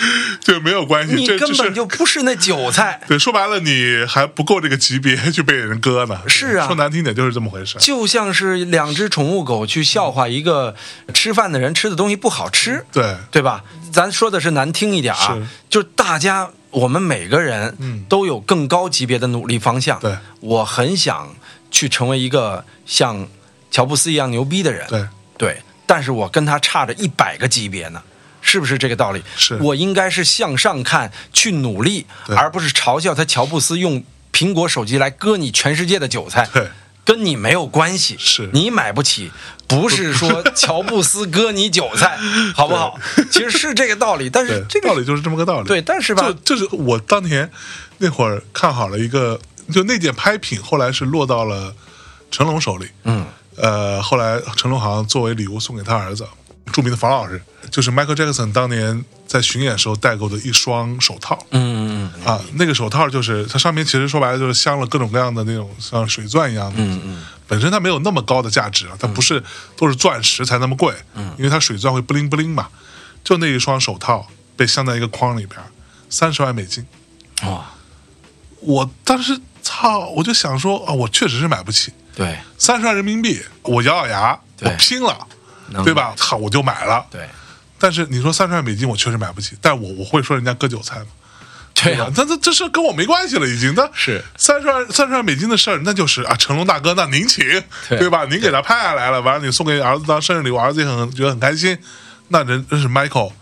Speaker 2: 对，没有关系。
Speaker 1: 你
Speaker 2: 这
Speaker 1: 根本就
Speaker 2: 这是
Speaker 1: 不是那韭菜。
Speaker 2: 对，说白了，你还不够这个级别去被人割呢。
Speaker 1: 是啊
Speaker 2: 说难听点就是这么回事。
Speaker 1: 就像是两只宠物狗去笑话一个吃饭的人吃的东西不好吃，
Speaker 2: 对，
Speaker 1: 对吧？咱说的是难听一点啊
Speaker 2: 嗯是，
Speaker 1: 就是大家我们每个人
Speaker 2: 嗯
Speaker 1: 都有更高级别的努力方向。
Speaker 2: 对，
Speaker 1: 我很想去成为一个像乔布斯一样牛逼的人。
Speaker 2: 对，
Speaker 1: 对，但是我跟他差着一百个级别呢，是不是这个道理？
Speaker 2: 是
Speaker 1: 我应该是向上看，去努力，
Speaker 2: 对
Speaker 1: 而不是嘲笑他乔布斯用苹果手机来割你全世界的韭菜。
Speaker 2: 对。
Speaker 1: 跟你没有关系，
Speaker 2: 是
Speaker 1: 你买不起，不是说乔布斯割你韭菜，好不好？其实是这个道理，但
Speaker 2: 对
Speaker 1: 是，这个
Speaker 2: 道理就是这么个道理。
Speaker 1: 对，但是吧
Speaker 2: 就，就是我当年那会儿看好了一个，就那件拍品，后来是落到了成龙手里。
Speaker 1: 嗯，
Speaker 2: 呃，后来成龙好像作为礼物送给他儿子，著名的房老师，就是 Michael Jackson 当年在巡演时候代购的一双手套。
Speaker 1: 嗯嗯嗯
Speaker 2: 啊，那个手套就是它上面其实说白了就是镶了各种各样的那种像水钻一样的，嗯嗯，本身它没有那么高的价值啊，它不是都是钻石才那么贵，嗯，因为它水钻会不灵不灵嘛，就那一双手套被镶在一个框里边，三十万美金，
Speaker 1: 嗯，
Speaker 2: 哦
Speaker 1: 哇，
Speaker 2: 我当时操，我就想说啊，我确实是买不起，
Speaker 1: 对
Speaker 2: 三十万人民币，我咬咬牙，
Speaker 1: 对
Speaker 2: 我拼了，
Speaker 1: 能
Speaker 2: 对吧？操，我就买了，
Speaker 1: 对啊
Speaker 2: 但是你说三十万美金，我确实买不起，但我我会说人家割韭菜吗？
Speaker 1: 对
Speaker 2: 吧
Speaker 1: 啊，
Speaker 2: 那这这事跟我没关系了，已经。那
Speaker 1: 是
Speaker 2: 三十万三十万美金的事儿，那就是啊，成龙大哥，那您请，
Speaker 1: 对
Speaker 2: 对吧？您给他拍下来了，完了你送给儿子当生日礼物，儿子也很觉得很开心。那人真是 Michael，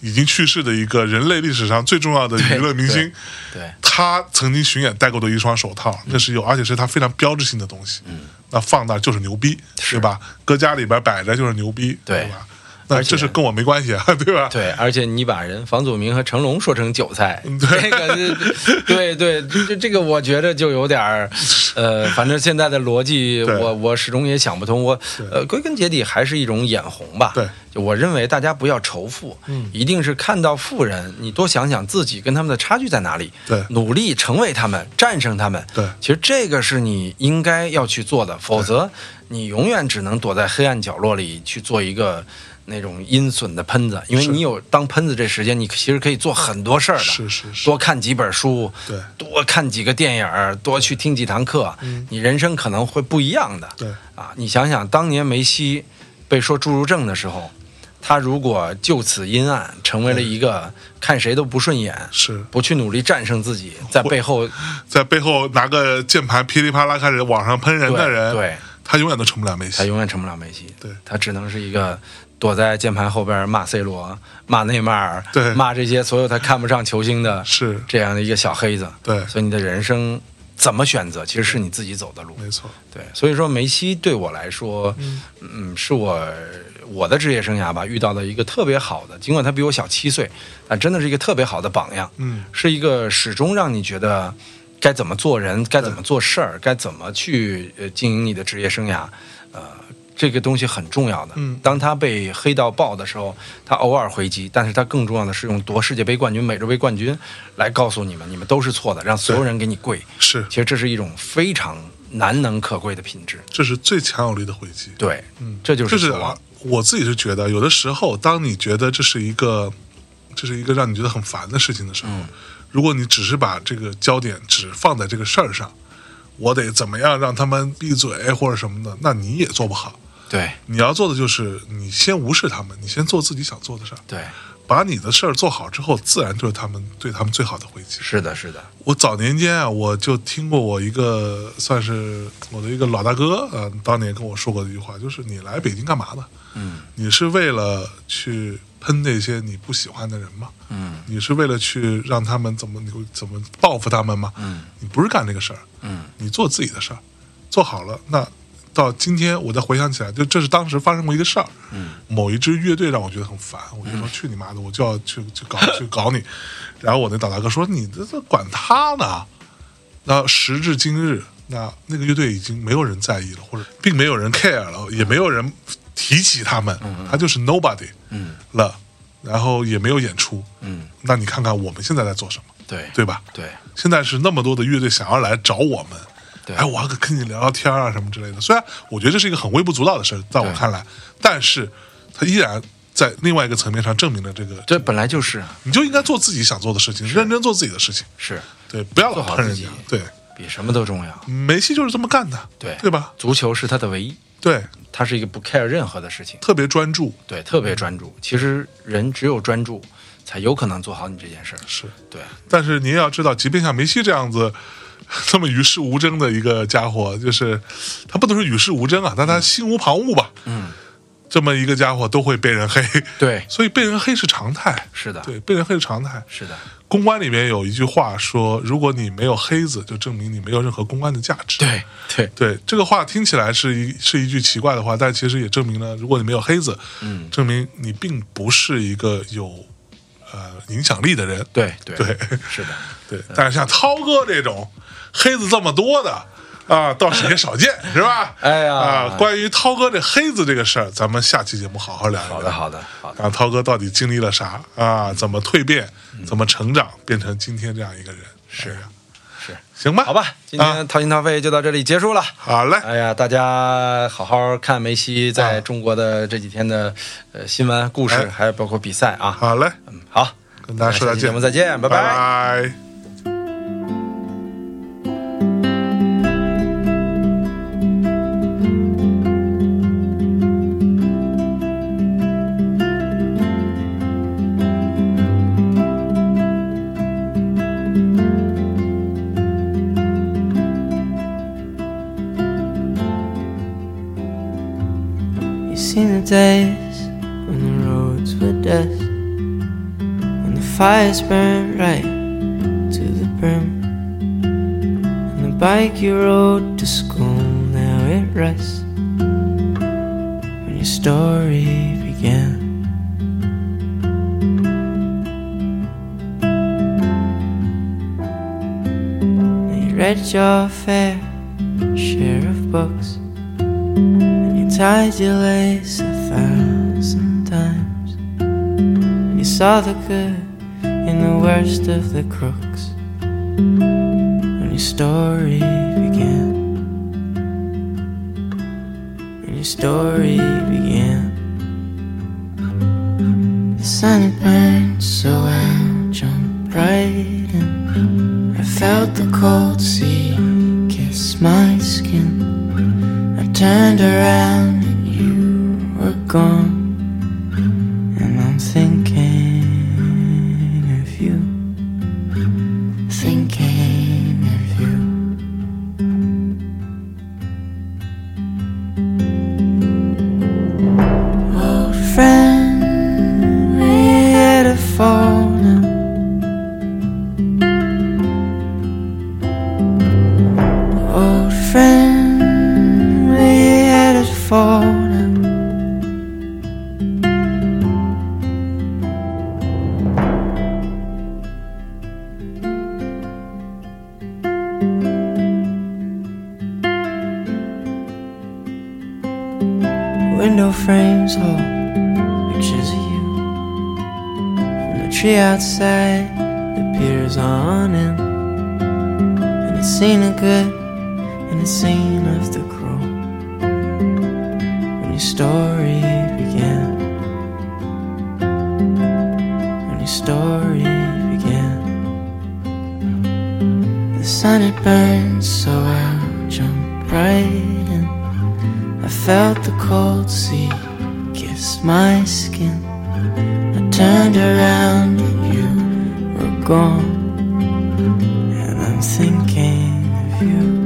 Speaker 2: 已经去世的一个人类历史上最重要的娱乐明星。
Speaker 1: 对嗯
Speaker 2: 他曾经巡演戴过的一双手套，那是有，而且是他非常标志性的东西。嗯，那放那儿就是牛逼，对吧？搁家里边摆着就是牛逼，
Speaker 1: 对
Speaker 2: 吧？那这是跟我没关系啊， 对吧？
Speaker 1: 对，而且你把人房祖名和成龙说成韭 菜，这个是，对对，这这个我觉得就有点儿，呃，反正现在的逻辑
Speaker 2: 对
Speaker 1: 我，我始终也想不通。我呃，归根结底还是一种眼红吧。
Speaker 2: 对，
Speaker 1: 就我认为大家不要仇富，嗯，一定是看到富人，你多想想自己跟他们的差距在哪里，
Speaker 2: 对
Speaker 1: 努力成为他们，战胜他们。
Speaker 2: 对
Speaker 1: 其实这个是你应该要去做的，否则你永远只能躲在黑暗角落里去做一个那种阴损的喷子，因为你有当喷子这时间，你其实可以做很多事儿的，
Speaker 2: 是是是
Speaker 1: 多看几本书，
Speaker 2: 对
Speaker 1: 多看几个电影儿，多去听几堂课，你人生可能会不一样的。
Speaker 2: 嗯对
Speaker 1: 啊，你想想当年梅西被说侏儒症的时候。他如果就此阴暗，成为了一个看谁都不顺眼，
Speaker 2: 是
Speaker 1: 不去努力战胜自己，在背后
Speaker 2: 在背后拿个键盘噼里啪啦开始往上喷人的人，
Speaker 1: 对对
Speaker 2: 他永远都成不了梅
Speaker 1: 他
Speaker 2: 西。
Speaker 1: 永远成不了梅西，
Speaker 2: 对
Speaker 1: 他只能是一个躲在键盘后边骂 C 罗、骂内马尔、
Speaker 2: 对
Speaker 1: 骂这些所有他看不上球星的
Speaker 2: 是
Speaker 1: 这样的一个小黑子。
Speaker 2: 对
Speaker 1: 所以你的人生怎么选择，其实是你自己走的路。
Speaker 2: 没错，
Speaker 1: 对，所以说梅西对我来说，嗯，是我我的职业生涯吧遇到的一个特别好的，尽管他比我小七岁，但真的是一个特别好的榜样，
Speaker 2: 嗯，
Speaker 1: 是一个始终让你觉得该怎么做人，该怎么做事儿，该怎么去呃经营你的职业生涯，呃，这个东西很重要的。
Speaker 2: 嗯
Speaker 1: 当他被黑到爆的时候，他偶尔回击，但是他更重要的是用夺世界杯冠军、美洲杯冠军来告诉你们，你们都是错的，让所有
Speaker 2: 对
Speaker 1: 人给你跪。
Speaker 2: 是，
Speaker 1: 其实这是一种非常难能可贵的品质。
Speaker 2: 这是最强有力的回击。嗯
Speaker 1: 对，嗯这就是
Speaker 2: 就是
Speaker 1: 球王
Speaker 2: 我自己是觉得，有的时候，当你觉得这是一个，这是一个让你觉得很烦的事情的时候，
Speaker 1: 嗯
Speaker 2: 如果你只是把这个焦点只放在这个事儿上，我得怎么样让他们闭嘴或者什么的，那你也做不好。
Speaker 1: 对
Speaker 2: 你要做的就是，你先无视他们，你先做自己想做的事儿，
Speaker 1: 对，
Speaker 2: 把你的事儿做好之后，自然就是他们对他们最好的回击。
Speaker 1: 是的，是的，
Speaker 2: 我早年间啊，我就听过我一个算是我的一个老大哥，呃，当年跟我说过的一句话，就是你来北京干嘛呢？
Speaker 1: 嗯
Speaker 2: 你是为了去喷那些你不喜欢的人吗？
Speaker 1: 嗯
Speaker 2: 你是为了去让他们怎么你会怎么报复他们吗？
Speaker 1: 嗯
Speaker 2: 你不是干这个事儿，
Speaker 1: 嗯，
Speaker 2: 你做自己的事儿，做好了，那到今天我再回想起来，就这是当时发生过一个事儿，嗯，某一支乐队让我觉得很烦，我就说、
Speaker 1: 嗯
Speaker 2: 去你妈的，我就要去去搞去搞你，然后我那老大哥说你这这管他呢，那时至今日，那那个乐队已经没有人在意了，或者并没有人 care 了，也没有人提起他们，他就是 nobody，
Speaker 1: 嗯
Speaker 2: 了，然后也没有演出，
Speaker 1: 嗯，
Speaker 2: 那你看看我们现在在做什么，
Speaker 1: 对
Speaker 2: 对吧？
Speaker 1: 对
Speaker 2: 现在是那么多的乐队想要来找我们，
Speaker 1: 对
Speaker 2: 哎，我要跟你聊聊天啊什么之类的。虽然我觉得这是一个很微不足道的事，在我看来，但是它依然在另外一个层面上证明了这个，
Speaker 1: 这本来就是
Speaker 2: 你就应该做自己想做的事情，认真做自己的事情，
Speaker 1: 是
Speaker 2: 对，不要
Speaker 1: 做
Speaker 2: 老
Speaker 1: 好
Speaker 2: 喷
Speaker 1: 自
Speaker 2: 人
Speaker 1: 己
Speaker 2: 家。对，嗯
Speaker 1: 比什么都重要。
Speaker 2: 梅西就是这么干的，
Speaker 1: 对
Speaker 2: 对吧？
Speaker 1: 足球是他的唯一，
Speaker 2: 对，
Speaker 1: 他是一个不 care 任何的事情，
Speaker 2: 特别专注，
Speaker 1: 对，特别专注。其实人只有专注，才有可能做好你这件事儿。
Speaker 2: 是。
Speaker 1: 对，
Speaker 2: 但是你也要知道，即便像梅西这样子 这么与世无争的一个家伙，就是他不能说与世无争啊，但他心无旁骛吧。
Speaker 1: 嗯，
Speaker 2: 这么一个家伙都会被人黑，
Speaker 1: 对，
Speaker 2: 所以被人黑是常态。
Speaker 1: 是的，
Speaker 2: 对，被人黑是常态。
Speaker 1: 是的，
Speaker 2: 公关里面有一句话说，如果你没有黑子，就证明你没有任何公关的价值。
Speaker 1: 对对
Speaker 2: 对，这个话听起来是一是一句奇怪的话，但其实也证明了，如果你没有黑子，
Speaker 1: 嗯
Speaker 2: 证明你并不是一个有呃影响力的人。
Speaker 1: 对对
Speaker 2: 对，
Speaker 1: 是的，
Speaker 2: 对，但是像涛哥这种黑子这么多的啊，倒是也少见，是吧？
Speaker 1: 哎呀
Speaker 2: 啊，关于涛哥这黑子这个事儿，咱们下期节目好好聊一聊。
Speaker 1: 好的，好的，好的，
Speaker 2: 啊，涛哥到底经历了啥啊？怎么蜕变？怎么成长？变成今天这样一个人？是呀，
Speaker 1: 是
Speaker 2: 行吧？
Speaker 1: 好吧，今
Speaker 2: 啊
Speaker 1: 天掏心掏肺就到这里结束了。
Speaker 2: 好嘞，
Speaker 1: 哎呀，大家好好看梅西在中国的这几天的呃新闻、故事，
Speaker 2: 啊哎
Speaker 1: 还有包括比赛啊。
Speaker 2: 好嘞，
Speaker 1: 嗯，好，
Speaker 2: 跟大家说
Speaker 1: 下
Speaker 2: 再
Speaker 1: 期
Speaker 2: 见，
Speaker 1: 节目再见，拜拜
Speaker 2: 拜
Speaker 3: You seen the days when the roads were dust, when the fires burned right to the brim, and the bike you rode to school now it rests when your story began. read your fair share of books, and you tied your lace a thousand times, and you saw the good in the worst of the crooks, and your story began. And your story began. The sun had burned, so I jumped right in. I felt the cold sea kiss my skin. I turned around and you were gone. And I'm thinking of you. Thinking of you. Old friend, we had a fall now. Old friend, we had a fall now. Window frames hold pictures of you. From the tree outside that peers on in. And it's seen the good and it's seen of the cruel. When your story began. When your story began. The sun had burned, so I jumped right in. I felt the cold sea kiss my skin. I turned around and you were gone. And I'm thinking of you. Oh,